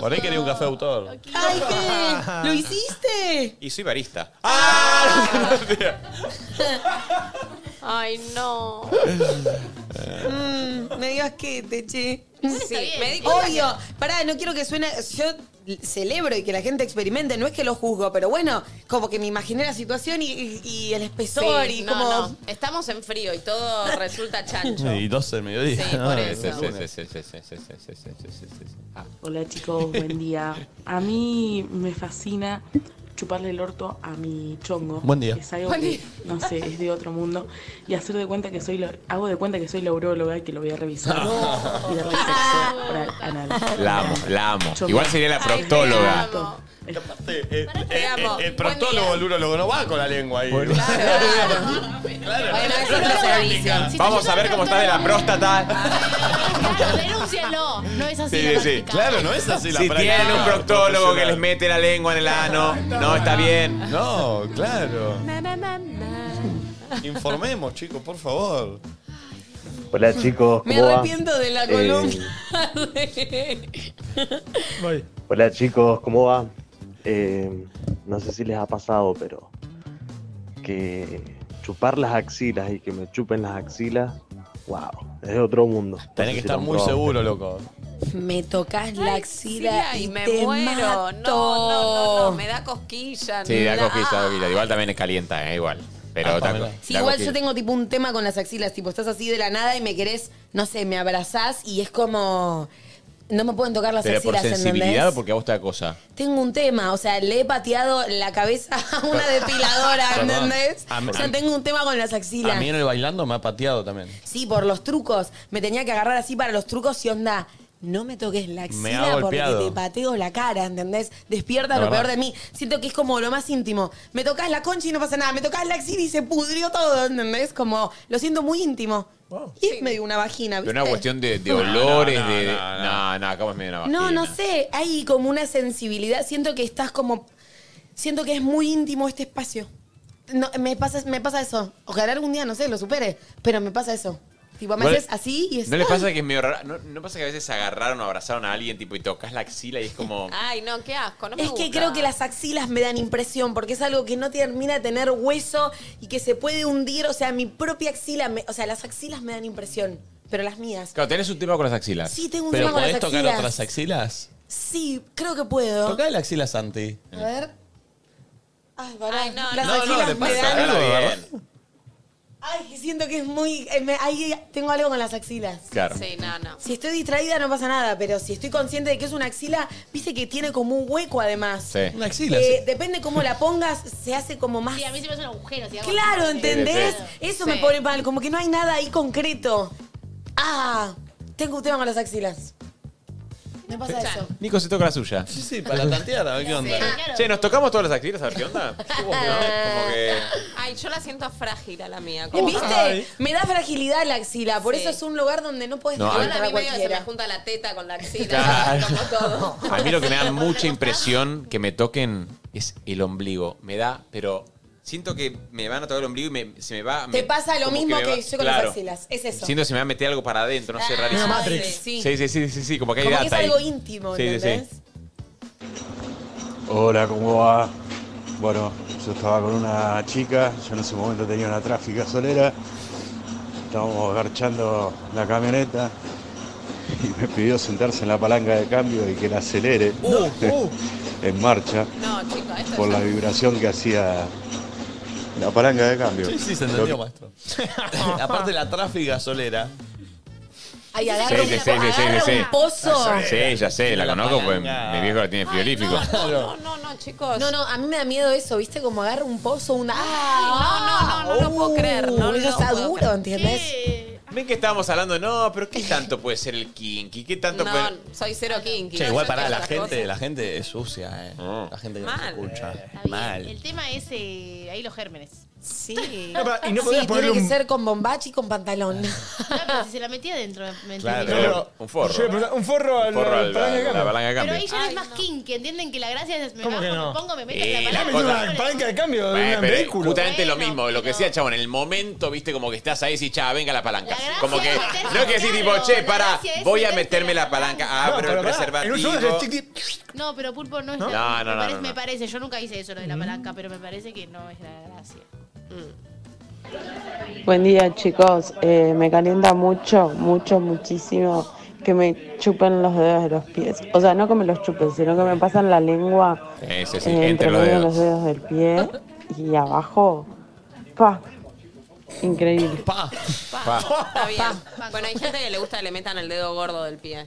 Speaker 1: Por ahí quería un café autor.
Speaker 5: ¡Ay, qué! ¡Lo hiciste!
Speaker 6: Y soy barista.
Speaker 1: Ah,
Speaker 2: Ay, no.
Speaker 5: Mm, me dio asquete, che.
Speaker 2: está bien. me di cuenta
Speaker 5: Obvio. Pará, no quiero que suene. Yo celebro y que la gente experimente, no es que lo juzgo, pero bueno, como que me imaginé la situación y, y- y el espesor
Speaker 2: Sí,
Speaker 5: y
Speaker 2: no,
Speaker 5: como.
Speaker 2: no. Estamos en frío y todo resulta chancho.
Speaker 1: Y 12 del mediodía.
Speaker 2: Sí,
Speaker 1: ¿no?
Speaker 2: por
Speaker 1: Es
Speaker 2: eso.
Speaker 1: el lunes.
Speaker 6: Sí, sí, sí, sí, sí, sí, sí, sí, sí, sí, sí. Ah.
Speaker 11: Hola chicos, buen día. A mí me fascina chuparle el orto a mi chongo.
Speaker 1: Buen día.
Speaker 11: Es algo
Speaker 1: Buen
Speaker 11: que,
Speaker 1: día.
Speaker 11: no sé, es de otro mundo. Y hacer de cuenta que soy la- hago de cuenta que soy la uróloga y que lo voy a revisar.
Speaker 6: No.
Speaker 11: Y darle sexo oral anal.
Speaker 6: La amo, la amo.
Speaker 11: Chongo.
Speaker 6: Igual sería la proctóloga.
Speaker 1: Aparte, eh, eh,
Speaker 11: amo.
Speaker 1: el proctólogo, el urólogo, no va con la lengua ahí.
Speaker 6: Vamos a ver cómo está de la próstata.
Speaker 4: Claro, denúncialo. No es así.
Speaker 6: Sí, sí, sí.
Speaker 1: Claro, no es así la
Speaker 6: Si
Speaker 1: práctica
Speaker 6: tienen un proctólogo que
Speaker 1: profesional.
Speaker 6: les mete la lengua en el ano, no está bien.
Speaker 1: No, claro.
Speaker 2: Na, na, na, na.
Speaker 1: Informemos, chicos, por favor.
Speaker 17: Hola chicos,
Speaker 5: Me
Speaker 17: ¿cómo va?
Speaker 5: arrepiento de la
Speaker 17: Eh,
Speaker 5: columna. de-
Speaker 17: Hola chicos, ¿cómo va? Eh, no sé si les ha pasado, pero que chupar las axilas y que me chupen las axilas, wow, es de otro mundo. No sé
Speaker 1: Tenés que
Speaker 17: si
Speaker 1: estar
Speaker 17: lo han
Speaker 1: muy
Speaker 17: probado.
Speaker 1: seguro, loco.
Speaker 5: Me tocas la axila
Speaker 2: axila y
Speaker 5: y,
Speaker 2: me
Speaker 5: te
Speaker 2: muero. No,
Speaker 5: mato.
Speaker 2: no, no, no, me da cosquilla.
Speaker 6: Sí, da
Speaker 2: no.
Speaker 6: coquita, da coquita. Igual también es calienta, eh, igual.
Speaker 1: Ah,
Speaker 6: Pero da, da
Speaker 5: Ah. Sí, igual
Speaker 6: coquita.
Speaker 5: yo tengo tipo un tema con las axilas, tipo estás así de la nada y me querés, no sé, me abrazás y es como no me pueden tocar las
Speaker 6: Pero por
Speaker 5: axilas,
Speaker 6: sensibilidad
Speaker 5: ¿entendés?
Speaker 6: o porque a vos te da cosa.
Speaker 5: Tengo un tema, o sea, le he pateado la cabeza a una depiladora,
Speaker 1: Perdón.
Speaker 5: ¿entendés?
Speaker 1: A mí-
Speaker 5: O sea, tengo un tema con las axilas.
Speaker 1: A mí en el bailando me ha pateado también.
Speaker 5: Sí, por los trucos. Me tenía que agarrar así para los trucos y onda. No me toques la
Speaker 1: Me ha
Speaker 5: axila porque
Speaker 1: golpeado.
Speaker 5: te pateo la cara, ¿entendés? Despierta
Speaker 1: La
Speaker 5: lo peor
Speaker 1: verdad.
Speaker 5: de mí. Siento que es como lo más íntimo. Me tocas la concha y no pasa nada. Me tocas la axila y se pudrió todo, ¿entendés? Como lo siento muy íntimo. Y es medio una vagina,
Speaker 6: Pero
Speaker 5: ¿viste?
Speaker 6: una cuestión de, de
Speaker 5: No,
Speaker 6: olores,
Speaker 1: no,
Speaker 6: de.
Speaker 1: no,
Speaker 6: No, no, acá es medio una vagina.
Speaker 5: No, no sé. Hay como una sensibilidad. Siento que estás como. Siento que es muy íntimo este espacio. No, me, pasa, me pasa eso. Ojalá algún día, no sé, lo supere. Pero me pasa eso. Tipo, me
Speaker 6: Igual-
Speaker 5: haces así y es.
Speaker 6: ¿No les
Speaker 5: ¡ay!
Speaker 6: pasa que es medio raro? ¿No, no pasa que a veces agarraron o abrazaron a alguien tipo y tocas la axila y es como.
Speaker 5: Ah.
Speaker 2: Ay, no, qué asco. No me
Speaker 5: Es que
Speaker 2: gusta.
Speaker 5: creo que las axilas me dan impresión porque es algo que no termina de tener hueso y que se puede hundir. O sea, mi propia axila, me- o sea, las axilas me dan impresión, pero las mías.
Speaker 6: Claro, tenés un tema con las axilas.
Speaker 5: Sí, tengo un
Speaker 1: ¿Pero
Speaker 5: tema con
Speaker 1: podés
Speaker 5: las
Speaker 1: tocar
Speaker 5: axilas.
Speaker 1: otras axilas?
Speaker 5: Sí, creo que puedo.
Speaker 1: Tocá la axila Santi.
Speaker 5: A
Speaker 2: Ah,
Speaker 5: ver. Ay, pará. no,
Speaker 2: Las
Speaker 1: no, no,
Speaker 5: axilas
Speaker 1: le
Speaker 5: me
Speaker 1: pasa
Speaker 5: dan-
Speaker 1: algo, ¿verdad?
Speaker 5: Ay, siento que es muy. eh, me- ahí tengo algo con las axilas.
Speaker 1: Claro.
Speaker 2: Sí, no, no.
Speaker 5: Si estoy distraída no pasa nada, pero si estoy consciente de que es una axila, viste que tiene como un hueco además.
Speaker 6: Sí. Una
Speaker 1: axila,
Speaker 5: Eh,
Speaker 1: sí.
Speaker 5: Depende cómo la pongas, se hace como más.
Speaker 4: Sí, a mí se me hace un agujero. si hago
Speaker 5: Claro,
Speaker 4: así.
Speaker 5: ¿entendés?
Speaker 4: Sí,
Speaker 5: Eso
Speaker 4: sí.
Speaker 5: me pone mal, como que no hay nada ahí concreto. Ah, tengo un tema con las axilas. Me pasa eso.
Speaker 6: Nico se toca la suya.
Speaker 1: Sí, sí, para tantear, a ver qué onda.
Speaker 6: Che, ¿nos tocamos todas las axilas a ver qué onda? Como que.
Speaker 2: Ay, yo la siento frágil a la mía. como-
Speaker 5: ¿Viste? Me da fragilidad la axila, por eso es un lugar donde no puedes
Speaker 6: No,
Speaker 5: entrar
Speaker 6: a-
Speaker 2: Igual a mí medio que se me
Speaker 5: cualquiera.
Speaker 2: junta la teta con la axila.
Speaker 6: Claro.
Speaker 2: Como todo.
Speaker 6: A mí lo que me da mucha impresión que me toquen es el ombligo. Me da, pero siento que me van a tocar el ombligo y me- se me va. me-
Speaker 5: Te pasa lo
Speaker 6: como
Speaker 5: mismo
Speaker 6: me
Speaker 5: que,
Speaker 6: va-
Speaker 5: yo con
Speaker 6: claro.
Speaker 5: las axilas, es eso.
Speaker 6: Siento que se me va a meter algo para adentro, no sé, rarísimo.
Speaker 5: Una Matrix. sí.
Speaker 6: Ah, Sí, sí, sí, sí, sí, como que hay
Speaker 5: Ah, Como que es
Speaker 6: data ahí.
Speaker 5: algo íntimo,
Speaker 6: Sí, sí, sí.
Speaker 5: ¿entendés?
Speaker 17: Hola, ¿cómo va? Bueno, yo estaba con una chica, yo en ese momento tenía una tráfica solera, estábamos garchando la camioneta y me pidió sentarse en la palanca de cambio y que la acelere
Speaker 1: Uh,
Speaker 17: en marcha
Speaker 2: No, chicos, esto
Speaker 17: por
Speaker 2: ya-
Speaker 17: la vibración que hacía la palanca de cambio.
Speaker 1: Sí, sí, se
Speaker 17: Creo
Speaker 1: entendió,
Speaker 17: que-
Speaker 1: maestro. Aparte la tráfica solera.
Speaker 5: Ay,
Speaker 6: Sí,
Speaker 5: agarra
Speaker 6: sí,
Speaker 5: un,
Speaker 6: sí, sí, sí,
Speaker 5: agarra
Speaker 6: sí.
Speaker 5: un pozo.
Speaker 1: Ah,
Speaker 6: Sí, ya sé, la conozco, pues mi viejo la tiene frigorífico.
Speaker 2: No, no, no, chicos.
Speaker 5: No, no, a mí me da miedo eso, ¿viste? Como agarra un pozo, una... uh,
Speaker 2: Ay, no, no, no, no lo puedo creer, no,
Speaker 5: eso
Speaker 2: no
Speaker 5: está
Speaker 2: puedo
Speaker 5: duro,
Speaker 2: creer.
Speaker 5: ¿entiendes?
Speaker 6: Ven que estábamos hablando, no, pero ¿qué tanto puede ser el kinky? ¿Qué tanto puede...?
Speaker 2: No, soy cero kinky.
Speaker 1: Che, igual
Speaker 2: Yo
Speaker 1: pará,
Speaker 2: quiero
Speaker 1: la
Speaker 2: otras
Speaker 1: gente,
Speaker 2: cosas.
Speaker 1: la gente es sucia, eh. La gente que nos
Speaker 2: Mal.
Speaker 1: escucha.
Speaker 4: El
Speaker 1: Mal.
Speaker 4: tema es eh, ahí los gérmenes.
Speaker 5: Sí.
Speaker 1: No, pero, ¿y no
Speaker 5: sí,
Speaker 1: podías
Speaker 5: tiene
Speaker 1: ponerle
Speaker 5: que
Speaker 1: un-
Speaker 5: ser con bombachi y con pantalón.
Speaker 4: No, pero si se la metía dentro, me
Speaker 6: Claro,
Speaker 4: entendí.
Speaker 6: un forro.
Speaker 3: Yo le preguntaba, un forro al-
Speaker 6: Un forro
Speaker 3: al
Speaker 6: al-
Speaker 3: palanca de
Speaker 6: a la
Speaker 3: cambio.
Speaker 6: palanca de
Speaker 4: Pero
Speaker 6: cambio.
Speaker 4: ahí ya no es más kinky, entienden que la gracia es me
Speaker 3: ¿Cómo
Speaker 4: bajo,
Speaker 3: que no?
Speaker 4: me pongo, me meto
Speaker 6: Eh,
Speaker 4: en la
Speaker 6: la
Speaker 4: palabra.
Speaker 6: cosa-
Speaker 3: Una palanca de cambio de
Speaker 6: Eh,
Speaker 3: un
Speaker 6: pero es
Speaker 3: vehículo.
Speaker 6: justamente lo mismo, lo que decía Chabón, en el momento, viste, como que estás ahí y chava, venga la palanca.
Speaker 7: gracia
Speaker 6: como que,
Speaker 7: es meterse,
Speaker 6: no es que decís tipo,
Speaker 7: claro,
Speaker 6: che,
Speaker 7: la
Speaker 6: para,
Speaker 7: gracia es
Speaker 6: voy a
Speaker 7: meterse
Speaker 6: meterme la palanca,
Speaker 3: No,
Speaker 6: abro
Speaker 3: pero
Speaker 6: el
Speaker 3: pará,
Speaker 6: preservativo.
Speaker 3: en un solo es chiqui-
Speaker 4: No, pero Pulpo no es
Speaker 6: ¿No?
Speaker 4: la
Speaker 6: No, no,
Speaker 4: me
Speaker 6: no,
Speaker 4: parece,
Speaker 6: no,
Speaker 4: me
Speaker 6: no. Mm.
Speaker 4: parece, yo nunca hice eso lo de la palanca, pero me parece que no es la gracia.
Speaker 27: Mm.
Speaker 28: Buen día, chicos. Eh, me calienta mucho, mucho, muchísimo que me chupen los dedos de los pies. O sea, no que me los chupen, sino que me pasan la lengua
Speaker 6: Eh, sí, sí,
Speaker 28: eh,
Speaker 6: entre los
Speaker 28: medio de
Speaker 6: dedos.
Speaker 28: los dedos del pie y abajo. Pa. Increíble.
Speaker 2: Pa. Está bien. Bueno, hay gente que le gusta que le metan el dedo gordo del pie.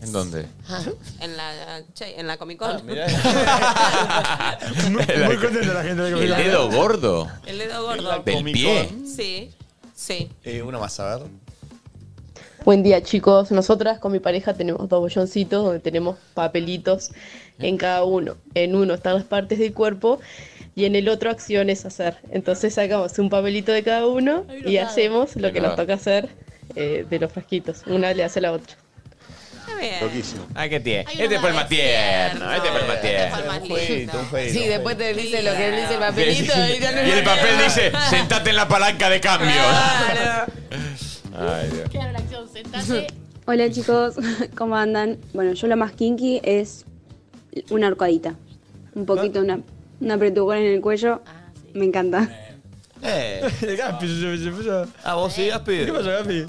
Speaker 6: ¿En dónde?
Speaker 2: En la, che, en la Comic Con.
Speaker 3: Muy contenta la gente de
Speaker 6: ¿El dedo gordo?
Speaker 2: el dedo gordo.
Speaker 6: ¿Del pie?
Speaker 2: Sí, sí.
Speaker 1: Eh, uno más a ver.
Speaker 27: Buen día chicos, nosotras con mi pareja tenemos dos bolloncitos donde tenemos papelitos en cada uno. En uno están las partes del cuerpo y en el otro acciones a hacer. Entonces sacamos un papelito de cada uno y hacemos lo que nos toca hacer eh, de los frasquitos. Una le hace a la otra.
Speaker 6: Loquísimo. Ah, qué tierno.
Speaker 5: Hay
Speaker 6: Este
Speaker 5: uno
Speaker 6: fue el
Speaker 5: más
Speaker 6: más tierno. Este fue el más
Speaker 5: Este fue el
Speaker 6: tierno.
Speaker 5: más lindo. Sí, después te dice lo que dice el papelito.
Speaker 2: eh.
Speaker 5: y ya no
Speaker 6: Y
Speaker 5: lo
Speaker 6: el papel
Speaker 5: quiero.
Speaker 6: dice, sentate en la palanca de cambio. Ay, Dios.
Speaker 4: Claro, la acción, sentate.
Speaker 20: Hola chicos, ¿cómo andan? Bueno, yo lo más kinky es una arcadita. Un poquito, una, una apretujona en el cuello. Me encanta.
Speaker 1: Eh.
Speaker 3: Gaspi, se- se puso-
Speaker 1: Ah, vos sí, Gaspi.
Speaker 3: ¿Qué pasó, Gaspi?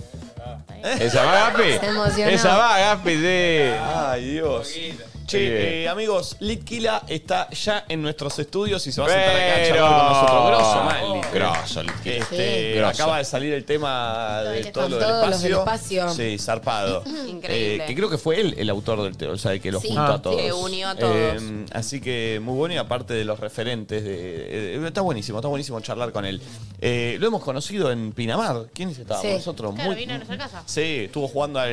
Speaker 6: Esa va, Gaspi.
Speaker 1: Eh, Se emocionó.
Speaker 6: Esa va, Gaspi, sí.
Speaker 1: Ay, Dios. Eh, Che, eh, amigos, Litkila está ya en nuestros estudios y se va a sentar acá a charlar con nosotros. Grosso, mal, Lit.
Speaker 6: Grosso, Litkila.
Speaker 1: Este,
Speaker 6: Sí. Grosso.
Speaker 1: Acaba de salir el tema de todo lo del
Speaker 5: Todos los del
Speaker 1: espacio.
Speaker 5: espacio.
Speaker 1: Sí, zarpado.
Speaker 2: Increíble.
Speaker 1: Eh, que creo que fue él el autor del tema, o sea, el que los
Speaker 2: Sí,
Speaker 1: junta a todos.
Speaker 2: que unió a todos.
Speaker 1: Eh, así que muy bueno y aparte de los referentes. De, eh, está buenísimo, está buenísimo charlar con él. Eh, lo hemos conocido en Pinamar. ¿Quién estaba
Speaker 4: Sí.
Speaker 1: con nosotros?
Speaker 4: Claro,
Speaker 1: Muy-
Speaker 4: vino a nuestra
Speaker 5: Ah.
Speaker 4: casa.
Speaker 1: Sí, estuvo jugando al,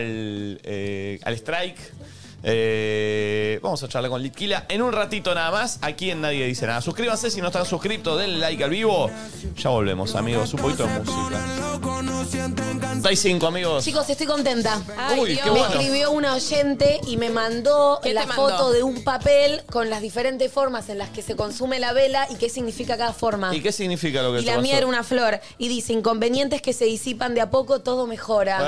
Speaker 1: eh, al Strike. Eh, vamos a charlar con Litquila en un ratito nada más. Aquí en Nadie Dice Nada. Suscríbanse si no están suscritos, denle like al vivo. Ya volvemos, amigos. Un poquito de música. 35, amigos.
Speaker 5: Chicos, estoy contenta.
Speaker 1: Uy, Dios. qué
Speaker 5: me
Speaker 1: bueno.
Speaker 5: escribió una oyente y me mandó
Speaker 2: ¿Qué te
Speaker 5: la
Speaker 2: mandó?
Speaker 5: foto de un papel con las diferentes formas en las que se consume la vela y qué significa cada forma.
Speaker 1: ¿Y qué significa lo que
Speaker 5: ah. Y
Speaker 1: te
Speaker 5: la
Speaker 1: pasó?
Speaker 5: mía era una flor. Y dice, inconvenientes que se disipan de a poco, todo mejora.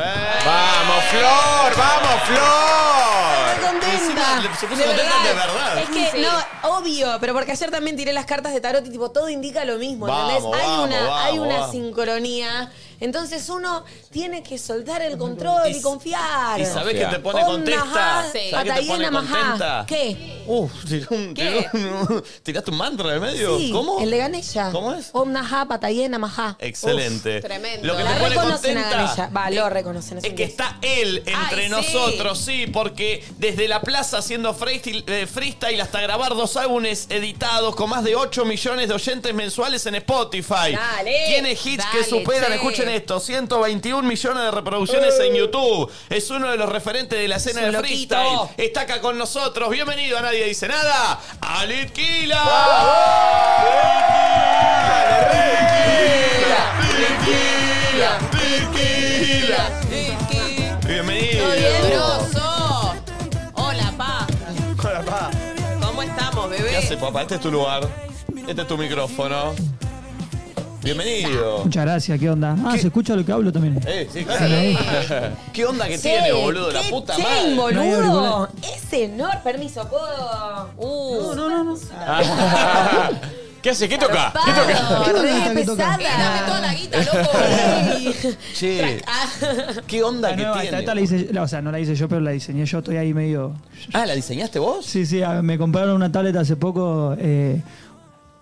Speaker 6: ¡Vamos, Flor! ¡Vamos, Flor!
Speaker 5: Estoy contenta.
Speaker 1: Encima, se puso
Speaker 5: De
Speaker 1: contenta de verdad.
Speaker 5: Es que,
Speaker 1: Sí.
Speaker 5: no, obvio, pero porque ayer también tiré las cartas de tarot y tipo, todo indica lo mismo, ¿entendés?
Speaker 1: Vamos,
Speaker 5: hay
Speaker 1: vamos,
Speaker 5: una,
Speaker 1: vamos,
Speaker 5: hay una
Speaker 1: vamos.
Speaker 5: sincronía. Entonces uno tiene que soltar el control y, confiar.
Speaker 1: ¿Y sabés qué te pone
Speaker 5: Om
Speaker 1: contenta?
Speaker 5: Namah,
Speaker 1: ¿Sabés qué te
Speaker 5: Patayena
Speaker 1: pone
Speaker 5: Namah.
Speaker 1: contenta?
Speaker 5: ¿Qué?
Speaker 1: Uf, tiró un,
Speaker 5: ¿Qué?
Speaker 1: tiró un- tiraste un mantra de medio.
Speaker 5: Sí,
Speaker 1: ¿Cómo?
Speaker 5: El de Ganella. ¿Cómo es? Om Namah, Patayena Namah.
Speaker 1: Excelente.
Speaker 5: Uf, tremendo.
Speaker 1: Lo que
Speaker 5: la
Speaker 1: me pone
Speaker 5: reconocen a
Speaker 1: contenta Eh,
Speaker 5: Ganella. Va, lo reconocen.
Speaker 1: Es que está él entre
Speaker 5: Ay, sí.
Speaker 1: nosotros, sí, porque desde la plaza haciendo freestyle, eh, freestyle hasta grabar dos álbumes editados con más de 8 millones de oyentes mensuales en Spotify.
Speaker 5: Dale.
Speaker 1: Tiene hits
Speaker 5: Dale,
Speaker 1: que superan,
Speaker 5: che.
Speaker 1: escuchen esto, 121 millones de reproducciones en YouTube. Es uno de los referentes de la escena
Speaker 5: Es un
Speaker 1: de
Speaker 5: loquito.
Speaker 1: freestyle. Está acá con nosotros. Bienvenido a Nadie Dice Nada, Alit Kila.
Speaker 7: Tequila, tequila.
Speaker 1: Bienvenido.
Speaker 2: ¡Grosso! Hola, pa.
Speaker 1: Hola, pa.
Speaker 2: ¿Cómo estamos,
Speaker 1: ¿Qué
Speaker 2: bebé?
Speaker 1: hace, papá? Este es tu lugar. Este es tu micrófono. Bienvenido.
Speaker 9: Muchas gracias, ¿qué onda? Ah, se escucha lo que hablo también.
Speaker 1: Eh, sí, claro.
Speaker 9: Sí.
Speaker 1: ¿Qué onda que
Speaker 5: Sí,
Speaker 1: tiene, boludo? La
Speaker 5: qué
Speaker 1: puta
Speaker 5: chen,
Speaker 1: madre.
Speaker 9: No hay
Speaker 5: boludo!
Speaker 9: auricular.
Speaker 5: Es enorme. Permiso, ¿puedo?
Speaker 1: Uh.
Speaker 5: no, no, no. no.
Speaker 6: Ah. ¿Qué hace? ¿Qué toca? ¿Qué toca?
Speaker 5: ¿Qué
Speaker 9: onda
Speaker 5: que toca?
Speaker 2: Dame toda la guita,
Speaker 1: Che,
Speaker 5: Ah.
Speaker 1: ¿qué onda
Speaker 9: La
Speaker 1: que
Speaker 9: nueva, esta,
Speaker 1: tiene?
Speaker 9: esta la hice, la- o sea, no la hice yo, pero la diseñé yo, estoy ahí medio...
Speaker 1: Ah, ¿la diseñaste vos?
Speaker 9: Sí, sí, a- me compraron una tablet hace poco, eh,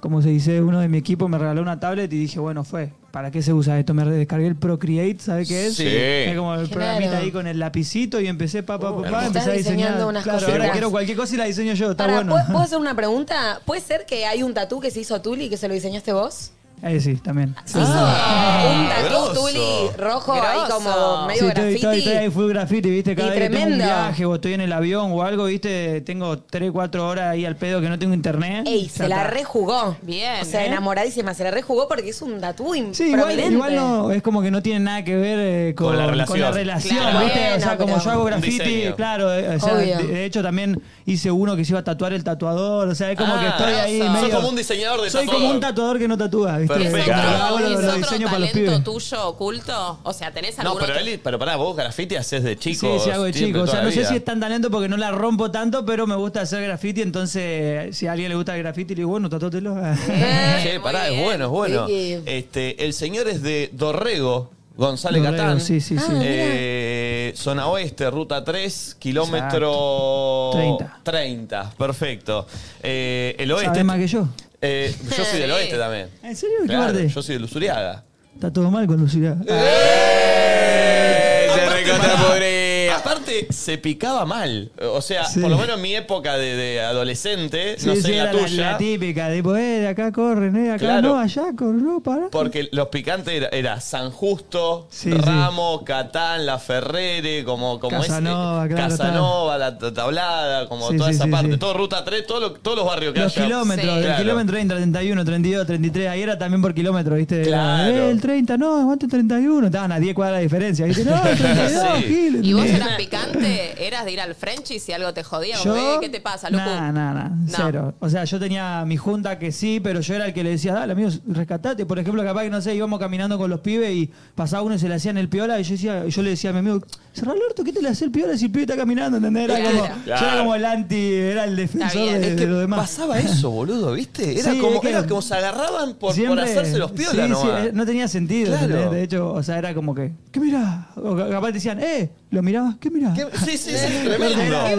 Speaker 9: como se dice, uno de mi equipo me regaló una tablet y dije, bueno, fue, ¿para qué se usa esto? Me descargué el Procreate, ¿sabe qué es?
Speaker 1: Sí.
Speaker 9: Que Es como el
Speaker 5: Claro.
Speaker 9: programita ahí con el lapicito y empecé, pa, pa, pa, pa,
Speaker 5: hermoso.
Speaker 9: empecé a
Speaker 5: Estás diseñando
Speaker 9: diseñar.
Speaker 5: unas
Speaker 9: claro,
Speaker 5: cositas.
Speaker 9: ahora quiero cualquier cosa y la diseño yo, está
Speaker 5: Pará,
Speaker 9: bueno.
Speaker 5: ¿puedo, puedo hacer una pregunta? ¿Puede ser que hay un tatú que se hizo Tuli y que se lo diseñaste vos?
Speaker 9: Eh, sí, también.
Speaker 5: ¿Se hizo Ah, un tatú Tuli rojo ahí como medio
Speaker 9: Sí, estoy,
Speaker 5: graffiti?
Speaker 9: estoy, estoy ahí full graffiti, viste, cada
Speaker 5: Y
Speaker 9: vez que tengo un
Speaker 5: tremendo.
Speaker 9: viaje o estoy en el avión o algo, viste, tengo 3, 4 horas ahí al pedo que no tengo internet.
Speaker 5: Ey, se
Speaker 9: Ya
Speaker 5: la
Speaker 9: está.
Speaker 5: rejugó. Bien. O sea,
Speaker 9: ¿eh?
Speaker 5: enamoradísima, se la rejugó porque es un tatú
Speaker 9: Sí, igual,
Speaker 5: prominente.
Speaker 9: igual no, es como que no tiene nada que ver eh, con,
Speaker 1: Con la
Speaker 9: con
Speaker 1: relación.
Speaker 9: relación,
Speaker 1: Claro.
Speaker 9: ¿viste? o
Speaker 1: Bueno,
Speaker 9: sea, como
Speaker 1: pero
Speaker 9: yo hago
Speaker 1: un
Speaker 9: graffiti,
Speaker 1: diseño.
Speaker 9: claro, eh, o sea,
Speaker 1: Obvio.
Speaker 9: de, de hecho también hice uno que se iba a tatuar el tatuador, o sea, es como
Speaker 1: Ah,
Speaker 9: que estoy ahí
Speaker 1: grosso. Sos
Speaker 9: medio...
Speaker 1: como un diseñador de
Speaker 9: Soy como
Speaker 1: tatuador.
Speaker 9: un tatuador que no tatúa, ¿viste?
Speaker 1: Perfecto.
Speaker 9: Lo
Speaker 1: Claro.
Speaker 9: hago, lo- lo
Speaker 2: ¿Es otro
Speaker 9: diseño para los pibes.
Speaker 2: talento tuyo oculto? O sea, ¿tenés
Speaker 1: No,
Speaker 2: algún
Speaker 1: pero,
Speaker 2: otro?
Speaker 1: él, pero pará, vos graffiti haces de chico.
Speaker 9: Sí, sí, hago de
Speaker 1: siempre,
Speaker 9: chico. O sea,
Speaker 1: toda
Speaker 9: no
Speaker 1: la
Speaker 9: sé
Speaker 1: vida.
Speaker 9: si es tan talento porque no la rompo tanto, pero me gusta hacer graffiti. Entonces, si a alguien le gusta el graffiti, le digo, bueno, tatúatelo.
Speaker 1: Che, pará, es bueno, es bueno.
Speaker 9: Sí.
Speaker 1: Este, el señor es de Dorrego, González
Speaker 9: Dorrego,
Speaker 1: Catán.
Speaker 9: sí, sí, sí. Ah, mirá.
Speaker 1: Eh, zona oeste, ruta 3, kilómetro
Speaker 9: 30.
Speaker 1: 30, perfecto. Eh, el oeste.
Speaker 9: ¿Sabes más que yo?
Speaker 1: Eh, yo soy del oeste también.
Speaker 9: ¿En serio? ¿Qué
Speaker 1: Claro,
Speaker 9: parte?
Speaker 1: yo soy de Lusuriaga.
Speaker 9: Está todo mal con Lucía.
Speaker 1: Eh, Aparte, se picaba mal. O sea,
Speaker 9: Sí.
Speaker 1: por lo menos en mi época de, de adolescente,
Speaker 9: Sí,
Speaker 1: no sé
Speaker 9: sí,
Speaker 1: la
Speaker 9: era
Speaker 1: tuya.
Speaker 9: la típica, tipo, eh, de acá corren, eh, de acá
Speaker 1: Claro.
Speaker 9: no, allá corren, no, pará.
Speaker 1: Porque los picantes era, era San Justo,
Speaker 9: Sí,
Speaker 1: Ramo, Catán, La Ferrere, como, como es-
Speaker 9: Casanova, claro,
Speaker 1: Casanova, la Ta- Tablada, como
Speaker 9: Sí,
Speaker 1: toda
Speaker 9: sí,
Speaker 1: esa
Speaker 9: sí,
Speaker 1: parte,
Speaker 9: sí.
Speaker 1: todo Ruta 3, todo lo- todos los barrios que
Speaker 9: Los
Speaker 1: haya.
Speaker 9: kilómetros, del
Speaker 1: Claro.
Speaker 9: kilómetro 30, 31, 32, 33, ahí era también por kilómetro, ¿viste? Era,
Speaker 1: Claro.
Speaker 9: eh, el 30, no, aguante el 31, estaban a 10 cuadras de diferencia, ¿viste? No, el 32,
Speaker 1: Sí.
Speaker 9: Gil.
Speaker 1: Y vos
Speaker 9: Eh,
Speaker 1: eras
Speaker 2: con picante? ¿Eras de ir al Frenchy si algo te jodía? Como,
Speaker 9: Yo-
Speaker 2: "Eh, ¿Qué te pasa, loco?
Speaker 9: Nah, nah, nah, cero. O sea, yo tenía mi junta que sí, pero yo era el que le decía, dale, amigos, rescatate. Por ejemplo, capaz que no sé, íbamos caminando con los pibes y pasaba uno y se le hacían el piola y yo decía, yo le decía a mi amigo, cerrá el orto, ¿qué te le hace el piola si el pibe está caminando? ¿Entendés? Era
Speaker 1: Claro.
Speaker 9: como, Yo era como el anti, era el defensor de,
Speaker 1: Es
Speaker 9: de
Speaker 1: que
Speaker 9: los demás.
Speaker 1: pasaba eso, boludo, ¿viste? Era,
Speaker 9: Sí,
Speaker 1: como,
Speaker 9: es que-
Speaker 1: era como se agarraban por, por
Speaker 9: Siempre-
Speaker 1: hacerse los piolas
Speaker 9: sí, sí,
Speaker 1: nomás.
Speaker 9: eh, no tenía sentido.
Speaker 1: Claro.
Speaker 9: ¿entendés? De hecho, o sea, era como que, ¿qué mirá? O ca- capaz decían, ¿eh? ¿Lo mirabas? ¿Qué mirás?
Speaker 1: Sí, sí, sí, tremendo.
Speaker 9: Era-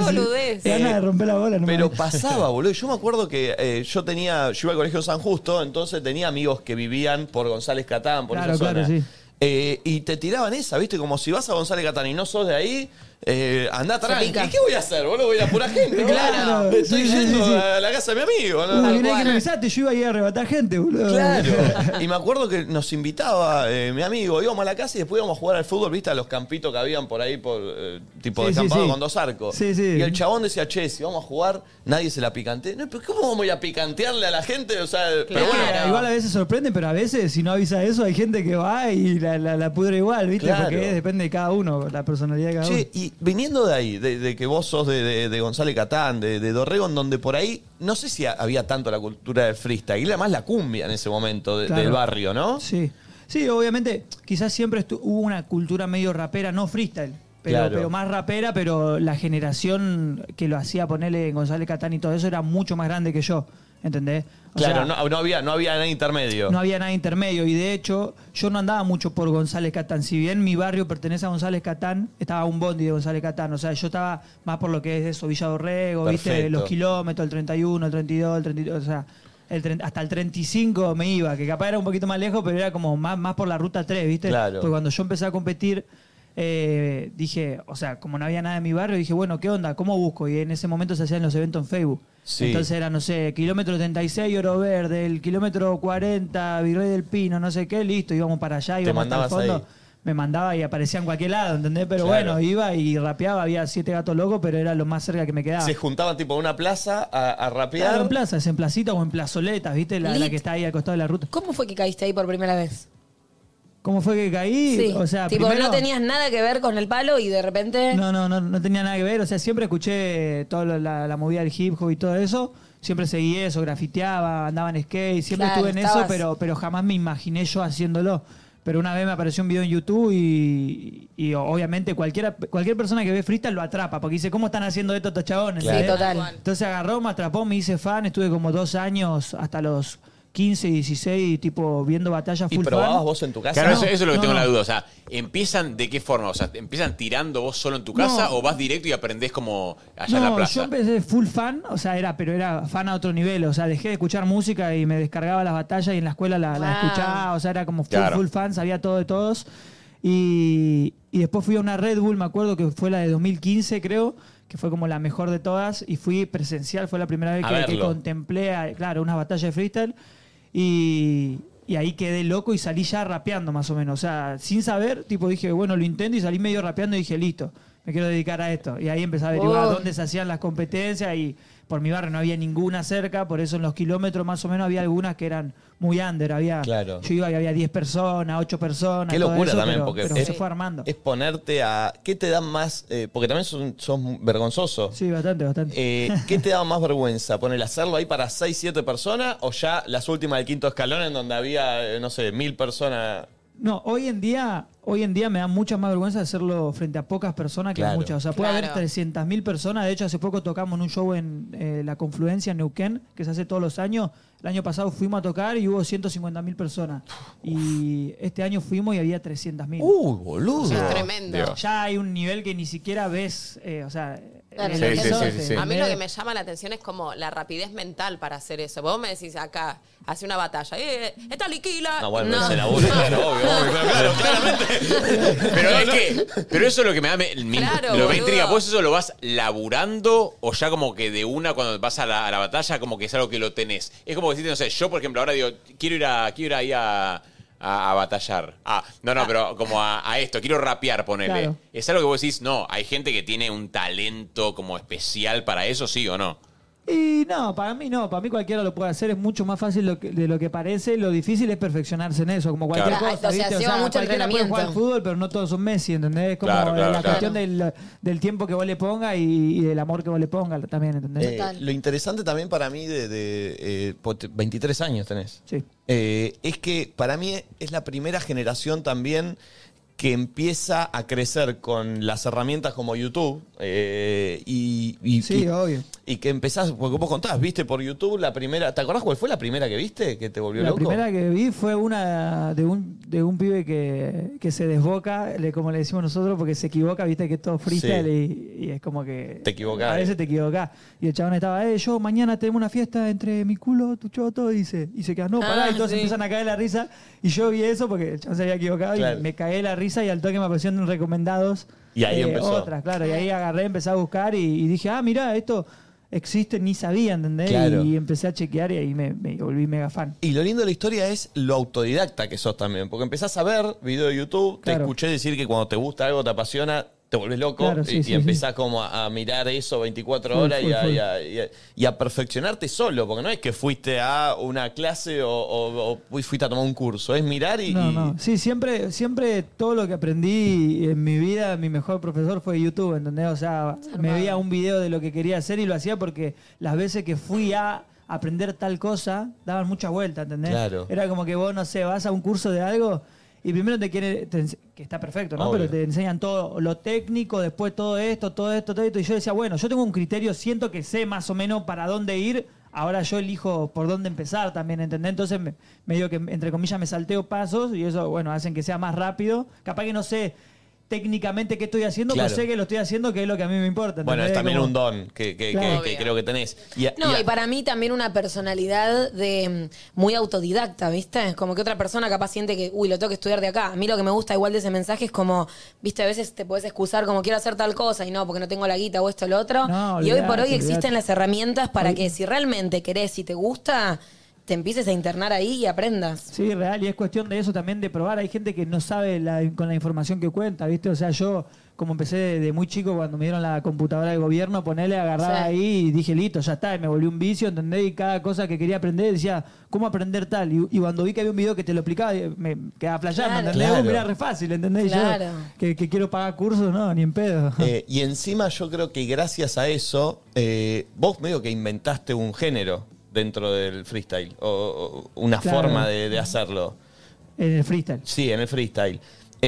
Speaker 9: Era de romper la bola, nomás.
Speaker 1: Pero pasaba, boludo. Yo me acuerdo que eh, yo tenía, yo iba al colegio San Justo, entonces tenía amigos que vivían por González Catán, por
Speaker 9: Claro,
Speaker 1: esa
Speaker 9: claro,
Speaker 1: zona.
Speaker 9: sí.
Speaker 1: Eh, y te tiraban esa, ¿viste? Como si vas a González Catán y no sos de ahí, eh, andá
Speaker 7: Se
Speaker 1: tranqui.
Speaker 7: pica.
Speaker 1: ¿Y qué voy a hacer, boludo? Voy a ir a pura gente. ¿no?
Speaker 7: Claro,
Speaker 1: Estoy
Speaker 9: sí, sí,
Speaker 1: yendo
Speaker 9: sí, sí.
Speaker 1: a la casa de mi amigo. ¿no?
Speaker 9: Uy, mirá que revisaste, yo iba a ir a arrebatar gente, boludo.
Speaker 1: Claro. Y me acuerdo que nos invitaba eh, mi amigo, íbamos a la casa y después íbamos a jugar al fútbol, ¿viste? A los campitos que habían por ahí, por eh, tipo
Speaker 9: Sí, sí,
Speaker 1: descampado
Speaker 9: sí.
Speaker 1: con dos arcos.
Speaker 9: Sí, sí.
Speaker 1: Y el chabón decía, che, si vamos a jugar, nadie se la picantea. No, pero ¿cómo vamos a ir a picantearle a la gente? O sea, pero bueno.
Speaker 9: Igual a veces sorprende, pero a veces si no avisa eso hay gente que va y la, la, la pudre igual, ¿viste?
Speaker 1: Claro.
Speaker 9: Porque depende de cada uno, la personalidad de cada uno.
Speaker 1: Che, y viniendo de ahí, de, de que vos sos de, de- de González Catán, de, de Dorrego, en donde por ahí, no sé si ha- había tanto la cultura del freestyle, era más la cumbia en ese momento de-
Speaker 9: Claro.
Speaker 1: del barrio, ¿no?
Speaker 9: Sí. Sí, obviamente, quizás siempre estu- hubo una cultura medio rapera, no freestyle, pero,
Speaker 1: Claro.
Speaker 9: pero más rapera, pero la generación que lo hacía ponerle en González Catán y todo eso era mucho más grande que yo, ¿entendés? O
Speaker 1: claro,
Speaker 9: sea,
Speaker 1: no, no había, no había nada intermedio.
Speaker 9: No había nada intermedio y de hecho yo no andaba mucho por González Catán. Si bien mi barrio pertenece a González Catán, estaba un bondi de González Catán. O sea, yo estaba más por lo que es eso, Villa Dorrego, ¿viste?
Speaker 1: Perfecto.
Speaker 9: Los kilómetros, el 31, el 32, el 32, o sea, el tren- hasta el 35 me iba, que capaz era un poquito más lejos, pero era como más, más por la ruta 3, ¿viste?
Speaker 1: Claro.
Speaker 9: Porque cuando yo empecé a competir... eh, dije, o sea, como no había nada en mi barrio, dije, bueno, ¿qué onda? ¿Cómo busco? Y en ese momento se hacían los eventos en Facebook.
Speaker 1: Sí.
Speaker 9: Entonces era, no sé, kilómetro 36, Oro Verde, el kilómetro 40, Virrey del Pino, no sé qué, listo, íbamos para allá,
Speaker 1: Te
Speaker 9: íbamos hasta el
Speaker 1: mandabas
Speaker 9: fondo.
Speaker 1: ahí.
Speaker 9: Me mandaba y aparecía en cualquier lado, ¿entendés? Pero
Speaker 1: Claro.
Speaker 9: bueno, iba y rapeaba, había siete gatos locos, pero era lo más cerca que me quedaba.
Speaker 1: Se juntaban tipo en una plaza a, a rapear.
Speaker 9: Claro, en plazas, en placitas o en plazoletas, ¿viste? La, la
Speaker 5: Lit.
Speaker 9: que está ahí al costado de la ruta.
Speaker 5: ¿Cómo fue que caíste ahí por primera vez?
Speaker 9: ¿Cómo fue que caí?
Speaker 5: Sí.
Speaker 9: O sea,
Speaker 5: tipo,
Speaker 9: primero-
Speaker 5: no tenías nada que ver con el palo y de repente.
Speaker 9: No, no, no, no tenía nada que ver. O sea, siempre escuché toda la, la movida del hip hop y todo eso. Siempre seguí eso, grafiteaba, andaba en skate, siempre
Speaker 5: Claro,
Speaker 9: estuve en
Speaker 5: estabas-
Speaker 9: eso, pero, pero jamás me imaginé yo haciéndolo. Pero una vez me apareció un video en YouTube y, y obviamente cualquiera, cualquier persona que ve freestyle lo atrapa, porque dice, ¿cómo están haciendo esto estos chabones?
Speaker 5: Sí,
Speaker 9: ¿Entendés?
Speaker 5: total.
Speaker 9: Entonces agarró, me atrapó, me hice fan, estuve como dos años hasta los 15, 16, tipo viendo batallas
Speaker 1: ¿Y
Speaker 9: full
Speaker 1: probabas
Speaker 9: fan.
Speaker 1: vos en tu casa?
Speaker 6: Claro, eso, eso es lo que
Speaker 9: No,
Speaker 6: tengo
Speaker 9: no.
Speaker 6: la duda. O sea, ¿empiezan de qué forma? O sea, ¿empiezan tirando vos solo en tu casa
Speaker 9: No.
Speaker 6: o vas directo y aprendés como allá
Speaker 9: no,
Speaker 6: en la
Speaker 9: Yo
Speaker 6: plaza?
Speaker 9: empecé full fan, o sea, era, pero era fan a otro nivel. O sea, dejé de escuchar música y me descargaba las batallas y en la escuela la, la
Speaker 6: Wow.
Speaker 9: escuchaba. O sea, era como full,
Speaker 6: Claro.
Speaker 9: full fan, sabía todo de todos. Y, y después fui a una Red Bull, me acuerdo que fue la de 2015, creo, que fue como la mejor de todas. Y fui presencial, fue la primera vez
Speaker 1: A
Speaker 9: que, que
Speaker 1: verlo.
Speaker 9: contemplé, a- claro, una batalla de freestyle. Y, y ahí quedé loco y salí ya rapeando más o menos. O sea, sin saber, tipo dije, bueno, lo intento y salí medio rapeando y dije, listo, me quiero dedicar a esto. Y ahí empecé a averiguar
Speaker 1: Uy.
Speaker 9: dónde se hacían las competencias y por mi barrio no había ninguna cerca, por eso en los kilómetros más o menos había algunas que eran muy under. Había,
Speaker 1: Claro.
Speaker 9: Yo iba y había 10 personas, 8 personas.
Speaker 1: Qué
Speaker 9: todo
Speaker 1: locura
Speaker 9: eso,
Speaker 1: también,
Speaker 9: pero-
Speaker 1: porque
Speaker 9: pero
Speaker 1: es,
Speaker 9: se fue armando.
Speaker 1: es ponerte a. ¿Qué te da más.? eh, porque también sos, un- sos vergonzoso.
Speaker 9: Sí, bastante, bastante.
Speaker 1: Eh, ¿Qué te da más vergüenza? ¿Poner hacerlo ahí para 6, 7 personas o ya las últimas del quinto escalón en donde había, eh, no sé, mil personas?
Speaker 9: No, hoy en día, hoy en día me da mucha más vergüenza hacerlo frente a pocas personas que
Speaker 1: Claro.
Speaker 9: a muchas. O sea, puede
Speaker 1: Claro.
Speaker 9: haber 300.000 personas. De hecho, hace poco tocamos en un show en eh, La Confluencia, en Neuquén, que se hace todos los años. El año pasado fuimos a tocar y hubo 150.000 personas. Y este año fuimos y había 300.000.
Speaker 1: ¡Uy, boludo!
Speaker 2: Es tremendo. Dios.
Speaker 9: Ya hay un nivel que ni siquiera ves, eh, o sea...
Speaker 2: Claro,
Speaker 9: en
Speaker 2: sí,
Speaker 9: el
Speaker 2: sí,
Speaker 9: piso,
Speaker 2: sí, sí,
Speaker 9: eh,
Speaker 2: sí. A mí
Speaker 9: me-
Speaker 2: lo que me llama la atención es como la rapidez mental para hacer eso. Vos me decís acá, hace una batalla, eh, esta liquila.
Speaker 6: No, bueno,
Speaker 1: Se la burla, claro, obvio, obvio, pero claro,
Speaker 6: Pero es que, pero eso es lo que me da, me- me-
Speaker 2: Claro,
Speaker 6: lo que
Speaker 2: boludo.
Speaker 6: me intriga. ¿Vos eso lo vas laburando o ya como que de una cuando vas a la, a la batalla como que es algo que lo tenés? Es como decirte, no sé, yo por ejemplo ahora digo, quiero ir a, quiero ir ahí a, a- a batallar. Ah, no, no, pero como a, a esto, quiero rapear, ponele.
Speaker 9: Claro.
Speaker 6: Es algo que vos decís, no, hay gente que tiene un talento como especial para eso, sí o no.
Speaker 9: Y no, para mí no, para mí cualquiera lo puede hacer, es mucho más fácil lo que- de lo que parece, lo difícil es perfeccionarse en eso, como cualquier
Speaker 5: Claro.
Speaker 9: cosa,
Speaker 5: Ah, o sea,
Speaker 9: ¿viste?
Speaker 5: lleva mucho
Speaker 9: cualquiera puede jugar al
Speaker 5: entrenamiento.
Speaker 9: fútbol, pero no todos son Messi, ¿entendés? Es como
Speaker 1: Claro, claro, claro.
Speaker 9: la cuestión del, del tiempo que vos le pongas y, y del amor que vos le pongas también, ¿entendés?
Speaker 1: Eh, lo interesante también para mí de, de, eh, po- te- 23 años tenés.
Speaker 9: Sí.
Speaker 1: Eh, es que para mí es la primera generación también que empieza a crecer con las herramientas como YouTube eh, y, y-
Speaker 9: Sí,
Speaker 1: y-
Speaker 9: obvio.
Speaker 1: y que empezás, porque vos contás, viste por YouTube la primera, ¿te acordás cuál fue la primera que viste que te volvió
Speaker 9: La
Speaker 1: loco?
Speaker 9: primera que vi fue una de un, de un pibe que, que se desboca, le- como le decimos nosotros, porque se equivoca, viste que es todo freestyle y, y es como que...
Speaker 1: Te equivocás. eh.
Speaker 9: A veces te equivocás. Y el chabón estaba, eh, yo mañana tengo una fiesta entre mi culo, tu choto, y se, y se queda, no, pará,
Speaker 1: Ah,
Speaker 9: y todos
Speaker 1: sí.
Speaker 9: empiezan a caer la risa. Y yo vi eso porque el chabón se había equivocado
Speaker 1: Claro.
Speaker 9: y me cagué la risa y al toque me aparecieron recomendados. eh,
Speaker 1: Y ahí empezó.
Speaker 9: Otras, claro. Y ahí agarré, empecé a buscar y, y dije, ah, mirá, esto existe, ni sabía, ¿entendés?
Speaker 1: Claro.
Speaker 9: Y, empecé a chequear y ahí me, me volví mega fan.
Speaker 1: Y lo lindo de la historia es lo autodidacta que sos también, porque empezás a ver video de YouTube, te
Speaker 9: Claro.
Speaker 1: escuché decir que cuando te gusta algo, te apasiona, te volvés loco
Speaker 9: Claro,
Speaker 1: y,
Speaker 9: sí,
Speaker 1: y
Speaker 9: sí,
Speaker 1: empezás como a, a mirar eso 24
Speaker 9: Full,
Speaker 1: horas y,
Speaker 9: full,
Speaker 1: a,
Speaker 9: full.
Speaker 1: y a- y a- y a perfeccionarte solo, porque no es que fuiste a una clase o, o- o fuiste a tomar un curso, es mirar y...
Speaker 9: No,
Speaker 1: y-
Speaker 9: no. Sí, siempre, siempre todo lo que aprendí en mi vida, mi mejor profesor fue YouTube, ¿entendés? O sea, me veía un video de lo que quería hacer y lo hacía porque las veces que fui a aprender tal cosa, daban muchas vueltas, ¿entendés?
Speaker 1: Claro.
Speaker 9: Era como que vos, no sé, vas a un curso de algo y primero te quiere, te ens- que está perfecto, ¿no?
Speaker 1: Obvio.
Speaker 9: Pero te enseñan todo lo técnico, después todo esto, todo esto, todo esto. Y yo decía, bueno, yo tengo un criterio, siento que sé más o menos para dónde ir. Ahora yo elijo por dónde empezar también, ¿entendés? Entonces me, medio que, entre comillas, me salteo pasos y eso, bueno, hacen que sea más rápido. Capaz que no sé técnicamente qué estoy haciendo,
Speaker 1: Claro.
Speaker 9: pero sé que lo estoy haciendo, que es lo que a mí me importa.
Speaker 1: Bueno, es
Speaker 9: ¿entendés?
Speaker 1: también
Speaker 9: Como-
Speaker 1: un don que, que- que-
Speaker 9: Claro.
Speaker 1: que creo que tenés. Y a- y
Speaker 5: No,
Speaker 1: a-
Speaker 5: y para mí también una personalidad de mm, muy autodidacta, ¿viste? Como que otra persona capaz siente que, uy, lo tengo que estudiar de acá. A mí lo que me gusta igual de ese mensaje es como, viste, a veces te puedes excusar como quiero hacer tal cosa y no, porque no tengo la guita o esto o lo otro.
Speaker 9: No,
Speaker 5: y hoy
Speaker 9: olvidate,
Speaker 5: por hoy
Speaker 9: olvidate.
Speaker 5: existen las herramientas para
Speaker 9: Hoy-
Speaker 5: que si realmente querés y te gusta, te empieces a internar ahí y aprendas.
Speaker 9: Sí, real, y es cuestión de eso también, de probar. Hay gente que no sabe la- con la información que cuenta, ¿viste? O sea, yo, como empecé de, de muy chico, cuando me dieron la computadora de gobierno, ponele, agarraba
Speaker 5: Sí.
Speaker 9: ahí y dije, listo, ya está, y me volví un vicio, ¿entendés? Y cada cosa que quería aprender decía, ¿cómo aprender tal? Y, y cuando vi que había un video que te lo explicaba, eh, me quedaba flasheando,
Speaker 1: Claro.
Speaker 9: ¿entendés?
Speaker 1: Claro.
Speaker 9: Uh, mirá, re fácil, ¿entendés? Y yo,
Speaker 1: Claro.
Speaker 9: que, que quiero pagar cursos, no, ni en pedo.
Speaker 1: Eh, y encima yo creo que gracias a eso, eh, vos medio que inventaste un género dentro del freestyle, o, o una
Speaker 9: Claro.
Speaker 1: forma de, de hacerlo.
Speaker 9: En el freestyle.
Speaker 1: Sí, en el freestyle.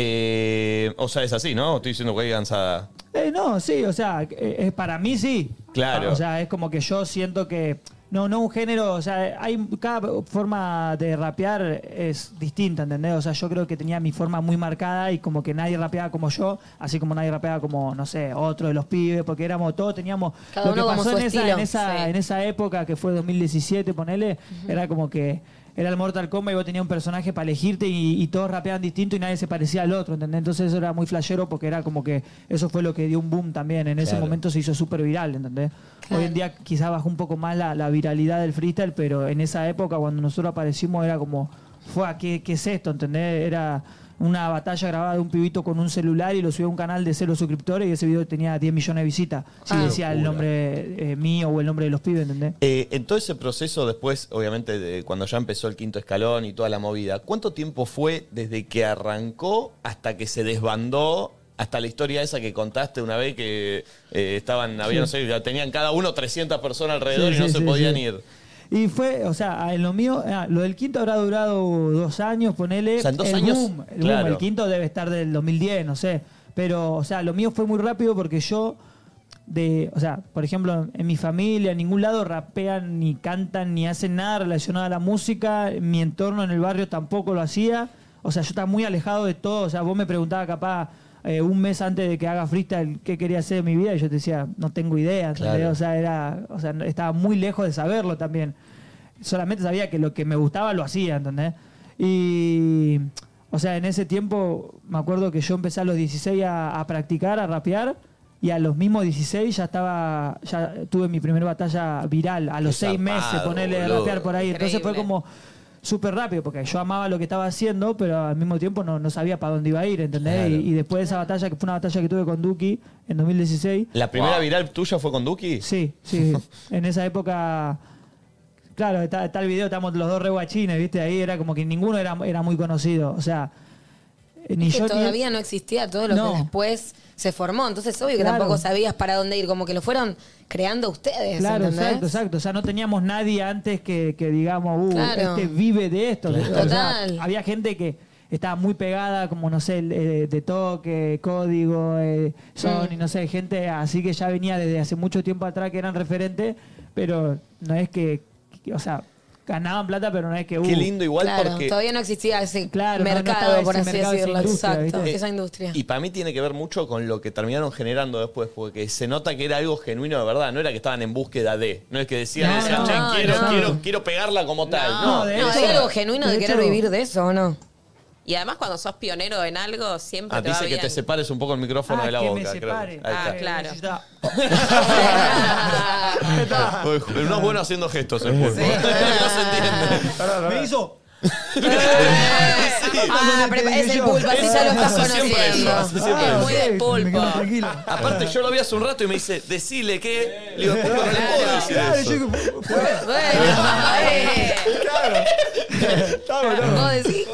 Speaker 1: Eh, o sea, es así, ¿no? Estoy diciendo que cansada.
Speaker 9: Eh, no, sí, o sea, eh, eh, para mí sí.
Speaker 1: Claro.
Speaker 9: Ah, O sea, es como que yo siento que. No, no un género, o sea, hay cada forma de rapear es distinta, ¿entendés? O sea, yo creo que tenía mi forma muy marcada y como que nadie rapeaba como yo, así como nadie rapeaba como, no sé, otro de los pibes, porque éramos todos, teníamos
Speaker 5: Cada
Speaker 9: lo que
Speaker 5: uno como
Speaker 9: pasó
Speaker 5: su
Speaker 9: en, esa,
Speaker 5: estilo,
Speaker 9: en, esa,
Speaker 5: sí.
Speaker 9: en esa época que fue 2017, ponele, era como que era el Mortal Kombat y vos tenías un personaje para elegirte y, y todos rapeaban distinto y nadie se parecía al otro, ¿entendés? Entonces eso era muy flashero porque era como que eso fue lo que dio un boom también. En ese
Speaker 1: Claro.
Speaker 9: momento se hizo súper viral, ¿entendés? Hoy en día quizás bajó un poco más la, la viralidad del freestyle, pero en esa época cuando nosotros aparecimos era como, fue ¿qué, qué es esto? ¿Entendés? Era una batalla grabada de un pibito con un celular y lo subió a un canal de cero suscriptores y ese video tenía 10 millones de visitas. Sí,
Speaker 1: Ah.
Speaker 9: decía el
Speaker 1: Locura.
Speaker 9: nombre eh, mío o el nombre de los pibes, ¿entendés?
Speaker 1: Eh, en todo ese proceso, después, obviamente, de cuando ya empezó el quinto escalón y toda la movida, ¿cuánto tiempo fue desde que arrancó hasta que se desbandó? Hasta la historia esa que contaste una vez que eh, estaban, había,
Speaker 9: Sí.
Speaker 1: no sé, tenían cada uno 300 personas alrededor
Speaker 9: Sí,
Speaker 1: y no
Speaker 9: sí,
Speaker 1: se
Speaker 9: sí,
Speaker 1: podían
Speaker 9: sí.
Speaker 1: ir.
Speaker 9: Y fue, o sea, en lo mío, ah, lo del quinto habrá durado dos años, ponele.
Speaker 1: O sea, en dos
Speaker 9: el
Speaker 1: años,
Speaker 9: boom, el, boom,
Speaker 1: claro.
Speaker 9: el quinto debe estar del 2010, no sé. Pero, o sea, lo mío fue muy rápido porque yo, de, o sea, por ejemplo, en mi familia, en ningún lado rapean, ni cantan, ni hacen nada relacionado a la música. En Mi entorno en el barrio tampoco lo hacía. O sea, yo estaba muy alejado de todo. O sea, vos me preguntabas capaz eh, un mes antes de que haga freestyle qué quería hacer de mi vida y yo te decía, no tengo idea. ¿entendés?
Speaker 1: Claro.
Speaker 9: O sea, era, o sea, no- estaba muy lejos de saberlo también. Solamente sabía que lo que me gustaba lo hacía, ¿entendés? Y, o sea, en ese tiempo me acuerdo que yo empecé a los 16 a, a practicar, a rapear, y a los mismos 16 ya estaba, ya tuve mi primera batalla viral, a los
Speaker 1: Qué
Speaker 9: seis meses
Speaker 1: zarpado,
Speaker 9: ponerle a
Speaker 1: boludo.
Speaker 9: rapear por ahí. Entonces fue
Speaker 1: Increíble.
Speaker 9: como, súper rápido, porque yo amaba lo que estaba haciendo, pero al mismo tiempo no, no sabía para dónde iba a ir, ¿entendés?
Speaker 1: Claro.
Speaker 9: Y, y después de esa batalla, que fue una batalla que tuve con Duki en 2016,
Speaker 1: ¿La primera viral tuya fue con Duki?
Speaker 9: Sí, sí, en esa época... Claro, está, está el video, estamos los dos reguachines, ¿viste? Ahí era como que ninguno era, era muy conocido. O sea, eh, ni
Speaker 5: que
Speaker 9: yo ni-
Speaker 5: todavía no existía todo lo
Speaker 9: No.
Speaker 5: que después se formó. Entonces, obvio que
Speaker 9: Claro.
Speaker 5: tampoco sabías para dónde ir. Como que lo fueron creando ustedes,
Speaker 9: Claro,
Speaker 5: ¿entendés?
Speaker 9: exacto, exacto. O sea, no teníamos nadie antes que, que digamos, uh,
Speaker 5: Claro.
Speaker 9: este vive de esto. O sea,
Speaker 5: Total.
Speaker 9: había gente que estaba muy pegada, como, no sé, el, eh, de toque, código, eh, son,
Speaker 5: Mm.
Speaker 9: y no sé, gente así que ya venía desde hace mucho tiempo atrás que eran referentes, pero no es que, que- o sea, ganaban plata, pero no es que... uh,
Speaker 1: Qué lindo igual
Speaker 5: Claro,
Speaker 1: porque...
Speaker 5: todavía no existía ese
Speaker 9: Claro, no- no
Speaker 5: mercado,
Speaker 9: estaba ese
Speaker 5: por así
Speaker 9: mercado, esa
Speaker 5: decirlo.
Speaker 9: industria,
Speaker 5: exacto,
Speaker 1: ¿viste?
Speaker 5: esa industria.
Speaker 1: Y para mí tiene que ver mucho con lo que terminaron generando después, porque se nota que era algo genuino de verdad, no era que estaban en búsqueda de, no es que decían,
Speaker 5: No,
Speaker 1: decían,
Speaker 5: no,
Speaker 1: "Che,
Speaker 5: no,
Speaker 1: quiero,
Speaker 5: no.
Speaker 1: Quiero, quiero pegarla como tal. No,
Speaker 5: no,
Speaker 1: de
Speaker 5: hay
Speaker 1: hecho-
Speaker 5: algo genuino de,
Speaker 1: de
Speaker 5: querer
Speaker 1: hecho-
Speaker 5: vivir de eso, ¿o no?
Speaker 2: Y además cuando sos pionero en algo, siempre
Speaker 1: Ah,
Speaker 2: te va
Speaker 1: dice que
Speaker 2: bien.
Speaker 1: te separes un poco el micrófono
Speaker 2: Ah,
Speaker 1: de la
Speaker 2: que
Speaker 1: boca.
Speaker 2: me
Speaker 1: creo.
Speaker 2: separe.
Speaker 1: Ahí
Speaker 2: Ah,
Speaker 1: está.
Speaker 2: claro.
Speaker 1: Uy, No es bueno haciendo gestos el pulpo. no se entiende.
Speaker 9: Me hizo.
Speaker 5: Ah, prepa- es el pulpo, así ya lo estás
Speaker 1: Hace siempre
Speaker 5: conociendo.
Speaker 1: eso, hace siempre
Speaker 5: Ah,
Speaker 1: eso.
Speaker 5: muy del pulpo.
Speaker 1: Aparte, yo lo vi hace un rato y me dice, decile que. Le digo, "Pulpo, no le puedo
Speaker 9: Ah,
Speaker 1: decir eso".
Speaker 5: ¿Vos decís?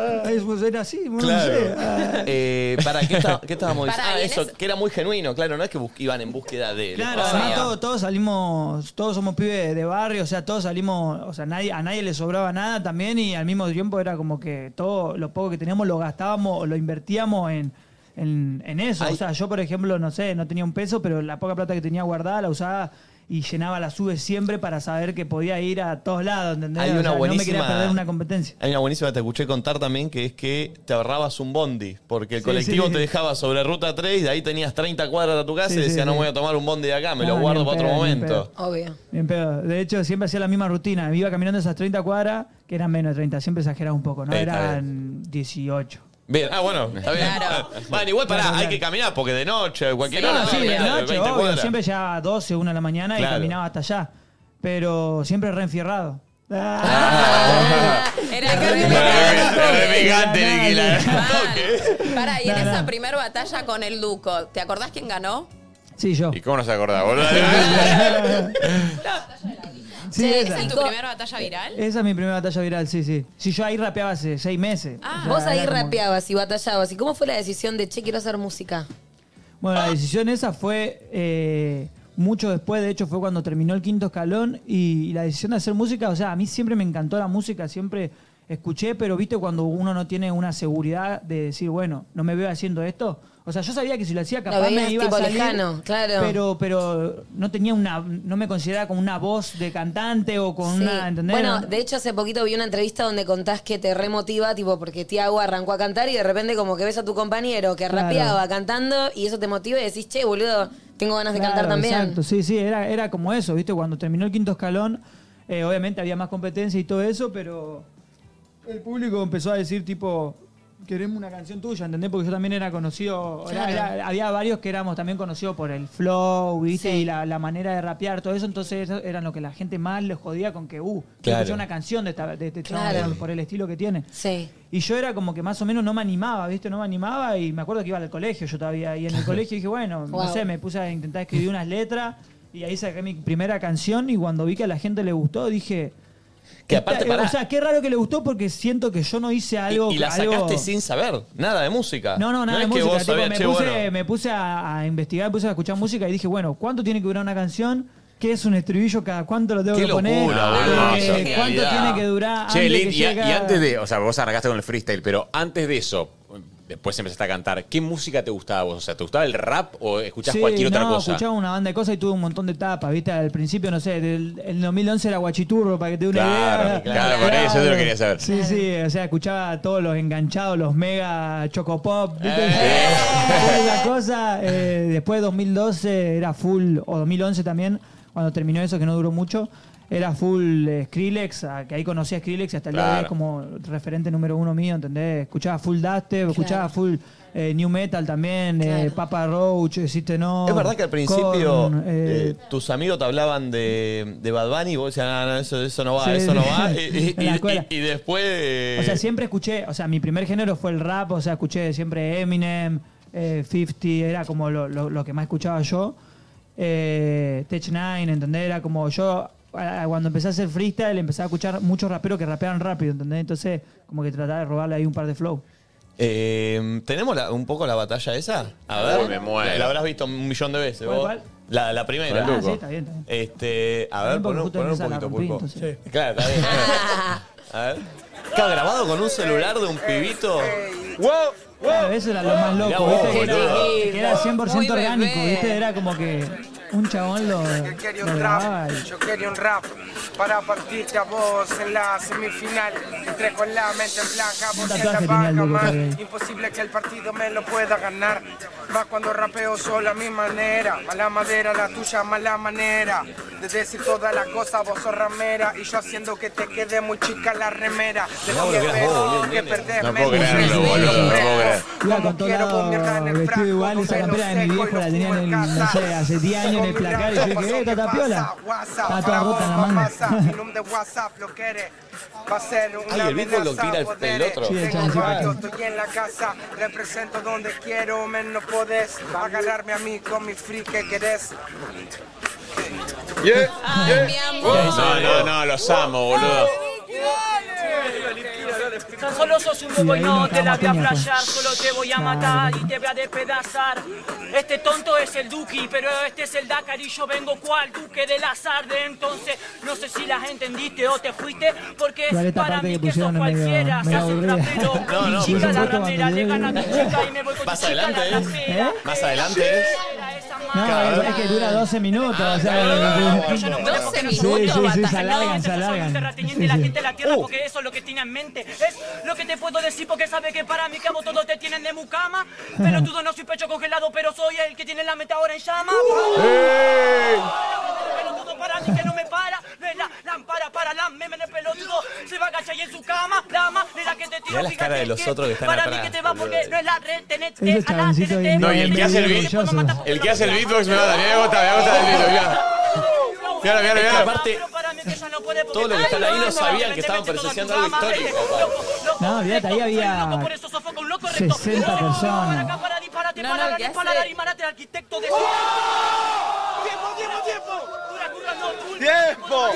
Speaker 9: Ah, es, pues, era así, no sé. Ah,
Speaker 1: Claro. Eh, para, ¿qué, está- qué estábamos
Speaker 9: Para,
Speaker 1: diciendo? Ah,
Speaker 9: y en
Speaker 1: eso, que era muy genuino, claro, no es que bus- iban en búsqueda de él.
Speaker 9: Claro, además todos, todos salimos, todos somos pibes de barrio, o sea, todos salimos, o sea, nadie, a nadie le sobraba nada también y al mismo tiempo era como que todo lo poco que teníamos lo gastábamos o lo invertíamos en, en, en eso. O sea, yo por ejemplo, no sé, no tenía un peso, pero la poca plata que tenía guardada la usaba y llenaba la sube siempre para saber que podía ir a todos lados, ¿entendés?
Speaker 1: Hay
Speaker 9: O
Speaker 1: una
Speaker 9: sea, no me quería
Speaker 1: buenísima-
Speaker 9: perder una competencia.
Speaker 1: Hay una buenísima que te escuché contar también, que es que te ahorrabas un bondi, porque el
Speaker 9: Sí,
Speaker 1: colectivo
Speaker 9: sí.
Speaker 1: te dejaba sobre ruta 3, de ahí tenías 30 cuadras a tu casa
Speaker 9: Sí,
Speaker 1: y
Speaker 9: sí,
Speaker 1: decías, no
Speaker 9: sí.
Speaker 1: voy a tomar un bondi de acá, me
Speaker 9: No,
Speaker 1: lo guardo
Speaker 9: Ah, ni en
Speaker 1: para otro
Speaker 9: pedo, ni en
Speaker 1: momento.
Speaker 5: Obvio.
Speaker 9: Bien pedo. De hecho, siempre hacía la misma rutina. Me iba caminando esas 30 cuadras, que eran menos de 30, siempre exageraba un poco, ¿no?
Speaker 1: Eh, está
Speaker 9: Eran 18.
Speaker 1: Bien, ah, bueno, está bien. Bueno, igual pará, hay que caminar, porque de noche, cualquier
Speaker 9: No,
Speaker 1: hora,
Speaker 9: Ah, sí, de
Speaker 1: meter
Speaker 9: noche,
Speaker 1: 20
Speaker 9: obvio,
Speaker 1: cuadras.
Speaker 9: Siempre llegaba a 12, 1 de la mañana
Speaker 1: Claro.
Speaker 9: y caminaba hasta allá. Pero siempre reenfierrado.
Speaker 1: Ah.
Speaker 9: Ah.
Speaker 2: Para, y
Speaker 9: No,
Speaker 2: en
Speaker 9: no.
Speaker 2: esa primera batalla con el Duco, ¿te acordás quién ganó?
Speaker 9: Sí, yo.
Speaker 6: ¿Y cómo no se acordaba, boludo?
Speaker 9: Sí,
Speaker 2: ¿Esa
Speaker 9: esa.
Speaker 2: es tu primera batalla viral?
Speaker 9: Esa es mi primera batalla viral, sí, sí. Sí, yo ahí rapeaba hace 6 meses. O
Speaker 2: Ah.
Speaker 9: sea,
Speaker 5: Ah. Vos ahí
Speaker 9: era como-
Speaker 5: rapeabas y batallabas. ¿Y cómo fue la decisión de, che, quiero hacer música?
Speaker 9: Bueno, la decisión esa fue eh, mucho después, de hecho fue cuando terminó el quinto escalón y, y la decisión de hacer música, o sea, a mí siempre me encantó la música, siempre escuché, pero viste cuando uno no tiene una seguridad de decir, bueno, no me veo haciendo esto. O sea, yo sabía que si lo hacía capaz
Speaker 5: veías
Speaker 9: me iba
Speaker 5: tipo
Speaker 9: a salir,
Speaker 5: lejano, claro.
Speaker 9: Pero, pero no tenía una, no me consideraba como una voz de cantante o con
Speaker 5: Sí.
Speaker 9: una, ¿entendés?
Speaker 5: Bueno, de hecho hace poquito vi una entrevista donde contás que te remotiva, tipo, porque Tiago arrancó a cantar y de repente como que ves a tu compañero que
Speaker 9: Claro.
Speaker 5: rapeaba cantando y eso te motiva y decís, che, boludo, tengo ganas de cantar
Speaker 9: Claro,
Speaker 5: también.
Speaker 9: Exacto, sí, sí, era, era como eso, ¿viste? Cuando terminó el quinto escalón, eh, obviamente había más competencia y todo eso, pero el público empezó a decir, tipo, queremos una canción tuya, ¿entendés? Porque yo también era conocido, era-
Speaker 15: Claro.
Speaker 9: era- había varios que éramos también conocidos por el flow, ¿viste? Y la, la manera de rapear, todo eso, entonces eso eran lo que la gente más le jodía con que, uh, quiero
Speaker 15: Claro.
Speaker 9: escuchar una canción de, esta- de este chabón
Speaker 15: Claro.
Speaker 9: por, por el estilo que tiene.
Speaker 5: Sí.
Speaker 9: Y yo era como que más o menos no me animaba, ¿viste? No me animaba y me acuerdo que iba al colegio yo todavía. Y en el colegio dije, bueno,
Speaker 15: Wow.
Speaker 9: no sé, me puse a intentar escribir unas letras y ahí saqué mi primera canción y cuando vi que a la gente le gustó dije...
Speaker 1: Que aparte,
Speaker 9: "Esta- eh,
Speaker 1: pará.
Speaker 9: O sea, qué raro que le gustó porque siento que yo no hice algo...
Speaker 1: y, y la
Speaker 9: algo-
Speaker 1: sacaste sin saber nada de música.
Speaker 9: No, no, nada de
Speaker 1: es
Speaker 9: música.
Speaker 1: que vos
Speaker 9: tipo,
Speaker 1: sabías,
Speaker 9: me,
Speaker 1: che,
Speaker 9: puse,
Speaker 1: bueno.
Speaker 9: me puse a, a investigar, me puse a escuchar música y dije, bueno, ¿cuánto tiene que durar una canción? ¿Qué es un estribillo? ¿Cada cuánto lo tengo
Speaker 6: Qué
Speaker 9: que poner?
Speaker 6: locura, boludo.
Speaker 9: Eh,
Speaker 6: Hermoso, ah, qué
Speaker 9: ¿Cuánto
Speaker 6: calidad.
Speaker 9: tiene que durar?
Speaker 6: Che,
Speaker 9: antes
Speaker 6: Lin,
Speaker 9: que
Speaker 6: y, a-
Speaker 9: llega-
Speaker 6: y antes de. O sea, vos arrancaste con el freestyle, pero antes de eso, después empezaste a cantar. ¿Qué música te gustaba a vos? O sea, ¿te gustaba el rap o escuchás
Speaker 9: Sí,
Speaker 6: cualquier otra
Speaker 9: no,
Speaker 6: cosa?
Speaker 9: escuchaba una banda de cosas y tuve un montón de etapas, ¿viste? Al principio, no sé, del, el 2011 era Guachiturro, para que te dé una
Speaker 6: Claro,
Speaker 9: idea.
Speaker 6: claro, por eso yo lo quería saber.
Speaker 9: Sí, sí, o sea, escuchaba a todos los enganchados, los mega chocopop, ¿viste?
Speaker 6: Eh.
Speaker 9: Esa cosa. eh, después 2012 era full, o 2011 también, cuando terminó eso, que no duró mucho. era full eh, Skrillex, a- que ahí conocí a Skrillex y hasta el día de hoy
Speaker 1: Claro.
Speaker 9: es como referente número uno mío, ¿entendés? Escuchaba full Dubstep, escuchaba full eh, New Metal también, eh, Papa Roach, existe no.
Speaker 1: Es verdad que al principio
Speaker 9: Korn, eh,
Speaker 1: eh, tus amigos te hablaban de, de Bad Bunny y vos decías, no, no, eso, eso no va,
Speaker 9: Sí,
Speaker 1: eso no
Speaker 9: sí.
Speaker 1: va. Y, y-
Speaker 9: En la escuela.
Speaker 1: y- y después. eh,
Speaker 9: O sea, siempre escuché, o sea, mi primer género fue el rap, o sea, escuché siempre Eminem, eh, 50, era como lo, lo- lo que más escuchaba yo. Eh, Tech Nine, ¿entendés? Era como yo, a- a- cuando empecé a hacer freestyle, empecé a escuchar muchos raperos que rapeaban rápido, ¿entendés? Entonces, como que trataba de robarle ahí un par de flow.
Speaker 1: eh, ¿Tenemos la- un poco la batalla esa? A ver,
Speaker 6: Uy, me muero.
Speaker 1: La habrás visto un millón de veces.
Speaker 9: ¿Cuál,
Speaker 1: vos.
Speaker 9: cuál?
Speaker 1: La, la primera.
Speaker 9: Ah, sí, está bien, está bien.
Speaker 1: Este, a ver,
Speaker 9: También porque
Speaker 1: poner,
Speaker 9: justo
Speaker 1: poner un
Speaker 9: empezaba la
Speaker 1: poquito
Speaker 9: rompí,
Speaker 1: pulpo.
Speaker 9: entonces.
Speaker 1: Claro, está bien. A ver. Claro, grabado con un celular de un pibito. ¡Wow!
Speaker 9: Claro, eso era lo más
Speaker 1: Mirá
Speaker 9: loco,
Speaker 1: vos,
Speaker 9: ¿viste? Que era,
Speaker 1: boludo.
Speaker 9: que era 100%
Speaker 1: Muy
Speaker 9: orgánico,
Speaker 1: bebé.
Speaker 9: ¿viste? Era como que un chabón lo, lo grababa y-
Speaker 14: Yo quería un rap para partirte a vos en la semifinal. Entré con la mente en blanca,
Speaker 9: Un
Speaker 14: por si
Speaker 9: tatuaje
Speaker 14: la vaca
Speaker 9: tenía el loco
Speaker 14: más.
Speaker 9: todavía.
Speaker 14: Imposible que el partido me lo pueda ganar. Va cuando rapeo solo a mi manera. Mala madera, la tuya, mala manera. De decir toda la cosa, vos sos ramera. Y yo haciendo que te quede muy chica la remera.
Speaker 1: Mirá,
Speaker 14: Déjame
Speaker 1: boludo, que
Speaker 14: ver,
Speaker 1: eras vos, boludo,
Speaker 14: que
Speaker 1: nene.
Speaker 14: perderme.
Speaker 6: No puedo creerlo, boludo, no puedo creer.
Speaker 9: Iba con todo lado vestido igual, esa campera de mi viejo la tenía en el, no sé, hace 10 años en el placar y yo dije, eh, tata piola. Estaba toda rota en la manga.
Speaker 14: Va a ser una
Speaker 1: Ay, el beatbox lo tira el- el otro.
Speaker 14: Sí, el
Speaker 1: chabón se va.
Speaker 14: Estoy en la casa, represento donde quiero, menos podés agarrarme a mí con mi free que querés.
Speaker 6: Ay, mi amor. No, no, no, los amo, boludo.
Speaker 7: Tan solo sos un bobo y no te la voy a flashear, solo te voy a matar y te voy a despedazar. Este tonto es el Duki, pero este es el Dakar y yo vengo cual Duque del azar. De entonces, no sé si las entendiste o te fuiste, porque
Speaker 9: Igual
Speaker 7: es
Speaker 9: esta
Speaker 7: para
Speaker 9: parte
Speaker 7: mí
Speaker 9: que
Speaker 7: que sos
Speaker 9: pusieron es medio-
Speaker 7: cualquiera.
Speaker 9: medio
Speaker 7: Seas un
Speaker 9: aburrida.
Speaker 7: rapero,
Speaker 9: No,
Speaker 7: mi
Speaker 9: no, por
Speaker 7: chica la
Speaker 9: supuesto,
Speaker 7: ramera,
Speaker 9: cuando-
Speaker 7: le gana a mi chica y me voy con tu
Speaker 1: Más
Speaker 7: chica a la
Speaker 1: adelante
Speaker 9: eh.
Speaker 1: es.
Speaker 7: trasera.
Speaker 1: Más adelante es.
Speaker 9: No, es, es que dura 12 minutos, o sea...
Speaker 7: no, yo no creo porque no
Speaker 9: Sí,
Speaker 7: soy
Speaker 9: sí,
Speaker 7: bobo,
Speaker 9: sí,
Speaker 7: batalla.
Speaker 9: se alargan, se alargan. Uh.
Speaker 7: terrateniente la gente de la tierra porque eso es lo que tiene en mente. Es lo que te puedo decir porque sabe que para mí que a vos todos te tienen de mucama. Pero tú no soy pecho congelado, pero soy el que tiene la meta ahora en llama.
Speaker 1: Uh.
Speaker 7: Pelotudo para mí que no me para. Ve la lámpara para la meme en el pelotudo. Se va a agachar y en su cama. Dama, de la que te tiro.
Speaker 1: Mirá las caras de los otros que están
Speaker 7: Para mí
Speaker 1: atrás,
Speaker 7: que te va
Speaker 1: boludo.
Speaker 7: porque no es la red, tenés
Speaker 9: Esos chaboncitos bien...
Speaker 6: No, y el que hace el beat, el que hace el beatbox me va a dar, mirá, gota, mirá,
Speaker 9: Oh.
Speaker 6: gota del beatbox, mirá. Mirá, mirá, mirá.
Speaker 1: Aparte, todos
Speaker 7: Ah,
Speaker 1: los que están ahí no sabían que estaban presenciando algo histórico.
Speaker 9: No, olvídate, ahí había 60 personas.
Speaker 7: No, no, ¿qué hace? arquitecto de... ¡Tiempo, tiempo, tiempo!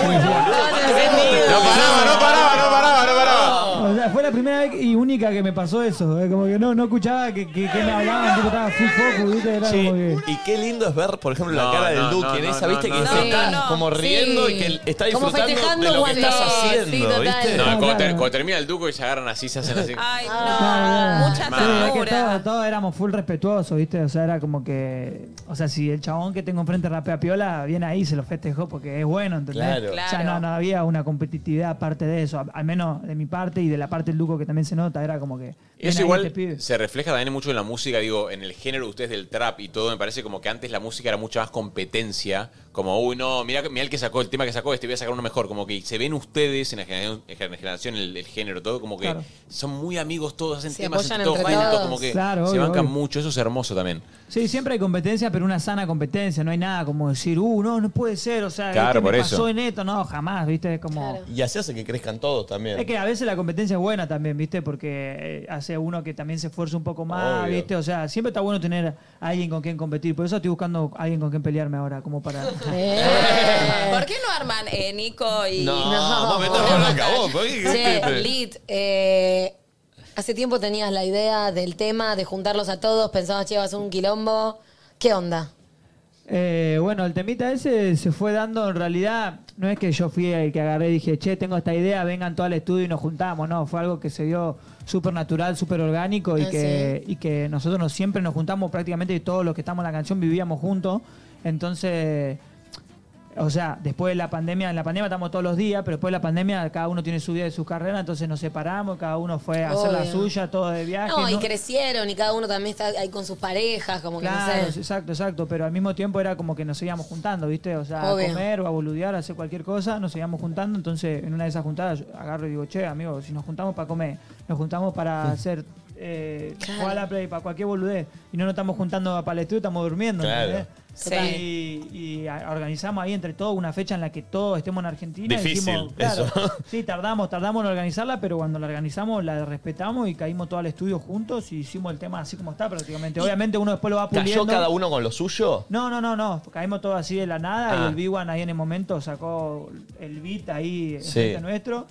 Speaker 29: ¡Tiempo!
Speaker 6: No paraba, no paraba, no paraba, no paraba.
Speaker 9: O sea, fue la primera vez y única que me pasó eso. eh, Como que no, no escuchaba que, que, que me hablaban, tipo, estaba full focus, ¿viste? Era como que...
Speaker 1: Y qué lindo es ver, por ejemplo,
Speaker 6: No,
Speaker 1: la cara
Speaker 6: no,
Speaker 1: del Duque
Speaker 6: no,
Speaker 1: en
Speaker 6: no,
Speaker 1: esa,
Speaker 6: no,
Speaker 1: viste,
Speaker 6: no,
Speaker 1: que
Speaker 6: no,
Speaker 1: está
Speaker 6: no.
Speaker 1: como riendo y que él está
Speaker 5: Como
Speaker 1: disfrutando de lo que
Speaker 5: festejando
Speaker 1: estás
Speaker 5: cuando-
Speaker 1: haciendo,
Speaker 5: sí, total.
Speaker 1: ¿viste?
Speaker 6: No,
Speaker 9: Ah,
Speaker 6: cuando,
Speaker 9: claro.
Speaker 6: ter- cuando termina el duco y se agarran así, se hacen así.
Speaker 2: Ay,
Speaker 9: Claro,
Speaker 2: mucha
Speaker 9: claro. Sí, es que
Speaker 2: ternura.
Speaker 9: todos, todos éramos full respetuosos, ¿viste? O sea, era como que. O sea, si el chabón que tengo enfrente rapea piola, viene ahí, se lo festejó porque es bueno, ¿entendés?
Speaker 1: Claro.
Speaker 9: O sea,
Speaker 1: Claro.
Speaker 9: no, no había una competitividad aparte de eso, a- al menos de mi parte y de la parte del Luco que también se nota, era como que.
Speaker 6: Y eso
Speaker 9: viene ahí
Speaker 6: igual
Speaker 9: este pibe.
Speaker 6: se refleja también mucho en la música, digo, en el género de ustedes del trap y todo. Me parece como que antes la música era mucha más competencia. Como, uy, no, mira el que sacó, el tema que sacó, este voy a sacar uno mejor. Como que se ven ustedes en la generación, en la generación, el, el género, todo. Como que
Speaker 9: Claro.
Speaker 6: son muy amigos todos, hacen
Speaker 5: Se
Speaker 6: temas
Speaker 5: apoyan
Speaker 6: entre todos
Speaker 5: entre
Speaker 6: juntos.
Speaker 5: todos.
Speaker 6: Como que
Speaker 9: Claro,
Speaker 6: se
Speaker 9: obvio,
Speaker 6: bancan
Speaker 9: obvio.
Speaker 6: mucho. Eso es hermoso también.
Speaker 9: Sí, siempre hay competencia, pero una sana competencia. No hay nada como decir, uh, no, no puede ser, o sea,
Speaker 1: Claro,
Speaker 9: este me
Speaker 1: por eso.
Speaker 9: pasó en esto, no, jamás, ¿viste? Es como.
Speaker 1: Y así hace que crezcan todos también.
Speaker 9: Es que a veces la competencia es buena también, ¿viste? Porque eh, hace uno que también se esfuerza un poco más,
Speaker 1: Obvio.
Speaker 9: ¿viste? O sea, siempre está bueno tener a alguien con quien competir. Por eso estoy buscando a alguien con quien pelearme ahora, como para...
Speaker 2: ¿Por qué no arman eh, Nico y.?
Speaker 5: No.
Speaker 1: vos metemos la bronca, vos, ¿por qué?
Speaker 5: Che, Lit, eh, hace tiempo tenías la idea del tema, de juntarlos a todos, pensabas, che, vas a hacer un quilombo. ¿Qué onda?
Speaker 9: Eh, bueno, el temita ese se fue dando, en realidad, no es que yo fui el que agarré y dije, che, tengo esta idea, vengan todos al estudio y nos juntamos, no, fue algo que se dio súper natural, súper orgánico y,
Speaker 5: Ah,
Speaker 9: que, y que nosotros nos- siempre nos juntamos prácticamente todos los que estamos en la canción vivíamos juntos, entonces... O sea, después de la pandemia, en la pandemia estamos todos los días, pero después de la pandemia cada uno tiene su vida de su carrera, entonces nos separamos, cada uno fue a hacer la
Speaker 5: Obvio.
Speaker 9: suya, todo de viaje.
Speaker 5: No, y
Speaker 9: ¿no?
Speaker 5: crecieron y cada uno también está ahí con sus parejas, como que
Speaker 9: Claro,
Speaker 5: no sé.
Speaker 9: exacto, exacto, pero al mismo tiempo era como que nos seguíamos juntando, ¿viste? O sea,
Speaker 5: Obvio.
Speaker 9: a comer o a boludear, a hacer cualquier cosa, nos seguíamos juntando, entonces en una de esas juntadas yo agarro y digo, che, amigo, si nos juntamos para comer, nos juntamos para hacer... Eh, jugar a la play para cualquier boludez y no nos estamos juntando para el estudio estamos durmiendo
Speaker 1: Claro.
Speaker 9: ¿entendés?
Speaker 1: Sí.
Speaker 9: y, y a- organizamos ahí entre todos una fecha en la que todos estemos en Argentina y
Speaker 1: Difícil,
Speaker 9: dijimos, claro,
Speaker 1: eso.
Speaker 9: sí tardamos tardamos en organizarla pero cuando la organizamos la respetamos y caímos todo al estudio juntos y hicimos el tema así como está prácticamente obviamente uno después lo va puliendo
Speaker 1: ¿Cayó cada uno con lo suyo?
Speaker 9: no, no, no, no. Caímos todos así de la nada
Speaker 1: Ah.
Speaker 9: y el B1 ahí en el momento sacó el beat ahí
Speaker 1: Sí.
Speaker 9: frente nuestro.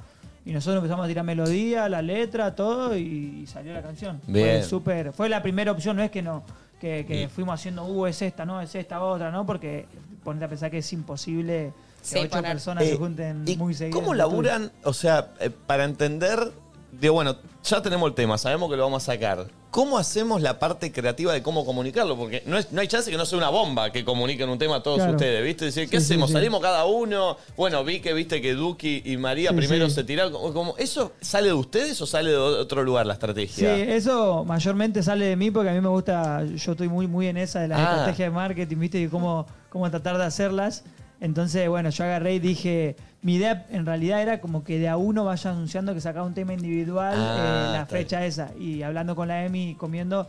Speaker 9: Y nosotros empezamos a tirar melodía, la letra, todo y, y salió la canción.
Speaker 1: Bien.
Speaker 9: Fue súper. Fue la primera opción, no es que no. Que, que
Speaker 1: Mm.
Speaker 9: fuimos haciendo, uh, es esta, no, es esta, otra, ¿no? Porque ponete a pensar que es imposible que
Speaker 1: Sí,
Speaker 9: ocho
Speaker 1: poner.
Speaker 9: personas
Speaker 1: Eh,
Speaker 9: se junten muy seguidas.
Speaker 1: ¿Cómo
Speaker 9: en
Speaker 1: laburan? O sea, eh, para entender, digo, bueno, ya tenemos el tema, sabemos que lo vamos a sacar. ¿Cómo hacemos la parte creativa de cómo comunicarlo? Porque no, es- no hay chance que no sea una bomba que comuniquen un tema a todos
Speaker 6: Claro.
Speaker 1: ustedes, ¿viste? Decir, ¿qué
Speaker 6: Sí, sí,
Speaker 1: hacemos?
Speaker 6: sí.
Speaker 1: ¿Salimos cada uno? Bueno, vi que viste que Duki y María
Speaker 9: Sí,
Speaker 1: primero
Speaker 9: sí.
Speaker 1: se tiraron. como- como- ¿Eso sale de ustedes o sale de otro lugar la
Speaker 9: Sí,
Speaker 1: estrategia?
Speaker 9: eso mayormente sale de mí porque a mí me gusta, yo estoy muy, muy en esa de las
Speaker 1: Ah.
Speaker 9: estrategias de marketing, ¿viste? Y cómo, cómo tratar de hacerlas. Entonces, bueno, yo agarré y dije, mi idea en realidad era como que de a uno vaya anunciando que sacaba un tema individual
Speaker 1: Ah,
Speaker 9: eh, la
Speaker 1: está
Speaker 9: fecha esa. Y hablando con la Emi y comiendo,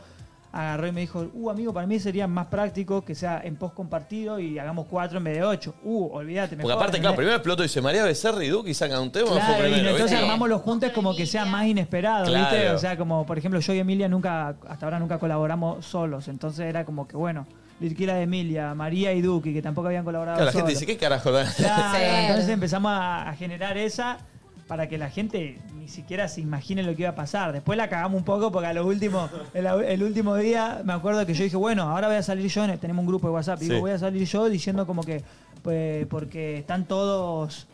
Speaker 9: agarró y me dijo, uh, amigo, para mí sería más práctico que sea en post compartido y hagamos cuatro en vez de ocho. Uh, olvídate.
Speaker 1: Porque
Speaker 9: mejor,
Speaker 1: aparte, claro,
Speaker 9: ¿entendés?
Speaker 1: primero explotó y dice María Becerra y Duki sacan un tema. fue
Speaker 9: Claro, y
Speaker 1: primero,
Speaker 9: entonces
Speaker 1: ¿viste?
Speaker 9: armamos los juntos como que sea más inesperado, ¿viste?
Speaker 1: Claro.
Speaker 9: O sea, como por ejemplo yo y Emilia nunca, hasta ahora nunca colaboramos solos, entonces era como que bueno, Lirquila de Emilia, María y Duki, que tampoco habían colaborado
Speaker 1: Claro, la gente
Speaker 9: solos.
Speaker 1: dice, ¿qué carajo? Dan?
Speaker 9: Claro, entonces empezamos a, a generar esa para que la gente ni siquiera se imagine lo que iba a pasar. Después la cagamos un poco porque a lo último, el, el último día me acuerdo que yo dije, bueno, ahora voy a salir yo, en- tenemos un grupo de WhatsApp, y digo,
Speaker 1: Sí.
Speaker 9: voy a salir yo diciendo como que, pues, porque están todos...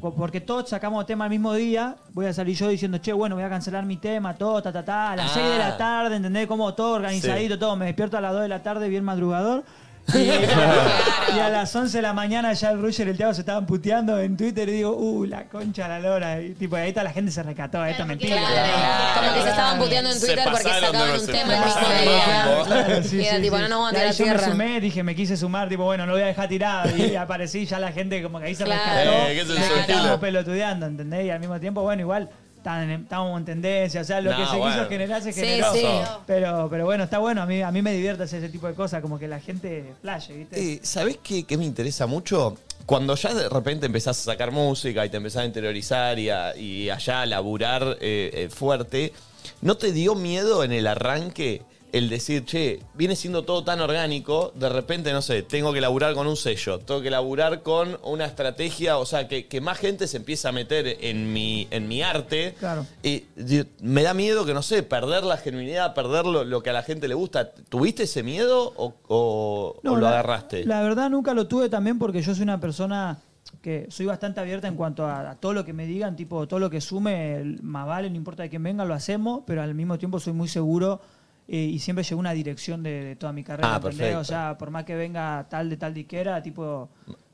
Speaker 9: po- Porque todos sacamos tema el mismo día, voy a salir yo diciendo, che, bueno, voy a cancelar mi tema, todo, ta, ta, ta, a las
Speaker 1: Ah.
Speaker 9: 6 de la tarde, ¿entendés? Como todo organizadito, todo. Me despierto a las 2 de la tarde, bien madrugador. Y a las 11 de la mañana ya el Roger y el Thiago se estaban puteando en Twitter y digo, uh, la concha de la lora. Y tipo, ahí toda la gente se rescató, esto es mentira.
Speaker 5: Como que se estaban puteando en Twitter porque sacaban un tema el mismo día. Y era tipo, no nos vamos a
Speaker 9: Y ahí
Speaker 5: tirar
Speaker 9: yo me
Speaker 5: tierra.
Speaker 9: sumé, dije, me quise sumar, tipo, bueno, no lo voy a dejar tirado. Y aparecí ya la gente como que ahí se
Speaker 5: Claro.
Speaker 9: rescató.
Speaker 1: Eh, qué
Speaker 9: Y
Speaker 1: sensible.
Speaker 9: estábamos pelotudeando, ¿entendés? Y al mismo tiempo, bueno, igual tan- estábamos en tendencia, o sea, lo
Speaker 1: No,
Speaker 9: que se
Speaker 1: bueno.
Speaker 9: quiso generar se
Speaker 1: Sí,
Speaker 9: generó.
Speaker 1: sí.
Speaker 9: Pero, pero bueno, está bueno, a mí, a mí me divierte hacer ese tipo de cosas, como que la gente flash, ¿viste?
Speaker 1: Eh, ¿Sabés qué, qué me interesa mucho? Cuando ya de repente empezás a sacar música y te empezás a interiorizar y, a- y allá a laburar eh, eh, fuerte, ¿no te dio miedo en el arranque el decir, che, viene siendo todo tan orgánico, de repente, no sé, tengo que laburar con un sello, tengo que laburar con una estrategia, o sea, que, que más gente se empieza a meter en mi, en mi arte?
Speaker 9: Claro.
Speaker 1: Y di- me da miedo que, no sé, perder la genuinidad, perder lo, lo que a la gente le gusta. ¿Tuviste ese miedo o, o-
Speaker 9: No,
Speaker 1: o lo
Speaker 9: la-
Speaker 1: agarraste?
Speaker 9: La verdad nunca lo tuve también porque yo soy una persona que soy bastante abierta en cuanto a, a todo lo que me digan, tipo todo lo que sume, el- más vale, no importa de quién venga, lo hacemos, pero al mismo tiempo soy muy seguro eh, y siempre llevo una dirección de, de toda mi carrera,
Speaker 1: Ah,
Speaker 9: ¿entendés?
Speaker 1: perfecto.
Speaker 9: O sea, por más que venga tal de tal diquera, tipo...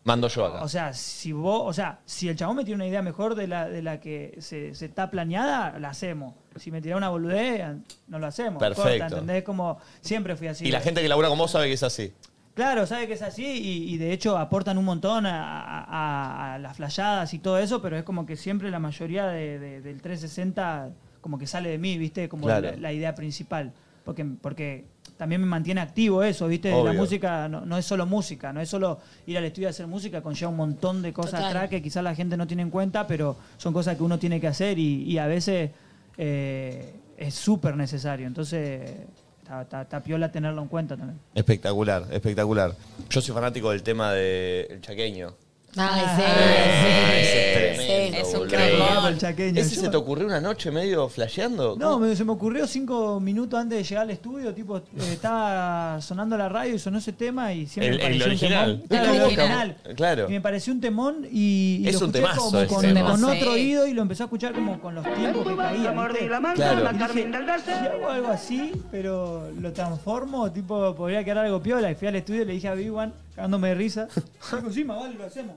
Speaker 1: Mando yo acá.
Speaker 9: O sea, si vos, o sea, si el chabón me tiene una idea mejor de la, de la que se, se está planeada, la hacemos. Si me tira una boludez, no lo hacemos. Corta,
Speaker 1: Perfecto.
Speaker 9: ¿entendés? Como siempre fui así.
Speaker 1: y la gente que labura con vos sabe que es así.
Speaker 9: Claro, sabe que es así y, y de hecho aportan un montón a, a- a las flayadas y todo eso, pero es como que siempre la mayoría de- de- del 360 como que sale de mí, ¿viste? Como
Speaker 1: Claro.
Speaker 9: la, la idea principal. Porque, porque también me mantiene activo eso, ¿viste? La
Speaker 1: Obvio.
Speaker 9: música no, no es solo música, no es solo ir al estudio a hacer música, conlleva un montón de cosas
Speaker 1: Total.
Speaker 9: atrás que quizás la gente no tiene en cuenta, pero son cosas que uno tiene que hacer y, y a veces eh, es súper necesario. Entonces, está- está está piola tenerlo en cuenta también.
Speaker 1: Espectacular, espectacular. Yo soy fanático del tema del chaqueño.
Speaker 5: Ay, sí.
Speaker 9: Ah,
Speaker 1: Ese
Speaker 5: sí,
Speaker 1: tremendo,
Speaker 5: es un
Speaker 1: boludo.
Speaker 5: cremón.
Speaker 9: El chaqueño.
Speaker 1: ¿Ese
Speaker 9: Yo
Speaker 1: se
Speaker 9: me-
Speaker 1: te ocurrió una noche medio flasheando?
Speaker 9: No,
Speaker 1: ¿Cómo?
Speaker 9: me- se me ocurrió cinco minutos antes de llegar al estudio, tipo, eh, estaba sonando la radio y sonó ese tema y siempre
Speaker 1: El-
Speaker 9: me
Speaker 1: el
Speaker 9: pareció un
Speaker 1: original.
Speaker 9: temón. Claro,
Speaker 1: El
Speaker 9: el
Speaker 1: original.
Speaker 9: original.
Speaker 1: Claro.
Speaker 9: Y me pareció un temón y, y
Speaker 1: Es
Speaker 9: lo
Speaker 1: un
Speaker 9: escuché
Speaker 1: temazo
Speaker 9: como
Speaker 1: ese
Speaker 9: con,
Speaker 1: tema.
Speaker 9: con
Speaker 1: Sí.
Speaker 9: otro oído y lo empecé a escuchar como con los tiempos que caía. ¿viste?
Speaker 1: Claro.
Speaker 9: Y dije, si hago algo así, pero lo transformo, tipo, podría quedar algo piola. Y fui al estudio y le dije a Vivan, cagándome de risa. Digo, sí, más vale, lo hacemos.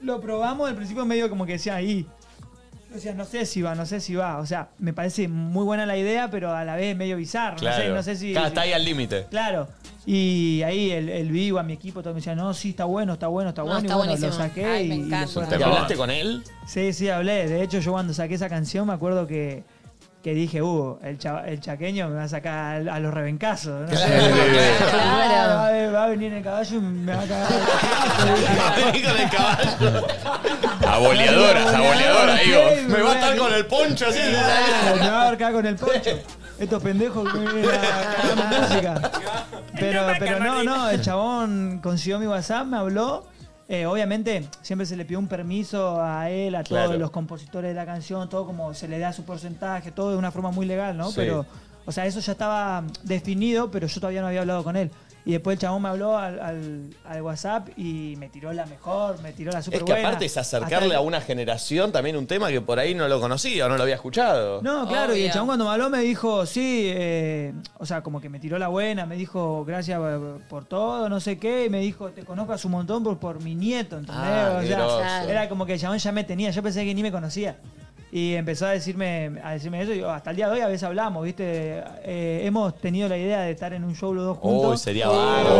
Speaker 9: Lo probamos, al principio medio como que decía ahí. Yo decía, no sé si va, no sé si va. O sea, me parece muy buena la idea, pero a la vez medio bizarro.
Speaker 1: Claro.
Speaker 9: No sé, no sé si.
Speaker 1: Claro, está ahí al límite.
Speaker 9: Claro. Y ahí el, el vivo, a mi equipo, todos me decían, no, sí, está bueno, está bueno, está
Speaker 1: No,
Speaker 9: bueno.
Speaker 1: está
Speaker 9: y bueno,
Speaker 1: buenísimo.
Speaker 9: lo saqué
Speaker 1: Ay,
Speaker 9: y-
Speaker 1: me
Speaker 9: y lo
Speaker 1: encanta.
Speaker 9: solté.
Speaker 1: ¿Te hablaste con él?
Speaker 9: Sí, sí, hablé. De hecho, yo cuando saqué esa canción me acuerdo que, que dije, uh, el, cha- el chaqueño me va a sacar al- a los rebencazos. ¿no?
Speaker 7: Claro.
Speaker 9: Va, a, Ah, va a venir en el caballo y me va a cagar.
Speaker 6: A boleadoras, a boleadoras, digo.
Speaker 1: Me va a estar con el poncho así.
Speaker 9: Claro, me va a ahorcar con el poncho. Estos pendejos que me vienen a cagar la música. Pero, pero no, no, el chabón consiguió mi WhatsApp, me habló. Eh, obviamente, siempre se le pidió un permiso a él, a todos
Speaker 1: Claro.
Speaker 9: los compositores de la canción, todo como se le da su porcentaje, todo de una forma muy legal, ¿no?
Speaker 1: Sí.
Speaker 9: Pero, o sea, eso ya estaba definido, pero yo todavía no había hablado con él. Y después el chabón me habló al, al- al WhatsApp y me tiró la mejor, me tiró la super
Speaker 1: Es que aparte es acercarle a una generación también un tema que por ahí no lo conocía o no lo había escuchado.
Speaker 9: No, claro, y el chabón cuando me habló me dijo, sí, eh, o sea, como que me tiró la buena, me dijo, gracias eh, por todo, no sé qué, y me dijo, te conozcas un montón por, por mi nieto, ¿entendés?
Speaker 1: Ah,
Speaker 9: o
Speaker 1: qué
Speaker 9: sea,
Speaker 1: groso.
Speaker 9: era como que el chabón ya me tenía, yo pensé que ni me conocía. Y empezó a decirme, a decirme eso, y yo, hasta el día de hoy a veces hablamos, ¿viste? Eh, hemos tenido la idea de estar en un show los dos juntos.
Speaker 1: Uy, sería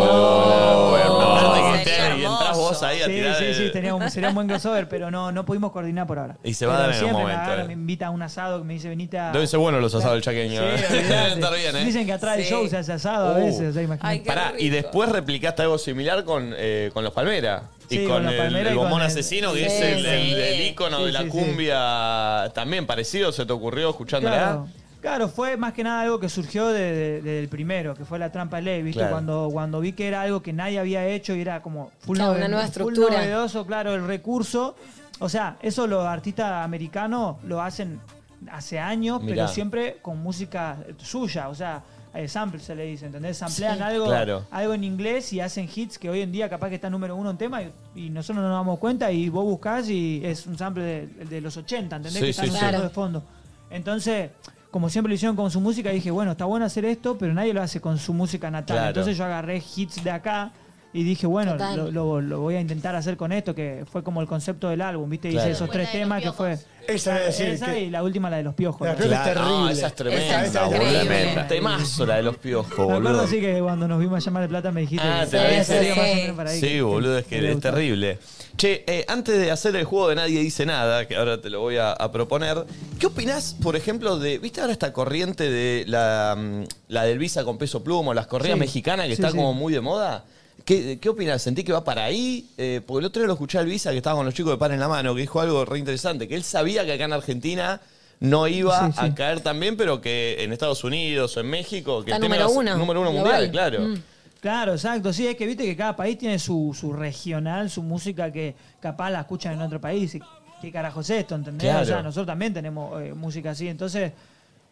Speaker 1: bárbaro. Aparte que te- Y entras vos ahí a
Speaker 9: Sí,
Speaker 1: tirar.
Speaker 9: sí,
Speaker 1: el-
Speaker 9: sí, tenía un- sería un buen crossover, pero no, no pudimos coordinar por ahora.
Speaker 1: Y se va a
Speaker 9: Pero
Speaker 1: dar en algún
Speaker 9: siempre me
Speaker 1: momento,
Speaker 9: agarra,
Speaker 1: eh.
Speaker 9: Me invita a un asado que me dice, venite a...
Speaker 1: Deben ser buenos los asados del chaqueño.
Speaker 9: Sí,
Speaker 1: ¿eh?
Speaker 9: olvidate.
Speaker 1: Estar bien, ¿eh?
Speaker 9: Dicen que atrás del
Speaker 1: Sí.
Speaker 9: show se hace asado a
Speaker 1: Uh.
Speaker 9: veces, o sea, imagínate.
Speaker 1: Pará, y después replicaste algo similar con, eh, con los Palmera. Y
Speaker 9: Sí,
Speaker 1: con,
Speaker 9: con los
Speaker 1: el,
Speaker 9: Palmera
Speaker 1: el
Speaker 9: y con
Speaker 1: bombón
Speaker 9: el-
Speaker 1: asesino, que
Speaker 9: Sí,
Speaker 1: es el,
Speaker 9: sí.
Speaker 1: el- el ícono
Speaker 9: Sí,
Speaker 1: de la
Speaker 9: sí, sí.
Speaker 1: cumbia también parecido, ¿se te ocurrió escuchándola? ¿eh?
Speaker 9: Claro. Claro, fue más que nada algo que surgió de- de- del primero, que fue la trampa de ley, ¿viste?
Speaker 1: Claro.
Speaker 9: Cuando, cuando vi que era algo que nadie había hecho y era como full,
Speaker 5: Claro,
Speaker 9: nove-
Speaker 5: una nueva
Speaker 9: full
Speaker 5: estructura.
Speaker 9: novedoso, claro, el recurso. O sea, eso los artistas americanos lo hacen hace años,
Speaker 1: Mirá.
Speaker 9: pero siempre con música suya, o sea, eh, sample se le dice, ¿entendés? Samplean
Speaker 1: Sí.
Speaker 9: algo,
Speaker 1: Claro.
Speaker 9: algo en inglés y hacen hits que hoy en día capaz que está número uno en tema y, y nosotros no nos damos cuenta y vos buscás y es un sample de, de los 80, ¿entendés?
Speaker 1: Sí,
Speaker 9: que está
Speaker 1: sí,
Speaker 9: en un
Speaker 1: sí.
Speaker 9: fondo
Speaker 1: Claro.
Speaker 9: de fondo. Entonces, como siempre lo hicieron con su música, dije, bueno, está bueno hacer esto, pero nadie lo hace con su música natal.
Speaker 1: Claro.
Speaker 9: Entonces yo agarré hits de acá y dije, bueno,
Speaker 1: Total.
Speaker 9: lo, lo- lo voy a intentar hacer con esto, que fue como el concepto del álbum, ¿viste? Hice
Speaker 1: Claro.
Speaker 9: esos tres temas que fue...
Speaker 3: Esa iba a decir
Speaker 9: esa
Speaker 3: que-
Speaker 9: y la última, la de los piojos.
Speaker 3: La
Speaker 9: ¿no?
Speaker 3: piojos es terrible.
Speaker 1: No, esa es
Speaker 3: Esa
Speaker 1: tremenda,
Speaker 3: es
Speaker 1: boludo.
Speaker 3: increíble.
Speaker 1: Tremenda. Temazo la de los piojos,
Speaker 9: Me acuerdo
Speaker 1: boludo.
Speaker 9: así que cuando nos vimos a llamar de plata me dijiste
Speaker 1: Ah,
Speaker 9: que
Speaker 1: te lo
Speaker 9: sería
Speaker 1: dije.
Speaker 9: más o menos para ahí.
Speaker 1: Sí, boludo, es que es terrible. Che, eh, antes de hacer el juego de Nadie Dice Nada, que ahora te lo voy a, a proponer, ¿qué opinás, por ejemplo, de. ¿Viste ahora esta corriente de la, mm, la del Visa con peso plumo, las correas
Speaker 6: Sí.
Speaker 1: mexicanas que
Speaker 6: Sí,
Speaker 1: está
Speaker 6: sí.
Speaker 1: como muy de moda? ¿Qué, ¿Qué opinás? ¿Sentí que va para ahí? Eh, porque el otro día lo escuché al Visa que estaba con los chicos de pan en la mano, que dijo algo re interesante, que él sabía que acá en Argentina no iba
Speaker 6: Sí, sí.
Speaker 1: a caer también, pero que en Estados Unidos o en México, que
Speaker 9: Está
Speaker 1: el tema
Speaker 9: número
Speaker 1: era
Speaker 9: uno,
Speaker 1: número uno
Speaker 9: global.
Speaker 1: mundial, claro.
Speaker 9: Mm. Claro, exacto. Sí, es que viste que cada país tiene su, su regional, su música que capaz la escuchan en otro país. Y ¿Qué carajo es esto? ¿Entendés?
Speaker 1: Claro.
Speaker 9: O sea, nosotros también tenemos eh, música así. Entonces,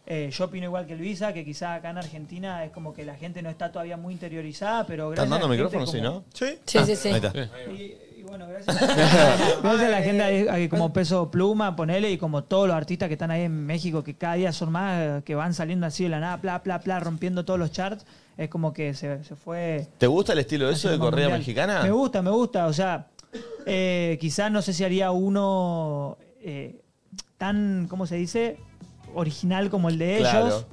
Speaker 9: eh, yo opino igual que el Visa, que quizá acá en Argentina es como que la gente no está todavía muy interiorizada, pero
Speaker 1: ¿Están
Speaker 9: gracias
Speaker 1: dando
Speaker 9: a la gente
Speaker 1: micrófono, sí,
Speaker 9: como-
Speaker 1: no? Sí.
Speaker 9: Sí,
Speaker 1: Ah,
Speaker 9: sí, sí.
Speaker 1: Ahí está.
Speaker 9: Entonces la gente ahí- ahí como peso pluma, ponele, y como todos los artistas que están ahí en México, que cada día son más, eh, que van saliendo así de la nada, pla, pla, pla, rompiendo todos los charts, es como que se, se fue...
Speaker 1: ¿Te gusta el estilo de eso de
Speaker 9: haciendo más
Speaker 1: corrida
Speaker 9: mundial.
Speaker 1: mexicana?
Speaker 9: Me gusta, me gusta, o sea, eh, quizás no sé si haría uno eh, tan, ¿cómo se dice? Original como el de
Speaker 1: Claro.
Speaker 9: ellos.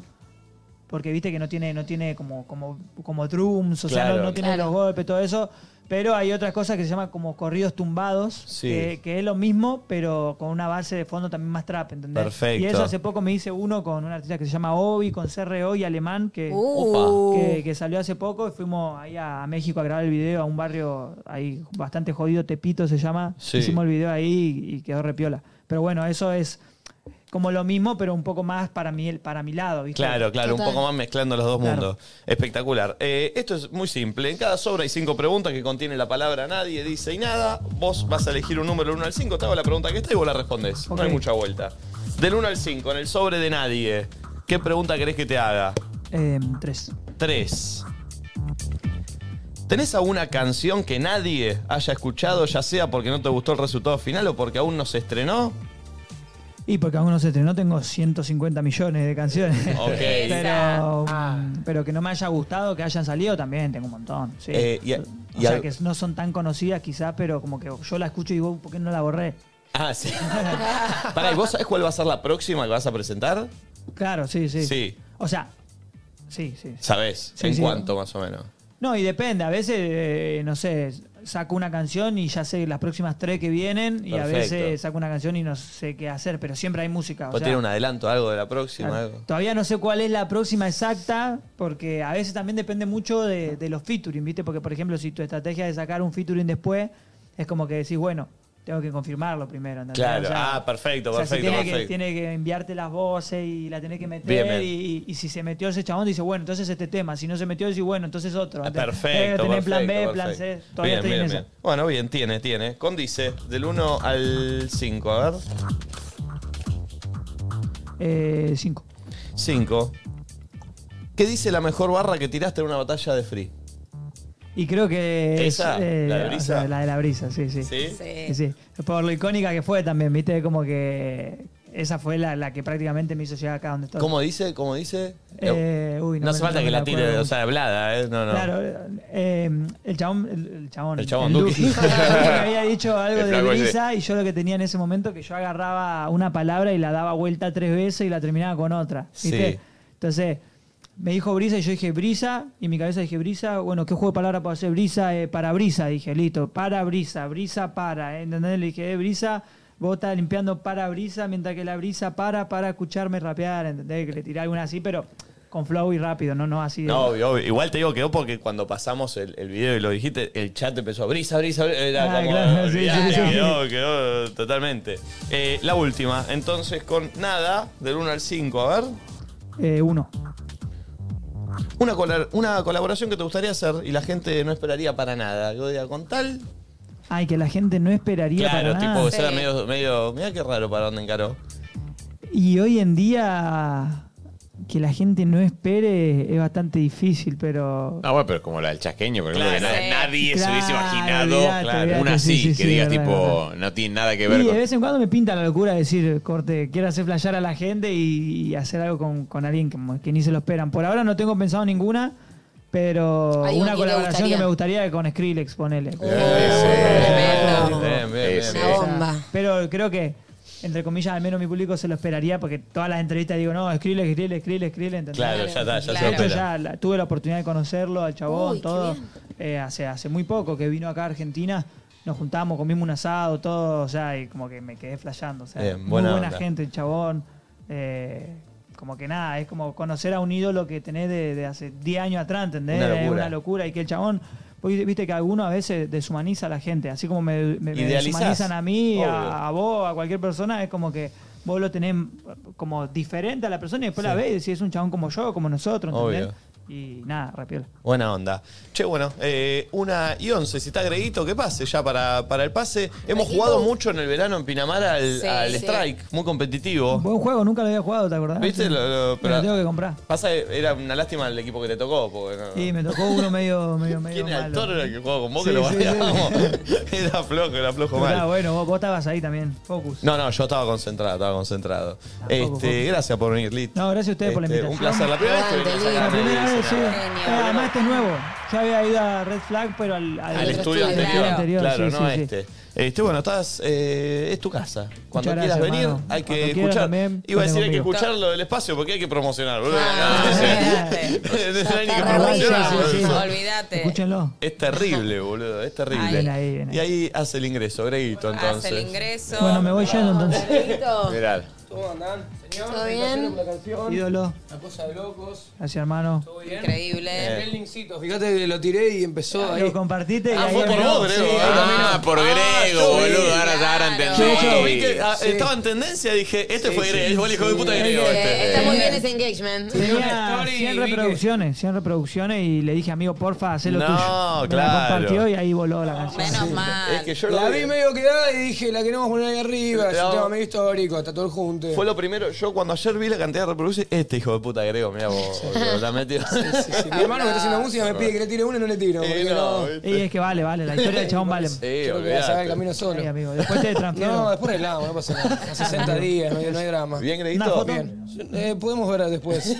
Speaker 9: Porque viste que no tiene, no tiene como, como, como drums, o sea,
Speaker 1: Claro.
Speaker 9: no, no tiene
Speaker 1: Claro.
Speaker 9: los golpes, todo eso. Pero hay otras cosas que se llaman como corridos tumbados,
Speaker 1: Sí.
Speaker 9: que, que es lo mismo, pero con una base de fondo también más trap, ¿entendés?
Speaker 1: Perfecto.
Speaker 9: Y eso hace poco me hice uno con un artista que se llama Obi, con CRO y Alemán, que,
Speaker 1: Uh. Upa.
Speaker 9: que, que salió hace poco y fuimos ahí a, a México a grabar el video, a un barrio ahí bastante jodido, Tepito se llama.
Speaker 1: Sí.
Speaker 9: Hicimos el video ahí y, y quedó repiola. Pero bueno, eso es como lo mismo, pero un poco más para mi, para mi lado, ¿viste?
Speaker 1: Claro, claro, un poco más mezclando los dos mundos. Espectacular. Eh, esto es muy simple. En cada sobre hay cinco preguntas que contiene la palabra nadie dice y nada. Vos vas a elegir un número del 1 al 5, te hago la pregunta que está y vos la respondés. No hay
Speaker 9: Ok.
Speaker 1: mucha vuelta. Del 1 al 5, en el sobre de nadie, ¿qué pregunta querés que te haga?
Speaker 9: Eh, tres.
Speaker 1: 3. ¿Tenés alguna canción que nadie haya escuchado, ya sea porque no te gustó el resultado final o porque aún no se estrenó?
Speaker 9: Y porque aún no se estrenó, tengo 150 millones de canciones.
Speaker 1: Ok.
Speaker 9: pero, um, pero que no me haya gustado, que hayan salido, también tengo un montón. sí.
Speaker 1: Eh, y a-
Speaker 9: o
Speaker 1: y
Speaker 9: sea,
Speaker 1: al-
Speaker 9: que no son tan conocidas quizás, pero como que yo la escucho y digo, ¿por qué no la borré?
Speaker 1: Ah, sí. Pará, ¿y vos sabés cuál va a ser la próxima que vas a presentar?
Speaker 9: Claro, sí, sí.
Speaker 1: Sí.
Speaker 9: O sea, sí, sí.
Speaker 1: ¿Sabés?
Speaker 9: Sí,
Speaker 1: ¿En
Speaker 9: sí.
Speaker 1: cuánto más o menos?
Speaker 9: No, y depende. A veces, eh, no sé, saco una canción y ya sé las próximas tres que vienen. Y a
Speaker 1: Perfecto.
Speaker 9: veces saco una canción y no sé qué hacer, pero siempre hay música. o
Speaker 1: ¿Vos
Speaker 9: sea,
Speaker 1: tiene un adelanto algo de la próxima?
Speaker 9: Claro.
Speaker 1: algo?
Speaker 9: Todavía no sé cuál es la próxima exacta, porque a veces también depende mucho de, de los featuring, ¿viste? Porque, por ejemplo, si tu estrategia de sacar un featuring después, es como que decís, bueno, tengo que confirmarlo primero. ¿entendés?
Speaker 1: Claro.
Speaker 9: O sea,
Speaker 1: ah, perfecto,
Speaker 9: o sea, si
Speaker 1: perfecto,
Speaker 9: tiene, Que,
Speaker 1: perfecto.
Speaker 9: tiene que enviarte las voces y la tenés que meter.
Speaker 1: Bien, bien.
Speaker 9: Y, y- y si se metió ese chabón, dice, bueno, entonces este tema. Si no se metió, dice, bueno, entonces otro.
Speaker 1: Ah,
Speaker 9: ¿entendés?
Speaker 1: Perfecto,
Speaker 9: Eh, tenés plan B,
Speaker 1: perfecto,
Speaker 9: plan C.
Speaker 1: perfecto.
Speaker 9: Todavía estoy en esa.
Speaker 1: Bueno, bien, tiene, tiene. Condice, del 1 al 5, a ver.
Speaker 9: Eh, cinco.
Speaker 1: 5. ¿Qué dice la mejor barra que tiraste en una batalla de free?
Speaker 9: Y creo que es,
Speaker 1: ¿Esa?
Speaker 9: eh,
Speaker 1: ¿La de
Speaker 9: o
Speaker 1: brisa?
Speaker 9: sea, la de la brisa, sí, sí.
Speaker 1: ¿Sí?
Speaker 9: Sí, sí. Por lo icónica que fue también, viste, como que esa fue la, la que prácticamente me hizo llegar acá donde estoy.
Speaker 1: ¿Cómo dice? ¿Cómo dice?
Speaker 9: Eh, uy,
Speaker 1: no,
Speaker 9: no
Speaker 1: hace
Speaker 9: me-
Speaker 1: falta
Speaker 9: no
Speaker 1: que
Speaker 9: me
Speaker 1: la
Speaker 9: la
Speaker 1: tire,
Speaker 9: acuerdo.
Speaker 1: o sea, hablada, ¿eh? No, no.
Speaker 9: Claro, eh, el chabón, el, el chabón,
Speaker 1: El chabón Duki.
Speaker 9: Duki, me había dicho algo
Speaker 1: El
Speaker 9: de
Speaker 1: flaco ese.
Speaker 9: brisa y yo lo que tenía en ese momento que yo agarraba una palabra y la daba vuelta tres veces y la terminaba con otra, ¿viste?
Speaker 1: Sí.
Speaker 9: Entonces, me dijo brisa y yo dije brisa y en mi cabeza dije brisa, bueno, ¿qué juego de palabras puedo hacer? Brisa, eh, para brisa, dije, listo, para brisa, brisa para, ¿eh? ¿entendés? Le dije, eh, brisa, vos estás limpiando para brisa mientras que la brisa para para escucharme rapear, ¿entendés? Que le tiré alguna así, pero con flow y rápido, no, no así de...
Speaker 1: No, obvio, obvio. Igual te digo quedó porque cuando pasamos el, el video y lo dijiste, el chat empezó a brisa, brisa, brisa. Era
Speaker 9: Ah,
Speaker 1: como.
Speaker 9: claro, sí,
Speaker 1: olvidate,
Speaker 9: sí, sí.
Speaker 1: Quedó, quedó totalmente. Eh, la última, entonces con nada, del 1 al 5, a ver.
Speaker 9: Eh, uno.
Speaker 1: Una, cola- una colaboración que te gustaría hacer y la gente no esperaría para nada. Yo diría, con tal.
Speaker 9: Ay, que la gente no esperaría
Speaker 1: Claro,
Speaker 9: para
Speaker 1: tipo,
Speaker 9: nada.
Speaker 1: que sea medio, medio. Mira qué raro para dónde encaró.
Speaker 9: Y hoy en día que la gente no espere es bastante difícil, pero
Speaker 6: No, Ah, bueno, pero como la del chasqueño, pero
Speaker 1: Claro.
Speaker 6: creo que nadie, nadie se
Speaker 9: Claro,
Speaker 6: hubiese imaginado
Speaker 9: olvidate,
Speaker 6: claro,
Speaker 9: olvidate,
Speaker 6: una así,
Speaker 9: sí, sí,
Speaker 6: que
Speaker 9: sí,
Speaker 6: digas
Speaker 9: verdad,
Speaker 6: tipo, no tiene nada que ver
Speaker 9: y de
Speaker 6: con...
Speaker 9: vez en cuando me pinta la locura decir, corte, quiero hacer flashear a la gente y, y hacer algo con, con alguien que, que ni se lo esperan. Por ahora no tengo pensado ninguna, pero
Speaker 5: Hay una
Speaker 9: una
Speaker 5: que te
Speaker 9: colaboración
Speaker 5: gustaría.
Speaker 9: que me gustaría con Skrillex, ponele.
Speaker 1: Bien, bien, bien,
Speaker 9: O sea, Pero creo que, entre comillas, al menos mi público se lo esperaría porque todas las entrevistas digo, no, Skrillex, Skrillex, Skrillex, Skrillex. ¿entendés?
Speaker 1: Claro, ya está, ya se lo
Speaker 9: Yo esto
Speaker 1: espera.
Speaker 9: ya la- tuve la oportunidad de conocerlo, al chabón,
Speaker 1: Uy, qué
Speaker 9: todo. eh, hace, hace muy poco que vino acá a Argentina. Nos juntamos, comimos un asado, todo, o sea, y como que me quedé flasheando. O sea,
Speaker 1: Bien,
Speaker 9: muy
Speaker 1: buena
Speaker 9: buena,
Speaker 1: onda.
Speaker 9: gente, el chabón. eh, como que nada, es como conocer a un ídolo que tenés de, de hace 10 años atrás, ¿entendés?
Speaker 1: Una
Speaker 9: Es
Speaker 1: locura.
Speaker 9: una locura. Y que el chabón, vos viste que alguno a veces deshumaniza a la gente, así como me, me- me
Speaker 1: Idealizás.
Speaker 9: deshumanizan a mí,
Speaker 1: Obvio.
Speaker 9: a, a vos, a cualquier persona, es como que vos lo tenés como diferente a la persona y después la ves y decís, es un chabón como yo, como nosotros, ¿entendés? Y nada, rapiola.
Speaker 1: Buena onda. Che, bueno, eh, una y once. Si está Greguito, que pase ya para, para el pase. Hemos jugado mucho en el verano en Pinamar al,
Speaker 9: Sí,
Speaker 1: al
Speaker 9: sí.
Speaker 1: strike, muy competitivo.
Speaker 9: Buen juego, nunca lo había jugado, ¿te acordás?
Speaker 1: ¿Viste?
Speaker 9: Ah, Sí.
Speaker 1: Lo- lo-
Speaker 9: Me lo
Speaker 1: pero-
Speaker 9: tengo que comprar.
Speaker 1: Pasa que era una lástima el equipo que te tocó. Porque no-
Speaker 9: Y me tocó uno medio, medio, medio
Speaker 1: ¿Quién era el
Speaker 9: malo.
Speaker 1: toro era el que jugó con vos que
Speaker 9: Sí,
Speaker 1: lo
Speaker 9: sí,
Speaker 1: bardeábamos? era flojo, era flojo
Speaker 9: Pero está
Speaker 1: mal.
Speaker 9: bueno, vos, vos estabas ahí también, Focus.
Speaker 1: No, no, yo estaba concentrado, estaba concentrado. Este,
Speaker 9: focus.
Speaker 1: gracias por venir, Lit.
Speaker 9: No, gracias a ustedes por la
Speaker 1: Este,
Speaker 9: invitación.
Speaker 1: Un placer. La primera vez que
Speaker 9: Aguante,
Speaker 1: vinimos acá
Speaker 9: La
Speaker 1: no
Speaker 9: primera
Speaker 1: hice
Speaker 9: vez, sí.
Speaker 1: nada.
Speaker 9: Eh, además, este es nuevo. Ya había ido a Red Flag, pero al,
Speaker 1: Al estudio anterior. Claro,
Speaker 9: sí,
Speaker 1: no a
Speaker 9: sí, sí.
Speaker 1: este. Este, bueno, estás, eh, es tu casa. Cuando
Speaker 9: Muchas
Speaker 1: quieras
Speaker 9: gracias,
Speaker 1: venir,
Speaker 9: hermano.
Speaker 1: hay que
Speaker 9: Cuando quieras
Speaker 1: escuchar.
Speaker 9: también,
Speaker 1: Iba a
Speaker 9: cuenten
Speaker 1: decir, hay que
Speaker 9: conmigo.
Speaker 1: escuchar lo del espacio porque hay que promocionar, boludo. No hay ni que
Speaker 9: Ah, está re
Speaker 1: promocionar,
Speaker 9: bien, sí, sí, sí.
Speaker 1: boludo.
Speaker 2: Olvídate.
Speaker 9: Escúchenlo.
Speaker 1: Es terrible, boludo, es
Speaker 9: Ahí
Speaker 1: terrible.
Speaker 9: viene, ahí viene.
Speaker 1: Y ahí hace el ingreso, Greguito, entonces.
Speaker 2: Hace el ingreso.
Speaker 9: Bueno, me voy yendo entonces.
Speaker 1: Mirá.
Speaker 15: ¿Cómo andan, señor?
Speaker 2: ¿Todo
Speaker 15: Felicitaciones
Speaker 2: bien?
Speaker 15: por la canción.
Speaker 9: Ídolo.
Speaker 15: La cosa de locos.
Speaker 9: Gracias, hermano.
Speaker 15: ¿Todo bien?
Speaker 2: Increíble.
Speaker 15: Tiré el linkcito, Fíjate que lo tiré y empezó ahí.
Speaker 9: Lo compartiste. y
Speaker 15: Ah,
Speaker 9: ahí
Speaker 15: fue por
Speaker 9: entró.
Speaker 15: vos, Grego.
Speaker 9: Sí,
Speaker 15: Ah,
Speaker 6: Ah, por Grego, boludo, ahora, ahora entendí.
Speaker 1: Yo cuando vi que ah,
Speaker 6: Sí.
Speaker 1: estaba en tendencia dije, este fue
Speaker 6: sí,
Speaker 1: Grego, igual hijo de puta
Speaker 5: Sí,
Speaker 1: Grego. este.
Speaker 5: Eh, Está muy bien ese engagement.
Speaker 9: Tenía 100 reproducciones, 100 reproducciones y le dije, amigo, porfa, haz lo
Speaker 1: No,
Speaker 9: tuyo. Me la
Speaker 1: claro.
Speaker 9: compartió y ahí voló la canción. Sí.
Speaker 1: Es que yo lo
Speaker 15: La
Speaker 1: vi-
Speaker 15: vi medio quedada y dije, la queremos poner ahí arriba, es
Speaker 1: No.
Speaker 15: un tema medio histórico, está todo junto.
Speaker 1: Fue lo primero, yo cuando ayer vi la cantidad de reproducciones, este hijo de puta Grego, mira vos, boludo, la metió.
Speaker 14: Mi hermano que está haciendo música me pide que le tire uno y no le tiro. porque no.
Speaker 9: Y es que vale, vale, la historia del chabón vale.
Speaker 14: Yo creo que voy a saber el camino solo.
Speaker 9: después te transfiero.
Speaker 14: No, después arreglamos, no pasa nada. A 60 días, no hay, no hay drama.
Speaker 1: ¿Bien, Greguito? Una foto.
Speaker 14: Bien. Eh, podemos ver después.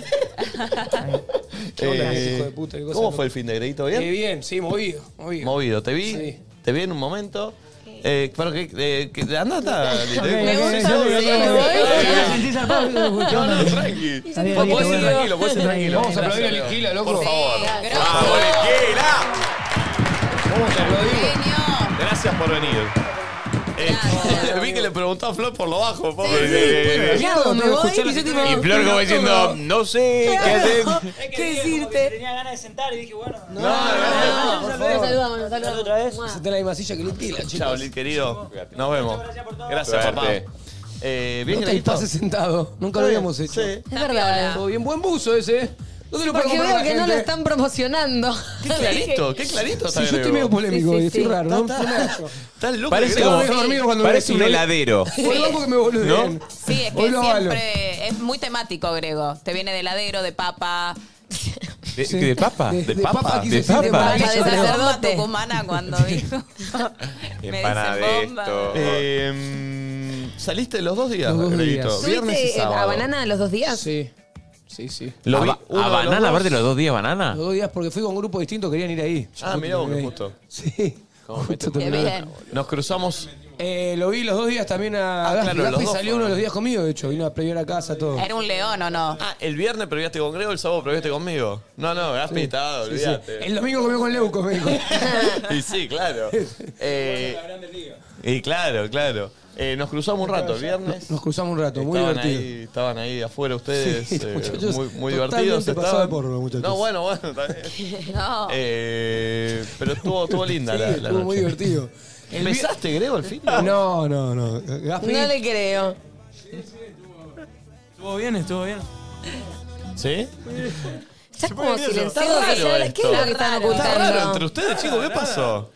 Speaker 14: ¿Qué onda, hijo de puta? Qué cosa
Speaker 1: ¿Cómo
Speaker 14: loca.
Speaker 1: fue el fin de Greguito? ¿Bien?
Speaker 14: Eh, bien, sí, movido, movido.
Speaker 1: Movido, te vi,
Speaker 14: Sí.
Speaker 1: te vi en un momento. Eh, pero que, eh, que anda hasta
Speaker 7: Me gusta,
Speaker 1: Sí,
Speaker 7: sí, sí.
Speaker 1: No, no, tranqui.
Speaker 7: Está bien,
Speaker 1: Podés
Speaker 7: listo,
Speaker 1: ir
Speaker 7: bueno.
Speaker 1: tranquilo, podés ir tranquilo.
Speaker 14: Vamos a aplaudir al Esquila, loco.
Speaker 1: Por favor.
Speaker 14: ¡Vamos, Vamos a aplaudir.
Speaker 1: Gracias por venir. Eh, vi que le preguntó a Flor por lo bajo, pobre.
Speaker 6: Sí, sí, sí. ¿Qué hago? ¿Me voy? Y yo tipo, Y Flor como diciendo,
Speaker 1: no sé, ¿qué haces?
Speaker 14: ¿Qué decirte? Tenía ganas de sentar y dije, bueno. No, no, no. por favor.
Speaker 5: Saludamos, saludamos.
Speaker 14: otra vez. Senté en la misma silla que el Esquila, chicos.
Speaker 1: Chao, Lid, querido. Nos vemos. Gracias, papá.
Speaker 14: Suerte.
Speaker 1: Eh, bien,
Speaker 14: No te
Speaker 1: Greguito?
Speaker 14: pases sentado. Nunca lo
Speaker 1: Sí,
Speaker 14: habíamos hecho. Es
Speaker 5: verdad.
Speaker 14: Todo bien, buen buzo ese. ¿eh? No te lo puedo
Speaker 5: Porque
Speaker 14: comprar a la
Speaker 5: veo que no
Speaker 14: gente.
Speaker 5: lo están promocionando.
Speaker 1: Qué clarito, qué clarito
Speaker 14: Sí, yo estoy medio polémico hoy, estoy raro, ¿no? No me hallo.
Speaker 1: Estás loco.
Speaker 6: Parece,
Speaker 1: Grego.
Speaker 6: como,
Speaker 14: dejo dormido cuando
Speaker 6: parece
Speaker 14: me-
Speaker 6: un heladero.
Speaker 14: Por el banco que me boludean.
Speaker 2: Sí, es que
Speaker 14: Hoy lo
Speaker 2: siempre
Speaker 14: avalo.
Speaker 2: es muy temático, Grego. Te viene de heladero, de papa.
Speaker 6: ¿De, de papa?
Speaker 14: De-
Speaker 6: ¿De,
Speaker 14: de
Speaker 6: papa?
Speaker 14: papa, quise
Speaker 6: ¿De
Speaker 14: decir, de
Speaker 6: papa?
Speaker 14: papa.
Speaker 2: de
Speaker 14: Yo creo.
Speaker 2: bomba tucumana cuando dijo. Me
Speaker 6: Empanada de
Speaker 2: dicen bomba.
Speaker 6: esto.
Speaker 1: Eh, ¿Saliste los dos días,
Speaker 14: Em, Los dos
Speaker 1: Greguito?
Speaker 14: días.
Speaker 1: Viernes y
Speaker 5: ¿Tuviste eh,
Speaker 1: sábado.
Speaker 5: a banana los dos días?
Speaker 14: Sí, sí, sí.
Speaker 6: Lo vi-
Speaker 1: A- a
Speaker 6: ¿A banana? ¿Aparte los dos días banana?
Speaker 14: Los dos días porque fui con grupos distintos, querían ir ahí.
Speaker 1: Ah, mirá vos, que justo.
Speaker 14: Sí. Justo
Speaker 1: Qué
Speaker 14: terminaba.
Speaker 1: bien. Nos cruzamos.
Speaker 14: Eh, lo vi los dos días también a
Speaker 1: Ah,
Speaker 14: Gaspi.
Speaker 1: claro, los
Speaker 14: Gaspi
Speaker 1: dos
Speaker 14: salió uno de los días conmigo, de hecho. Vino a previar a casa, todo.
Speaker 2: Era un león o no.
Speaker 1: Ah, el viernes previaste con Grego, el sábado previaste conmigo. No, no, Gaspi estaba,
Speaker 14: Sí, sí.
Speaker 1: Ah, olvídate.
Speaker 14: El domingo comió con Leuco, me dijo.
Speaker 1: Y sí, claro. Eh, y claro, claro. Eh, nos cruzamos un rato el viernes.
Speaker 14: Nos cruzamos un rato, muy
Speaker 1: estaban
Speaker 14: divertido.
Speaker 1: ahí, estaban ahí afuera ustedes,
Speaker 14: Sí,
Speaker 1: eh,
Speaker 14: muchachos,
Speaker 1: muy, muy
Speaker 14: totalmente
Speaker 1: divertidos.
Speaker 14: pasado
Speaker 1: estaban.
Speaker 14: de porro, muchachos.
Speaker 1: No, bueno, bueno, está bien.
Speaker 2: No.
Speaker 1: Eh, pero estuvo, estuvo linda la, la
Speaker 14: Estuvo
Speaker 1: noche.
Speaker 14: muy divertido. El vi-
Speaker 1: ¿Besaste, Grego, al fin?
Speaker 14: No, no, no. Gaspi.
Speaker 5: No le creo.
Speaker 9: Estuvo bien, estuvo bien.
Speaker 1: ¿Sí?
Speaker 5: Ya es como
Speaker 1: pone nervioso.
Speaker 5: silenciado.
Speaker 1: Está
Speaker 5: que
Speaker 1: raro
Speaker 5: ya- ¿Qué es lo
Speaker 1: esto.
Speaker 5: que están
Speaker 1: Está raro
Speaker 5: ocultando?
Speaker 1: entre ustedes, chicos, ¿qué pasó?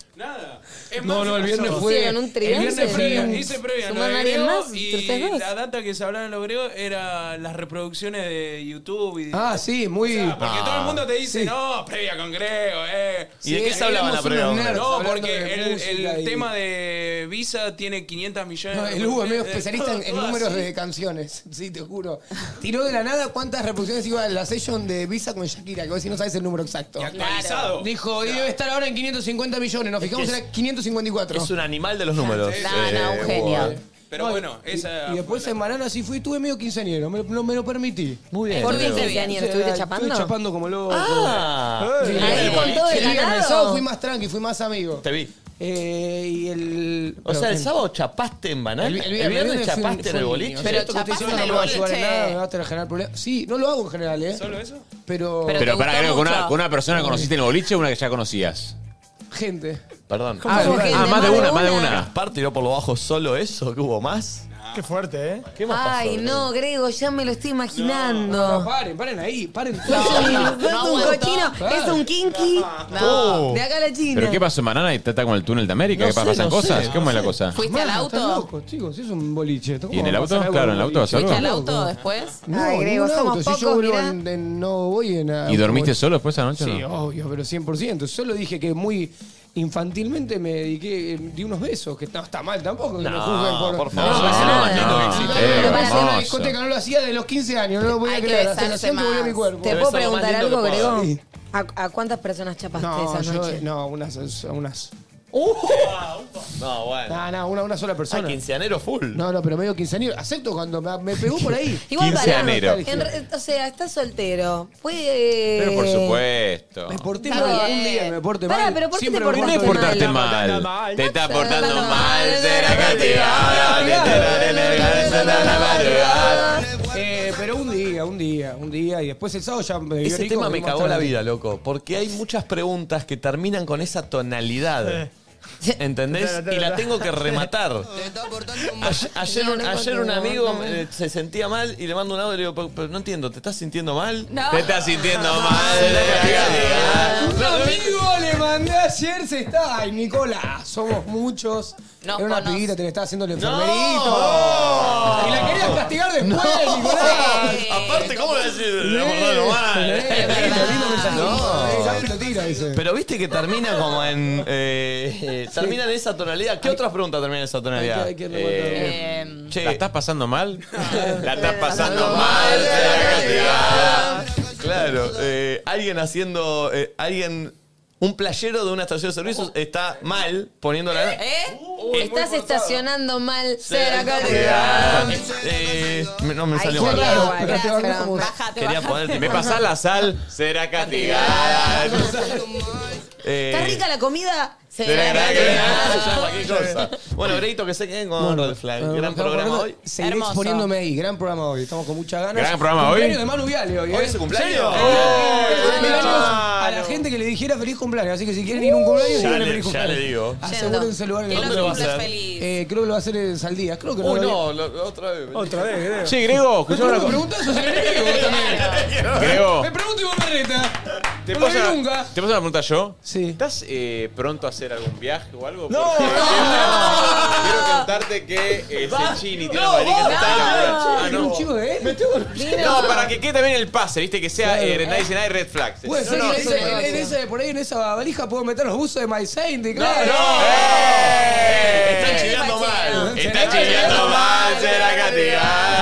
Speaker 14: No, no, el viernes
Speaker 5: ¿Hicieron
Speaker 14: fue.
Speaker 5: un
Speaker 14: el
Speaker 5: tridente?
Speaker 14: viernes
Speaker 19: previa,
Speaker 14: fue.
Speaker 19: hice previa, ¿no?
Speaker 5: ¿Sumaron
Speaker 19: De
Speaker 5: a alguien
Speaker 19: Grego,
Speaker 5: más? ¿Ustedes
Speaker 19: Y
Speaker 5: dos?
Speaker 19: la data que se hablaba en los griegos era las reproducciones de YouTube. Y
Speaker 14: Ah, sí, muy. Ah.
Speaker 19: porque todo el mundo te dice,
Speaker 14: Sí.
Speaker 19: no, previa con Grego, eh.
Speaker 14: ¿Y de qué se hablaba la
Speaker 19: éramos
Speaker 14: previa
Speaker 19: unos
Speaker 14: con
Speaker 19: nerds
Speaker 14: Grego?
Speaker 19: No,
Speaker 14: Hablando de
Speaker 19: porque el, el
Speaker 14: música y-
Speaker 19: tema de Visa tiene 500 millones.
Speaker 1: eh,
Speaker 14: No,
Speaker 19: de
Speaker 14: el Hugo es medio
Speaker 19: reproducciones,
Speaker 14: especialista en, en
Speaker 19: todo
Speaker 1: ¿Ah,
Speaker 14: números
Speaker 19: así.
Speaker 14: de canciones, sí, te juro. Tiró de la nada cuántas reproducciones iba la session de Visa con Shakira, que vos si no sabes el número exacto.
Speaker 19: actualizado.
Speaker 14: Dijo, y debe estar ahora en 550 millones, nos fijamos
Speaker 1: que es-
Speaker 14: en 554.
Speaker 1: Es un animal de los números.
Speaker 19: Sí, sí. No, no, un
Speaker 1: Eh,
Speaker 19: genio.
Speaker 1: Hugo, eh.
Speaker 19: Pero bueno, esa.
Speaker 14: Y después en Banana sí fui, tuve medio quinceañero, me, lo- no me lo permití. Eh, Muy
Speaker 5: bien. ¿Por qué quinceañero? ¿Estuviste chapando?
Speaker 14: Estuve chapando como loco.
Speaker 1: Ah.
Speaker 14: Sí.
Speaker 5: Ahí con todo el
Speaker 14: Sí, el
Speaker 5: ganado.
Speaker 14: sábado fui más tranqui, fui más amigo.
Speaker 1: Te vi.
Speaker 14: Eh, y el...
Speaker 1: O sea, el sábado chapaste en banana. El, viernes
Speaker 14: fui un-
Speaker 1: chapaste en
Speaker 14: fue
Speaker 1: el
Speaker 14: un
Speaker 1: boliche.
Speaker 14: niño. Esto que estoy diciendo no me va a ayudar en nada, me va a tener generar problemas. Sí, no lo hago en general, ¿eh? ¿Solo eso? Pero.
Speaker 6: Pero para Grego, con una, con una persona que conociste en el boliche o una que ya conocías.
Speaker 14: Gente.
Speaker 1: Perdón.
Speaker 14: Ah, ¿Cómo gente?
Speaker 6: ah, más de una, más de una.
Speaker 1: Gaspar tiró por lo bajo solo eso, que hubo más.
Speaker 3: Qué fuerte, ¿eh?
Speaker 1: ¿Qué más pasó?
Speaker 5: Ay, no, Grego, ya me lo estoy imaginando.
Speaker 14: No, paren, paren ahí, paren.
Speaker 5: Es un cochino, es un kinky.
Speaker 1: Oh.
Speaker 6: No.
Speaker 5: De acá a la China.
Speaker 6: ¿Pero qué pasó en banana y está con el túnel de América?
Speaker 14: No
Speaker 6: ¿Qué pasa?
Speaker 14: sé,
Speaker 6: ¿Pasan
Speaker 14: no
Speaker 6: cosas?
Speaker 14: sé.
Speaker 6: ¿Cómo es la cosa?
Speaker 2: ¿Fuiste al
Speaker 14: Están
Speaker 2: auto?
Speaker 14: locos, chicos, es un boliche. ¿Cómo
Speaker 6: ¿Y en el
Speaker 14: va a
Speaker 6: auto?
Speaker 14: pasar algo
Speaker 6: Claro,
Speaker 14: en
Speaker 6: en
Speaker 14: un
Speaker 6: el auto
Speaker 14: boliche?
Speaker 6: vas algo.
Speaker 2: ¿Fuiste al auto después?
Speaker 14: No,
Speaker 5: Ay, Grego,
Speaker 14: ningún
Speaker 5: somos
Speaker 14: auto. Si yo
Speaker 5: pocos,
Speaker 14: vuelvo
Speaker 5: mirá.
Speaker 14: en- en- no voy en a-
Speaker 6: ¿Y dormiste solo después anoche o
Speaker 14: Sí,
Speaker 6: no?
Speaker 14: obvio, pero 100%. Solo dije que muy infantilmente me dediqué, eh, di unos besos, que no está mal tampoco. que
Speaker 6: No,
Speaker 14: me juzguen por,
Speaker 6: por favor, no, no,
Speaker 14: no,
Speaker 6: no,
Speaker 14: pero para hacer una
Speaker 6: hermoso.
Speaker 14: discoteca no lo hacía de los 15 años, no lo voy a
Speaker 2: Hay que
Speaker 14: creer. Hasta
Speaker 2: besarse
Speaker 14: los 100 volvió
Speaker 2: más.
Speaker 14: mi cuerpo.
Speaker 5: ¿Te puedo preguntar
Speaker 14: lindo que
Speaker 5: algo,
Speaker 14: puedo.
Speaker 5: Grego?
Speaker 14: Sí.
Speaker 5: ¿A, a cuántas personas chapaste
Speaker 14: No,
Speaker 5: esa
Speaker 14: yo,
Speaker 5: noche? Uh,
Speaker 14: no, unas. unas
Speaker 1: No, bueno.
Speaker 14: no, no, una, una sola
Speaker 1: Ah,
Speaker 14: persona.
Speaker 1: quinceanero full.
Speaker 14: No, no, pero medio quinceañero. Acepto cuando me, me pegó por ahí.
Speaker 5: Igual para.
Speaker 6: Quinceañero.
Speaker 5: O sea, estás soltero. eh, Puede.
Speaker 6: Pero por supuesto.
Speaker 14: Me porté
Speaker 5: Está
Speaker 14: mal.
Speaker 5: bien.
Speaker 14: Un día me porté
Speaker 5: Eh, Pará,
Speaker 14: mal.
Speaker 5: pero ¿por qué
Speaker 14: Siempre lo
Speaker 5: te portaste
Speaker 14: mismo.
Speaker 5: mal?
Speaker 6: Portarte
Speaker 14: portando
Speaker 6: mal.
Speaker 14: mal.
Speaker 6: Te está portando mal. Será
Speaker 14: Eh, pero un día, un día, un día. Y después el sábado ya me dio
Speaker 1: Ese
Speaker 14: rico,
Speaker 1: tema me
Speaker 14: fuimos
Speaker 1: cagó
Speaker 14: hasta
Speaker 1: la vida, loco. Porque hay muchas preguntas que terminan con esa tonalidad. ¿Entendés? Y la tengo que rematar. Ayer, ayer un,
Speaker 5: No, no,
Speaker 1: ayer
Speaker 5: no,
Speaker 1: un amigo
Speaker 5: no.
Speaker 1: eh, se sentía mal y le mando un audio y le digo, pero, pero no entiendo, ¿te estás sintiendo mal?
Speaker 5: No.
Speaker 6: Te estás sintiendo mal.
Speaker 1: eh,
Speaker 14: Un amigo le mandé ayer, se está. Ay, Nicola, somos muchos. Era una pibita, te le estaba haciendo el enfermerito. Y la querías castigar después,
Speaker 1: No.
Speaker 14: Nicolás.
Speaker 1: Aparte, ¿cómo le decís? Le hemos
Speaker 14: Eh,
Speaker 1: dado mal.
Speaker 14: eh, lindo, lindo mensajito.
Speaker 1: No.
Speaker 14: Eh, ya lo tira, dice.
Speaker 1: Pero viste que termina como en. eh, eh, termina en esa tonalidad. ¿Qué otras preguntas terminan en esa tonalidad?
Speaker 14: Hay que- hay que
Speaker 1: Eh, che,
Speaker 6: ¿La estás pasando mal? La estás
Speaker 1: pasando mal, te la castigada. Claro, eh, alguien haciendo. eh, alguien. Un playero de una estación de servicios está mal poniendo la.
Speaker 5: ¿Eh? Estás estacionando mal. Será
Speaker 1: Ah, eh, me- no me
Speaker 5: Ay,
Speaker 1: salió
Speaker 5: qué
Speaker 1: mal.
Speaker 5: raro, Bájate, gracias, bájate.
Speaker 1: Quería
Speaker 14: Ah,
Speaker 1: Quería ponerte.
Speaker 6: Me pasás la sal, será
Speaker 14: Ah,
Speaker 6: castigada.
Speaker 1: Eh,
Speaker 5: ¿Está rica la comida?
Speaker 1: Será
Speaker 5: Será
Speaker 1: castigada. Cualquier cosa. Bueno, Breito, que se queden con Red Flag.
Speaker 14: Bueno,
Speaker 1: Gran
Speaker 14: bueno,
Speaker 1: programa
Speaker 14: bueno,
Speaker 1: hoy.
Speaker 14: Seguiré exponiéndome ahí, gran programa hoy. Estamos con muchas ganas.
Speaker 6: Gran programa hoy.
Speaker 14: Cumpleaños de Manu Viale hoy.
Speaker 1: ¿Hoy
Speaker 14: ¿eh?
Speaker 1: es su cumpleaños?
Speaker 14: ¿En serio?
Speaker 1: ¡Eh!
Speaker 14: Cumpleaños
Speaker 1: ¡Feliz
Speaker 14: A la gente que le dijera feliz cumpleaños. Así que si quieren ir a un cumpleaños,
Speaker 1: Ya
Speaker 14: díganle
Speaker 1: le-
Speaker 14: feliz
Speaker 1: ya
Speaker 14: cumpleaños. Ah,
Speaker 1: le digo.
Speaker 14: Asegúrense lugar en el
Speaker 1: ¿Dónde
Speaker 14: cumpleaños.
Speaker 1: lo va a hacer?
Speaker 14: Eh, creo que lo va a hacer en Saldías. Creo que no.
Speaker 1: Uy,
Speaker 14: lo-
Speaker 1: no, lo- otra vez.
Speaker 14: Otra vez, creo.
Speaker 6: Che, Grego, escuchame una
Speaker 14: Me
Speaker 6: cosa.
Speaker 14: preguntas, sos enemigo vos también.
Speaker 6: Grego.
Speaker 14: Me pregunto y vos me retas.
Speaker 6: ¿Te
Speaker 14: No lo
Speaker 6: puedo
Speaker 14: vi
Speaker 6: hacer-
Speaker 14: nunca.
Speaker 6: ¿Te puedo hacer una pregunta yo?
Speaker 14: Sí.
Speaker 6: ¿Estás eh, pronto a hacer algún viaje o algo?
Speaker 14: No.
Speaker 6: Porque Quiero quiero contarte que eh,
Speaker 7: Va.
Speaker 6: Cecchini tiene
Speaker 7: No,
Speaker 6: una madrileña que
Speaker 7: va.
Speaker 6: está
Speaker 7: No.
Speaker 6: laburando. Ah,
Speaker 14: Un chico de él. Me tengo
Speaker 6: No, No, para que quede también el pase, viste, que sea, eh, nadie dice nada de red flags.
Speaker 14: Puede
Speaker 6: No,
Speaker 14: ser
Speaker 6: no,
Speaker 14: que en esa-
Speaker 6: no,
Speaker 14: en esa- por ahí en esa valija puedo meter los buzos de My Saint. Eh. No, Ah.
Speaker 1: eh,
Speaker 6: Están chillando mal. Están chillando mal, será castigada.